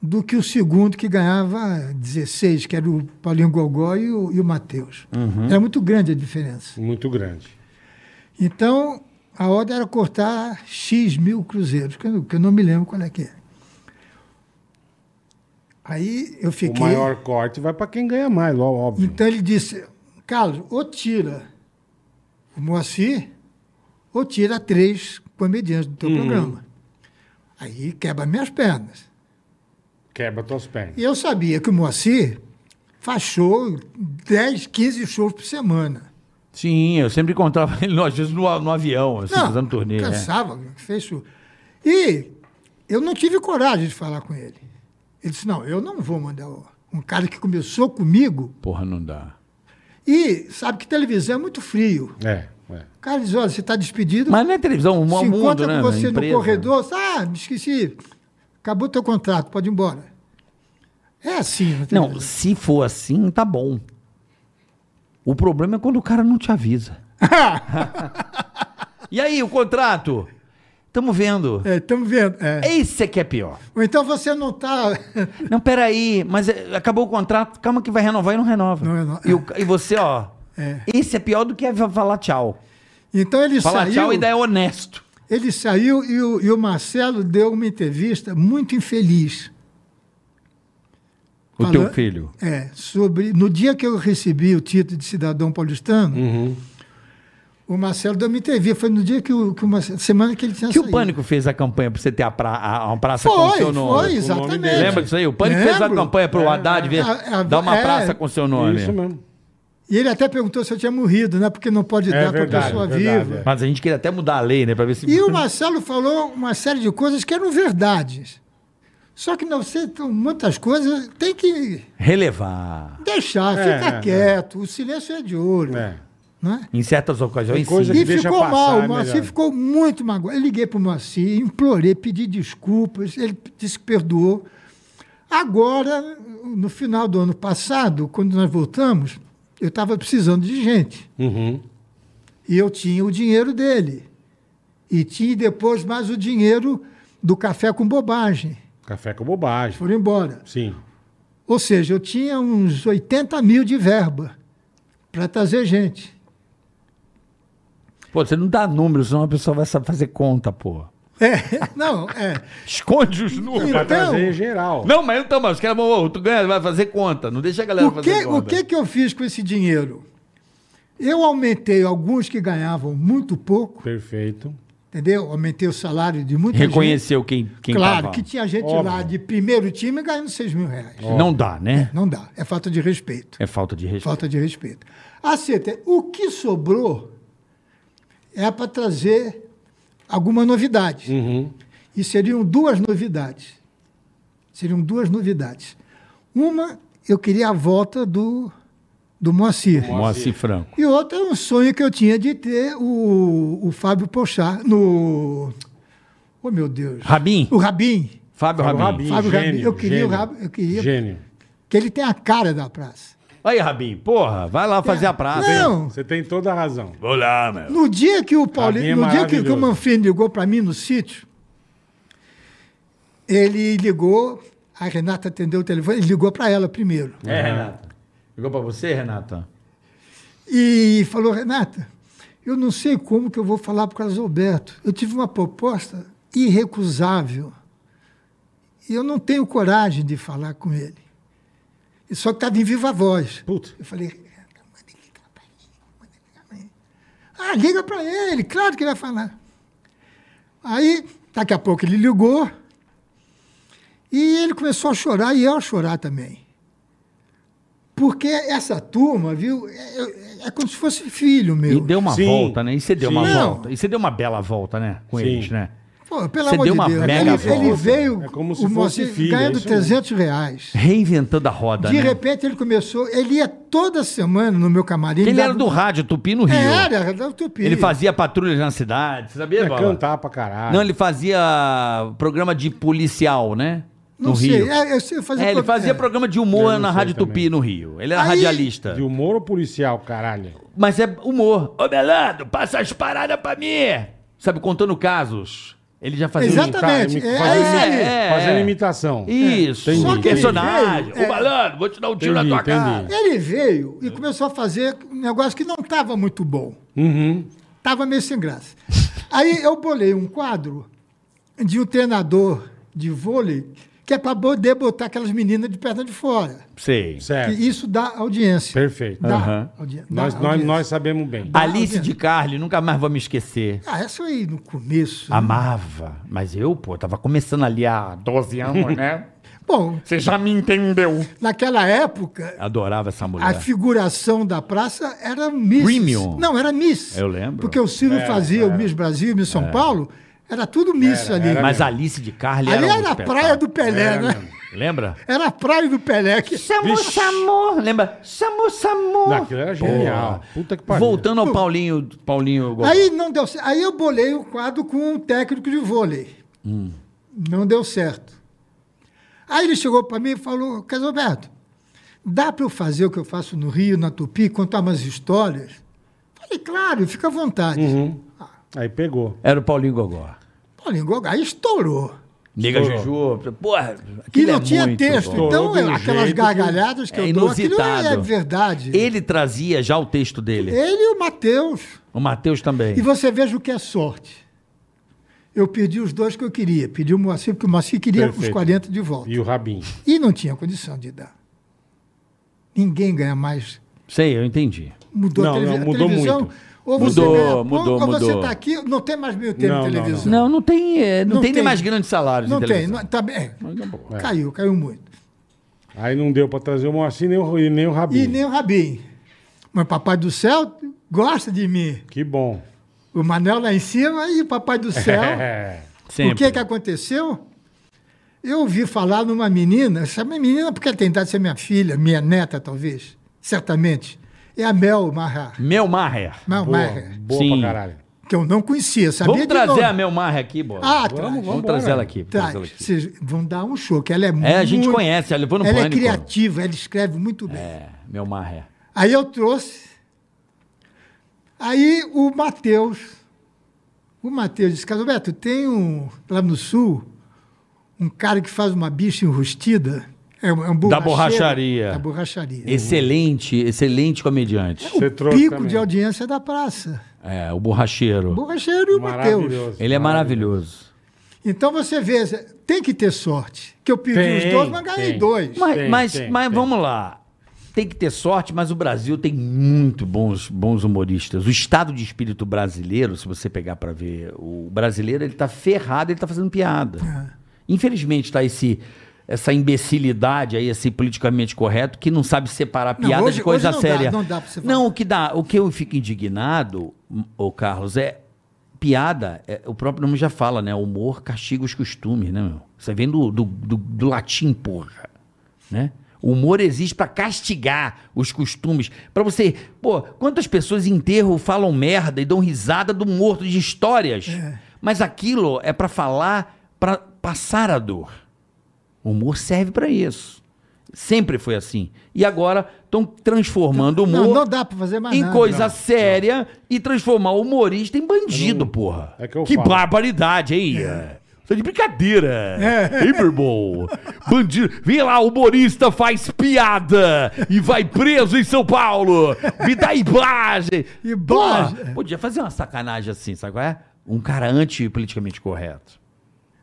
E: do que o segundo que ganhava 16, que era o Paulinho Gogó e o, e o Matheus.
C: Uhum.
E: Era muito grande a diferença.
C: Muito grande.
E: Então, a ordem era cortar X mil cruzeiros, que eu, que eu não me lembro qual é que é. Aí eu fiquei...
C: O maior corte vai pra quem ganha mais, ó, óbvio.
E: Então ele disse, Carlos, ou tira o Moacir, ou tira três comediantes do teu
D: Uhum.
E: programa. Aí quebra minhas pernas.
C: Quebra tuas pernas.
E: E eu sabia que o Moacir faz show, 10, 15 shows por semana.
D: Sim, eu sempre encontrava ele, às vezes, no, a- no avião, assim, fazendo turnê. né?
E: cansava, fez show. E eu não tive coragem de falar com ele. Ele disse, não, eu não vou mandar o- um cara que começou comigo.
D: Porra, não dá.
E: E sabe que televisão é muito frio.
C: É, é.
E: O cara diz, olha, você está despedido,
D: Mas não é televisão, um
E: Se
D: mundo,
E: encontra
D: né?
E: com você
D: Empresa.
E: no corredor, ah, me esqueci, acabou teu contrato, pode ir embora. É assim, não tem
D: Não,
E: nada.
D: se for assim, tá bom. O problema é quando o cara não te
E: [LAUGHS]
D: avisa. e aí, o contrato? Tamo vendo.
E: É, estamos vendo. é.
D: Esse é que é pior.
E: Ou então você não está.
D: Não, peraí, mas é, acabou o contrato, calma que vai renovar e não renova.
E: Não renova.
D: E, o ca- e você, ó,
E: É.
D: esse é pior do que falar tchau.
E: [LAUGHS] Então ele
D: Falar
E: saiu.
D: tchau ainda é honesto.
E: Ele saiu e o, e o Marcelo deu uma entrevista muito infeliz.
D: O
E: Falando-
D: teu filho.
E: É, sobre. No dia que eu recebi o título de cidadão paulistano,
D: Uhum.
E: o Marcelo deu uma entrevista. Foi no dia que o, que o Marcelo. Semana que ele tinha
D: Que o
E: saído.
D: Pânico fez a campanha pra você ter a, pra, a- uma praça com o
E: Foi,
D: seu nome.
E: foi, exatamente.
C: dele.
D: Lembra disso aí? O Pânico fez a
E: Lembro. É,
D: campanha pro Haddad ver,
E: A- a-
D: dar uma
E: é.
D: praça com o seu nome.
C: Isso mesmo.
E: E ele até perguntou se eu tinha morrido, né? Porque não pode dar para
C: É verdade,
E: pessoa
C: verdade,
E: viva.
C: é.
D: Mas a gente queria até mudar a lei, né? Pra ver se.
E: E o Marcelo falou uma série de coisas que eram verdades. Só que não sei, então, muitas coisas tem que
D: Relevar.
E: deixar,
C: É,
E: ficar
C: é,
E: quieto. O silêncio é de ouro.
C: É.
E: Né?
D: Em certas ocasiões,
C: coisa
D: sim.
E: E
C: que deixa
E: ficou
C: passar,
E: mal,
C: é
E: o Moacir
C: melhor.
E: ficou muito magoado. Eu liguei para o Moacir, implorei, pedi desculpas, ele disse que perdoou. Agora, no final do ano passado, quando nós voltamos, eu estava precisando de gente.
C: Uhum.
E: E eu tinha o dinheiro dele. E tinha depois mais o dinheiro do café com bobagem.
C: Café com bobagem.
E: Foram embora.
C: Sim.
E: Ou seja, eu tinha uns 80 mil de verba para trazer gente.
D: Pô, você não dá números, senão a pessoa vai sa- fazer conta, pô.
E: É, [LAUGHS] não, é.
D: Esconde os números.
C: Pra
E: Então-
C: trazer em geral.
D: Não, mas então, mas os caras vão, ô, tu ganha, vai fazer conta. Não deixa a galera
E: O que,
D: fazer
E: o
D: conta.
E: que que eu fiz com esse dinheiro? Eu aumentei alguns que ganhavam muito pouco,
C: Perfeito.
E: entendeu? Aumentei o salário de muita gente.
D: Reconheceu quem, quem
E: Claro,
D: tava.
E: que tinha gente lá
C: Óbvio.
E: de primeiro time ganhando 6 mil reais.
D: Não dá, né?
E: Não dá, é falta de respeito.
D: É falta de respeito.
E: Falta de respeito. Aceita. O que sobrou é para trazer alguma novidade. E seriam duas novidades. Seriam duas novidades. Uma, eu queria a volta do, do Moacir.
D: Moacir Franco.
E: E outra, um sonho que eu tinha de ter o, o Fábio Pochá no. Oh, meu Deus.
D: Rabin.
E: O Rabin.
D: Fábio
C: Fábio
D: Rabin.
C: Rabin.
E: Fábio Rabin.
C: gênio,
E: Eu queria o
C: gênio.
E: Rabin, eu queria-
C: Gênio.
E: Que ele tem a cara da praça.
D: Aí, Rabin, porra, vai lá fazer a praça.
E: Não,
C: Você tem toda a razão.
D: Vou lá, meu.
E: No dia que o
C: Rabinho é
E: Paulinho, no dia que, que o
C: maravilhoso.
E: Manfrim ligou para mim no sítio, ele ligou, a Renata atendeu o telefone, ele ligou para ela primeiro.
D: É, Renata. Ligou pra você, Renata?
E: E falou: "Renata, eu não sei como que eu vou falar para o Carlos Alberto. Eu tive uma proposta irrecusável. E eu não tenho coragem de falar com ele. E Só que estava em viva voz.
C: Putz.
E: Eu falei, "Renata, manda ele ligar pra ele, manda ele ligar pra ele." Ah, liga para ele, claro que ele vai falar. Aí, daqui a pouco ele ligou e ele começou a chorar e eu a chorar também. Porque essa turma, viu, é, é- é como se fosse filho meu.
D: E deu uma
C: Sim.
D: volta, né? E você deu uma
C: Sim.
E: Não.
D: volta. E você deu uma bela volta, né? Com
C: Sim.
D: eles, né?
E: Pô, pelo
D: Você
E: amor
D: deu
E: de
D: uma
E: Deus.
D: mega
E: ele,
D: volta.
E: ele veio
C: É como se
E: o
C: fosse
E: Moacir
C: filho, é
E: ganhando
C: isso mesmo.
E: 300 reais.
D: Reinventando a roda,
E: De
D: né?
E: repente ele começou, ele ia toda semana no meu camarim.
D: Ele
E: dava-
D: era do rádio Tupi no Rio.
E: É, era da Tupi.
D: Ele fazia patrulhas na cidade, você sabia,
C: É
D: Bola?
C: cantar pra caralho.
D: Não, ele fazia programa de policial, né?
E: Não
D: No
E: sei.
D: Rio.
E: É, eu sei, eu fazia
D: É, ele
E: pro-
D: fazia
E: é.
D: programa de
C: Eu
D: humor
C: não
D: na
C: sei
D: Rádio
C: também.
D: Tupi, no Rio. Ele era
E: Aí-
D: radialista.
C: De humor ou policial, caralho?
D: Mas é humor. Ô, Melando, passa as paradas pra mim! Sabe, contando casos. Ele já fazia...
E: Exatamente.
C: Imita-
E: é,
C: fazendo,
E: é
C: imi-
E: isso
D: aí.
C: fazendo
D: É.
C: imitação.
D: Isso.
C: Entendi, Só que ele
D: personagem.
E: veio-
D: Ô, Melando, vou te dar um tiro
C: Entendi,
D: na tua cara.
C: entendi.
E: Ele veio e começou a fazer um negócio que não estava muito bom.
C: Uhum,
E: Estava meio sem graça. Aí eu bolei um quadro de um treinador de vôlei que é para poder botar aquelas meninas de perna de fora.
D: Sei.
C: Certo.
E: E isso dá audiência.
C: Perfeito.
E: Dá
F: Aham.
E: audi- dá
C: Nós, nós,
E: audiência.
C: nós sabemos bem.
D: Alice de Carli, nunca mais vou me esquecer.
E: Ah, essa aí no começo.
D: Amava. Mas eu, pô, tava começando ali a...
B: 12
E: [LAUGHS]
B: anos, né?
E: Bom,
B: Você já me entendeu.
E: naquela época,
D: Adorava essa mulher.
E: a figuração da praça era Miss.
D: Premium.
E: Não, era Miss.
F: Eu lembro.
E: Porque o Silvio fazia o Miss Brasil, Miss São Paulo, era tudo Miss ali.
D: É. Mas a Alice de Carli
E: ali
D: era um
E: era a praia do Pelé,
C: Era,
E: né?
C: mano.
D: Lembra?
E: [LAUGHS] Era a praia do Pelé. Que...
D: Samu, Samu. Lembra? Samu, Samu.
C: Daquilo era genial. Puta que pariu.
D: Voltando ao Paulinho, Paulinho Gomes.
E: Aí não deu certo. Aí eu bolei o quadro com um técnico de vôlei.
D: Hum.
E: Não deu certo. Aí ele chegou para mim e falou, Carlos Alberto, dá para eu fazer o que eu faço no Rio, na Tupi, contar umas histórias? Falei, claro, fica à vontade.
C: Aí pegou.
D: Era o Paulinho Gogó.
E: Paulinho Gogá estourou.
D: Nega
C: Estourou.
D: Juju. Porra,
E: E
D: aquilo
E: não
D: é
E: tinha
D: muito
E: texto.
D: bom.
E: Então,
C: Estourou de um
E: aquelas
C: jeito que
E: gargalhadas que
D: é
E: eu dou, aquilo
D: inusitado.
E: é verdade. Ele,
D: Ele trazia já o texto dele.
E: e o Matheus.
D: O Matheus também.
E: É. E você veja o que é sorte. Eu pedi os dois que eu queria. Pedi o Moacir, porque o Moacir queria os
C: Perfeito.
E: 40 de volta.
C: E o Rabin.
E: E não tinha condição de dar. Ninguém ganha mais.
D: Sei, eu entendi.
E: Mudou
C: Não,
E: a, televi-
C: não,
E: a
C: mudou
E: televisão.
C: muito.
E: Ou você
D: Mudou,
E: ganha pouco,
D: mudou,
E: ou você
D: mudou.
E: está aqui, não tem mais meio tempo
C: Não,
E: de
C: não,
E: televisão.
D: Não, não tem, é, não,
E: Não
D: tem, nem
E: tem.
D: mais grandes salários
E: Não
D: em
E: tem.
D: televisão.
E: Não, tá bem.
C: É.
E: Caiu, caiu muito.
C: Aí não deu pra trazer o Moacir nem o, e nem o Rabin.
E: E nem o Rabin. Mas Papai do Céu gosta de mim.
C: Que bom.
E: O Manel lá em cima e o Papai
D: [LAUGHS]
E: do Céu.
C: É.
E: o que, que aconteceu? Eu ouvi falar numa menina, essa menina porque ela tem idade de ser minha filha, minha neta talvez, certamente. É a Mel Marra.
D: Mel Maher.
E: Mel
C: Boa,
E: Marra.
C: boa
D: Sim.
C: pra caralho.
E: que eu não conhecia, sabia
D: Vamos
E: de
D: trazer
E: nome.
D: a Mel Maher aqui, bora.
E: Ah,
C: Vamos,
E: vamos,
D: Vamos
C: vamos.
D: trazer ela aqui.
E: Traz.
D: trazer ela aqui.
E: Vocês vão dar um show, que ela é, é muito...
D: É, a gente conhece, ela levou no
E: Ela é
D: Pânico.
E: criativa, ela escreve muito bem.
D: É, Mel Maher.
E: Aí eu trouxe. Aí o Matheus, o Matheus disse, Casalberto, tem um, lá no Sul, um cara que faz uma bicha enrustida. É um, é um borracheiro,
D: borracharia.
E: Da borracharia.
D: Excelente, excelente comediante.
C: Você
E: o
C: trouxe
E: pico
C: também.
E: de audiência da praça.
D: É, o borracheiro.
E: Borracheiro e o Matheus.
C: Maravilhoso.
D: Ele é maravilhoso.
E: Então você vê, tem que ter sorte. Que eu pedi os
C: Tem,
E: dois, mas ganhei
C: tem.
E: dois.
D: Mas,
C: Tem,
D: mas,
C: tem,
D: mas
C: tem.
D: vamos lá. Tem que ter sorte, mas o Brasil tem muito bons, bons humoristas. O estado de espírito brasileiro, se você pegar pra ver, o brasileiro ele tá ferrado, ele tá fazendo piada.
E: É.
D: Infelizmente tá esse essa imbecilidade aí, esse politicamente correto, que não sabe separar
E: Não,
D: piada
E: hoje-
D: de coisa
E: hoje não dá,
D: séria.
E: não dá pra você falar.
D: Não, o que dá, o que eu fico indignado, o Carlos é piada, é, o próprio nome já fala, né? Humor castiga os costumes, né, meu? Isso aí vem do, do, do- do latim, porra, né? O humor existe pra castigar os costumes, Pra você, pô, quantas pessoas em enterro falam merda e dão risada do morto de histórias?
E: É.
D: Mas aquilo é pra falar, pra passar a dor. O humor serve pra isso. Sempre foi assim. E agora estão transformando o humor
E: Então, Não, não dá pra fazer mais
D: em
E: nada.
D: coisa séria e transformar o humorista em bandido, porra.
C: É que eu falo.
D: barbaridade, hein? Isso é de brincadeira.
C: É.
D: Hein, meu irmão? Bandido. Vem lá, humorista faz piada e vai preso em São Paulo. Me dá
C: [LAUGHS]
D: imagem.
E: Imagem.
D: Porra, Podia fazer uma sacanagem assim, sabe qual é? Um cara anti-politicamente correto.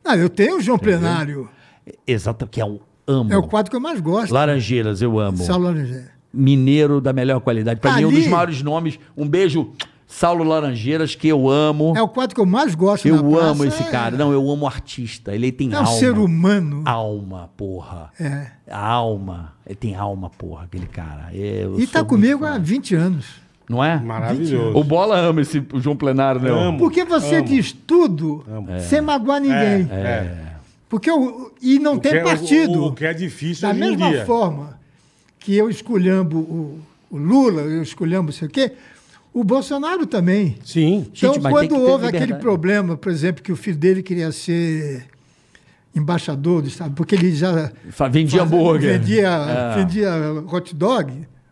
E: Não, eu tenho o João Plenário.
D: Exato, que é um amo.
E: É o quadro que eu mais gosto.
D: Laranjeiras, eu amo.
E: Saulo Laranjeira.
D: mineiro da melhor qualidade. Pra mim, um
E: Ali-
D: dos maiores nomes. Um beijo, Saulo Laranjeiras, que eu amo.
E: É o quadro que eu mais gosto
D: eu
E: na praça,
D: amo esse
E: é-
D: cara. Ah, Não, eu amo o artista. Ele tem
E: É um
D: alma.
E: ser humano.
D: Alma, porra.
E: É.
D: A alma. Ele tem alma, porra, aquele cara. Eu
E: E
D: sou
E: tá
D: muito
E: comigo
D: fã.
E: há 20 anos.
D: Não é?
C: Maravilhoso.
D: O Bola ama esse o João Plenário, né?
C: Amo.
E: Porque você diz tudo
D: É.
E: sem magoar ninguém.
C: É, é.
E: Porque eu, e não
C: O
E: tem
C: que é- o-
E: partido.
C: O, o que é difícil
E: da
C: hoje em
E: mesma
C: dia.
E: forma que eu esculhambo o, o Lula, eu esculhambo sei o quê, o Bolsonaro também.
C: Sim.
D: Gente,
E: então,
D: mas tem
E: quando
D: que ter
E: houve aquele
D: liberdade.
E: problema, por exemplo, que o filho dele queria ser embaixador do Estado, porque ele já
D: Fa- vendia
E: fazia-
D: hambúrguer.
E: vendia,
D: É.
E: vendia hot dog,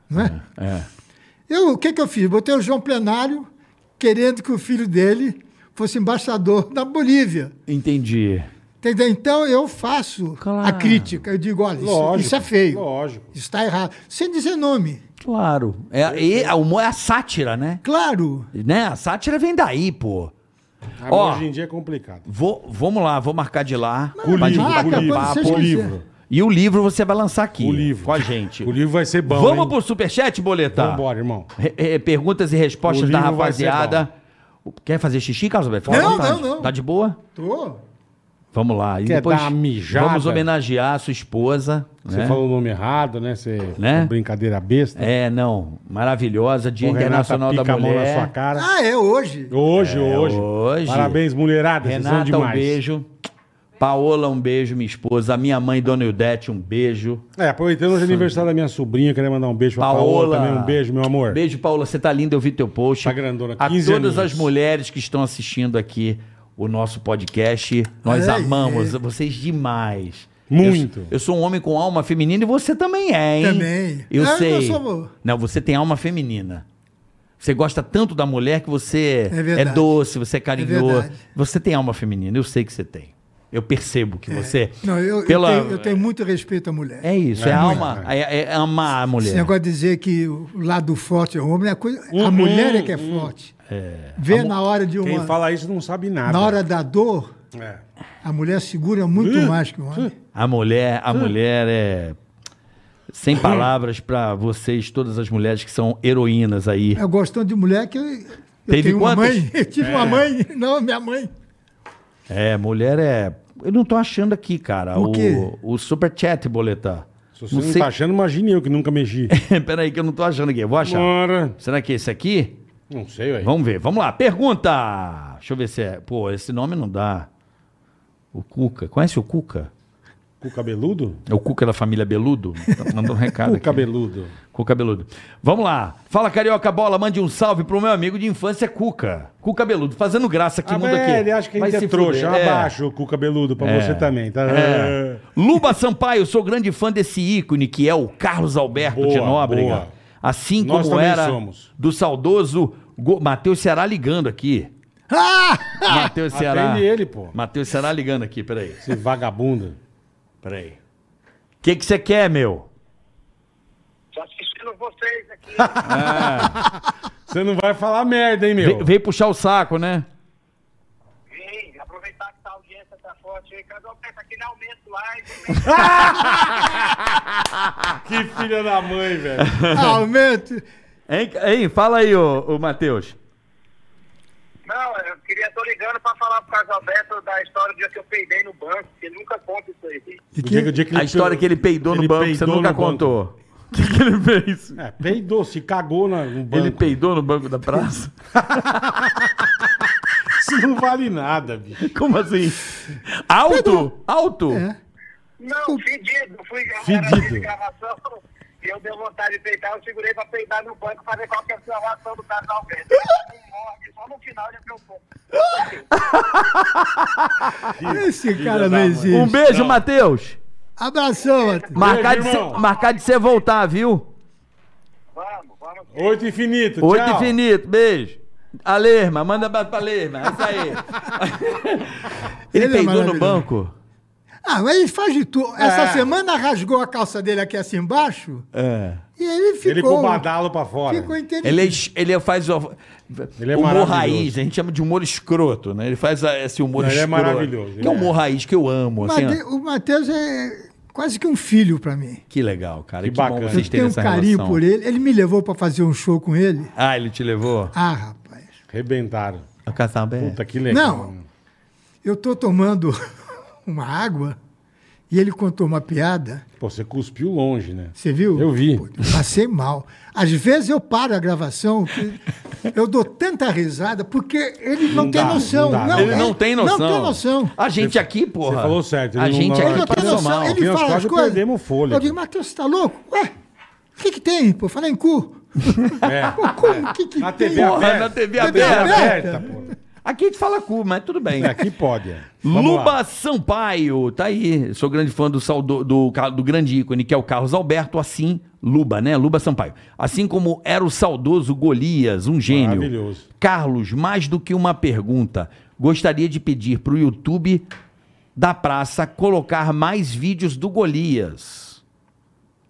E: né?
D: É.
E: Eu, o que, que eu fiz? Botei o João Plenário querendo que o filho dele fosse embaixador na Bolívia.
D: Entendi.
E: Entendeu? Então eu faço a
D: Claro.
E: crítica. Eu digo, olha, isso- isso, é feio.
C: Lógico.
E: Isso está errado. Sem dizer nome.
D: Claro. É, e a humor é a sátira, né?
E: Claro.
D: Né? A sátira vem daí, pô.
C: Ah, mas
D: Ó.
C: Hoje em dia é complicado.
D: Vou, vamos lá, vou marcar de lá.
C: Com o
D: Pra gente
C: livro,
E: marca,
C: com o
D: bater
C: livro,
E: quando vocês
C: com o
E: quiserem.
C: livro.
D: E o livro você vai lançar aqui.
C: O livro.
D: Com a gente.
C: [LAUGHS] O livro vai ser bom,
D: vamos
C: hein?
D: pro superchat, Boletar?
C: Vambora, irmão.
D: Re- re- perguntas e
C: O
D: respostas da
C: livro vai ser
D: rapaziada. Quer fazer xixi, Carlos Alberto? Fica à
E: Não,
D: vontade.
E: não, não.
D: Tá de boa?
E: Tô.
D: Vamos lá. E
C: Quer dar uma mijada?
D: Vamos homenagear a sua esposa.
C: Você
D: né?
C: falou o nome errado, né? Você
D: Né?
C: brincadeira besta.
D: É, não. Maravilhosa. Dia
C: O Renata
D: Internacional da
C: pica a mão na
D: Mulher. É,
C: sua cara.
E: Ah, é hoje.
C: Hoje, hoje,
D: hoje.
C: Parabéns, mulherada. Vocês são
D: Renata, um
C: demais.
D: beijo. Paola, um beijo, minha esposa. A minha mãe, Dona Ildete, um beijo.
C: É, aproveitando hoje é aniversário da minha sobrinha, queria mandar um beijo pra Paola,
D: Paola.
C: também. Um beijo, meu amor.
D: Beijo, Paola. Você tá linda, eu vi teu post.
C: Tá grandona,
D: A
C: 15
D: todas as
C: aninhos.
D: mulheres que estão assistindo aqui o nosso podcast, nós
E: Ei,
D: amamos vocês demais.
C: Muito.
D: Eu, eu sou um homem com alma feminina e você também é, hein?
E: Também.
D: Eu
E: Ah, eu
D: sei.
E: sou-
D: Não, você tem alma feminina. Você gosta tanto da mulher que você
E: É
D: é,
E: verdade.
D: doce, você é carinhoso.
E: verdade.
D: você tem alma feminina, eu sei que você tem. Eu percebo que você.
E: É.
D: é.
E: Não, eu, eu
D: pela-
E: tenho, eu tenho muito respeito à mulher.
D: É isso, é, alma, é, é amar a mulher.
E: Esse negócio de dizer que o lado forte é o homem, é coisa, a mulher é que é forte.
D: É.
E: Vê na hora de
C: um, Quem
E: uma.
C: fala isso não sabe nada.
E: Na hora da dor,
C: É.
E: a mulher segura muito mais que o homem.
D: A mulher,
E: Hum.
D: a mulher é sem palavras pra vocês, todas as mulheres que são heroínas aí.
E: Eu gosto tanto de mulher que eu, eu
D: Teve
E: tenho uma
D: quantas?
E: mãe. [LAUGHS] Eu tive uma mãe, não,
D: [LAUGHS]
E: minha mãe.
D: É, mulher é. Eu não tô achando aqui, cara.
E: O
D: O,
E: quê?
D: o super chat boletar.
C: Se você não, tá achando, imagine eu que nunca [LAUGHS] mexi.
D: [LAUGHS] Peraí que eu não tô achando aqui. Eu vou
E: Hum.
D: achar.
C: Bora.
D: Será que é esse aqui?
C: Não sei, velho.
D: Vamos ver. Vamos lá. Pergunta. Deixa eu ver se é. Pô, esse nome não dá. O Cuca. Conhece o Cuca?
C: Com o cabeludo?
D: É o Cuca da família Beludo? Tá mandando um recado
C: Com o
D: aqui.
C: cabeludo.
D: Cuca Beludo. Vamos lá. Fala, Carioca Bola, mande um salve pro meu amigo de infância, Cuca. Cuca Beludo, fazendo graça aqui,
C: Ah,
D: mundo aqui.
C: mas ele acha que a
D: Vai
C: gente é
D: se
C: trouxa.
D: fuder. É.
C: Abaixo com o cabeludo pra você também, tá?
D: É. Luba Sampaio, sou grande fã desse ícone que é o Carlos Alberto
C: Boa,
D: de Nóbrega.
C: boa.
D: Assim
C: Nós
D: como
C: também
D: era
C: somos.
D: do saudoso Go... Matheus Ceará ligando aqui. Matheus Ceará.
C: Ah! Atende ele, pô.
D: Matheus Ceará ligando aqui, peraí.
C: Esse vagabundo.
D: Peraí. O que que você quer, meu?
H: Tô assistindo vocês aqui.
C: Você não vai falar merda, hein, meu?
D: Ve- veio puxar o saco, né?
H: Vem, aproveitar que essa audiência tá forte aí. Cadê o Pepe? Aquele aumento lá.
C: Que
H: hein?
C: filha da
D: [LAUGHS]
C: mãe, velho.
E: Ah, Aumento.
D: Hein, hein? fala aí, ô, ô Matheus.
H: Não, eu queria, tô ligando pra falar pro Carlos Alberto da história do dia que eu peidei no banco, porque nunca conta isso aí.
C: O dia que- o dia que
D: A história
C: pe-
D: que ele peidou no banco, você
C: peidou
D: nunca
C: no banco. [LAUGHS]
D: contou. O que, que ele fez?
C: É, peidou, se cagou na- no banco.
D: Ele peidou no banco da praça?
C: [LAUGHS] Isso não vale nada, bicho.
D: Como assim? Alto? Alto?
E: É.
H: Não, fedido. Fui era
C: Fedido.
H: de gravação. E eu dei vontade de peitar, eu segurei pra peidar no banco, fazer qualquer observação do Carlos Alberto. Um morde, só no final já preocupou.
E: Esse cara não existe.
D: Um beijo, Matheus.
E: Abração, Matheus.
D: Marcar, de cê-
C: Beijo, irmão.
D: marcar de você voltar, viu?
H: Vamos, vamos.
C: Oito infinito,
D: Oito
C: tchau.
D: infinito, beijo. A Lerma, manda pra, pra Lerma, é isso aí. ele,
E: [LAUGHS] Ele é
D: peidou no
E: maravilhoso.
D: banco?
E: Ah, mas ele faz de tudo. Essa semana rasgou a calça dele aqui assim embaixo
D: É.
E: e ele ficou.
C: Ele com o badalo pra fora.
E: Ficou inteligente.
D: Ele, é es- ele faz o,
C: Ele é
D: humor
C: maravilhoso.
D: raiz, a gente chama de humor escroto, né? Ele faz a- esse humor
C: Não, ele é
D: escroto.
C: maravilhoso,
D: Que é o
C: ele
D: humor raiz que eu amo, assim. ó.
E: Mate- O Matheus é quase que um filho pra mim.
D: Que legal, cara.
C: Que
D: Que, bom
C: bacana.
D: vocês
E: Eu tenho
D: terem
E: um
D: essa
E: carinho
D: relação.
E: por ele. Ele me levou pra fazer um show com ele.
D: Ah, ele te levou?
E: Ah, rapaz.
C: Arrebentaram.
D: A Caçamba
C: Puta que legal.
E: É. Não. Eu tô tomando [LAUGHS] uma água e ele contou uma piada.
C: Pô, você cuspiu longe, né?
E: Você viu?
C: Eu vi.
E: Pô, eu passei mal. Às vezes eu paro a gravação, que eu dou tanta risada, porque ele não,
C: Não
E: tem
C: dá,
E: noção.
C: não dá,
E: não, é,
C: né?
D: Ele não tem noção.
E: Não tem noção.
D: A gente aqui, porra.
C: você falou certo, ele
D: A
C: não-
D: gente
C: não-
E: Ele
D: aqui
E: não tem
D: passou
E: noção.
D: mal.
E: Ele
C: Nós
E: fala as
C: quase
E: coisas.
C: perdemos o fôlego.
E: Eu digo, Matheus, você tá louco? Ué, o que que tem? Pô, fala em cu.
C: [LAUGHS] É.
E: Pô, cu, o que que
C: Na
E: tem?
C: TV
D: Porra,
C: aberta.
D: na TV
C: TV
D: aberta.
E: é.
C: aberta, pô.
D: Aqui a gente fala cu, mas tudo bem.
C: É, Aqui pode. é. Vamos
D: Luba
C: lá.
D: Sampaio, tá aí. Sou grande fã do, sal- do, do, ca- do grande ícone, que é o Carlos Alberto, assim, Luba, né? Luba Sampaio. Assim como era o saudoso Golias, um gênio.
C: Maravilhoso.
D: Carlos, mais do que uma pergunta, gostaria de pedir pro YouTube da praça colocar mais vídeos do Golias.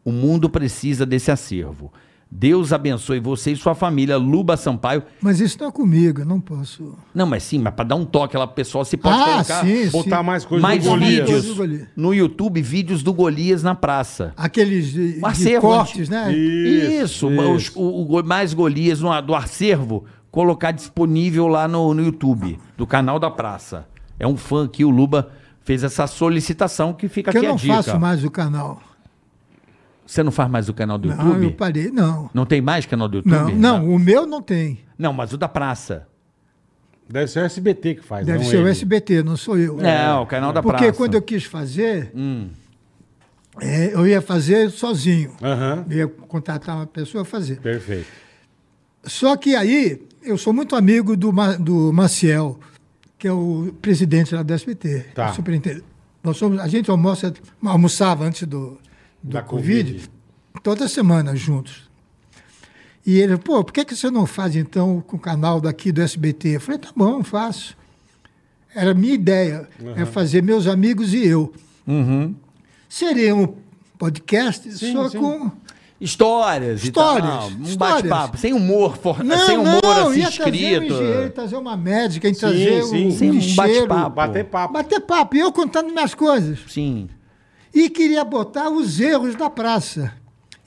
D: O mundo precisa desse acervo. Deus abençoe você e sua família, Luba Sampaio.
E: Mas isso não é comigo, eu não posso.
D: Não, mas sim, mas para dar um toque lá pro pessoal, se pode
E: ah,
D: colocar
E: sim,
C: Botar
E: sim.
C: mais coisa
D: mais
C: do Golias.
E: Coisa
D: vídeos
E: do Golias.
D: no YouTube, vídeos do Golias na praça.
E: Aqueles de, de
D: O
C: é
D: acervo,
E: cortes, né?
D: Isso, os-
C: isso.
D: o, o go- mais Golias no a- do acervo, colocar disponível lá no, no YouTube, do canal da praça. É um fã aqui, o Luba fez essa solicitação que fica
E: Que eu
D: Tá aqui a
E: não
D: dica.
E: faço mais o canal.
D: Você não faz mais o canal do
E: Não,
D: YouTube?
E: eu parei. Não.
D: Não tem mais canal do
E: Não,
D: YouTube?
E: não, o meu não tem.
D: Não, mas o da praça.
C: Deve ser o SBT que faz,
E: Deve
C: não
E: ser o
C: ele.
E: SBT, não sou eu.
D: Não, É, o canal da
E: Porque
D: praça. Hum.
E: quando eu quis fazer, é, eu ia fazer sozinho.
C: Aham,
E: Eu ia contratar uma pessoa e fazer.
C: perfeito.
E: Só que aí, eu sou muito amigo do, Ma- do Maciel, que é o presidente lá do SBT,
C: Tá.
E: o superintendente. Nós somos, a gente almoça, almoçava antes do, do
C: Da
E: COVID,
C: Covid.
E: toda semana juntos. E ele, pô, por que, que você não faz então com o canal daqui do SBT? Eu falei, tá bom, faço. Era a minha ideia, é fazer meus amigos e eu.
C: Uhum.
E: Seria um podcast só com
D: Histórias,
E: Histórias,
D: e tal. Um
E: histórias.
D: bate-papo, sem humor, for... sem humor assim
E: ia trazer um
D: escrito.
E: engenheiro, trazer uma médica, ia trazer
C: sim.
E: um
D: Sim, um
E: lixeiro.
D: bate-papo.
C: Bater papo.
E: Bater papo, e eu contando minhas coisas.
D: Sim.
E: E queria botar os erros da praça.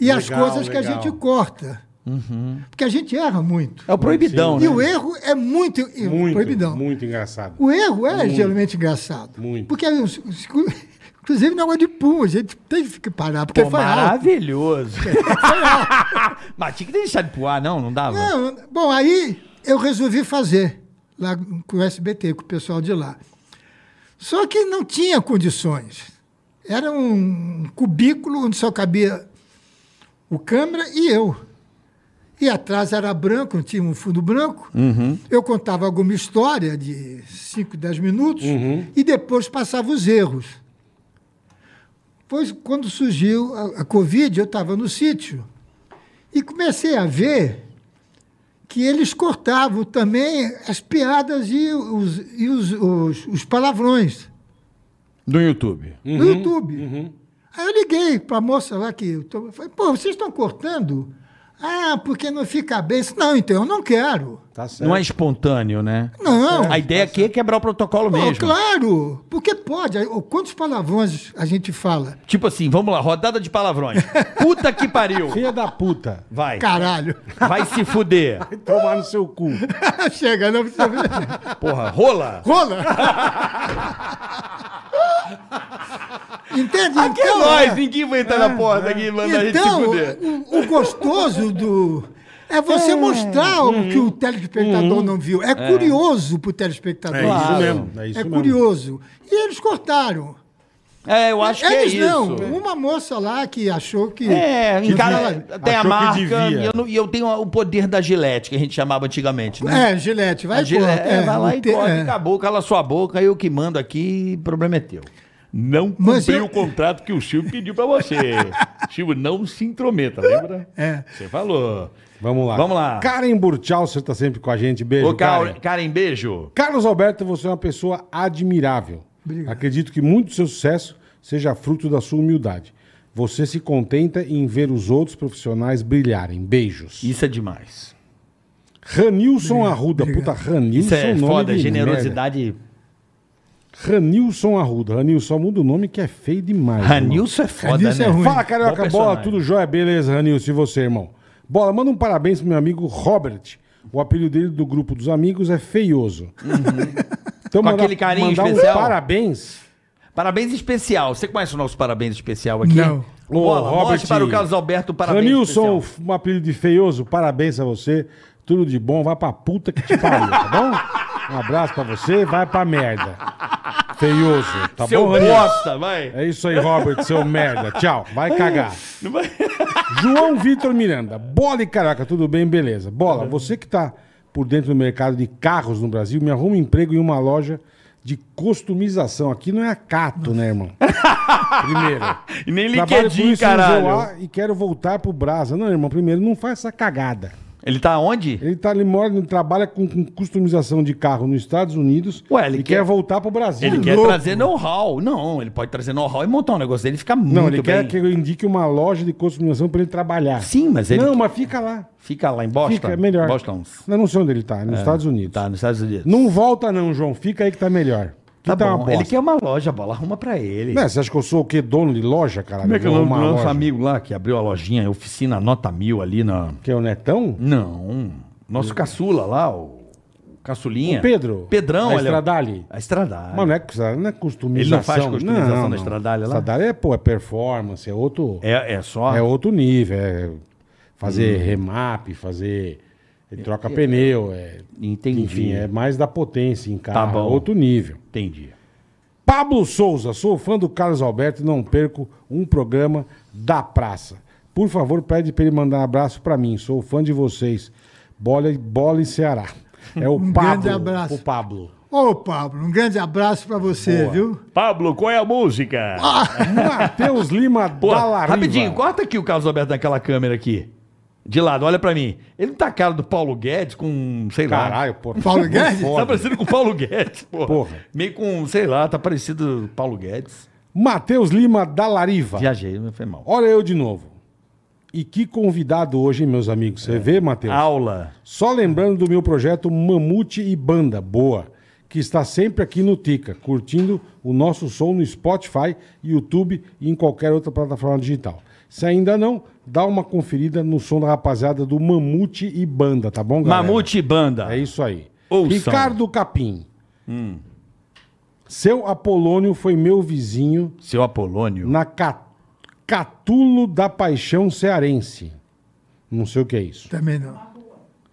E: E as
C: Legal,
E: coisas que a
C: legal.
E: gente corta.
D: Uhum.
E: Porque a gente erra muito.
D: É o proibidão,
E: E
D: né?
E: o erro é muito, é
C: Muito,
E: proibidão.
C: muito engraçado.
E: O erro é geralmente engraçado.
C: Muito.
E: Porque, os- os- inclusive, negócio de pum, a gente teve que parar, porque
D: Pô,
E: foi alto.
D: maravilhoso.
E: [LAUGHS]
D: [LAUGHS] Mas tinha que deixar de pular, não? Não dava?
E: Não, bom, aí eu resolvi fazer lá com o SBT, com o pessoal de lá. Só que não tinha condições. Era um cubículo onde só cabia o câmera e eu. E atrás era branco, tinha um fundo branco. Eu contava alguma história de 5, 10 minutos e depois passava os erros. Pois quando surgiu a, a Covid, eu estava no sítio e comecei a ver que eles cortavam também as piadas e os, e os, os- os palavrões
D: Do YouTube.
E: no YouTube.
D: uhum.
E: Aí eu liguei para a moça lá que eu tô, falei, pô, vocês estão cortando? Ah, porque não fica bem. Eu disse, Não, então eu não quero.
C: Tá certo.
D: Não é espontâneo, né?
E: Não.
D: A ideia aqui é quebrar o protocolo
E: Pô,
D: mesmo.
E: claro, porque pode. Aí, Quantos palavrões a gente fala?
D: Tipo assim, vamos lá, rodada de palavrões. Puta que pariu.
C: Filha da puta.
D: Vai.
E: Caralho. [LAUGHS]
D: Vai se fuder.
C: Vai tomar no seu cu. É
E: Chega, não precisa ver.
D: Porra, rola. [LAUGHS]
E: Rola! Entende?
D: Aqui é nós, ninguém vai entrar na porta aqui e manda a gente se
E: É. Então,
D: fuder.
E: o, o gostoso do. É você mostrar o
D: Uhum.
E: que o telespectador não viu. É, curioso pro telespectador.
C: É
D: Claro.
C: isso mesmo. É, isso
E: É
C: mesmo.
E: curioso. E eles cortaram.
D: É, eu acho que é
E: eles
D: isso.
E: não. Uma moça lá que achou que.
D: É, em
E: que
D: cara,
E: devia-
D: tem a
C: Achou que
D: marca
C: devia.
D: e eu, não- e eu tenho o poder da gilete, que a gente chamava antigamente, né?
E: É, Gilete, vai
D: A Gil-
E: corta,
D: é, vai lá
E: o
D: e
E: te-
D: corta,
E: é.
D: acabou, cala sua boca, eu que mando aqui, o problema é teu.
F: Não
E: Mas
F: cumpriu
E: eu-
F: o contrato que o Silvio pediu pra você. Silvio, não se intrometa, lembra?
E: É.
F: Você falou.
C: Vamos lá.
D: Vamos lá.
C: Karen Burchal, você tá sempre com a gente. Beijo,
D: Ô,
C: Karen.
D: Karen, Karen, beijo.
C: Carlos Alberto, você é uma pessoa admirável.
E: Obrigado.
C: Acredito que muito do seu sucesso seja fruto da sua humildade. Você se contenta em ver os outros profissionais brilharem. Beijos.
D: Isso é demais.
C: Ranilson Arruda. Puta, Ranilson.
D: Isso é
C: um nome
D: foda,
C: de
D: generosidade.
C: merda. Ranilson Arruda. Ranilson, muda o nome que é feio demais. irmão.
D: Ranilson é foda,
E: Ranilson
D: né?
E: é ruim.
C: Fala, Carioca
D: Bom
C: Bola,
D: personagem.
C: tudo jóia? Beleza, Ranilson, e você, irmão? Bola, manda um parabéns pro meu amigo Robert. O apelido dele do grupo dos amigos é Feioso. Então,
D: Uhum. Com aquele carinho
C: mandar
D: especial.
C: Um parabéns.
D: Parabéns especial. Você conhece o nosso parabéns especial aqui?
E: Não.
C: Ô,
D: Bola,
C: Robert-
D: mostre para o Carlos Alberto o parabéns
C: Ranilson,
D: especial.
C: um apelido de Feioso, parabéns a você. Tudo de bom, vai pra puta que te pariu,
D: [LAUGHS]
C: tá bom? Um abraço pra você, vai pra merda. Feioso, tá
D: Seu
C: bom, Ranilson?
D: bosta, vai.
C: É isso aí, Robert, seu merda. Tchau, vai
D: [LAUGHS]
C: cagar. João Vitor Miranda. Bola e caraca, tudo bem? Beleza. Bola, você que tá por dentro do mercado de carros no Brasil, me arruma um emprego em uma loja de customização. Aqui não é acato, né,
D: [LAUGHS]
C: irmão? Primeiro.
D: E nem
C: Trabalho com
D: LinkedIn,
C: isso no
D: caralho.
C: Zoar e quero voltar pro Brasa. Não, irmão, primeiro, não faz essa cagada.
D: Ele tá onde?
C: Ele, tá, ele mora, ele trabalha com, com customização de carro nos Estados Unidos
D: Ué, ele
C: e quer,
D: quer-
C: voltar pro Brasil.
D: Ele quer
C: Louco.
D: trazer know-how. Não, ele pode trazer know-how e montar um negócio dele e ficar muito
C: Não, ele quer
D: bem.
C: que eu indique uma loja de customização pra ele trabalhar.
D: Sim, mas ele
C: Não, mas fica lá.
D: fica lá em Boston.
C: Fica, é melhor.
D: Boston.
C: Não, não sei onde ele tá, nos Estados Unidos.
D: Tá, nos Estados Unidos.
C: Não volta não, João. Fica aí que tá melhor. Que
D: Tá
C: tá uma
D: bom. Ele
C: bosta.
D: quer uma loja, bola. Arruma pra ele.
C: Né, você acha que eu sou o quê? Dono de loja, cara?
D: Como é que é o
C: Vou
D: nome do
C: arrumar
D: nosso
C: loja.
D: amigo lá que abriu a lojinha, oficina nota mil ali na.
C: Que é o Netão?
D: Não. Nosso caçula lá, o. o Caçulinha.
C: O Pedro?
D: Pedrão,
C: A
D: olha.
C: Estradale?
D: A Estradale.
C: Mano, não é, não é customização.
D: Ele não faz customização
C: Não,
D: da
C: não.
D: Estradalha lá?
C: Estradalha é, pô, é performance, é outro...
D: é, Hum. é só.
C: É outro nível, é fazer remap, fazer é troca pneu, é,
D: Entendi.
C: enfim, é mais da potência em carro,
D: Tá bom.
C: é outro nível.
D: Entendi.
C: Pablo Souza, sou fã do Carlos Alberto e não perco um programa da praça. Por favor, pede para ele mandar um abraço para mim, sou fã de vocês. Bola, e- bola e Ceará. É o
E: Um
C: Pablo.
E: grande abraço.
C: O Pablo.
E: Ô, Pablo, um grande abraço para você, viu?
F: Pablo, qual é a música?
C: Matheus
D: [LAUGHS]
C: Lima
D: Pô,
C: da Lariva.
D: rapidinho, é corta aqui o Carlos Alberto daquela câmera aqui. De lado, olha pra mim. Ele não tá a cara do Paulo Guedes com, sei lá.
C: Caralho, pô.
E: Paulo Guedes?
D: Tá parecido com o Paulo Guedes, porra.
C: Porra.
D: Meio com, sei lá, tá parecido com o Paulo Guedes.
C: Matheus Lima da Lariva.
D: Viajei, mas foi mal.
C: Olha eu de novo. E que convidado hoje, hein, meus amigos.
D: É.
C: Você vê, Matheus?
D: Ah, Aula.
C: Só lembrando do meu projeto Mamute e Banda Boa, que está sempre aqui no Tica, curtindo o nosso som no Spotify, YouTube e em qualquer outra plataforma digital. Se ainda não, dá uma conferida no som da rapaziada do Mamute e Banda, tá bom, galera?
D: Mamute e Banda.
C: É isso aí.
D: Ouçam. Hum.
C: Ricardo Capim. Seu Apolônio foi meu vizinho
D: Seu Apolônio.
C: na Ca- Catulo da Paixão Cearense. Não sei o que é isso.
E: Também não.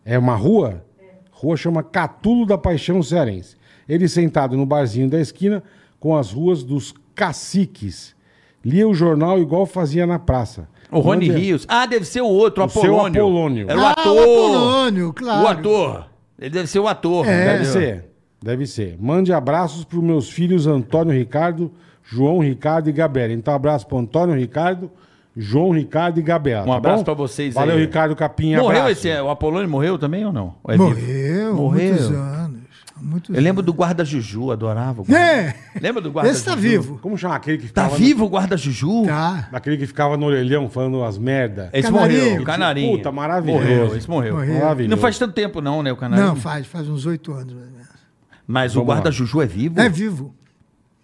C: É uma rua? Rua chama Catulo da Paixão Cearense. Ele sentado no barzinho da esquina com as ruas dos caciques. Lia o jornal igual fazia na praça.
D: O Rony
C: Onde- é?
D: Rios. Ah, deve ser o outro,
C: O seu
D: Apolônio.
C: Apolônio.
D: Era o
E: Ah,
D: ator.
E: o Apolônio, claro.
D: O ator. Ele deve ser o ator. né?
E: É.
C: Deve ser. Deve ser. Mande abraços para os meus filhos Antônio Ricardo, João Ricardo e Gabriela. Então, abraço para Antônio Ricardo, João Ricardo e Gabriela. tá
D: Um abraço pra vocês
C: Valeu,
D: aí.
C: Ricardo Capinha.
D: Morreu
C: abraço.
D: esse. O Apolônio morreu também ou não? Ou é vivo?
E: Morreu,
D: Morreu.
E: muitos anos. Muitos
D: Eu lembro do Guarda Juju, adorava. o Guarda
E: É.
D: Lembra do Guarda
E: anos. Esse tá
D: Juju?
E: vivo.
C: Como chama aquele que
D: Tá
C: ficava
D: vivo o Guarda Juju?
E: Tá.
C: No... Aquele que ficava no orelhão falando as merda.
D: Esse
E: Canarinho.
D: morreu. O Canarinho.
C: Puta, maravilhoso.
D: Morreu, esse morreu.
E: Morreu.
C: Maravilhoso.
D: Não faz tanto tempo não, né, o
C: é
D: Canarinho?
E: Não, faz, faz uns oito anos. mais ou menos.
D: Mas o
C: Vamos
D: Guarda
C: lá.
D: Juju é vivo?
E: É vivo.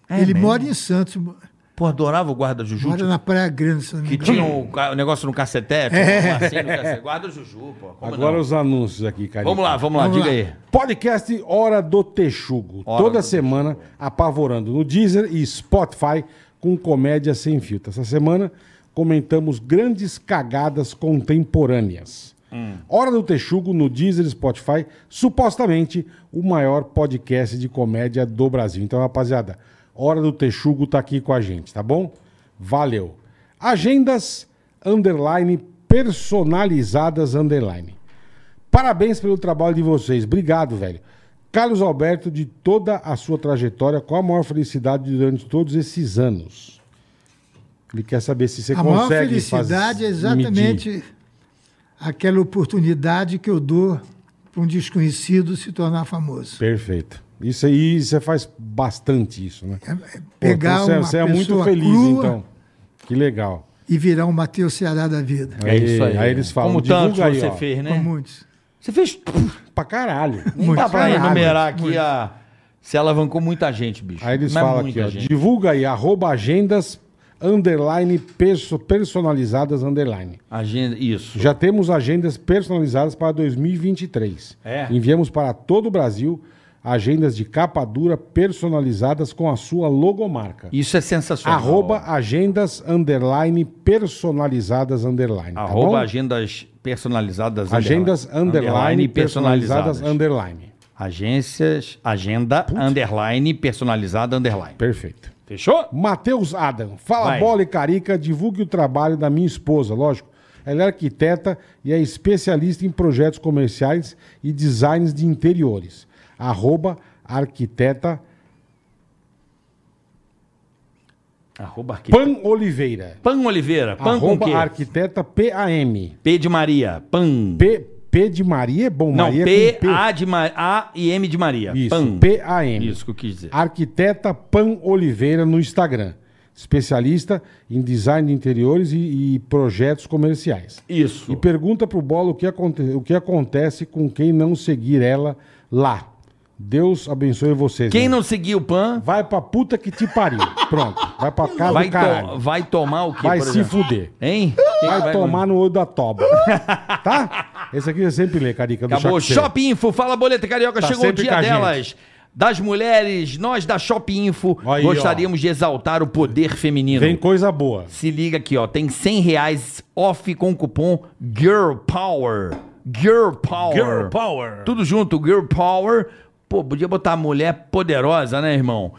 D: É
E: Ele
D: mesmo?
E: mora em Santos, mo-
D: Pô, adorava o Guarda Juju.
E: mora
D: tipo,
E: na Praia Grande, se não me
D: Que
E: engano.
D: tinha
C: Hum.
D: o, ca- o negócio no um cacetete.
E: É.
D: Guarda o Juju, pô. Como
C: Agora
D: não?
C: os anúncios aqui, cara.
D: Vamos lá, vamos lá,
E: Vamos
D: diga
E: lá.
D: aí.
C: Podcast Hora do Texugo.
D: Hora
C: Toda
D: do
C: semana apavorando no Deezer e Spotify com comédia sem filtro. Essa semana comentamos grandes cagadas contemporâneas.
D: Hum.
C: Hora do Texugo no Deezer e Spotify, supostamente o maior podcast de comédia do Brasil. Então, rapaziada, Hora do Texugo tá aqui com a gente, tá bom? Valeu. Agendas underline personalizadas underline. Parabéns pelo trabalho de vocês. Obrigado, velho. Carlos Alberto, de toda a sua trajetória, qual a maior felicidade durante todos esses anos? Ele quer saber se você
E: A
C: consegue
E: maior felicidade
C: faz-
E: é exatamente
C: medir.
E: aquela oportunidade que eu dou para um desconhecido se tornar famoso.
C: Perfeito. Isso aí, você faz bastante isso, né?
E: É- é
C: Pô,
E: pegar
C: então você,
E: uma
C: você é
E: pessoa
C: muito feliz,
E: crua
C: então. Que legal.
E: e virar um Matheus Ceará da vida.
D: É isso aí.
C: Aí eles falam,
D: Como
C: divulga
D: tanto
C: aí,
D: você
C: ó.
D: fez,
E: Com
D: né?
E: muitos.
D: Você fez...
C: Pra caralho.
D: Não dá pra
E: caralho.
D: enumerar aqui a... Você alavancou muita gente, bicho.
C: Aí eles
D: Mas
C: falam aqui,
D: muita
C: ó,
D: gente.
C: divulga aí, arroba agendas, underline, perso- personalizadas, underline.
D: Agenda... Isso.
C: Já temos agendas personalizadas para 2023.
D: É.
C: Enviamos para todo o Brasil agendas de capa dura personalizadas com a sua logomarca.
D: Isso é sensacional.
C: Arroba agendas underline personalizadas underline. tá
D: Arroba
C: bom?
D: agendas personalizadas.
C: agendas underline, personalizadas
D: personalizadas.
C: underline.
D: Agências, agenda, underline, personalizada, underline.
C: Perfeito.
D: Fechou?
C: Matheus Adam, fala
D: Vai.
C: bola e carica, divulgue o trabalho da minha esposa, lógico. Ela é arquiteta e é especialista em projetos comerciais e designs de interiores. Arroba arquiteta
D: Arroba arquiteto.
C: Pan Oliveira.
D: Pan Oliveira. Pan com
C: Arroba
D: quê?
C: arquiteta PAM.
D: P de Maria. Pan.
C: P, P de Maria é bom,
D: Não,
C: Maria
D: P,
C: com P.
D: A de Ma... A e M de Maria.
C: Isso,
D: Pan.
C: PAM.
D: Isso que eu quis dizer.
C: Arquiteta Pan Oliveira no Instagram. Especialista em design de interiores e, e projetos comerciais.
D: Isso.
C: E pergunta pro Bola o que, aconte- o que acontece com quem não seguir ela lá. Deus abençoe vocês.
D: Quem
C: né?
D: não seguir o Pan
C: Vai pra puta que te pariu. Pronto. Vai pra casa
D: vai,
C: do
D: to-
C: caralho.
D: vai tomar o quê?
C: Vai
D: por
C: se
D: exemplo?
C: fuder.
D: Hein? Quem
C: Vai,
D: que
C: tomar no olho
D: [LAUGHS]
C: da toba. tá? Esse aqui eu sempre lê, Carica. do
D: Acabou.
C: Chacoteiro.
D: Shop Info, fala boleta carioca,
C: Tá
D: chegou o
C: sempre com
D: dia
C: a gente.
D: delas. Das mulheres, nós da Shop Info
C: Aí,
D: gostaríamos de exaltar o poder feminino.
C: Vem coisa boa.
D: Se liga aqui, ó. Tem 100 reais off com o cupom Girl Power. Girl Power.
F: Girl Power.
D: Tudo junto, Girl Power. Pô, podia botar mulher poderosa, né, irmão?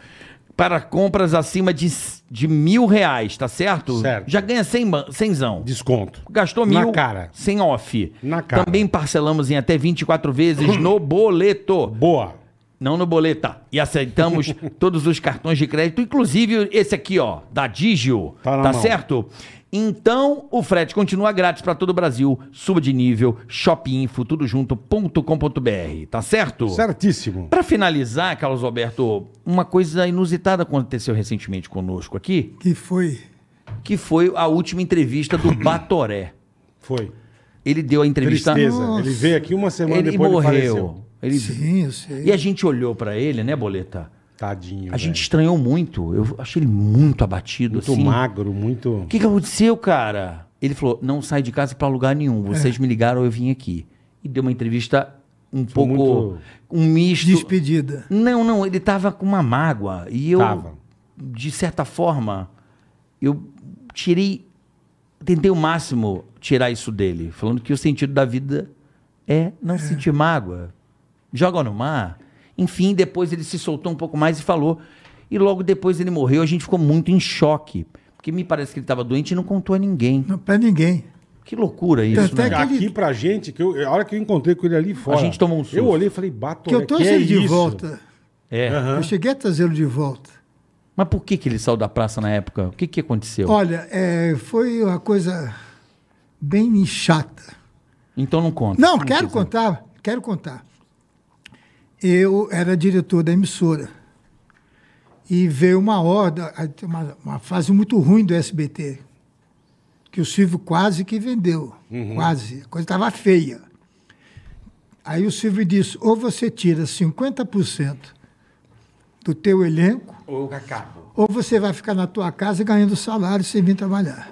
D: Para compras acima de, de mil reais, tá certo?
C: Certo.
D: Já ganha 100, ba- 100zão.
C: Desconto.
D: Gastou
C: Na
D: mil.
C: cara.
D: Sem off.
C: Na cara.
D: Também parcelamos em até 24 vezes no boleto.
C: Boa.
D: Não no boleta. E
C: [LAUGHS]
D: aceitamos todos os cartões de crédito, inclusive esse aqui, ó, da Digio.
C: Tá na mão.
D: certo? Então, o frete continua grátis para todo o Brasil. Suba de nível, shopinfo, tudo junto.com.br. Tá certo?
C: Certíssimo.
D: Para finalizar, Carlos Alberto, uma coisa inusitada aconteceu recentemente conosco aqui,
E: Que foi.
D: que foi a última entrevista
C: [COUGHS]
D: do Batoré.
C: Foi.
D: Ele deu a entrevista.
C: Tristeza.
E: Nossa.
C: Ele veio aqui uma semana
D: Ele
C: depois ele
D: morreu.
C: faleceu.
D: Ele-
E: Sim, eu sei.
D: E
C: é
D: a gente olhou pra ele, né, Boleta?
C: Tadinho.
D: A
C: velho.
D: gente estranhou muito. Eu achei ele muito abatido,
C: Né? Muito
D: assim.
C: magro, muito.
D: O que, que aconteceu, cara? Ele falou: não sai de casa pra lugar nenhum.
C: É.
D: Vocês me ligaram, eu vim aqui. E deu uma entrevista um pouco.
C: muito-
D: Um misto.
E: Despedida.
D: Não, não, ele tava com uma mágoa. E eu,
C: Tava.
D: de certa forma, eu tirei. Tentei o máximo tirar isso dele, falando que o sentido da vida é não sentir mágoa. Joga no mar. Enfim, depois ele se soltou um pouco mais e falou. E logo depois ele morreu, a gente ficou muito em choque. Porque me parece que ele estava doente e não contou a ninguém.
E: Não, pra ninguém.
D: Que loucura isso,
E: Até
D: né?
E: que-
C: Aqui pra gente, que eu- a hora que eu encontrei com ele ali fora.
D: gente tomou um susto.
C: Eu olhei e falei, bato
E: Que eu trouxe
C: é
E: ele de
C: isso?
E: volta.
D: É.
E: Eu cheguei a trazê-lo de volta.
D: Mas por que, que ele saiu da praça na época? O que, que aconteceu?
E: Olha, é, foi uma coisa bem chata.
D: então não conta.
E: Não, quero contar, quero contar. Eu era diretor da emissora. E veio uma ordem, aí tem uma, uma fase muito ruim do SBT, que o Silvio quase que vendeu. Quase. A coisa estava feia. Aí o Silvio disse, ou você tira 50% do teu elenco, ou você vai ficar na tua casa ganhando salário sem vir trabalhar.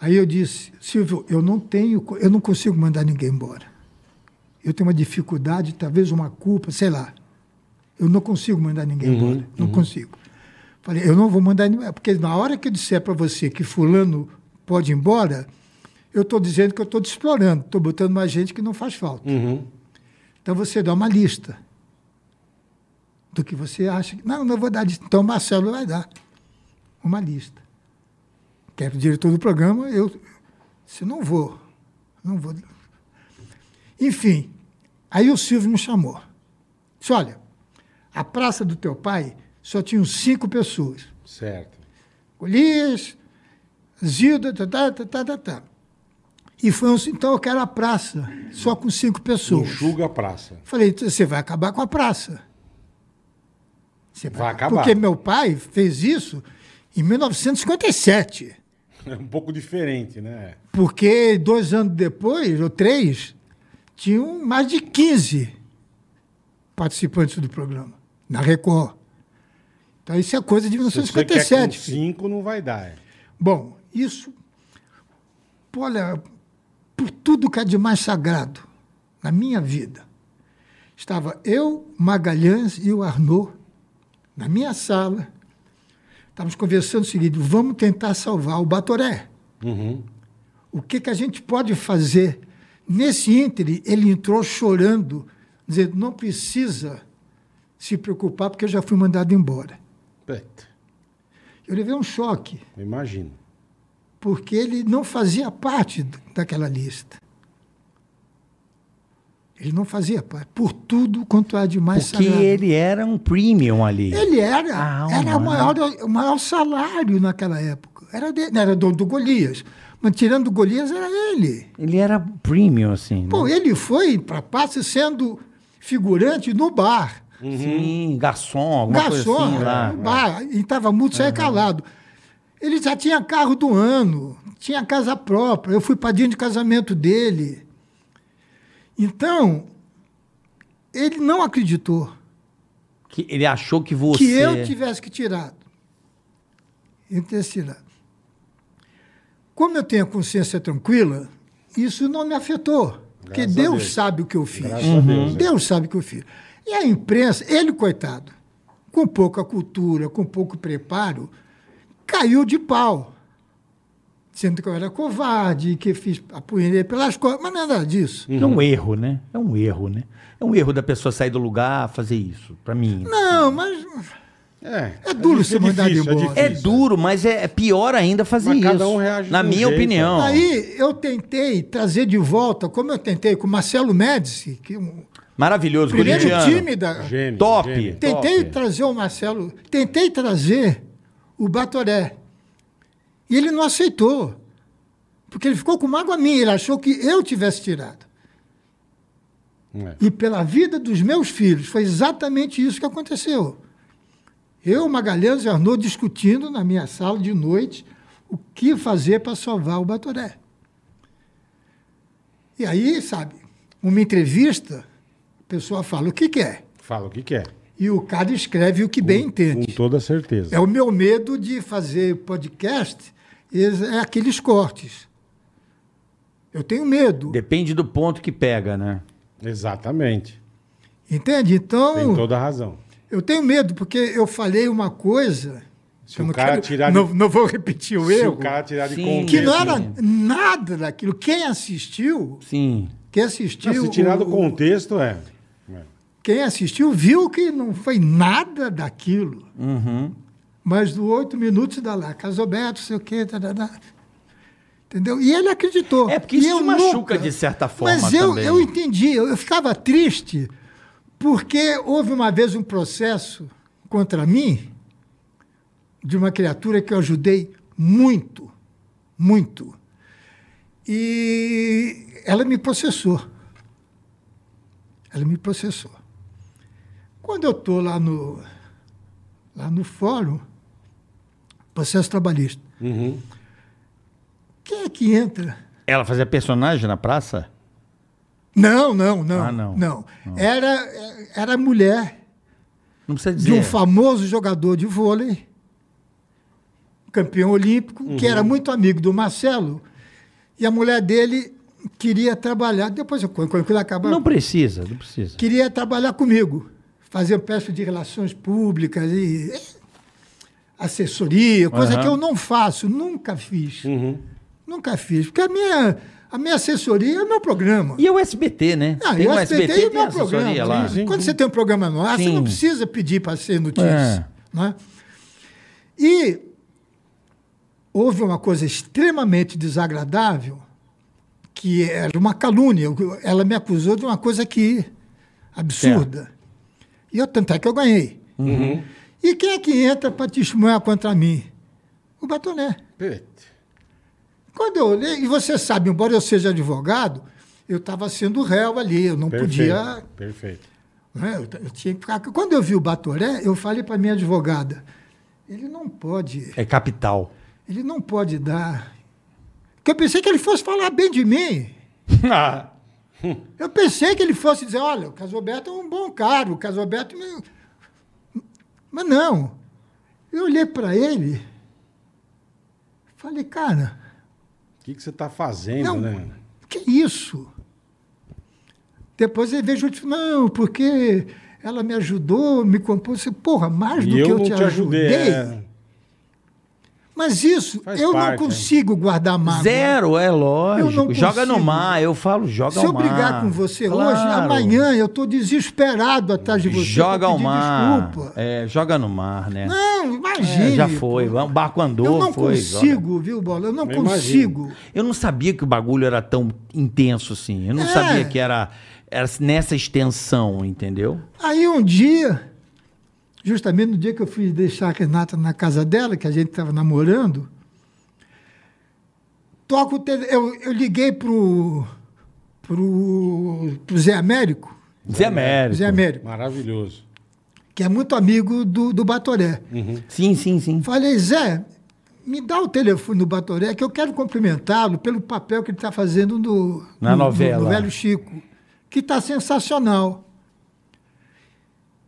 E: Aí eu disse, Silvio, eu não tenho, co- eu não consigo mandar ninguém embora. Eu tenho uma dificuldade, talvez uma culpa, sei lá. Eu não consigo mandar ninguém embora, não consigo. Falei, eu não vou mandar ninguém, porque na hora que eu disser para você que fulano pode ir embora, eu estou dizendo que eu estou te explorando, estou botando mais gente que não faz falta. Então você dá uma lista do que você acha. que- Não, não vou dar. lista. Então o Marcelo vai dar uma lista. Que é o diretor do programa, eu se não vou, não vou. Enfim, aí o Silvio me chamou. Disse, olha, a praça do teu pai só tinha cinco pessoas.
C: Certo.
E: Golias, Zilda, tá, tá, tá, tá, tá, tá. E foi um, então eu quero a praça, só com cinco pessoas.
C: Enxuga a praça. [LAUGHS]
E: Falei, "Então você vai acabar com a praça. Você
C: Vai acabar.
E: Porque meu pai fez isso em 1957.
C: É um pouco diferente, né?
E: Porque dois anos depois, ou três, tinham mais de 15 participantes do programa, na Record. Então isso é coisa de
C: Se você quer
E: 1957.
C: com
E: filho.
C: cinco, não vai dar. é.
E: Bom, isso, pô, olha, por tudo que é de mais sagrado na minha vida, estava eu, Magalhães e o Arnaud na minha sala. Estávamos conversando o seguinte: vamos tentar salvar o Batoré. O que, que a gente pode fazer? Nesse íntere, ele entrou chorando, dizendo: não precisa se preocupar, porque eu já fui mandado embora.
C: Puta,
E: Eu levei um choque.
C: Imagino.
E: porque ele não fazia parte d- daquela lista. Ele não fazia parte, por tudo quanto há de mais
D: Porque
E: sagrado.
D: ele era um premium ali.
E: Ele era,
D: Ah, um
E: era o, maior, o maior salário naquela época. Era, de, era do, do Golias. Mas tirando o Golias, era ele.
D: Ele era premium, assim. né?
E: Pô, ele foi para passe sendo figurante no bar.
D: Sim, garçom, alguma coisa
E: Garçom, é,
D: assim lá.
E: no bar. E estava muito saia calado. Ele já tinha carro do ano, tinha casa própria. Eu fui padrinho de casamento dele. Então, ele não acreditou
D: Que ele achou que você...
E: que eu tivesse que tirado. Eu tivesse tirado. Como eu tenho a consciência tranquila, isso não me afetou. Porque
C: Graças a
E: Deus
C: Deus.
E: sabe o que eu fiz.
C: Graças a Deus, né?
E: Deus sabe o que eu fiz. E a imprensa, ele, coitado, com pouca cultura, com pouco preparo, caiu de pau. Sendo que eu era covarde, que fiz apunhei pelas costas, mas nada disso.
D: É um erro, né? É um erro, né? É um erro da pessoa sair do lugar, fazer isso, pra mim.
E: Não, mas
C: É,
E: É duro ser mandado
C: difícil,
E: embora.
D: É
C: difícil.
D: duro, mas é é pior ainda fazer
C: Mas
D: isso.
C: cada um reage
D: Na
C: de um
D: minha
C: jeito.
D: opinião.
E: Aí eu tentei trazer de volta, como eu tentei com Marcelo Médici, que é um
D: Maravilhoso,
E: primeiro
D: corintiano.
E: time da.
C: É Gênio,
D: Top.
C: gênio.
E: Tentei
D: top.
E: trazer o Marcelo, tentei trazer o Batoré. E ele não aceitou. Porque ele ficou com mágoa minha, ele achou que eu tivesse tirado.
C: É.
E: E pela vida dos meus filhos, foi exatamente isso que aconteceu. Eu, Magalhães e Arnaud discutindo na minha sala de noite o que fazer para salvar o Batoré. E aí, sabe, uma entrevista, a pessoa fala o que quer.
C: Fala o que quer.
E: E o cara escreve o que bem
C: Com
E: entende.
C: toda certeza.
E: É o meu medo de fazer podcast, es- é aqueles cortes. Eu tenho medo,
D: Depende do ponto que pega, né?
C: Exatamente.
E: entende?
C: Tem
E: Então,
C: toda a razão.
E: eu tenho medo, porque eu falei uma coisa.
C: Se
E: eu
C: o
E: não
C: cara
E: quero-
C: tirar de-
E: não, não vou repetir o
C: Se
E: erro.
C: o cara tirar de
D: Sim.
C: contexto...
E: Que não era
D: Sim.
E: nada daquilo. Quem assistiu,
D: Sim.
E: quem
C: Não,
E: assistiu.
C: se tirar do
E: o-
C: contexto, é. É.
E: Quem assistiu viu que não foi nada daquilo.
D: Uhum.
E: Mas do oito minutos dá lá, Casoberto, sei o quê, tarará. entendeu? E ele acreditou.
D: É, porque
E: E
D: isso
E: eu
D: te machuca, de certa forma,
E: Mas eu,
D: também.
E: eu entendi, eu, eu ficava triste, porque houve uma vez um processo contra mim de uma criatura que eu ajudei muito, muito. E ela me processou. Ela me processou. Quando eu estou lá no, lá no fórum, processo trabalhista, quem é que entra?
D: Ela fazia personagem na praça?
E: Não, não, não.
D: Ah, não.
E: Era, era mulher
D: Não precisa dizer.
E: de um famoso jogador de vôlei, campeão olímpico, que era muito amigo do Marcelo, e a mulher dele queria trabalhar, depois eu quando aquilo acabar,
D: Não precisa, não precisa.
E: queria trabalhar comigo, fazer peça de relações públicas e assessoria, coisa
D: Aham.
E: que eu não faço, nunca fiz. Nunca fiz, porque a minha, a minha assessoria é o meu programa.
D: E é o SBT, né?
E: Não,
D: tem
E: eu
D: o
E: respeitei
D: SBT,
E: é o
D: tem
E: meu
D: assessoria
E: programa.
D: lá. né?
E: Sim, sim. Quando você tem um programa no ar, você
D: Sim. É.
E: não precisa pedir para ser notícia. Né? E houve uma coisa extremamente desagradável, que era uma calúnia. Ela me acusou de uma coisa que absurda. E eu, tanto é que eu ganhei.
D: Uhum.
E: E quem é que entra para testemunhar contra mim? O Batoné.
C: Pete.
E: Quando eu olhei, e você sabe, embora eu seja advogado, eu estava sendo réu ali, eu não
C: Perfeito.
E: podia.
C: Perfeito.
E: né, eu, t- eu tinha que ficar. Quando eu vi o Batoré, eu falei para minha advogada: ele não pode,
D: É capital.
E: ele não pode dar. Porque eu pensei que ele fosse falar bem de mim. Eu pensei que ele fosse dizer: olha, o Casoberto é um bom cara, o Casoberto. me- Mas não. Eu olhei para ele, falei: cara.
C: O que, que você tá fazendo,
E: Não.
C: né?
E: Que isso? Depois ele veio junto e falou, não, porque ela me ajudou, me compôs. Eu disse, Porra, mais
C: E
E: do
C: eu
E: que eu
C: não
E: te ajudei.
C: é.
E: Mas isso,
C: Faz
E: eu
C: parte, né?
E: não consigo guardar mágoa.
D: Zero, é
E: Eu não
D: lógico. Joga no
E: consigo.
D: mar, eu falo, joga
E: Se eu
D: ao mar.
E: brigar com você
D: Claro.
E: hoje, amanhã eu estou desesperado atrás de você.
D: Joga
E: pra
D: ao
E: pedir
D: mar.
E: Desculpa.
D: É, joga no mar, né?
E: Não,
D: É,
E: imagine.
D: já foi. O barco andou,
E: Eu não
D: foi. joga.
E: consigo, viu, Bola? Eu não
C: Eu
E: consigo.
D: Eu não sabia que o bagulho era tão intenso assim. Eu não
E: É.
D: sabia que era, era nessa extensão, entendeu?
E: Aí um dia, justamente no dia que eu fui deixar a Renata na casa dela, que a gente estava namorando, toco o tele... eu, eu liguei pro, pro, pro Zé Américo,
D: Zé Américo.
E: Zé Américo,
C: Maravilhoso.
E: que é muito amigo do, do Batoré.
D: Sim, sim, sim.
E: Falei, Zé, me dá o telefone do Batoré, que eu quero cumprimentá-lo pelo papel que ele está fazendo no,
D: Na
E: no-
D: novela.
E: no Velho Chico, que está sensacional.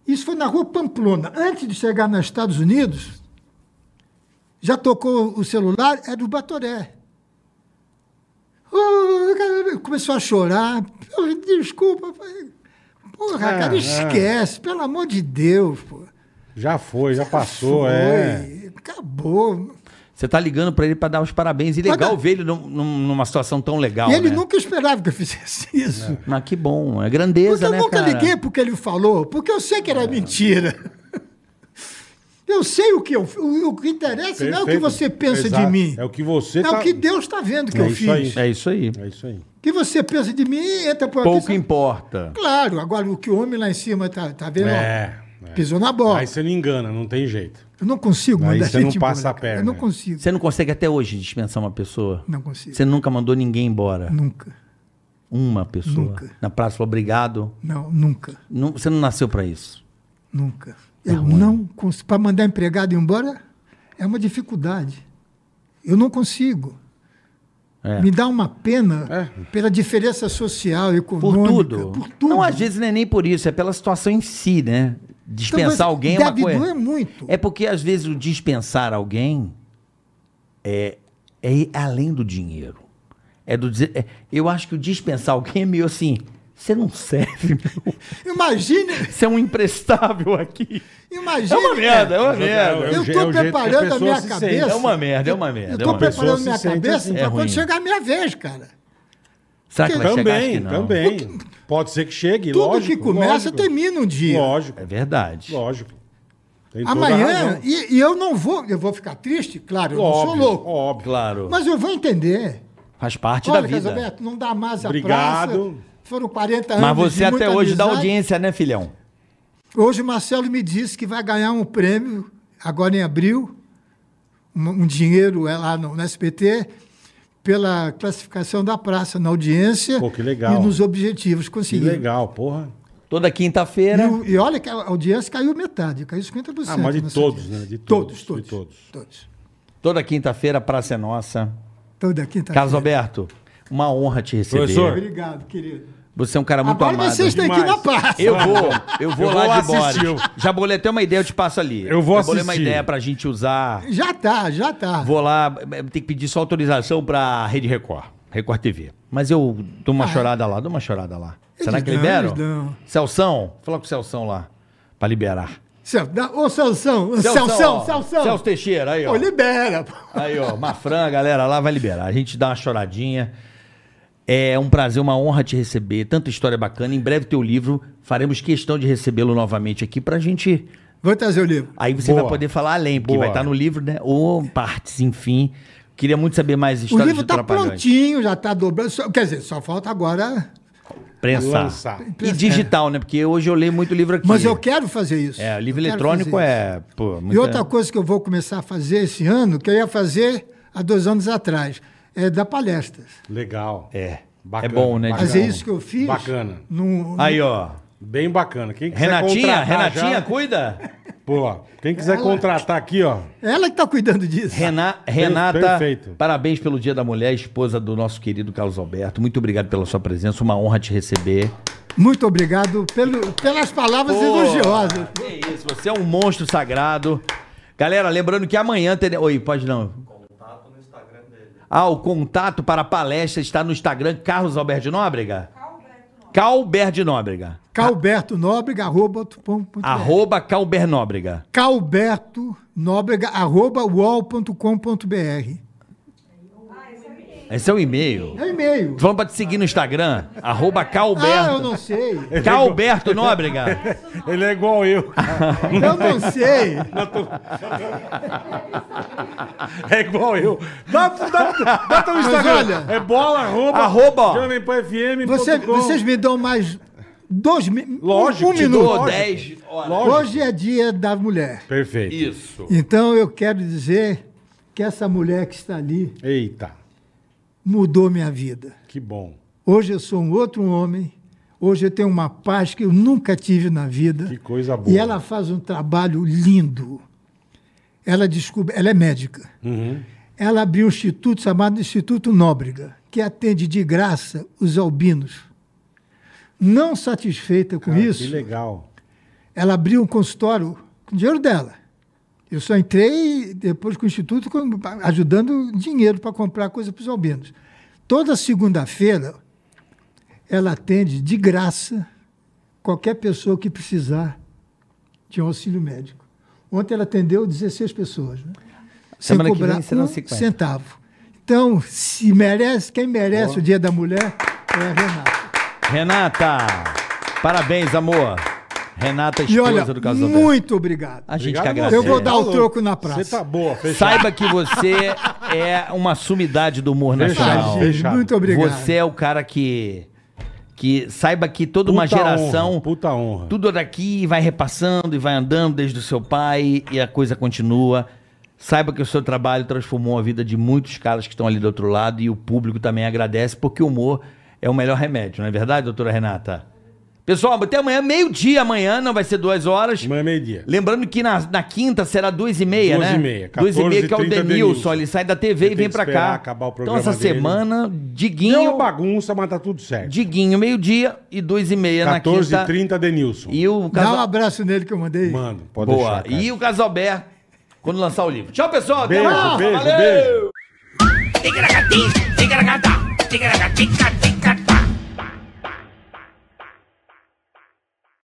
E: Isso foi na rua Pamplona. Antes de chegar nos Estados Unidos, já tocou o celular, era do Batoré. Oh, cara, começou a chorar. Pô, Desculpa. Eu falei, Porra,
C: Ah,
E: cara,
C: é.
E: esquece, pelo amor de Deus. Pô.
C: Já foi, já passou, é.
E: Foi, Acabou.
D: Você tá ligando pra ele pra dar os parabéns. E legal
E: Mas-
D: ver ele num- num- numa situação tão legal.
E: e ele
D: né?
E: nunca esperava que eu fizesse [LAUGHS] isso.
D: Mas que bom. É grandeza,
E: Porque eu
D: né,
E: nunca
D: cara?
E: liguei porque ele falou, porque eu sei que
C: É.
E: era mentira. [LAUGHS] Eu sei o que eu o, o que interessa não é o que
C: Perfeito.
E: você pensa de
C: Exato.
E: mim.
C: É o que você
E: É
C: tá...
E: o que Deus está vendo que
C: É
E: eu
C: isso
E: fiz.
C: aí.
D: É isso aí.
C: É isso aí.
E: O que você pensa de mim entra por
D: Pouco
E: aqui.
D: importa.
E: Claro, agora o que o homem lá em cima tá, tá vendo, ó,
C: é.
E: pisou na bola.
C: Aí você não engana, não tem jeito.
E: Eu não consigo
C: Aí
E: mandar
C: você não
E: gente embora,
C: passa a
E: cara. Eu
C: perna.
E: não consigo.
D: Você não consegue até hoje dispensar uma pessoa?
E: Não consigo.
D: Você nunca mandou ninguém embora?
E: Nunca.
D: Uma pessoa.
E: Nunca.
D: Na praça, falou, obrigado.
E: Não, nunca.
D: Não- você não nasceu pra isso.
E: Nunca.
D: É
E: Eu não consigo. Para mandar empregado embora é uma dificuldade. Eu não consigo.
D: É.
E: Me dá uma pena pela diferença social,
D: Por
E: econômica.
D: tudo.
E: Por tudo.
D: Não, às vezes não é nem por isso, é pela situação em si, né?
E: Então,
D: Dispensar
E: mas
D: alguém é uma
E: deve
D: coisa.
E: doer muito.
D: É porque às vezes o dispensar alguém é, é ir além do dinheiro. É do dizer, é- eu acho que o dispensar alguém é meio assim, você não serve, meu.
E: Imagine,
D: você é um imprestável aqui.
E: imagine.
D: É uma merda, é uma merda.
E: Eu
C: je-
E: tô
C: jeito que
E: preparando a
C: pessoa
E: minha
C: se
E: cabeça.
C: sente.
D: É uma merda, é uma merda.
E: Eu
D: é uma
E: estou
D: merda.
C: pessoa
E: preparando
C: se
E: minha
C: sente
E: cabeça
C: assim,
E: para
D: é ruim.
E: quando chegar a minha vez, cara.
D: Será que vai chegar? Acho que
C: Também,
D: não.
C: também. Pode ser que chegue,
E: Tudo
C: lógico.
E: que começa
C: lógico.
E: termina um dia.
C: Lógico,
D: É verdade.
C: lógico. Tem toda a
E: Amanhã,
C: razão.
E: e, e eu não vou, eu vou ficar triste, claro, eu não
C: Óbvio,
E: sou louco.
C: óbvio.
D: Claro.
E: Mas eu vou entender.
D: Faz parte
E: Olha,
D: da
E: Carlos
D: vida.
E: Alberto, não dá mais a
C: Obrigado.
E: praça. Foram 40 anos.
D: Mas você
E: de
D: até
E: muita
D: hoje dá
E: amizade.
D: audiência, né, filhão?
E: Hoje o Marcelo me disse que vai ganhar um prêmio, agora em abril, um, um dinheiro é lá no, no SBT, pela classificação da praça na audiência
C: Pô, que legal.
E: e nos objetivos
C: Que
E: conseguiram.
C: legal, porra.
D: Toda
E: E,
D: quinta-feira.
E: o- e olha que a audiência caiu metade, caiu 50%.
C: Ah, mas de
E: nessa
C: todos,
E: audiência.
C: né? De todos,
E: todos, todos,
C: de todos.
E: todos. Então,
D: Toda quinta-feira, a Praça é Nossa.
E: Toda quinta
D: Carlos Alberto, uma honra te receber.
C: Professor.
E: tá Obrigado, querido.
D: Você é um cara muito
E: agora
D: amado.
E: vocês têm que ir na
C: Tá Demais.
E: praça.
D: Eu vou, eu vou
C: Eu
D: lá
C: vou
D: de Boris.
C: assistir.
D: Já bolei até uma ideia, eu te passo ali.
C: Eu vou
D: Já bolei uma
C: assistir.
D: ideia pra gente usar.
E: Já tá, já tá.
D: Vou lá, eh, tem que pedir só autorização pra Rede Record, Record TV. Mas eu dou uma chorada lá, dou uma chorada lá. Será que
E: dão,
D: liberam?
E: Ah. eles dão.
D: Celção, fala com o Celção lá, pra liberar.
E: Cel- dá- Ô, Celção, Celção,
D: ó,
E: Celção.
D: Celso Teixeira, aí ó.
E: Pô, libera. pô.
D: Aí, ó, Mafran, a galera lá vai liberar. A gente dá uma choradinha. É um prazer, uma honra te receber. Tanta história bacana. Em breve teu livro, faremos questão de recebê-lo novamente aqui pra gente.
E: Vou trazer o livro.
D: Aí você
C: Boa.
D: vai poder falar além, porque
C: Boa.
D: vai estar no livro, né? Ou partes, enfim. Queria muito saber mais
E: O
D: histórias
E: livro
D: de
E: tá
D: Trapalhões.
E: prontinho, já tá dobrando. só- quer dizer, só falta agora.
D: Prensar.
C: Lançar.
D: E digital, né? Porque hoje eu leio muito livro aqui.
E: É. Mas eu quero fazer isso.
D: É, livro
E: Eu quero
D: eletrônico
E: fazer
D: é. Pô,
E: isso.
D: muito
E: E outra coisa que eu vou começar a fazer esse ano, que eu ia fazer há dois anos atrás, é dar palestras.
C: Legal.
D: É.
C: Bacana,
D: é bom, né?
C: bacana.
E: Fazer
D: digamos.
E: isso que eu fiz.
C: Bacana.
E: No,
D: Aí, ó.
C: Bem bacana. Quem quiser
D: Renatinha,
C: contratar
D: Renatinha,
C: já-
D: cuida.
C: Pô, quem quiser
E: Ela-
C: contratar aqui, ó.
E: Ela que tá cuidando disso.
D: Rena-
E: [LAUGHS]
D: Renata,
C: perfeito.
D: parabéns pelo Dia da Mulher, esposa do nosso querido Carlos Alberto. Muito obrigado pela sua presença, uma honra te receber.
E: Muito obrigado pelo- pelas palavras elogiosas.
D: Que isso, você é um monstro sagrado. Galera, lembrando que amanhã tem... Oi, pode não. Contato no Instagram dele. Ah, o contato para a palestra está no Instagram Carlos Alberto de Nóbrega? Calberto de Nóbrega.
E: Calberto Nóbrega, arroba, ponto,
D: Arroba Calbernóbrega.
E: Calberto Nóbrega, arroba, uol.com.br.
D: Esse é o e-mail.
E: É o e-mail.
D: Tô falando pra te seguir no Instagram. Arroba
E: Ah, eu
D: Calberto.
C: [LAUGHS]
E: não sei.
C: É
D: Calberto Nóbrega.
C: Ele é igual eu. [LAUGHS]
E: Eu não sei.
C: É igual eu. Dá, dá, dá teu
E: Mas
C: Instagram.
E: olha-
C: é bola, arroba.
D: Arroba, ó.
C: Jovem Pan FM.
E: Você- vocês me dão mais dois mi-
C: Lógico,
E: um
C: te
E: minuto.
D: Tô 10 horas.
E: Hoje é dia da mulher.
C: Perfeito.
D: Isso.
E: Então eu quero dizer que essa mulher que está ali
C: Eita,
E: mudou minha vida.
C: que bom.
E: Hoje eu sou um outro homem. Hoje eu tenho uma paz que eu nunca tive na vida.
C: Que coisa boa.
E: E ela faz um trabalho lindo. Ela descobre, ela é médica.
C: Uhum.
E: Ela abriu um instituto chamado Instituto Nóbrega, que atende de graça os albinos. Não satisfeita com
C: Cara,
E: isso,
C: Que legal.
E: ela abriu um consultório com dinheiro dela. Eu só entrei depois com o Instituto com- ajudando dinheiro para comprar coisa para os albinos. Toda segunda-feira, ela atende de graça qualquer pessoa que precisar de um auxílio médico. Ontem ela atendeu 16 pessoas. Né? Sem
D: Semana que
E: cobrar
D: vem serão
E: um
D: 50.
E: centavo. Então, se merece, quem merece o Dia da Mulher é a Renata.
D: Renata. Parabéns, amor. Renata,
E: E
D: esposa
E: olha,
D: do Casal
E: muito obrigado.
D: A gente que
C: Obrigado,
D: agradece.
E: Eu vou dar o
C: Alô,
E: troco na praça.
C: Você tá boa, fechado.
D: Saiba que você é uma sumidade do humor nacional.
C: Fechado, fechado.
E: Muito obrigado.
D: Você é o cara que. Que saiba que toda uma
C: Puta
D: geração.
C: honra, puta honra.
D: Tudo é daqui vai repassando e vai andando desde o seu pai e a coisa continua. Saiba que o seu trabalho transformou a vida de muitos caras que estão ali do outro lado e o público também agradece, porque o humor é o melhor remédio, não é verdade, doutora Renata? Pessoal, até amanhã, meio-dia amanhã, não vai ser duas horas.
C: Amanhã é meio-dia.
D: Lembrando que na, na quinta será duas e meia,
C: Duas
D: né?
C: e meia,
D: Duas e meia, que é o
C: 14h30
D: Denilson. Ele sai da TV
C: Ele
D: e
C: tem
D: vem
C: que
D: pra
C: esperar
D: cá.
C: acabar o
D: então
C: programa
D: essa
C: dele.
D: semana,
C: Deu uma
D: Diguinho,
C: bagunça, mas tá tudo certo.
D: Diguinho meio-dia e duas e meia na quinta.
C: 14h30, Denilson.
D: E o
E: Dá um
D: casal...
E: abraço nele que eu mandei.
C: Mano, pode
D: Boa.
C: deixar. cara.
D: e o Casalber, quando lançar o livro. Tchau, pessoal.
C: Beijo,
E: Ah,
D: até mais.
C: beijo,
D: Valeu.
C: beijo.
A: Tigaragati, tigaragata, tigaragaticata.